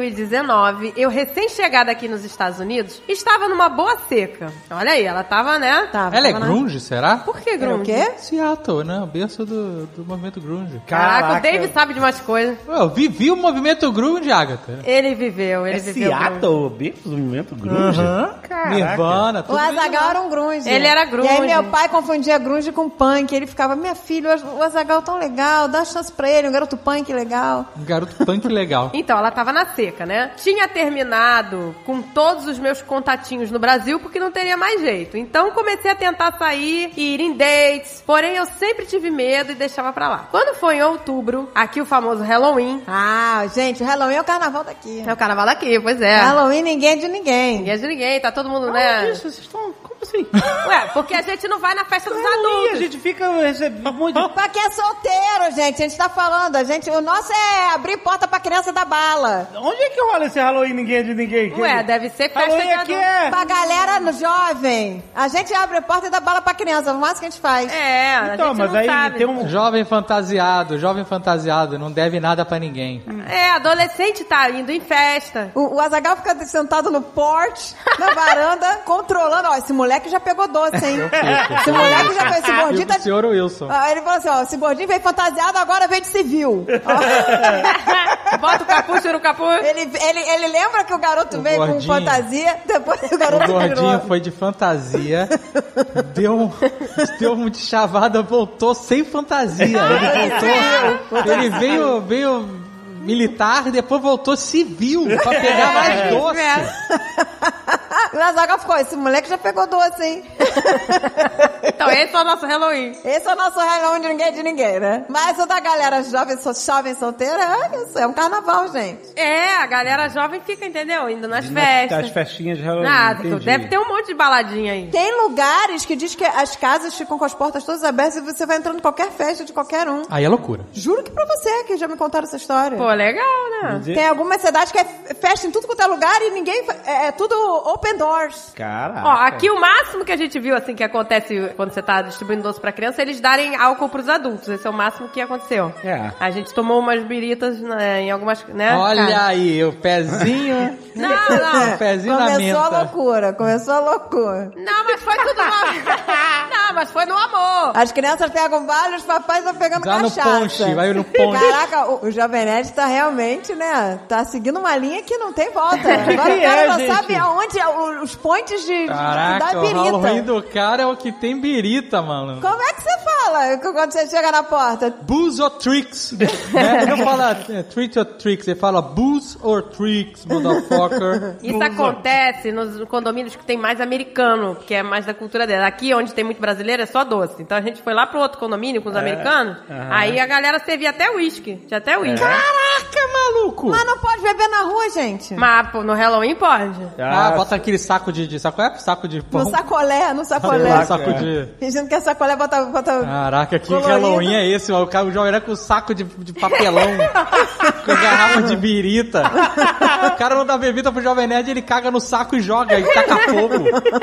Speaker 3: 2019, eu recém-chegada aqui nos Estados Unidos, estava numa boa seca. Olha aí, ela tava, né?
Speaker 4: Tá,
Speaker 6: Ela é
Speaker 4: vamos lá.
Speaker 6: grunge, será?
Speaker 3: Por que,
Speaker 4: É o
Speaker 3: Grunge?
Speaker 4: quê?
Speaker 6: Seattle, né? O berço do, do movimento grunge.
Speaker 3: Caraca, o
Speaker 16: Caraca,
Speaker 3: David Ele sabe de mais coisas.
Speaker 6: Eu vivi o movimento grunge, Agatha.
Speaker 3: Ele viveu, ele
Speaker 7: É
Speaker 3: viveu.
Speaker 7: Seattle, berço do movimento grunge?
Speaker 6: Aham.
Speaker 7: Caraca.
Speaker 6: Nirvana,
Speaker 4: O Azagal era um grunge.
Speaker 3: Ele era grunge.
Speaker 4: E aí meu pai confundia grunge com punk. Ele ficava, minha filha, o Azagal tão legal, dá chance pra ele, um garoto punk legal.
Speaker 6: Um garoto punk legal.
Speaker 3: Então, ela tava na seca, né? Tinha terminado com todos os meus contatinhos no Brasil porque não teria mais jeito. Então, comecei a tentar sair e ir em dates. Porém, eu sempre tive medo e deixava pra lá. Quando foi em outubro, aqui o famoso Halloween.
Speaker 4: Ah, gente, o Halloween é o carnaval daqui.
Speaker 3: É o carnaval daqui, pois é.
Speaker 4: Halloween ninguém é de ninguém.
Speaker 3: Ninguém é de ninguém, tá todo mundo, né?
Speaker 16: Isso, vocês estão. Como assim?
Speaker 3: Ué, porque a gente não vai na festa dos
Speaker 16: Ih, a
Speaker 3: adultos.
Speaker 16: gente fica recebendo um monte de.
Speaker 4: Pra quem é solteiro, gente, a gente tá falando, a gente, o nosso é abrir porta pra criança da bala.
Speaker 16: Onde é que rola esse Halloween ninguém é de ninguém?
Speaker 3: Ué, deve ser festa
Speaker 16: Halloween
Speaker 3: de
Speaker 16: aqui
Speaker 3: adulto.
Speaker 16: é.
Speaker 4: Pra galera no jovem, a gente abre a porta e dá bala pra criança, o máximo que a gente faz.
Speaker 3: É, a
Speaker 16: Então,
Speaker 3: gente
Speaker 16: mas
Speaker 3: não
Speaker 16: aí
Speaker 3: sabe.
Speaker 16: tem um.
Speaker 6: Jovem fantasiado, jovem fantasiado, não deve nada pra ninguém.
Speaker 3: É, adolescente tá indo em festa.
Speaker 4: O, o Azagal fica sentado no porte, na varanda, controlando. Ó, esse moleque já pegou doce, hein? esse moleque já fez. Esse gordinho
Speaker 6: Digo,
Speaker 4: tá.
Speaker 6: senhor Wilson.
Speaker 4: Ah, ele falou assim: ó, esse gordinho veio fantasiado, agora veio de civil.
Speaker 3: Bota o capuz, tira o capuz.
Speaker 4: ele, ele, ele lembra que o garoto
Speaker 6: O
Speaker 4: veio com
Speaker 6: gordinho.
Speaker 4: fantasia, depois o
Speaker 6: O
Speaker 4: garoto
Speaker 6: gordinho
Speaker 4: virou.
Speaker 6: foi de fantasia, deu, um- deu um de chavada, voltou sem fantasia. Ele voltou. Ele veio, veio militar, depois voltou civil pra pegar mais doce.
Speaker 4: O Azagal ficou: esse moleque já pegou doce, hein?
Speaker 3: Então, esse é o nosso Halloween.
Speaker 4: Esse é o nosso Halloween de ninguém é de ninguém, né? Mas o da galera jovem, so- jovem solteira, é isso, é um carnaval, gente.
Speaker 3: É, a galera jovem fica, entendeu? Indo nas
Speaker 7: As
Speaker 3: festas.
Speaker 7: festinhas de Halloween.
Speaker 3: Nada,
Speaker 7: entendi.
Speaker 3: deve ter um monte de baladinha aí.
Speaker 4: Tem lugares que diz que as casas ficam com as portas todas abertas e você vai entrando em qualquer festa de qualquer um.
Speaker 6: Aí é loucura.
Speaker 4: Juro que pra você que já me contaram essa história.
Speaker 3: Pô, legal, né?
Speaker 4: Tem algumas cidades que é festa em tudo quanto é lugar e ninguém. É, é tudo open doors.
Speaker 3: Ó,
Speaker 7: Caraca.
Speaker 3: aqui o máximo que a gente viu, assim, que acontece quando você tá distribuindo doce pra criança, é eles darem álcool pros adultos. Esse é o máximo que aconteceu.
Speaker 7: É.
Speaker 3: A gente tomou umas biritas né, em algumas, né?
Speaker 6: Olha
Speaker 3: cara?
Speaker 6: aí, o pezinho.
Speaker 3: Não, não.
Speaker 6: O Um pezinho na
Speaker 4: começou a
Speaker 6: menta.
Speaker 4: loucura, começou a loucura.
Speaker 3: Não, mas foi tudo mal. Não, mas foi no amor.
Speaker 4: As crianças pegam vários, os papais estão pegando
Speaker 6: Dá no
Speaker 4: cachaça.
Speaker 6: ponche, vai no ponche.
Speaker 4: Caraca, o, o Jovem Nerd tá realmente, né? Tá seguindo uma linha que não tem volta. Agora o
Speaker 16: que
Speaker 4: cara
Speaker 16: é,
Speaker 4: não
Speaker 16: gente?
Speaker 4: sabe aonde é o- os pontes de, de- da
Speaker 6: Caraca, o Halloween
Speaker 4: birita.
Speaker 6: do cara é o que tem birita, mano.
Speaker 4: Como é que você fala quando você chega na porta?
Speaker 6: Booze or tricks? né? Ele não fala é, treat or tricks, ele fala booze or tricks, motherfucker.
Speaker 3: Isso acontece nos condomínios que tem mais americano, porque é mais da cultura dela. Aqui, onde tem muito brasileiro, é só doce. Então a gente foi lá pro outro condomínio com os americanos, aí a galera servia até uísque. Tinha até uísque.
Speaker 6: Caraca, maluco!
Speaker 4: Mas não pode beber na rua, gente.
Speaker 3: Mas pô, no Halloween pode.
Speaker 6: Ah, bota aquele saco de, de saco, é saco de pão.
Speaker 4: No sacolé, no
Speaker 6: Sei
Speaker 4: sacolé.
Speaker 6: lá, saco de...
Speaker 4: Fingindo que é sacolé, bota... bota...
Speaker 6: Caraca, que
Speaker 4: Colorido.
Speaker 6: Halloween é esse? mano? O cara joga com saco de, de papelão, com garrafa de birita. O cara não dá bebida pro Jovem Nerd, ele caga no saco e joga, e taca fogo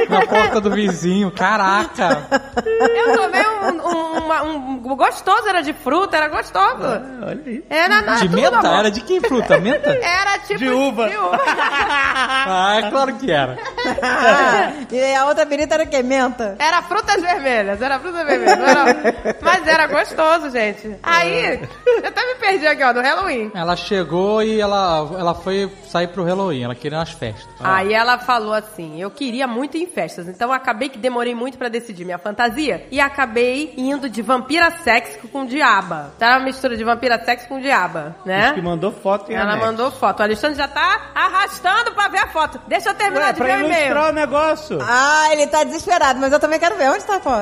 Speaker 6: na porta do vizinho. Caraca!
Speaker 3: Eu tomei um, um, uma- um gostoso, era de fruta, era gostoso.
Speaker 7: Olha isso.
Speaker 3: Era na
Speaker 6: De menta? Era de que fruta? Menta?
Speaker 3: Era tipo
Speaker 16: De uva.
Speaker 6: Ah, é claro que era.
Speaker 4: Ah. e a outra birita era o quê? Menta?
Speaker 3: Era frutas vermelhas, era frutas vermelhas. não era- Mas era gostoso, gente. Aí, eu até me perdi aqui, ó, no Halloween.
Speaker 6: Ela chegou e ela, ela foi sair pro Halloween, ela queria umas festas.
Speaker 3: Aí ela falou assim: eu queria muito ir em festas, então eu acabei que demorei muito pra decidir minha fantasia e acabei indo de vampira sexy com diaba. Tá uma mistura de vampira sexy com diaba, né?
Speaker 7: Que mandou foto em
Speaker 3: Ela
Speaker 7: anexo.
Speaker 3: mandou foto. O Alexandre já tá arrastando pra ver a foto. Deixa eu terminar
Speaker 16: Ué,
Speaker 3: de
Speaker 16: pra
Speaker 3: ver o e-mail.
Speaker 16: ilustrar o negócio.
Speaker 4: Ah, ele tá desesperado, mas eu também quero ver. Onde tá a foto?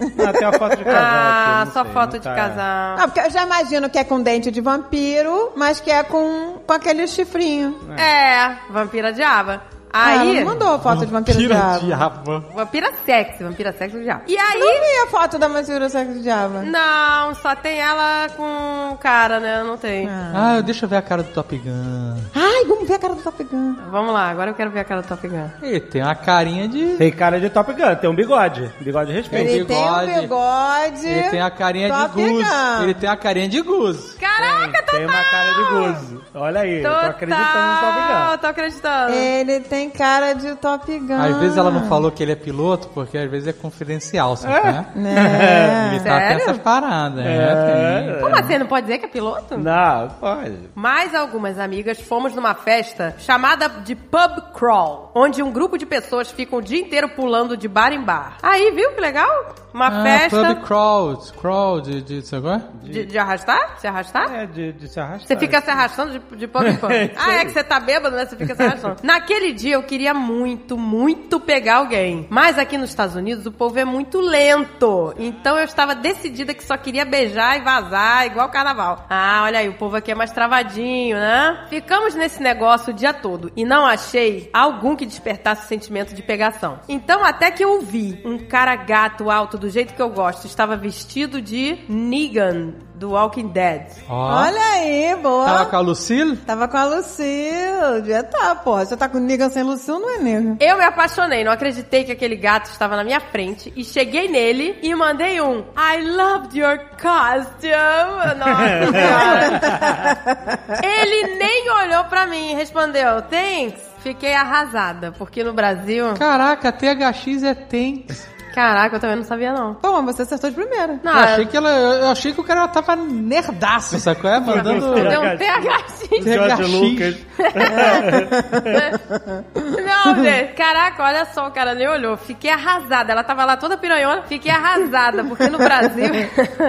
Speaker 7: Ah, tem uma foto de casal.
Speaker 3: Ah,
Speaker 7: aqui, não
Speaker 3: só
Speaker 7: sei,
Speaker 3: foto
Speaker 7: não
Speaker 3: de
Speaker 7: tá-
Speaker 3: casal.
Speaker 4: Ah, porque eu já imagino que é com dente de vampiro, mas que é com, com aquele chifrinho.
Speaker 3: É, vampira diaba.
Speaker 4: Ah, ela
Speaker 3: Aí.
Speaker 4: não mandou foto de vampiro
Speaker 6: Tira o
Speaker 12: Ah,
Speaker 4: diabo.
Speaker 6: diabo.
Speaker 3: Vampira sexy, vampira sexy com diaba. E
Speaker 4: Não
Speaker 3: aí.
Speaker 4: vi a foto da vampira sexo do diabo.
Speaker 3: Não, só tem ela com o cara, né? Não tem.
Speaker 6: Ah, deixa eu ver a cara do Top Gun.
Speaker 4: Ah, Ai, vamos ver a cara do Top Gun.
Speaker 3: Vamos lá, agora eu quero ver a cara do Top Gun.
Speaker 12: Ele tem uma carinha de.
Speaker 2: Tem cara de Top Gun, tem um bigode. Bigode de respeito.
Speaker 4: Ele tem um bigode.
Speaker 12: Ele tem a carinha
Speaker 3: tá
Speaker 4: Top
Speaker 12: de guzo.
Speaker 4: Gun.
Speaker 12: Ele tem a carinha de guzo.
Speaker 3: Caraca,
Speaker 2: Tem uma cara de gozo. Olha aí, eu tô
Speaker 3: Total.
Speaker 2: acreditando É. no Top Gun.
Speaker 3: tô acreditando.
Speaker 4: Ele tem cara de Top Gun.
Speaker 12: Às vezes ela
Speaker 3: Ah.
Speaker 12: não falou que ele é piloto, porque às vezes é confidencial, sabe? qual é?
Speaker 4: Né?
Speaker 12: Ele tá
Speaker 3: Sério?
Speaker 12: com essas paradas.
Speaker 2: É.
Speaker 12: tem.
Speaker 3: Como assim? Não pode dizer que é piloto?
Speaker 2: Não, pode.
Speaker 3: Mais algumas amigas fomos numa festa chamada de Pub Crawl, onde um grupo de pessoas fica o dia inteiro pulando de bar em bar. Aí, viu que legal? Uma
Speaker 12: Ah,
Speaker 3: Tá festa
Speaker 12: pub crawl, crawl de, de, sabe qual é?
Speaker 3: de, de arrastar? Se arrastar?
Speaker 2: É, de, de se arrastar.
Speaker 3: Você fica se arrastando de, de pub em pub. ah, é que você tá bêbado, né? Você fica se arrastando. Naquele dia eu queria muito, muito pegar alguém. Mas aqui nos Estados Unidos o povo é muito lento. Então eu estava decidida que só queria beijar e vazar, igual carnaval. Ah, olha aí, o povo aqui é mais travadinho, né? Ficamos nesse negócio o dia todo e não achei algum que despertasse o sentimento de pegação. Então até que eu vi um cara gato alto do jeito que eu gosto, estava vestido de Negan do Walking Dead.
Speaker 12: Ó.
Speaker 4: Olha aí, boa.
Speaker 12: Tava com a Lucille?
Speaker 4: Tava com a Lucille. Já tá, porra. Você tá com nigga sem Lucille, não é nego.
Speaker 3: Eu me apaixonei, não acreditei que aquele gato estava na minha frente e cheguei nele e mandei um I loved your costume. Nossa senhora. Ele nem olhou pra mim e respondeu, thanks. Fiquei arrasada, porque no Brasil...
Speaker 12: Caraca, THX é tem.
Speaker 3: Caraca, eu também não sabia não.
Speaker 4: Pô, mas você acertou de primeira.
Speaker 3: Não,
Speaker 12: eu, achei que ela, eu eu achei que o cara tava nerdaço, sabe qual é? Mandando
Speaker 3: deu um THX.
Speaker 12: THX.
Speaker 3: Não, gente, caraca, olha só, o cara nem olhou. Fiquei arrasada. Ela tava lá toda piranhona, fiquei arrasada, porque no Brasil,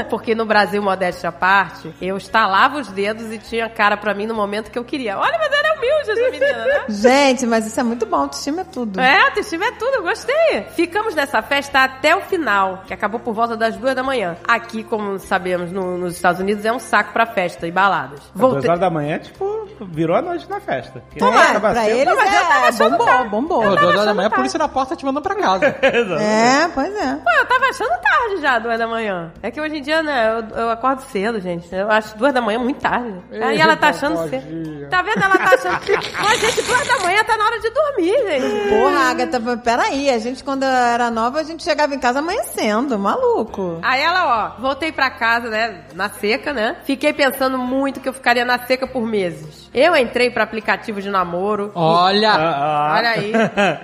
Speaker 3: porque no Brasil, modéstia à parte, eu estalava os dedos e tinha cara pra mim no momento que eu queria. Olha, mas era humilde essa menina, né?
Speaker 4: Gente, mas isso é muito bom. Autoestima é tudo.
Speaker 3: É, autoestima é tudo, eu gostei. Ficamos nessa festa até o final, que acabou por volta das duas da manhã. Aqui, como sabemos, no- nos Estados Unidos é um saco pra festa e baladas.
Speaker 2: É Duas horas da manhã, tipo, virou a noite na festa. Que
Speaker 4: Tomara,
Speaker 2: era
Speaker 4: pra
Speaker 2: ser-
Speaker 4: eles
Speaker 3: Não, mas eu tava
Speaker 4: é
Speaker 3: achando
Speaker 4: bombou,
Speaker 3: tarde.
Speaker 4: bombou.
Speaker 12: Pô, duas horas da manhã, a polícia na porta te mandando pra casa.
Speaker 4: É, pois é.
Speaker 3: Pô, eu tava achando tarde já, duas da manhã. É que hoje em dia, né, eu, eu acordo cedo, gente. Eu acho duas da manhã muito tarde. Aí ela tá achando cedo. Tá vendo? Ela tá achando. Mas, gente, duas da manhã tá na hora de dormir, gente.
Speaker 4: Porra, Agatha, peraí. A gente, quando era nova, a gente chegava em casa amanhecendo. Maluco.
Speaker 3: Aí ela, ó, voltei pra casa, né, na seca, né? Fiquei pensando muito que eu ficaria na seca por meses. Eu entrei pra aplicativo de namoro.
Speaker 12: Olha!
Speaker 2: Ah, ah.
Speaker 3: Olha aí.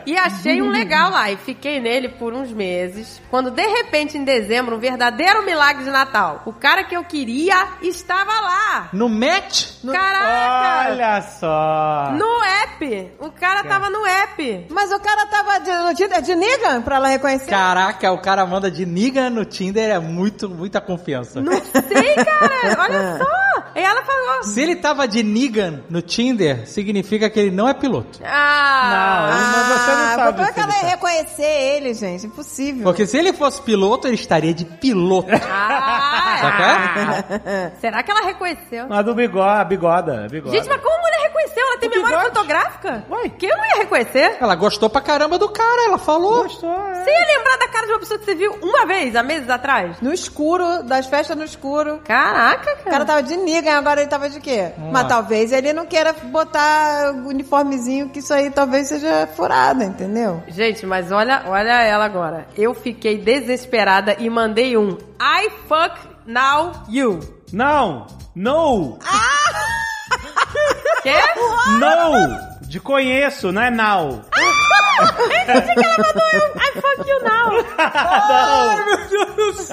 Speaker 3: E achei um legal lá e fiquei nele por uns meses. Quando de repente em dezembro, um verdadeiro milagre de Natal. O cara que eu queria estava lá.
Speaker 12: No match?
Speaker 3: Caraca!
Speaker 2: Olha só.
Speaker 3: No app! O cara tava no app.
Speaker 4: Mas o cara tava de, de, de nigga pra ela reconhecer.
Speaker 12: Caraca, o cara manda de niga no Tinder, é muito, muita confiança.
Speaker 3: Não sei, cara. Olha só. E ela falou.
Speaker 12: Se ele tava de Nigan no Tinder, significa que ele não é piloto.
Speaker 3: Ah.
Speaker 2: Mas você não
Speaker 4: Ah,
Speaker 2: sabe
Speaker 4: Como é
Speaker 2: se
Speaker 4: que ela
Speaker 2: ele
Speaker 4: ia reconhecer ele, gente? Impossível.
Speaker 12: Porque se ele fosse piloto, ele estaria de piloto. Tá
Speaker 3: Ah, ah. Será que ela reconheceu?
Speaker 2: Mas é? do bigode, a bigoda, a bigoda.
Speaker 3: Gente, mas como a mulher reconheceu? Ela tem memória fotográfica? Ué, que eu não ia reconhecer?
Speaker 12: Ela gostou pra caramba do cara, ela falou.
Speaker 2: É.
Speaker 3: Você ia lembrar da cara de uma pessoa que você viu uma vez, há meses atrás?
Speaker 4: No escuro, das festas no escuro.
Speaker 3: Caraca,
Speaker 4: O cara tava de niga, agora ele tava de quê? Mas
Speaker 12: lá.
Speaker 4: talvez ele não queira botar o uniformezinho, que isso aí talvez seja furada, entendeu?
Speaker 3: Gente, mas olha, olha ela agora. Eu fiquei desesperada e mandei um I fuck now you. Ah!
Speaker 2: Não! No!
Speaker 3: Quê?
Speaker 2: No! De conheço, não é now.
Speaker 3: um, I fuck you now.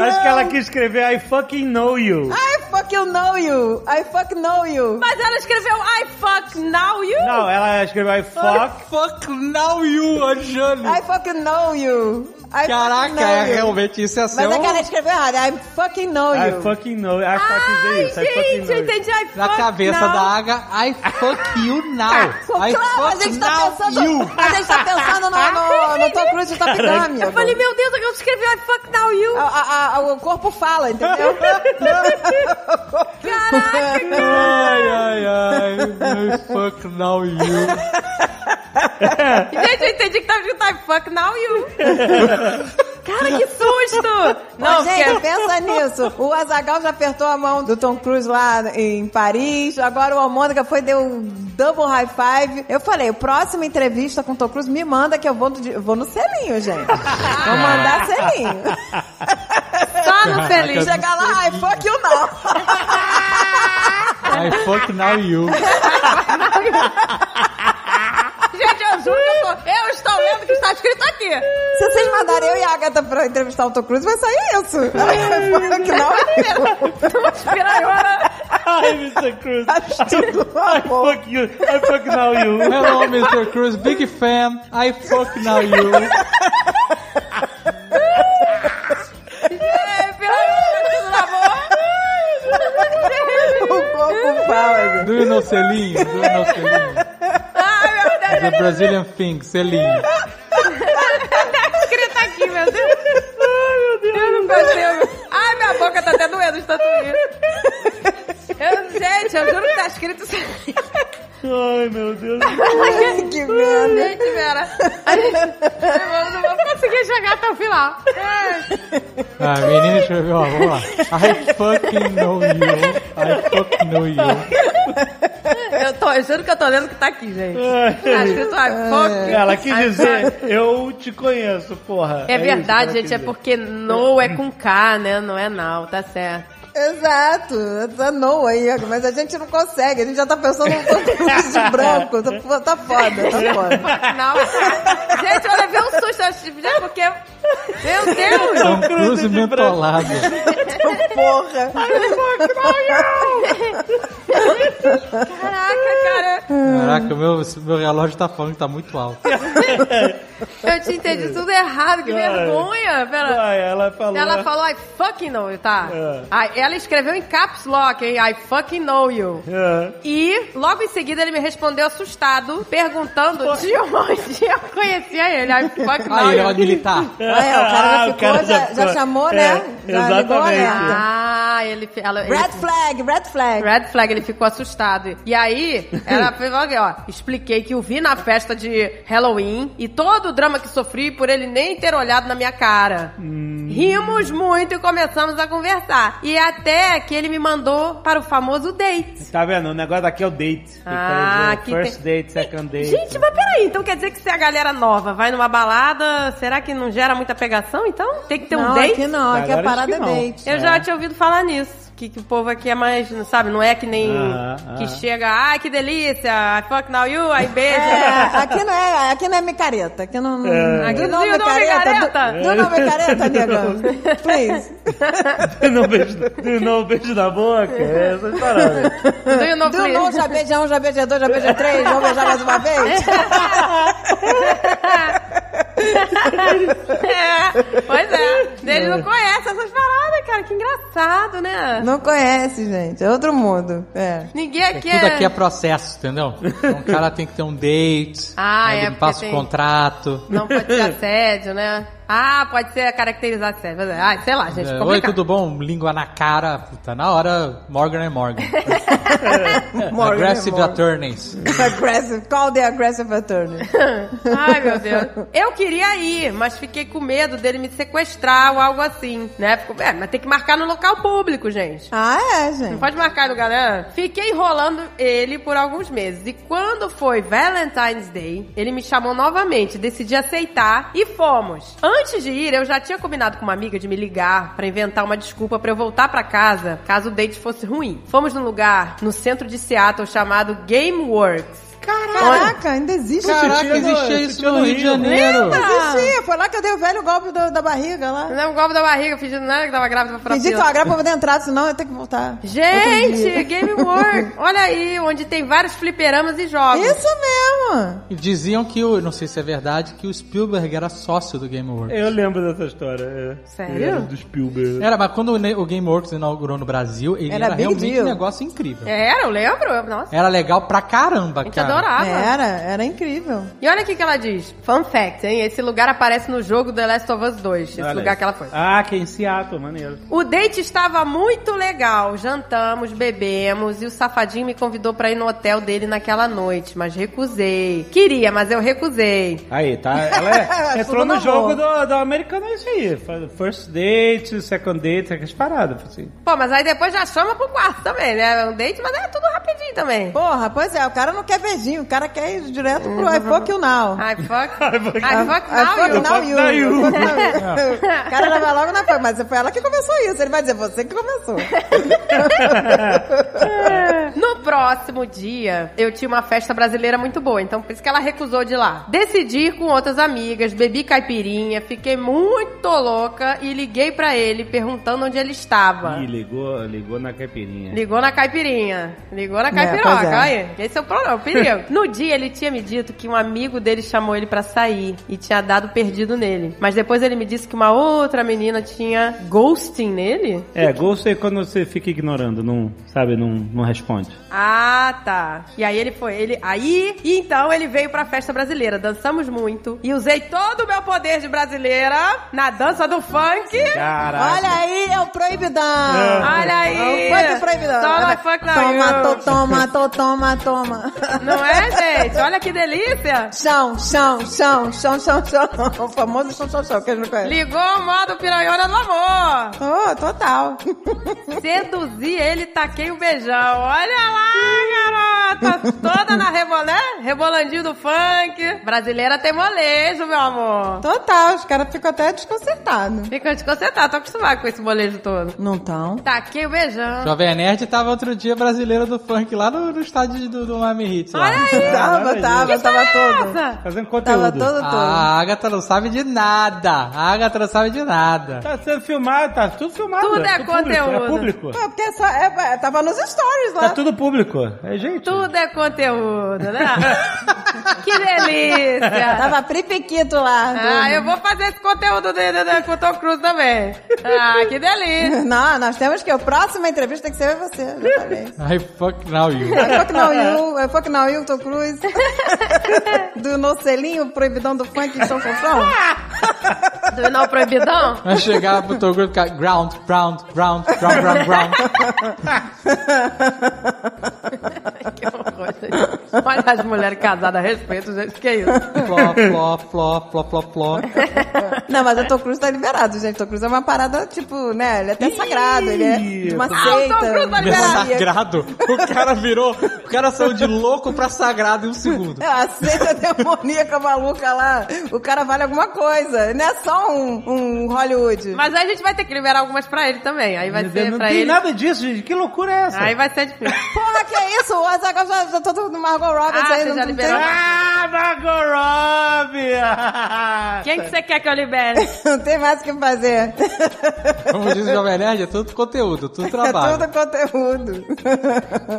Speaker 2: Acho que ela quis escrever I fucking know you.
Speaker 4: I fuck you know you! I fuck know you!
Speaker 3: Mas ela escreveu I fuck now you.
Speaker 2: Não, ela escreveu I fuck.
Speaker 12: Fuck now you, Anjane.
Speaker 4: I fuck know you! I fucking
Speaker 12: Caraca,
Speaker 4: know
Speaker 12: é,
Speaker 4: you.
Speaker 12: realmente isso é
Speaker 4: Mas
Speaker 12: seu.
Speaker 4: a cara escreveu errado, I fucking know
Speaker 2: I
Speaker 4: you!
Speaker 2: fucking know. Acho que ela quis
Speaker 3: Ai,
Speaker 2: dizer isso. I fucking
Speaker 3: gente,
Speaker 2: know
Speaker 3: eu
Speaker 2: you.
Speaker 3: entendi I fuck
Speaker 12: Na cabeça
Speaker 3: now.
Speaker 12: da Aga, I fuck you now. I
Speaker 4: Claro, a
Speaker 12: fuck
Speaker 4: gente tá
Speaker 12: now
Speaker 4: pensando.
Speaker 12: you.
Speaker 4: A gente tá pensando no, no, no Tom Cruise do Top Gun, amigo.
Speaker 3: Eu falei, meu Deus, eu escrevi I fuck now you.
Speaker 4: A- a- a- o corpo fala, entendeu?
Speaker 3: Caraca,
Speaker 12: Ai, ai, ai. I fuck now you.
Speaker 3: Gente, eu entendi que tava escrito I fuck now you. Cara, que susto!
Speaker 4: Não, é gente, pensa nisso. O Azagal já apertou a mão do Tom Cruise lá em Paris. Agora o Almôndega foi deu um double high five. Eu falei, o próxima entrevista com o Tom Cruise me manda que eu vou, do- vou no selinho, gente. Vou mandar selinho.
Speaker 3: é Só no selinho.
Speaker 4: Chegar lá, ai, fuck you não.
Speaker 6: I fuck now you.
Speaker 3: Gente, eu juro que eu, tô, eu estou lendo o que está escrito aqui.
Speaker 4: Se vocês mandarem eu e a Agatha pra entrevistar o Tom Cruise, vai sair isso. Ai, fuck não.
Speaker 14: Ai, Mr. Cruz.
Speaker 4: I
Speaker 14: fuck you. I fuck now you.
Speaker 6: Hello, Mr. Cruz, big fan. I fuck now you.
Speaker 3: É, pelo amor de Deus,
Speaker 4: amor. Pouco fala, gente.
Speaker 6: Do you know Selinho? Do you know Selinho? The Brazilian é thing, Selinho.
Speaker 3: Tá escrito aqui, meu Deus. Ai, meu Deus. Eu não consigo. Ai, minha boca tá até doendo de tanto rir. Eu, gente, eu juro que tá escrito isso aqui.
Speaker 14: Ai, meu Deus.
Speaker 4: Ai, que merda.
Speaker 3: Gente, Vera. Eu não vou conseguir chegar até o final. Ai,
Speaker 6: Ah, menina, escreveu, ó, vamos lá. I fucking know you. I fucking know you.
Speaker 3: Eu, tô, eu juro que eu tô lendo o que tá aqui, gente. Tá escrito ai, fuck.
Speaker 14: É. Ela quis
Speaker 3: ai, fuck.
Speaker 14: dizer, eu te conheço, porra.
Speaker 3: É
Speaker 14: isso que
Speaker 3: verdade,
Speaker 14: ela
Speaker 3: gente,
Speaker 14: quis
Speaker 3: é
Speaker 14: dizer.
Speaker 3: porque no é com K, né? Não é não, tá certo.
Speaker 4: Exato, essa não aí, mas a gente não consegue, a gente já tá pensando no Tom Cruise de branco, tá, fo- tá foda, tá foda.
Speaker 3: Não. é Gente, eu levei um susto antes de pedir, porque. Meu Deus!
Speaker 6: Tom Cruise É um mentolado.
Speaker 4: Porra!
Speaker 14: Então
Speaker 3: Caraca, cara!
Speaker 6: Caraca, meu, meu relógio tá falando que tá muito alto.
Speaker 3: Eu tinha entendido tudo errado, que
Speaker 14: Ai.
Speaker 3: vergonha! Pera.
Speaker 14: Ai, ela falou. né?
Speaker 2: né?
Speaker 14: É.
Speaker 3: Ela falou, I fucking know you, tá? Ai, ela escreveu em caps lock, hein? I fucking know you.
Speaker 14: É.
Speaker 3: E logo em seguida ele me respondeu assustado, perguntando de onde eu conhecia ele. I fucking know
Speaker 6: Aí,
Speaker 3: you.
Speaker 6: ó, tá. militar.
Speaker 4: Ah, é, o cara já
Speaker 14: Ah, o
Speaker 4: ficou,
Speaker 14: cara
Speaker 4: já,
Speaker 14: já
Speaker 4: já
Speaker 14: ficou.
Speaker 4: chamou,
Speaker 14: É,
Speaker 4: né? já ligou a
Speaker 14: exatamente.
Speaker 4: alerta.
Speaker 3: Ah, ele, ela, ele
Speaker 4: Red flag, red flag.
Speaker 3: Red flag, ele ficou assustado. E aí, ela fez, olha, ó, expliquei que o vi na festa de Halloween e todo o drama que sofri por ele nem ter olhado na minha cara. Rimos muito e começamos a conversar. E até que ele me mandou para o famoso date.
Speaker 14: Tá vendo? O negócio daqui é o date.
Speaker 3: Ah,
Speaker 14: Tem
Speaker 3: que
Speaker 14: dizer First date, second date.
Speaker 3: Gente, mas peraí, então quer dizer que se a galera nova vai numa balada, será que não gera muita pegação, então? Tem que ter um
Speaker 4: Não,
Speaker 3: date?
Speaker 4: aqui não, aqui a
Speaker 14: Agora
Speaker 4: parada
Speaker 14: acho
Speaker 4: é
Speaker 14: que não.
Speaker 4: date.
Speaker 3: Eu já tinha ouvido falar nisso. Que, que o povo aqui é mais, sabe, não é que nem
Speaker 14: Ah, ah.
Speaker 3: que chega, ai que delícia, I fuck now you, aí beija.
Speaker 4: É, aqui não é, aqui não é micareta, aqui não... não
Speaker 3: Aqui
Speaker 4: do
Speaker 3: não é micareta.
Speaker 4: Do, do não é micareta, nega. Please.
Speaker 14: não beijo, do não beijo na boca. É essas paradas.
Speaker 3: Do you know,
Speaker 4: Do não,
Speaker 3: please?
Speaker 4: já beijei um, já beijei dois, já beijei três, vamos beijar mais uma vez?
Speaker 3: É, pois é. Eles não conhecem essas paradas, cara. Que engraçado, né?
Speaker 4: Não conhece, gente, é outro mundo. É.
Speaker 3: Ninguém aqui
Speaker 6: Tudo aqui é
Speaker 3: é...
Speaker 6: processo, entendeu? Então o cara tem que ter um date,
Speaker 3: Ah,
Speaker 6: aí
Speaker 3: é,
Speaker 6: ele passa
Speaker 3: porque
Speaker 6: o
Speaker 3: tem-
Speaker 6: contrato.
Speaker 3: Não pode ser assédio, né? Ah, pode ser caracterizar assédio. Mas, Ah, sei lá, gente.
Speaker 6: É, Oi,
Speaker 3: complicado.
Speaker 6: tudo bom? Língua na cara, puta, na hora, Morgan é Morgan.
Speaker 4: Morgan é
Speaker 6: Aggressive
Speaker 4: Morgan.
Speaker 6: attorneys.
Speaker 4: Aggressive, call the aggressive attorney.
Speaker 3: Ai, meu Deus. Eu queria ir, mas fiquei com medo dele me sequestrar ou algo assim, né? Fico- É, mas tem que marcar no local público, gente.
Speaker 4: Ah, é, gente.
Speaker 3: Não pode marcar em lugar, né? Fiquei enrolando ele por alguns meses. E quando foi Valentine's Day, ele me chamou novamente. Decidi aceitar e fomos. Antes de ir, eu já tinha combinado com uma amiga de me ligar pra inventar uma desculpa pra eu voltar pra casa caso o date fosse ruim. Fomos num lugar no centro de Seattle chamado Gameworks.
Speaker 4: Caraca, ainda existe
Speaker 6: Caraca,
Speaker 4: esse
Speaker 6: existia
Speaker 14: no-
Speaker 6: isso
Speaker 14: sentia
Speaker 6: no
Speaker 14: no
Speaker 6: Rio de
Speaker 14: Rio, né?
Speaker 6: Janeiro.
Speaker 4: tipo? Existia, foi lá que eu dei o velho golpe do- da barriga lá.
Speaker 3: Dá um golpe da barriga, fingindo né, que tava grávida pra
Speaker 4: Pedi que eu agrava pra poder entrar, senão eu tenho que voltar.
Speaker 3: Gente, Game World. Olha aí, onde tem vários fliperamas e jogos.
Speaker 4: Isso mesmo!
Speaker 6: E diziam que, o, não sei se é verdade, que o Spielberg era sócio do Game Works.
Speaker 14: Eu lembro dessa história. É.
Speaker 3: Sério?
Speaker 14: Eu lembro do Spielberg.
Speaker 6: Era, mas quando o ne- o Game Works inaugurou no Brasil, ele
Speaker 4: Era
Speaker 6: era,
Speaker 4: big
Speaker 6: realmente
Speaker 4: deal.
Speaker 6: um negócio incrível.
Speaker 3: Era, eu lembro. Nossa,
Speaker 6: Era legal pra caramba,
Speaker 3: É. a gente
Speaker 6: cara.
Speaker 3: adorava.
Speaker 4: Era, era incrível.
Speaker 3: E olha o que que ela diz. é. Fun fact, hein? Esse lugar aparece no jogo The Last of Us 2. Esse
Speaker 11: Olha
Speaker 3: lugar
Speaker 11: isso.
Speaker 3: que ela foi.
Speaker 11: Ah, que é em Seattle, maneiro.
Speaker 3: O date estava muito legal. Jantamos, bebemos e o safadinho me convidou pra ir no hotel dele naquela noite, mas recusei. Queria, mas eu recusei.
Speaker 11: Aí, tá? Ela é- entrou
Speaker 3: Tudo
Speaker 11: no
Speaker 3: na
Speaker 11: jogo
Speaker 3: boa.
Speaker 11: do, do americano, é isso aí. First date, second date, aquelas paradas, assim.
Speaker 3: Pô, mas aí depois já chama pro quarto também, né? Um date, mas é tudo rapidinho também.
Speaker 4: Porra, pois é, o cara não quer beijinho, o cara quer ir direto pro I fuck you now.
Speaker 3: I fuck, Ah, I fuck
Speaker 4: I
Speaker 3: now
Speaker 4: fuck
Speaker 3: you.
Speaker 4: now you. I fuck now you. O cara já vai logo na fuck, mas foi ela que começou isso. Ele vai dizer, você que começou.
Speaker 3: No próximo dia, eu tinha uma festa brasileira muito boa, então por isso que ela recusou de ir lá. Decidi ir com outras amigas, bebi caipirinha, fiquei muito louca e liguei pra ele perguntando onde ele estava.
Speaker 11: Ih, ligou, ligou na caipirinha.
Speaker 3: Ligou na caipirinha. Ligou na
Speaker 11: É,
Speaker 3: caipiroca,
Speaker 11: pois é.
Speaker 3: aí. Esse é o problema, o perigo. no dia ele tinha me dito que um amigo dele chamou ele pra sair e tinha dado perdido nele. Mas depois ele me disse que uma outra menina tinha ghosting nele.
Speaker 11: É, ghost é quando você fica ignorando, não, sabe, não, não responde.
Speaker 3: Ah, tá. E aí ele foi, ele aí, e então ele veio pra festa brasileira. Dançamos muito e usei todo o meu poder de brasileira na dança do funk.
Speaker 11: Caraca.
Speaker 4: Olha aí, é o proibidão.
Speaker 3: Olha aí.
Speaker 4: É o funk proibidão.
Speaker 3: Toma, fuck now
Speaker 4: Toma,
Speaker 3: you.
Speaker 4: to, toma, to, toma, toma.
Speaker 3: Não é, gente? Olha que delícia.
Speaker 4: Chão, chão, chão, chão, chão, chão. O famoso chão, chão, chão, que a gente não conhece.
Speaker 3: Ligou o modo piranhona do amor.
Speaker 4: Oh, total.
Speaker 3: Seduzi ele, taquei o beijão. Olha lá, garota. Toda na rebolé, rebolandinho do funk. Brasileira tem molejo, meu amor.
Speaker 4: Total, os caras ficam até desconcertados.
Speaker 3: Ficam desconcertados, tô acostumado com esse molejo todo.
Speaker 4: Não tão.
Speaker 3: Taquei o beijão.
Speaker 12: Jovem Nerd tava outro dia brasileira do funk lá no, no estádio do, do Miami Heat. lá.
Speaker 3: Olha aí.
Speaker 4: Tava, tava, tava todo.
Speaker 11: Fazendo
Speaker 4: Tava todo, todo.
Speaker 12: Ah, a Agatha não sabe de nada. A Agatha não sabe de nada.
Speaker 11: Tá sendo filmado, tá tudo filmado.
Speaker 3: Tudo é conteúdo.
Speaker 11: Público, é público.
Speaker 4: Pô, porque só, é, tava nos stories
Speaker 11: Tá
Speaker 4: lá.
Speaker 11: tudo público. É gente.
Speaker 3: Tudo é conteúdo, né? que delícia.
Speaker 4: Tava pripiquito lá.
Speaker 3: Ah, eu vou fazer esse conteúdo de, de, de, com o Tom Cruise também. Ah, que delícia.
Speaker 4: Não, nós temos que. A próxima entrevista tem que ser eu e você. Já falei.
Speaker 12: Ai, fuck now you.
Speaker 4: É Fuck now you, é fuck now you, Tom Cruise. Do Nocelinho, proibidão do funk de São Fofão.
Speaker 3: Do não proibidão?
Speaker 12: Vai chegar pro teu grupo e ficar ground, ground, ground, ground, ground, ground.
Speaker 3: Que horror, gente. Olha as mulheres casadas, respeito, gente, que é isso.
Speaker 12: Pló, pló, pló, pló, pló, pló.
Speaker 4: Não, mas o Tom Cruise tá liberado, gente. O Tom Cruise é uma parada, tipo, né? Ele é até sagrado, ele é de uma
Speaker 3: Ah, o Tom Cruise tá
Speaker 12: Meu
Speaker 4: seita.
Speaker 12: sagrado. O cara virou. O cara saiu de louco pra sagrado em um segundo.
Speaker 4: É, a seita demoníaca maluca lá. O cara vale alguma coisa. Não é só um, um Hollywood.
Speaker 3: Mas aí a gente vai ter que liberar algumas pra ele também. Aí vai ser
Speaker 11: não
Speaker 3: É pra
Speaker 11: tem
Speaker 3: ele.
Speaker 11: nada disso, gente. Que loucura é essa?
Speaker 3: Aí vai ser difícil.
Speaker 4: Porra, que é isso? O Azaghal já, já todo no Margot Robbins
Speaker 3: Ah, você
Speaker 4: aí.
Speaker 3: já
Speaker 4: não tem-
Speaker 3: liberou?
Speaker 11: Ah, Margot Robbie!
Speaker 3: Quem que você quer que eu libere?
Speaker 4: Não tem mais o que fazer.
Speaker 12: Como diz o Jovem Nerd, é tudo conteúdo, tudo
Speaker 4: É
Speaker 6: Tá
Speaker 12: trabalho.
Speaker 4: tudo conteúdo.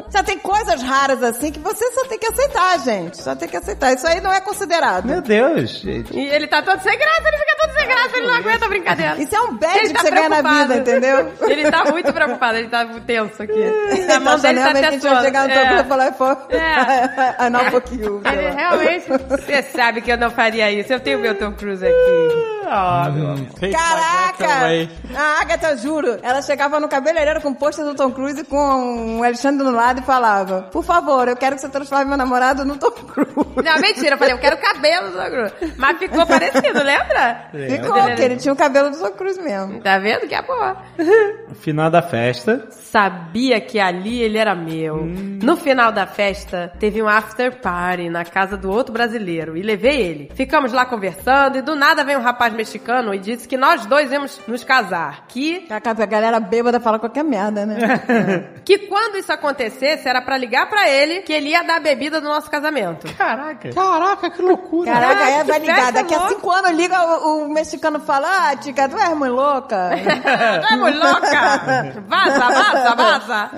Speaker 4: Já tem coisas raras assim que você só tem que aceitar, gente. Só tem que aceitar. Isso aí não é considerado.
Speaker 11: Meu Deus, gente.
Speaker 3: E ele tá todo sem graça, ele fica todo sem graça, ele não aguenta a brincadeira.
Speaker 4: Isso é um bad
Speaker 3: Ele
Speaker 4: que
Speaker 3: tá
Speaker 4: você ganha na
Speaker 3: preocupado.
Speaker 4: vida, entendeu?
Speaker 3: Ele tá muito preocupado, ele tá tenso aqui. A
Speaker 4: Ele
Speaker 3: mão dele
Speaker 4: achando
Speaker 3: tá
Speaker 4: Então, realmente que a
Speaker 3: até
Speaker 4: gente vai chegar no topo e vai
Speaker 3: suando.
Speaker 4: falar, pô,
Speaker 3: É.
Speaker 4: ah, não, um pouquinho. sei
Speaker 3: Ele
Speaker 4: lá.
Speaker 3: realmente. Você sabe que eu não faria isso. Eu tenho meu Tom Cruise aqui.
Speaker 11: Ah, meu amor.
Speaker 4: Caraca!
Speaker 12: Também.
Speaker 4: A Agatha, eu juro, ela chegava no cabeleireiro com o pôster do Tom Cruise e com o Alexandre no lado e falava: Por favor, eu quero que você transforme meu namorado no Tom Cruise.
Speaker 3: Não, mentira, eu falei, eu quero cabelo do Tom Cruise. Mas ficou parecido, lembra?
Speaker 4: Ficou, porque ele tinha o cabelo do Tom Cruise mesmo.
Speaker 3: Tá vendo que é boa.
Speaker 11: Final da festa. Hum.
Speaker 3: Sabia que ali ele era meu. No final da festa, teve um after party na casa do outro brasileiro e levei ele. Ficamos lá conversando e do nada veio um rapaz mexicano e disse que nós dois íamos nos casar. Que,
Speaker 4: A a galera bêbada fala qualquer merda, né?
Speaker 3: que quando isso acontecesse era pra ligar pra ele que ele ia dar a bebida do nosso casamento.
Speaker 11: Caraca.
Speaker 12: Caraca, que loucura.
Speaker 4: Caraca,
Speaker 3: Caraca,
Speaker 4: aí é
Speaker 3: que
Speaker 4: vai ligar.
Speaker 3: festa
Speaker 4: Daqui a
Speaker 3: louca.
Speaker 4: cinco anos liga o, o mexicano e fala: Ah, tica, tu és muito louca.
Speaker 3: Tu é muito louca! Vaza, vaza, vaza!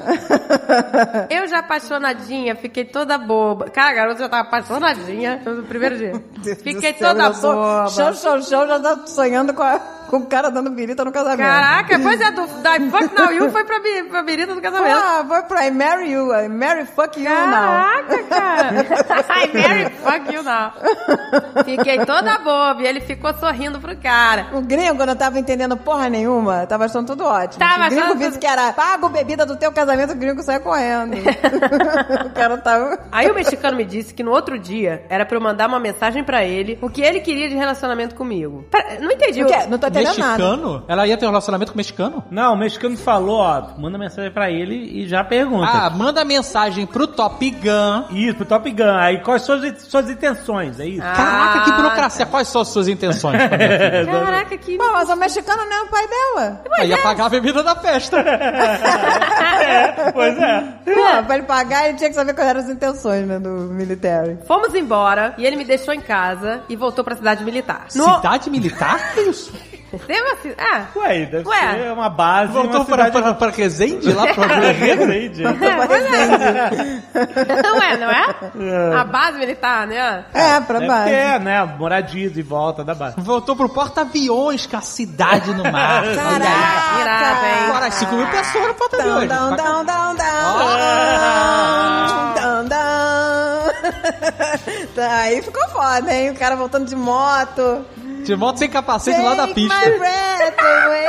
Speaker 3: Eu já apaixonadinha, fiquei toda boba. Cara, a garota já tava apaixonadinha no primeiro dia.
Speaker 4: Deus do
Speaker 3: Fiquei
Speaker 4: céu,
Speaker 3: toda
Speaker 4: já tô-
Speaker 3: boba.
Speaker 4: Show, show, show, já tá sonhando com, a- com com o cara dando birita no casamento.
Speaker 3: Caraca, pois é, do, da Fuck Now You foi pra, bi- pra birita do casamento.
Speaker 4: Ah, foi pra I Marry You, I Marry Ah, Fuck You
Speaker 3: Caraca,
Speaker 4: Now.
Speaker 3: cara. I Marry Fuck You Now. Fiquei toda boba e ele ficou sorrindo pro cara.
Speaker 4: O gringo não tava entendendo porra nenhuma, tava achando tudo ótimo.
Speaker 3: Tava
Speaker 4: o gringo
Speaker 3: achando
Speaker 4: disse
Speaker 3: tudo-
Speaker 4: que era pago bebida do teu casamento, o gringo saiu correndo. o cara tava.
Speaker 3: Aí o mexicano me disse que no outro dia era pra eu mandar uma mensagem pra ele o que ele queria de relacionamento comigo. Pera, não entendi.
Speaker 4: O quê? Não tá- tô entendendo nada.
Speaker 6: Mexicano? Ela ia ter um relacionamento com mexicano?
Speaker 2: Não, o mexicano falou, ó, manda mensagem pra ele e já pergunta.
Speaker 6: Ah, manda mensagem pro Top Gun.
Speaker 2: Isso, pro Top Gun. Aí quais são as suas intenções? É isso?
Speaker 3: Ah.
Speaker 6: Caraca, que burocracia. Quais são as suas intenções? pra minha filha?
Speaker 3: Caraca, que...
Speaker 4: Pô, mas o mexicano não é o pai dela.
Speaker 6: Ela
Speaker 3: é.
Speaker 6: ia pagar a bebida da festa.
Speaker 2: pois é.
Speaker 4: Pô, pra ele pagar, ele tinha que saber quais eram as intenções, né, do military.
Speaker 3: Fomos embora e ele me deixou em casa e voltou pra cidade militar. No...
Speaker 6: Cidade militar? Que é isso?
Speaker 3: Teve uma ci- Ah,
Speaker 2: Ué, deve
Speaker 3: Ué.
Speaker 2: ser uma base.
Speaker 6: Voltou
Speaker 2: uma
Speaker 6: pra,
Speaker 2: cidade-
Speaker 6: pra, pra Resende? Lá pra
Speaker 2: Resende.
Speaker 4: É,
Speaker 3: não é, não é? A base militar, né?
Speaker 4: É, pra
Speaker 2: Deve
Speaker 4: baixo.
Speaker 2: ter, né? Moradia de volta da
Speaker 3: Tá
Speaker 2: base.
Speaker 6: Voltou pro porta-aviões com a cidade no mar. Olha aí.
Speaker 3: Irado, hein?
Speaker 6: Agora, 5 mil pessoas no
Speaker 4: Down,
Speaker 6: porta-aviões.
Speaker 4: down, down, down,
Speaker 6: Ah!
Speaker 4: down. Down, down. Tá, aí ficou foda, hein? O cara voltando de moto.
Speaker 6: é De moto sem capacete lá da
Speaker 4: Take my
Speaker 6: pista.
Speaker 4: breath away.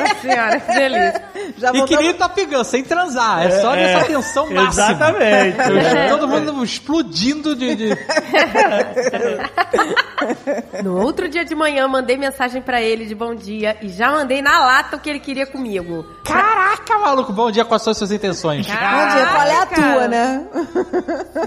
Speaker 3: Nossa senhora, que delícia.
Speaker 4: Já
Speaker 6: E que
Speaker 4: voltou
Speaker 6: nem Top Gun, sem transar. É só nessa tensão máxima. É,
Speaker 2: Exatamente. É.
Speaker 6: Todo mundo explodindo de... de-
Speaker 3: No outro dia de manhã, mandei mensagem pra ele de bom dia e já mandei na lata o que ele queria comigo.
Speaker 6: Caraca, maluco. Bom dia, quais são as suas intenções?
Speaker 4: Bom dia, qual é a tua, né?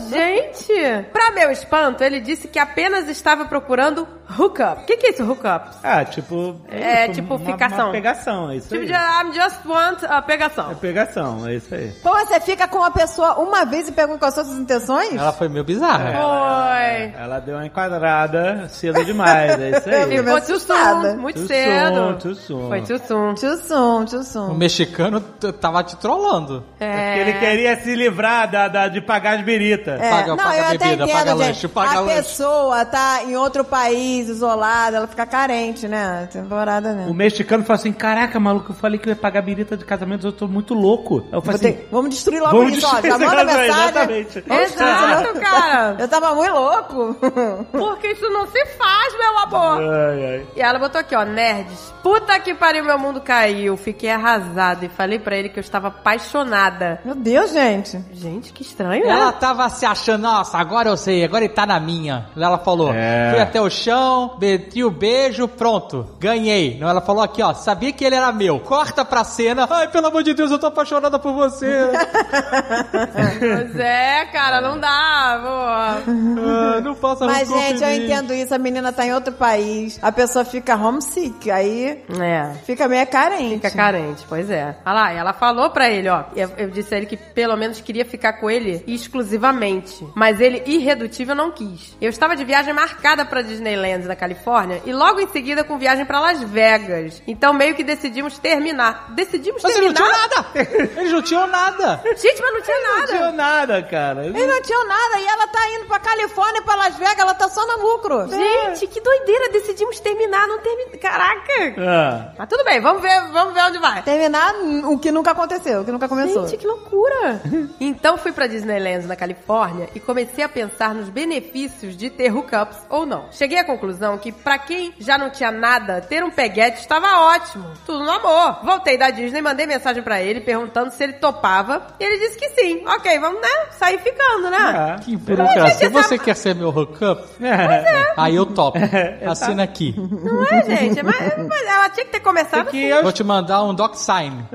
Speaker 3: Gente, pra meu espanto, ele disse que apenas estava procurando hookup. O que, que é isso, hookup?
Speaker 2: Ah, tipo.
Speaker 3: É,
Speaker 2: isso,
Speaker 3: tipo,
Speaker 2: uma-
Speaker 3: ficação.
Speaker 2: Uma pegação, é isso
Speaker 3: Tipo
Speaker 2: aí.
Speaker 3: de I'm just want a pegação.
Speaker 2: É pegação, é isso aí.
Speaker 4: Pô, você fica com uma pessoa uma vez e pergunta quais são suas intenções?
Speaker 6: Ela foi meio
Speaker 2: É.
Speaker 6: bizarra.
Speaker 3: Oi.
Speaker 2: Ela deu uma enquadrada cedo demais, é isso aí.
Speaker 3: Ficou
Speaker 4: Eu
Speaker 3: too
Speaker 4: assustada.
Speaker 3: soon, muito
Speaker 2: Too soon,
Speaker 3: cedo.
Speaker 2: too soon.
Speaker 3: Foi too soon.
Speaker 4: Tio Sum, tio
Speaker 6: O
Speaker 4: Sum.
Speaker 6: mexicano t- tava te trollando.
Speaker 3: É.
Speaker 2: Ele queria se livrar da, da- de pagar as biritas.
Speaker 4: É,
Speaker 6: Paga-
Speaker 4: não,
Speaker 6: paga
Speaker 4: eu até
Speaker 6: bebida,
Speaker 4: entendo,
Speaker 6: paga
Speaker 4: gente.
Speaker 6: lanche, paga
Speaker 4: a
Speaker 6: lanche.
Speaker 4: pessoa tá em outro país, isolada, ela fica carente, né? Temporada, né?
Speaker 2: O mexicano falou assim: Caraca, maluco, eu falei que eu ia pagar birita de casamento, eu tô muito louco. Eu
Speaker 4: Vou
Speaker 2: falei
Speaker 4: ter-
Speaker 2: assim.
Speaker 4: Vamos destruir logo
Speaker 2: Vamos
Speaker 4: isso, ó.
Speaker 2: destruir
Speaker 4: Já
Speaker 2: esse
Speaker 4: manda
Speaker 2: caso aí,
Speaker 4: mensagem.
Speaker 2: exatamente.
Speaker 4: Vamos destruir esse
Speaker 3: Exato,
Speaker 4: negócio.
Speaker 3: cara.
Speaker 4: Eu tava muito louco.
Speaker 3: Porque isso não se faz, meu amor.
Speaker 2: Ai, ai.
Speaker 3: E ela botou aqui, ó, nerds. Puta que pariu, meu mundo caiu. Fiquei arrasada e falei pra ele que eu estava apaixonada.
Speaker 4: Meu Deus, gente.
Speaker 3: Gente, que estranho, né?
Speaker 6: Ela tava se achando, nossa, agora eu sei, agora ele tá na minha. Ela falou,
Speaker 2: É.
Speaker 6: fui até o chão, meti o beijo, pronto, ganhei. Não, ela falou aqui, ó, sabia que ele era meu. Corta pra cena, ai, pelo amor de Deus, eu tô apaixonada por você.
Speaker 3: Pois é, cara, não dá, pô.
Speaker 6: Ah, não faça
Speaker 4: Mas,
Speaker 6: rancor
Speaker 4: gente,
Speaker 6: em
Speaker 4: eu
Speaker 6: mim.
Speaker 4: entendo isso. A menina tá em outro país. A pessoa fica homesick. Aí
Speaker 3: É.
Speaker 4: fica meio carente.
Speaker 3: Fica carente, pois é. Olha lá, ela falou pra ele, ó. Eu, eu disse a ele que pelo menos queria ficar com ele exclusivamente. Mas ele, irredutível, não quis. Eu estava de viagem marcada pra Disneyland na Califórnia e logo em seguida com viagem pra Las Vegas. Então meio que decidimos terminar. Decidimos
Speaker 6: Mas ele não
Speaker 3: terminar?
Speaker 6: tinha nada. Eles não tinham nada.
Speaker 3: Gente, mas não tinha nada.
Speaker 2: Não deu nada, cara.
Speaker 4: Eles não tinham nada. E ela tá indo pra Califórnia, pra Las Vegas. Ela tá só no lucro.
Speaker 3: Gente, que doideira. Decidimos terminar, não terminar. Caraca.
Speaker 6: É.
Speaker 2: Ah,
Speaker 3: Mas tudo bem, vamos ver, vamos ver onde vai.
Speaker 4: Terminar n- o que nunca aconteceu, o que nunca começou.
Speaker 3: Gente, que loucura! então fui pra Disneyland na Califórnia e comecei a pensar nos benefícios de ter hookups ou não. Cheguei à conclusão que pra quem já não tinha nada, ter um peguete estava ótimo. Tudo no amor. Voltei da Disney, mandei mensagem pra ele perguntando se ele topava. E ele disse que sim. Ok, vamos, né? Sair ficando, né?
Speaker 6: Que burocracia. Se
Speaker 3: gente, essa-
Speaker 6: você quer ser meu hookup,
Speaker 2: é. tá.
Speaker 6: aí eu topo. Assina aqui.
Speaker 3: Não é, gente? Mas, mas ela tinha que ter começado
Speaker 2: Que
Speaker 3: assim.
Speaker 2: eu
Speaker 6: Vou te mandar um doc sign.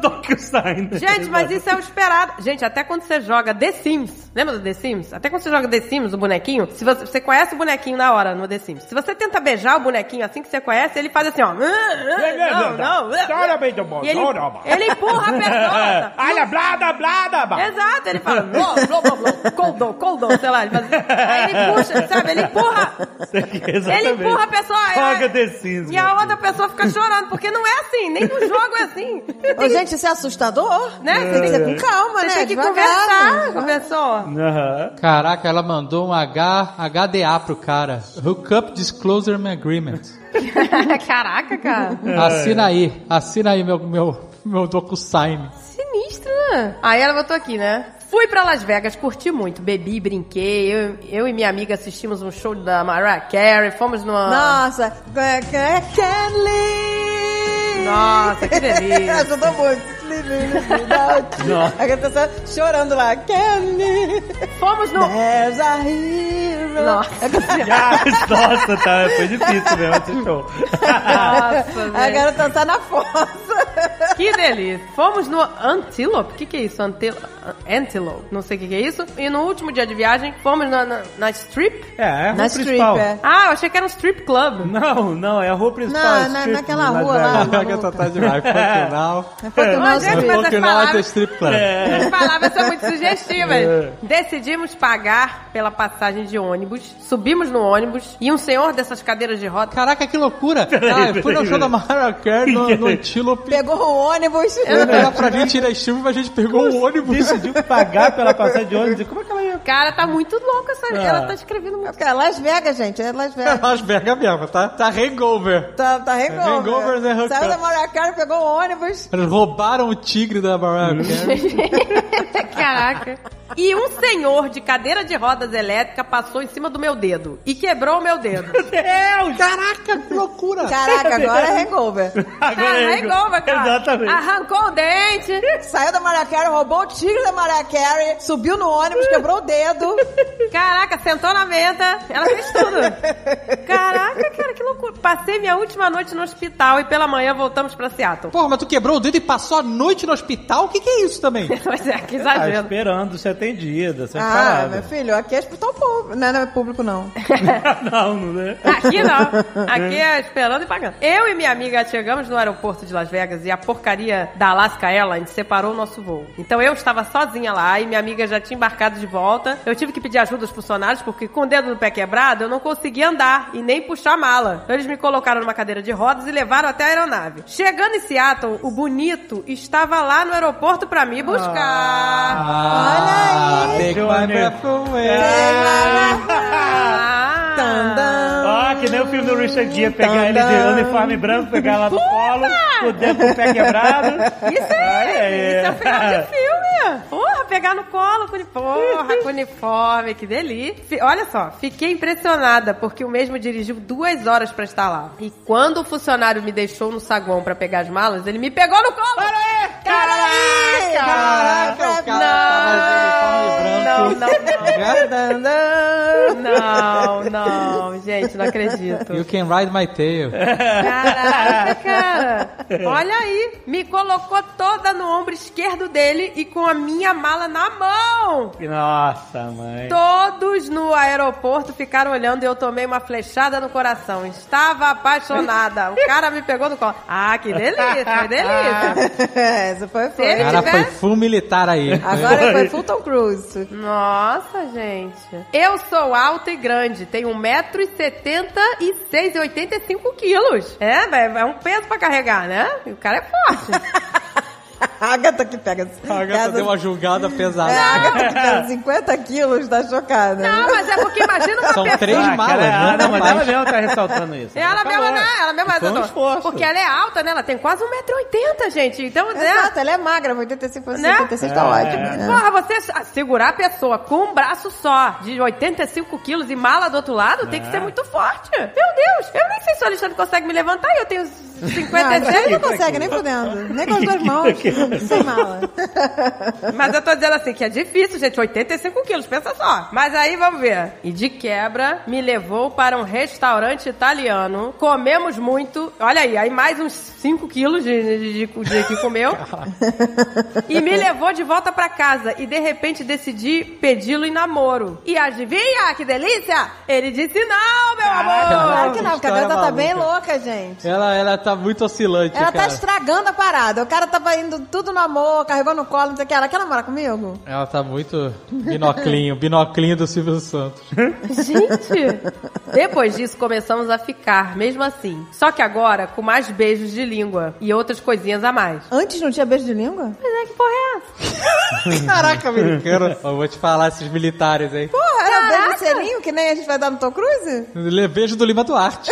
Speaker 2: DocuSign.
Speaker 3: Gente, mas isso é o esperado. Gente, até quando você joga The Sims, lembra do The Sims? Até quando você joga The Sims, o bonequinho, se você, você conhece o bonequinho na hora no The Sims, se você tenta beijar o bonequinho assim que você conhece, ele faz assim, ó. Não, não. E ele, ele empurra a pessoa.
Speaker 2: Olha, blada, blada, blada.
Speaker 3: Exato, ele fala, blá, blá, blá, blá, coldão, coldão, sei lá. Ele faz, assim. aí ele puxa, sabe? Ele empurra. Ele empurra a pessoa.
Speaker 2: Joga
Speaker 3: aí-
Speaker 2: The Sims,
Speaker 3: E a
Speaker 2: meu
Speaker 3: outra pessoa fica chorando, porque não é assim, nem no jogo é assim.
Speaker 4: Ô, gente, isso é assustador.
Speaker 3: Né?
Speaker 4: Tem que ser com calma,
Speaker 3: Você é
Speaker 4: né?
Speaker 3: tem que
Speaker 4: Devagar,
Speaker 3: conversar
Speaker 4: né?
Speaker 3: com a pessoa.
Speaker 2: Aham.
Speaker 6: Caraca, ela mandou um H, HDA pro cara. Hook up Public Disclosure Agreement.
Speaker 3: Caraca, cara.
Speaker 6: Assina aí, assina aí meu, meu, meu DocuSign.
Speaker 3: Sinistro, né? Aí ela botou aqui, né? Fui pra Las Vegas, curti muito, bebi, brinquei. Eu, eu e minha amiga assistimos um show da Mariah Carey, fomos numa.
Speaker 4: Nossa, é, Kelly!
Speaker 3: Nossa, que delícia.
Speaker 4: Essa tá muito. Nossa. A pessoa chorando lá, Kelly!
Speaker 3: Fomos no.
Speaker 4: There's a hero.
Speaker 3: Nossa,
Speaker 16: Nossa, tá, foi difícil mesmo esse show.
Speaker 3: Nossa,
Speaker 4: a
Speaker 3: velho.
Speaker 4: garota tá na força.
Speaker 3: Que delícia! Fomos no Antelope? O que, que é isso? Antel Antelope? Não sei o que, que é isso. E no último dia de viagem, fomos na, na, na Strip?
Speaker 16: É, é a
Speaker 4: Na
Speaker 16: rua
Speaker 4: strip,
Speaker 16: principal.
Speaker 4: é.
Speaker 3: Ah, eu achei que era um strip club.
Speaker 16: Não, não, é a rua principal.
Speaker 4: Não,
Speaker 16: é
Speaker 4: na-
Speaker 16: strip,
Speaker 4: naquela
Speaker 16: Las
Speaker 4: rua
Speaker 16: Vegas.
Speaker 4: lá,
Speaker 16: Las
Speaker 4: maluca.
Speaker 6: demais, Pokémon.
Speaker 4: É Pokémon,
Speaker 3: Mas é que-
Speaker 4: gente.
Speaker 3: Essas
Speaker 6: Pokémon é
Speaker 3: palavras-
Speaker 6: strip club.
Speaker 3: As palavras são muito sugestivas.
Speaker 16: É.
Speaker 3: Decidimos pagar pela passagem de ônibus, subimos no ônibus e um senhor dessas cadeiras de roda.
Speaker 6: Caraca, que loucura! Ah, eu fui no show da Mariah Carey no, no Antílope.
Speaker 3: é.
Speaker 4: Pegou o ônibus.
Speaker 6: Era
Speaker 3: né?
Speaker 6: pegar pra gente ir na Estiva, a gente pegou o ônibus.
Speaker 16: Decidiu pagar pela passagem de ônibus. Como é que ela ia?
Speaker 3: Cara, tá muito louca essa.
Speaker 16: Ah.
Speaker 3: Ela tá escrevendo muito.
Speaker 4: É Las Vegas, gente. É Las Vegas.
Speaker 6: Las Vegas mesmo, tá? Tá hangover.
Speaker 4: Tá, tá hangover.
Speaker 6: Hangover, né, Raquel?
Speaker 4: Saiu da Mariah Carey, pegou o ônibus.
Speaker 6: Eles roubaram o tigre da Mariah
Speaker 16: Hum.
Speaker 6: Carey.
Speaker 3: Caraca. E um senhor de cadeira de rodas elétrica passou em cima do meu dedo e quebrou o meu dedo.
Speaker 6: Caraca, que loucura!
Speaker 4: Caraca, agora é hangover.
Speaker 3: Cara, é igual, cara.
Speaker 16: Tá Exatamente.
Speaker 3: Arrancou o dente.
Speaker 4: Saiu da Mariah Carey, roubou o tigre da Mariah Carey, subiu no ônibus, quebrou o dedo.
Speaker 3: Caraca, sentou na mesa. Ela fez tudo. Caraca, cara, que loucura. Passei minha última noite no hospital e pela manhã voltamos pra Seattle.
Speaker 6: Porra, mas tu quebrou o dedo e passou a noite no hospital? O que, que é isso também?
Speaker 3: Mas é, que
Speaker 16: Tá
Speaker 3: exagero.
Speaker 16: esperando ser atendida,
Speaker 2: Tá
Speaker 16: essas
Speaker 4: Ah,
Speaker 3: né?
Speaker 4: meu
Speaker 16: paradas.
Speaker 4: filho, aqui é hospital público. Não, não é público, não.
Speaker 16: Não, não é?
Speaker 3: Aqui não. Aqui é esperando e pagando. Eu e minha amiga chegamos no aeroporto de Las Vegas e a porcaria da Alaska Airlines separou o nosso voo. Então eu estava sozinha lá e minha amiga já tinha embarcado de volta. Eu tive que pedir ajuda aos funcionários porque com o dedo no pé quebrado eu não conseguia andar e nem puxar a mala. Então eles me colocaram numa cadeira de rodas e levaram até a aeronave. Chegando em Seattle, o bonito estava lá no aeroporto pra me buscar.
Speaker 6: Ah,
Speaker 4: Olha aí.
Speaker 6: Take my breath away.
Speaker 3: Ah.
Speaker 16: Ah, que nem o filme do Richard Gere, pegar ele
Speaker 3: Ah.
Speaker 16: de uniforme branco, pegar lá no colo, o dedo com o pé quebrado. Ai,
Speaker 3: Isso é,
Speaker 16: ai, ai.
Speaker 3: isso é o final de filme. Porra, pegar no colo com uni- porra, com uniforme, que delícia. Fi- Olha só, fiquei impressionada porque o mesmo dirigiu duas horas pra estar lá. E quando o funcionário me deixou no saguão pra pegar as malas, ele me pegou no colo.
Speaker 6: Caraca, o
Speaker 3: Não,
Speaker 6: cara
Speaker 3: não,
Speaker 6: tá mais uniforme branco.
Speaker 3: não, não.
Speaker 4: Tandã.
Speaker 3: Não, não, gente, não
Speaker 6: You
Speaker 3: acredito.
Speaker 6: can ride my tail.
Speaker 3: Caraca, cara. Olha aí, me colocou toda no ombro esquerdo dele e com a minha mala na mão.
Speaker 16: Nossa, mãe.
Speaker 3: Todos no aeroporto ficaram olhando e eu tomei uma flechada no coração. Estava apaixonada. O cara me pegou no colo. Ah, que delícia, que delícia.
Speaker 4: Essa foi
Speaker 3: Se ele
Speaker 4: foi.
Speaker 6: Cara, foi
Speaker 3: tiver...
Speaker 6: full militar aí.
Speaker 4: Agora foi Fulton Cruise.
Speaker 3: Nossa, gente. Eu sou alta e grande. Tenho 1,76m e 85kg. É, mas é um peso pra carregar, né? E o cara é forte.
Speaker 4: A Agatha que pega.
Speaker 6: A gata deu uma julgada pesada.
Speaker 4: É, a Agatha que pega 50 quilos, tá chocada.
Speaker 3: Não, mas é porque imagina uma
Speaker 6: São
Speaker 3: pessoa...
Speaker 6: três malas,
Speaker 16: Cara, ah,
Speaker 6: né?
Speaker 16: não, mas ela mesmo tá ressaltando isso.
Speaker 3: Ela mesma,
Speaker 16: falou.
Speaker 3: né? Ela mesma,
Speaker 16: Foi um
Speaker 3: Dodô.
Speaker 16: esforço.
Speaker 3: Porque ela é alta, né? Ela tem quase 1,80m, gente. Então, né?
Speaker 4: Exato, ela é magra, 85
Speaker 3: Né?
Speaker 4: 56 tá ótimo. né?
Speaker 3: Porra, você s- segurar a pessoa com um braço só, de 85 quilos e mala do outro lado, tem
Speaker 16: É.
Speaker 3: que ser muito forte. Meu Deus, eu nem sei se o Alexandre consegue me levantar e eu tenho
Speaker 4: Não, você
Speaker 3: 56,
Speaker 4: não consegue, nem podendo. Nem com as duas mãos. Sem mala.
Speaker 3: mas eu tô dizendo assim que é difícil, gente, 85 quilos, pensa só. Mas aí vamos ver. E de quebra, me levou para um restaurante italiano, comemos muito, olha aí, aí mais uns 5 quilos de, de, de- de que comeu. E me levou de volta pra casa e de repente decidi pedi-lo em namoro. E adivinha que delícia? Ele disse não, meu
Speaker 4: Claro
Speaker 3: amor!
Speaker 4: que não, porque a
Speaker 6: História
Speaker 4: Agatha tá
Speaker 6: maluca.
Speaker 4: bem louca, gente.
Speaker 6: Ela, ela tá muito oscilante,
Speaker 4: Ela tá
Speaker 6: cara.
Speaker 4: estragando a parada. O cara tava indo tudo no amor, carregou no colo, não sei o que. Ela quer namorar comigo?
Speaker 6: Ela tá muito binoclinho, binoclinho do Silvio Santos.
Speaker 3: Gente! Depois disso começamos a ficar, mesmo assim. Só que agora com mais beijos de língua e outras coisinhas a mais.
Speaker 4: Antes não tinha beijo de língua?
Speaker 3: Mas é que porra é essa?
Speaker 6: Caraca, americano. Eu vou te falar, esses militares, hein?
Speaker 4: Porra, era beijo de selinho que nem a gente vai dar no Tom Cruise?
Speaker 6: Levejo do Lima Duarte.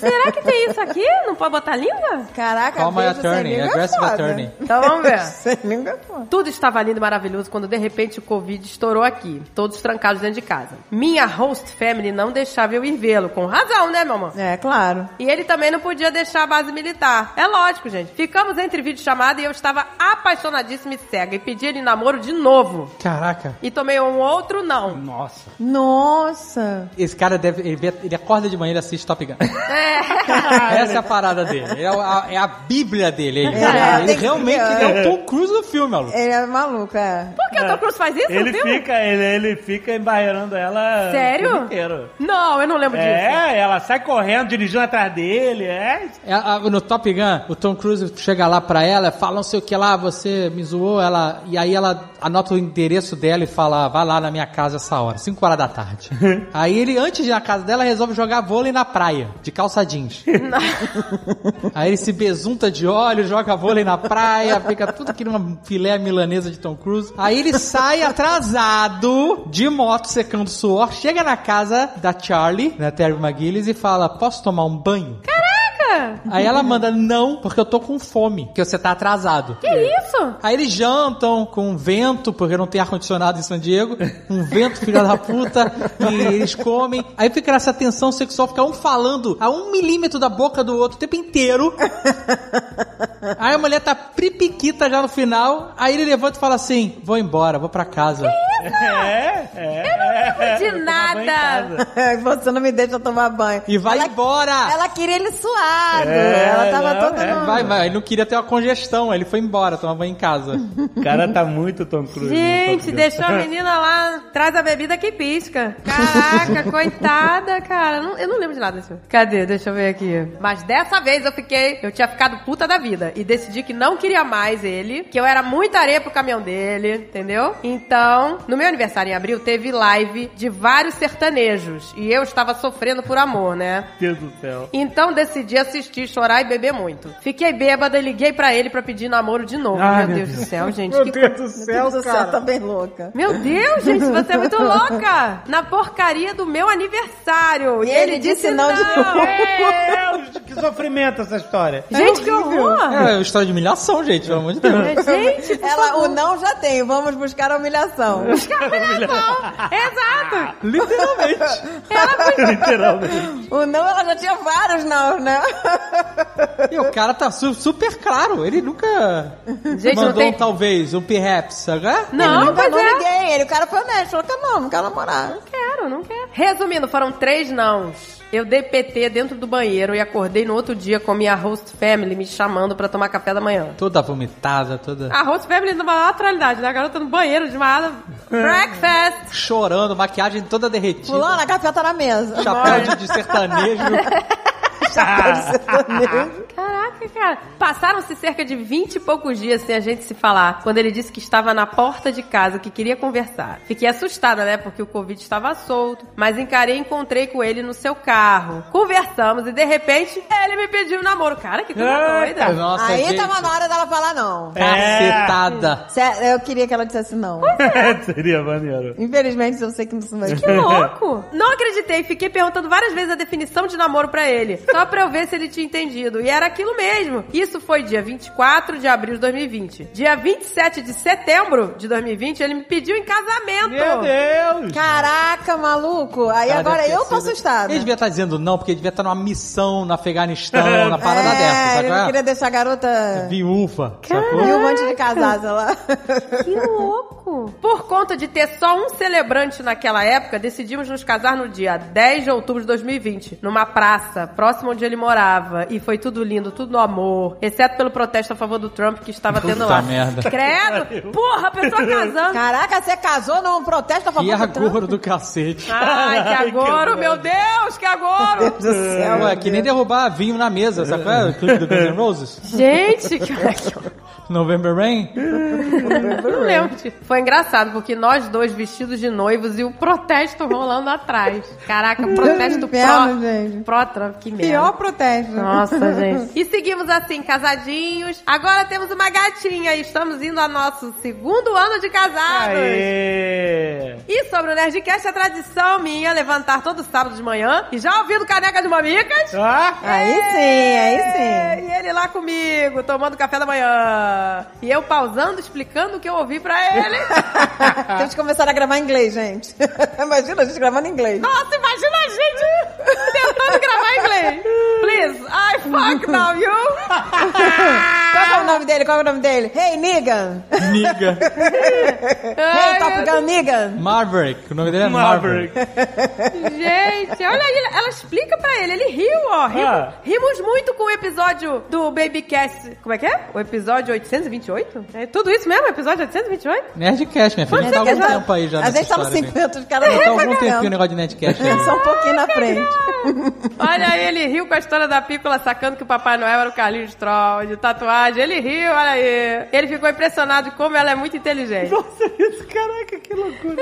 Speaker 17: Será que tem isso aqui? Não pode botar língua?
Speaker 4: Caraca,
Speaker 6: Call my
Speaker 4: vejo sem
Speaker 6: attorney,
Speaker 4: língua é
Speaker 6: aggressive
Speaker 4: foda.
Speaker 6: attorney.
Speaker 3: Então vamos ver.
Speaker 4: Sem língua é foda.
Speaker 3: Tudo estava lindo e maravilhoso quando de repente o Covid estourou aqui, todos trancados dentro de casa. Minha host family não deixava eu ir vê-lo, com razão, né, mamãe?
Speaker 4: É, claro.
Speaker 3: E ele também não podia deixar a base militar. É lógico, gente. Ficamos entre videochamada e eu estava apaixonadíssima e cega e pedi ele em namoro de novo.
Speaker 6: Caraca.
Speaker 3: E tomei um outro não.
Speaker 6: Nossa.
Speaker 4: Nossa.
Speaker 6: Esse cara deve. Ele, vê- ele acorda de manhã e ele assiste Top Gun.
Speaker 3: É.
Speaker 6: Essa é a parada dele. É a, é a bíblia dele. Ele,
Speaker 4: É,
Speaker 6: ele
Speaker 4: tem que-
Speaker 6: realmente
Speaker 4: é.
Speaker 6: é o Tom Cruise no filme, maluco.
Speaker 4: Ele é maluco, é.
Speaker 3: Por que o Tom Cruise faz isso? um-
Speaker 2: Ele
Speaker 3: viu?
Speaker 2: fica, ele, ele fica embarreirando ela
Speaker 3: Sério?
Speaker 2: o filme inteiro.
Speaker 3: Não, eu não lembro disso.
Speaker 2: É, ela sai correndo, dirigindo atrás dele, é.
Speaker 6: É, a- no Top Gun, o Tom Cruise chega lá pra ela, fala não sei o que lá, você me zoou, ela, e aí ela anota o endereço dela e fala, "Ah, vai lá na minha casa essa hora, 5 horas da tarde. aí ele, antes de ir na casa dela, resolve jogar vôlei na praia, de calça jeans. aí ele se besunta de óleo, joga vôlei na praia, fica tudo aqui numa filé milanesa de Tom Cruise. Aí ele sai atrasado, de moto, secando suor, chega na casa da Charlie, da Terry McGillis, e fala, posso tomar um banho? Aí ela manda, não, porque eu tô com fome, porque você tá atrasado. É.
Speaker 17: Que isso?
Speaker 6: Aí eles jantam com vento, porque não tem ar-condicionado em São Diego. Um vento, filha da puta. E eles comem. Aí fica essa tensão sexual, fica um falando a um milímetro da boca do outro o tempo inteiro. Aí a mulher tá pripiquita já no final. Aí ele levanta e fala assim: vou embora, vou pra casa.
Speaker 2: É, é. Eu
Speaker 3: De nada.
Speaker 4: Você não me deixa tomar banho.
Speaker 6: E vai embora!
Speaker 4: Ela queria ele suado.
Speaker 2: É,
Speaker 4: ela tava
Speaker 2: não,
Speaker 4: toda
Speaker 2: é.
Speaker 4: no-
Speaker 6: Vai, vai, ele não queria ter uma congestão, aí ele foi embora, tomar banho em casa.
Speaker 2: O cara tá muito Tom Cruise.
Speaker 16: né?
Speaker 2: no Top
Speaker 3: Gente,
Speaker 2: Gun.
Speaker 3: deixou a menina lá, traz a bebida que pisca. Caraca, coitada, cara. Não- eu não lembro de nada desse filme. Cadê? Deixa eu ver aqui. Mas dessa vez eu fiquei. Eu tinha ficado puta da vida. E decidi que não queria mais ele. Que eu era muita areia pro caminhão dele, entendeu? Então, no meu aniversário em abril, teve live de vários sertanejos. E eu estava sofrendo por amor, né?
Speaker 2: Meu Deus do céu.
Speaker 3: Então decidi assistir, chorar e beber muito. Fiquei bêbada e liguei pra ele pra pedir namoro de novo.
Speaker 2: Ai,
Speaker 3: meu
Speaker 2: meu
Speaker 3: Deus, do céu, gente.
Speaker 4: Meu
Speaker 3: que
Speaker 4: Deus do céu,
Speaker 6: cara.
Speaker 4: tá bem louca.
Speaker 3: meu Deus, gente, você é muito louca! Na porcaria do meu aniversário! E, ele, disse, não de
Speaker 2: Meu Deus, que sofrimento essa história.
Speaker 3: Gente, que horror!
Speaker 6: É uma história de humilhação, gente, pelo amor de Deus.
Speaker 3: Gente,
Speaker 6: tipo,
Speaker 3: por
Speaker 4: Ela,
Speaker 3: favor.
Speaker 4: o não já tem, vamos buscar a humilhação.
Speaker 3: Exato!
Speaker 6: Literalmente.
Speaker 2: Literalmente.
Speaker 4: o não, ela já tinha vários não, né?
Speaker 6: E o cara tá su- super claro. Ele nunca
Speaker 3: Gente, não
Speaker 6: mandou
Speaker 3: tem-
Speaker 6: um talvez, um perhaps, agora?
Speaker 3: Não,
Speaker 4: Nunca
Speaker 3: pois
Speaker 4: não
Speaker 3: é.
Speaker 4: ninguém. Ele, o cara foi honesto, falou que não, não quero namorar.
Speaker 6: Tipo,
Speaker 3: Quero, não quero. Resumindo, foram três nãos. Eu dei PT dentro do banheiro e acordei no outro dia com minha host family me chamando pra tomar café da manhã.
Speaker 6: Toda vomitada, toda
Speaker 3: A host family numa naturalidade, né? A garota no banheiro, desmaiada. Breakfast!
Speaker 6: chorando, maquiagem toda derretida.
Speaker 4: Fulana, café tá na mesa.
Speaker 6: Chapéu de, de sertanejo.
Speaker 3: Caraca, cara. Passaram-se cerca de 20 e poucos dias sem a gente se falar, quando ele disse que estava na porta de casa, que queria conversar. Fiquei assustada, né? Porque o Covid estava solto, mas encarei e encontrei com ele no seu carro. Conversamos e, de repente, ele me pediu um namoro. Cara, que coisa
Speaker 2: Eita.
Speaker 3: doida.
Speaker 6: Nossa,
Speaker 4: Aí
Speaker 6: gente. tá
Speaker 4: tava É. na hora dela falar não.
Speaker 6: Cacetada.
Speaker 4: Sé- Eu queria que ela dissesse não.
Speaker 6: É,
Speaker 2: Seria maneiro.
Speaker 4: Infelizmente, eu sei que não se vai.
Speaker 3: Que louco! Não acreditei, fiquei perguntando várias vezes a definição de namoro pra ele, só pra eu ver se ele tinha entendido. E era aquilo mesmo. Isso foi dia 24 de abril de 2020. Dia 27 de setembro de 2020, ele me pediu em casamento.
Speaker 2: Meu Deus.
Speaker 4: Caraca, maluco. Aí
Speaker 6: Cara,
Speaker 4: agora
Speaker 6: deve ter
Speaker 4: eu tô
Speaker 6: sido-
Speaker 4: assustada.
Speaker 6: Ele devia estar dizendo não, porque ele devia estar numa missão no Afeganistão, na parada
Speaker 4: é,
Speaker 6: dessa, sabe?
Speaker 4: ele
Speaker 6: qual
Speaker 4: não
Speaker 6: é?
Speaker 4: queria deixar a garota...
Speaker 6: Viúva, sacou?
Speaker 4: Viu um monte de casada lá.
Speaker 3: Que louco! Por conta de ter só um celebrante naquela época, decidimos nos casar no dia 10 de outubro de 2020, numa praça, próximo onde ele morava. E foi tudo lindo, tudo no amor, exceto pelo protesto a favor do Trump que estava tendo lá.
Speaker 6: Puta merda.
Speaker 3: Credo! Porra, a pessoa casando!
Speaker 4: Caraca, você casou num protesto a
Speaker 6: Que
Speaker 4: favor do Trump?
Speaker 6: agora do cacete.
Speaker 3: Ai, que agora, meu Deus, que agora!
Speaker 4: Meu Deus do
Speaker 6: É,
Speaker 4: céu.
Speaker 6: ué, que nem derrubar vinho na mesa, sabe? qual é? O clipe do Guns N' Roses.
Speaker 3: Gente, cara, que
Speaker 6: November Rain.
Speaker 3: eu não lembro. disso. Foi Foi engraçado, porque nós dois vestidos de noivos e o protesto rolando atrás. Caraca, protesto
Speaker 4: Inferno,
Speaker 3: pró, pró, que merda.
Speaker 4: Pior
Speaker 6: né?
Speaker 4: protesto.
Speaker 3: Nossa, gente. E seguimos assim, casadinhos. Agora temos uma gatinha e estamos indo ao nosso segundo ano de casados.
Speaker 11: Aê!
Speaker 3: E sobre o Nerdcast, a tradição minha é levantar todo sábado de manhã e já ouvindo Caneca de Mamicas.
Speaker 11: Ah,
Speaker 4: aí sim, aí
Speaker 3: É,
Speaker 4: sim.
Speaker 3: E ele lá comigo, tomando café da manhã. E eu pausando, explicando o que eu ouvi pra ele.
Speaker 4: Temos que começar a gravar em inglês, gente. Imagina a gente gravando em inglês.
Speaker 3: Nossa, imagina a gente tentando gravar em inglês. Please, I fuck now, you.
Speaker 4: Qual é o nome dele? Qual é o nome dele? Hey, Negan!
Speaker 6: Niga.
Speaker 4: hey, Top Gun Negan!
Speaker 6: Maverick. O nome dele é Maverick.
Speaker 3: Gente, olha aí, ela explica pra ele. Ele riu, ó. Rimos,
Speaker 11: Ah.
Speaker 3: rimos muito com o episódio do Babycast. Como é que é? O episódio 828? É tudo isso mesmo? Episódio 828?
Speaker 6: Nerdcast, minha filha. A gente tá há
Speaker 4: Quer
Speaker 6: algum
Speaker 4: dizer,
Speaker 6: tempo aí já
Speaker 4: A
Speaker 6: nessa
Speaker 4: gente tá nos
Speaker 6: história, gente.
Speaker 4: 50, os caras
Speaker 6: Já tá há
Speaker 4: estão
Speaker 6: algum tempinho o negócio de Nerdcast. né?
Speaker 4: Só um pouquinho na frente.
Speaker 3: Olha aí, ele riu com a história da pícola sacando que o Papai Noel era o Carlinhos Troll, de tatuagem. Ele riu, olha aí. Ele ficou impressionado de como ela é muito inteligente.
Speaker 11: Nossa, isso, caraca, que loucura.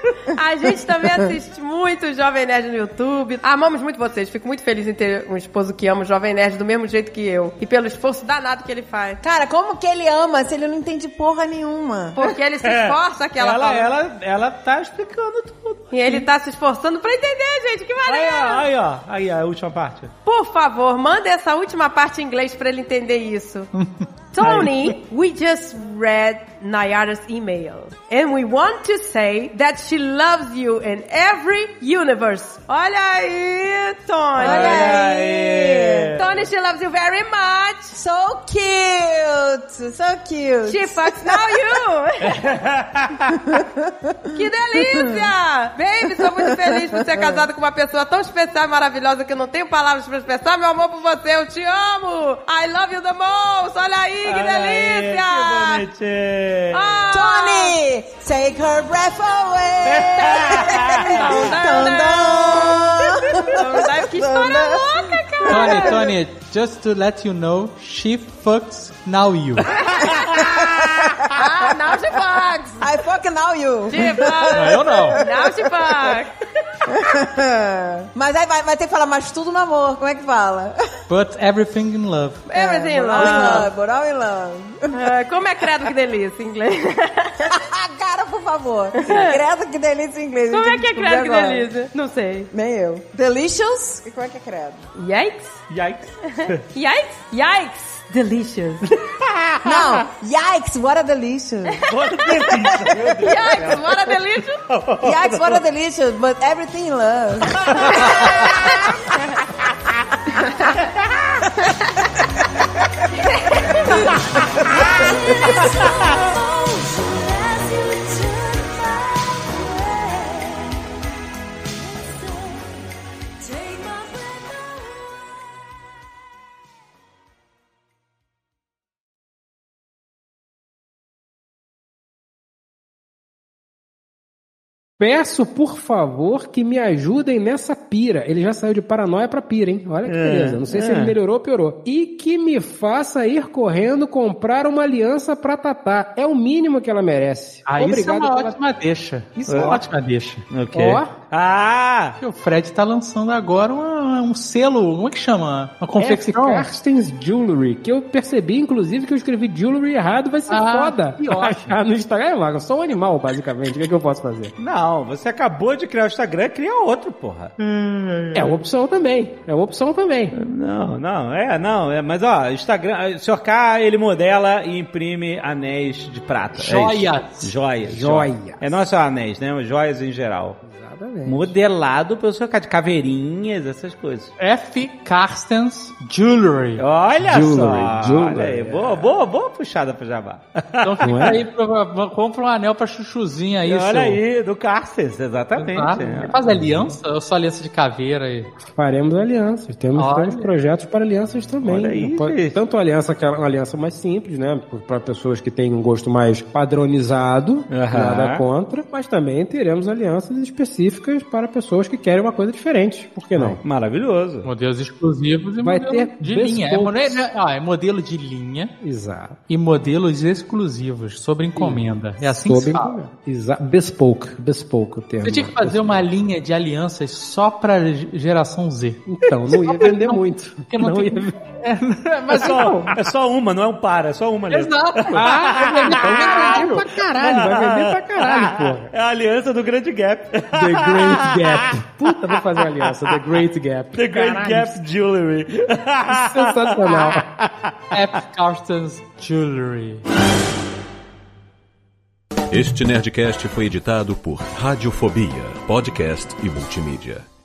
Speaker 3: A gente também assiste muito Jovem Nerd no YouTube. Amamos muito vocês. Fico muito feliz em ter um esposo que ama o Jovem Nerd do mesmo jeito que eu. E pelo esforço danado que ele faz.
Speaker 4: Cara, como que ele ama se ele não entende porra nenhuma?
Speaker 3: Porque ele se esforça que ela,
Speaker 11: É. ela,
Speaker 3: fala.
Speaker 11: ela, ela tá explicando tudo.
Speaker 3: E ele tá se esforçando pra entender, gente. Que
Speaker 11: Aí, ó,
Speaker 3: maneiro!
Speaker 11: aí, ó, aí, ó, a última parte.
Speaker 3: Por favor, manda essa última parte em inglês pra ele entender isso. Tony, we just read Nayara's email. And we want to say that she loves you in every universe. Olha aí, Tony.
Speaker 11: Olha aí.
Speaker 3: Tony, she loves you very much.
Speaker 4: So cute! So cute!
Speaker 3: She fucks now you. que delícia. Baby, sou muito feliz por ser casada com uma pessoa tão especial e maravilhosa que eu não tenho palavras pra expressar meu amor por você. Eu te amo. I love you the most. Olha aí, que
Speaker 11: Olha aí,
Speaker 3: delícia.
Speaker 11: Que bonitinho.
Speaker 3: Ah!
Speaker 4: Tony, take her breath away!
Speaker 3: Que história louca, cara!
Speaker 6: Tony, Tony, just to let you know, she fucks now you.
Speaker 3: Ah, now she bugs!
Speaker 4: I fuck now you!
Speaker 3: She bugs!
Speaker 6: Não, eu não.
Speaker 3: Now she bugs!
Speaker 4: Mas aí vai, vai ter que falar, mas tudo no amor, como é que fala?
Speaker 6: But everything in love.
Speaker 3: Everything in
Speaker 4: We're all in
Speaker 3: love.
Speaker 4: love, we're all in love.
Speaker 3: Ah, Como é credo que delícia em inglês?
Speaker 4: Cara, por favor. Credo que delícia em inglês.
Speaker 3: Como
Speaker 4: eu
Speaker 3: é que
Speaker 4: tive
Speaker 3: é
Speaker 4: descobrir
Speaker 3: credo que
Speaker 4: agora.
Speaker 3: delícia? Não sei.
Speaker 4: Nem eu. Delicious? E como é que é credo?
Speaker 3: Yikes?
Speaker 11: Yikes.
Speaker 3: Yikes? Yikes! Delicious!
Speaker 4: Não, yikes, what a delicious.
Speaker 3: Yikes! What a delicious!
Speaker 4: Yikes, what a delicious, but everything in love.
Speaker 14: Peço, por favor, que me ajudem nessa pira. Ele já saiu de paranoia pra pira, hein? Olha que
Speaker 6: É,
Speaker 14: beleza. Não sei se ele melhorou ou piorou. E que me faça ir correndo comprar uma aliança pra Tatá. É o mínimo que ela merece.
Speaker 6: Ah, isso é uma
Speaker 14: pela-
Speaker 6: ótima deixa. Isso é
Speaker 14: Ó.
Speaker 6: uma ótima deixa.
Speaker 11: Ok.
Speaker 14: Ó.
Speaker 11: Ah!
Speaker 6: E O Fred tá lançando agora uma- um selo, como é que chama? Uma
Speaker 14: F.
Speaker 6: confecção?
Speaker 7: É, então,
Speaker 14: Carstens Jewelry, que eu percebi, inclusive, que eu escrevi jewelry errado, vai ser
Speaker 6: Ah,
Speaker 14: foda.
Speaker 6: que ótimo.
Speaker 14: Achar no Instagram, é Mago, eu sou um animal, basicamente. O que, é que eu posso fazer?
Speaker 11: Não, você acabou de criar o Instagram, cria outro, porra.
Speaker 14: É uma opção também. É uma opção também.
Speaker 11: Não, não, é, não, é, mas ó, Instagram, o Sr. K, ele modela e imprime anéis de prata. É isso.
Speaker 6: Joias.
Speaker 11: Joias.
Speaker 14: Joias.
Speaker 11: É não é só anéis, né? Joias em geral.
Speaker 14: Exatamente.
Speaker 11: Modelado pelo Sr. K, de caveirinhas, essas coisas.
Speaker 6: F. Carstens Jewelry.
Speaker 11: Olha só!
Speaker 14: Jewelry, jewelry.
Speaker 11: Olha aí, boa, boa, boa puxada pro Jabá.
Speaker 6: Então
Speaker 14: Não
Speaker 6: fica
Speaker 14: é?
Speaker 6: aí, pra- pra- compra um anel pra chuchuzinha aí. seu-
Speaker 11: Olha aí, do Carces, exatamente.
Speaker 6: Ah,
Speaker 11: né?
Speaker 6: Faz aliança? Eu sou aliança de caveira aí.
Speaker 14: Faremos alianças. Temos,
Speaker 6: Olha.
Speaker 14: temos projetos para alianças também.
Speaker 11: Olha aí,
Speaker 14: Pode-
Speaker 11: gente.
Speaker 14: Tanto aliança, aquela uma aliança mais simples, né? Para pessoas que têm um gosto mais padronizado,
Speaker 11: Aham.
Speaker 14: nada contra. Mas também teremos alianças específicas para pessoas que querem uma coisa diferente. Por que
Speaker 11: É.
Speaker 14: não?
Speaker 7: Maravilhoso.
Speaker 6: Modelos exclusivos e
Speaker 14: Vai
Speaker 6: modelo
Speaker 14: ter
Speaker 6: de
Speaker 14: bespoke.
Speaker 6: linha. É, modelo, ah, é modelo de linha
Speaker 14: Exato.
Speaker 6: e modelos exclusivos, sobre encomenda. É assim que se
Speaker 14: Sobre-
Speaker 6: fala.
Speaker 14: Exa- Bespoke. Bespoke o termo.
Speaker 6: Você tinha que fazer uma linha de alianças só pra geração Z.
Speaker 14: Então, não ia vender muito.
Speaker 6: Porque não, tem... É, mas então,
Speaker 7: É só uma, não é um par, é só uma ali.
Speaker 6: Exato.
Speaker 7: Ah,
Speaker 6: vai vender-
Speaker 7: vai vender
Speaker 6: pra caralho,
Speaker 14: Então, vai vender pra caralho, porra.
Speaker 7: É a aliança do Grande Gap.
Speaker 14: The Great Gap. Puta, vou fazer uma aliança. The Great Gap.
Speaker 7: The Great
Speaker 14: Caralho,
Speaker 7: Gap Jewelry.
Speaker 14: Sensacional.
Speaker 6: App Carstens Jewelry.
Speaker 1: Este Nerdcast foi editado por Radiofobia, podcast e multimídia.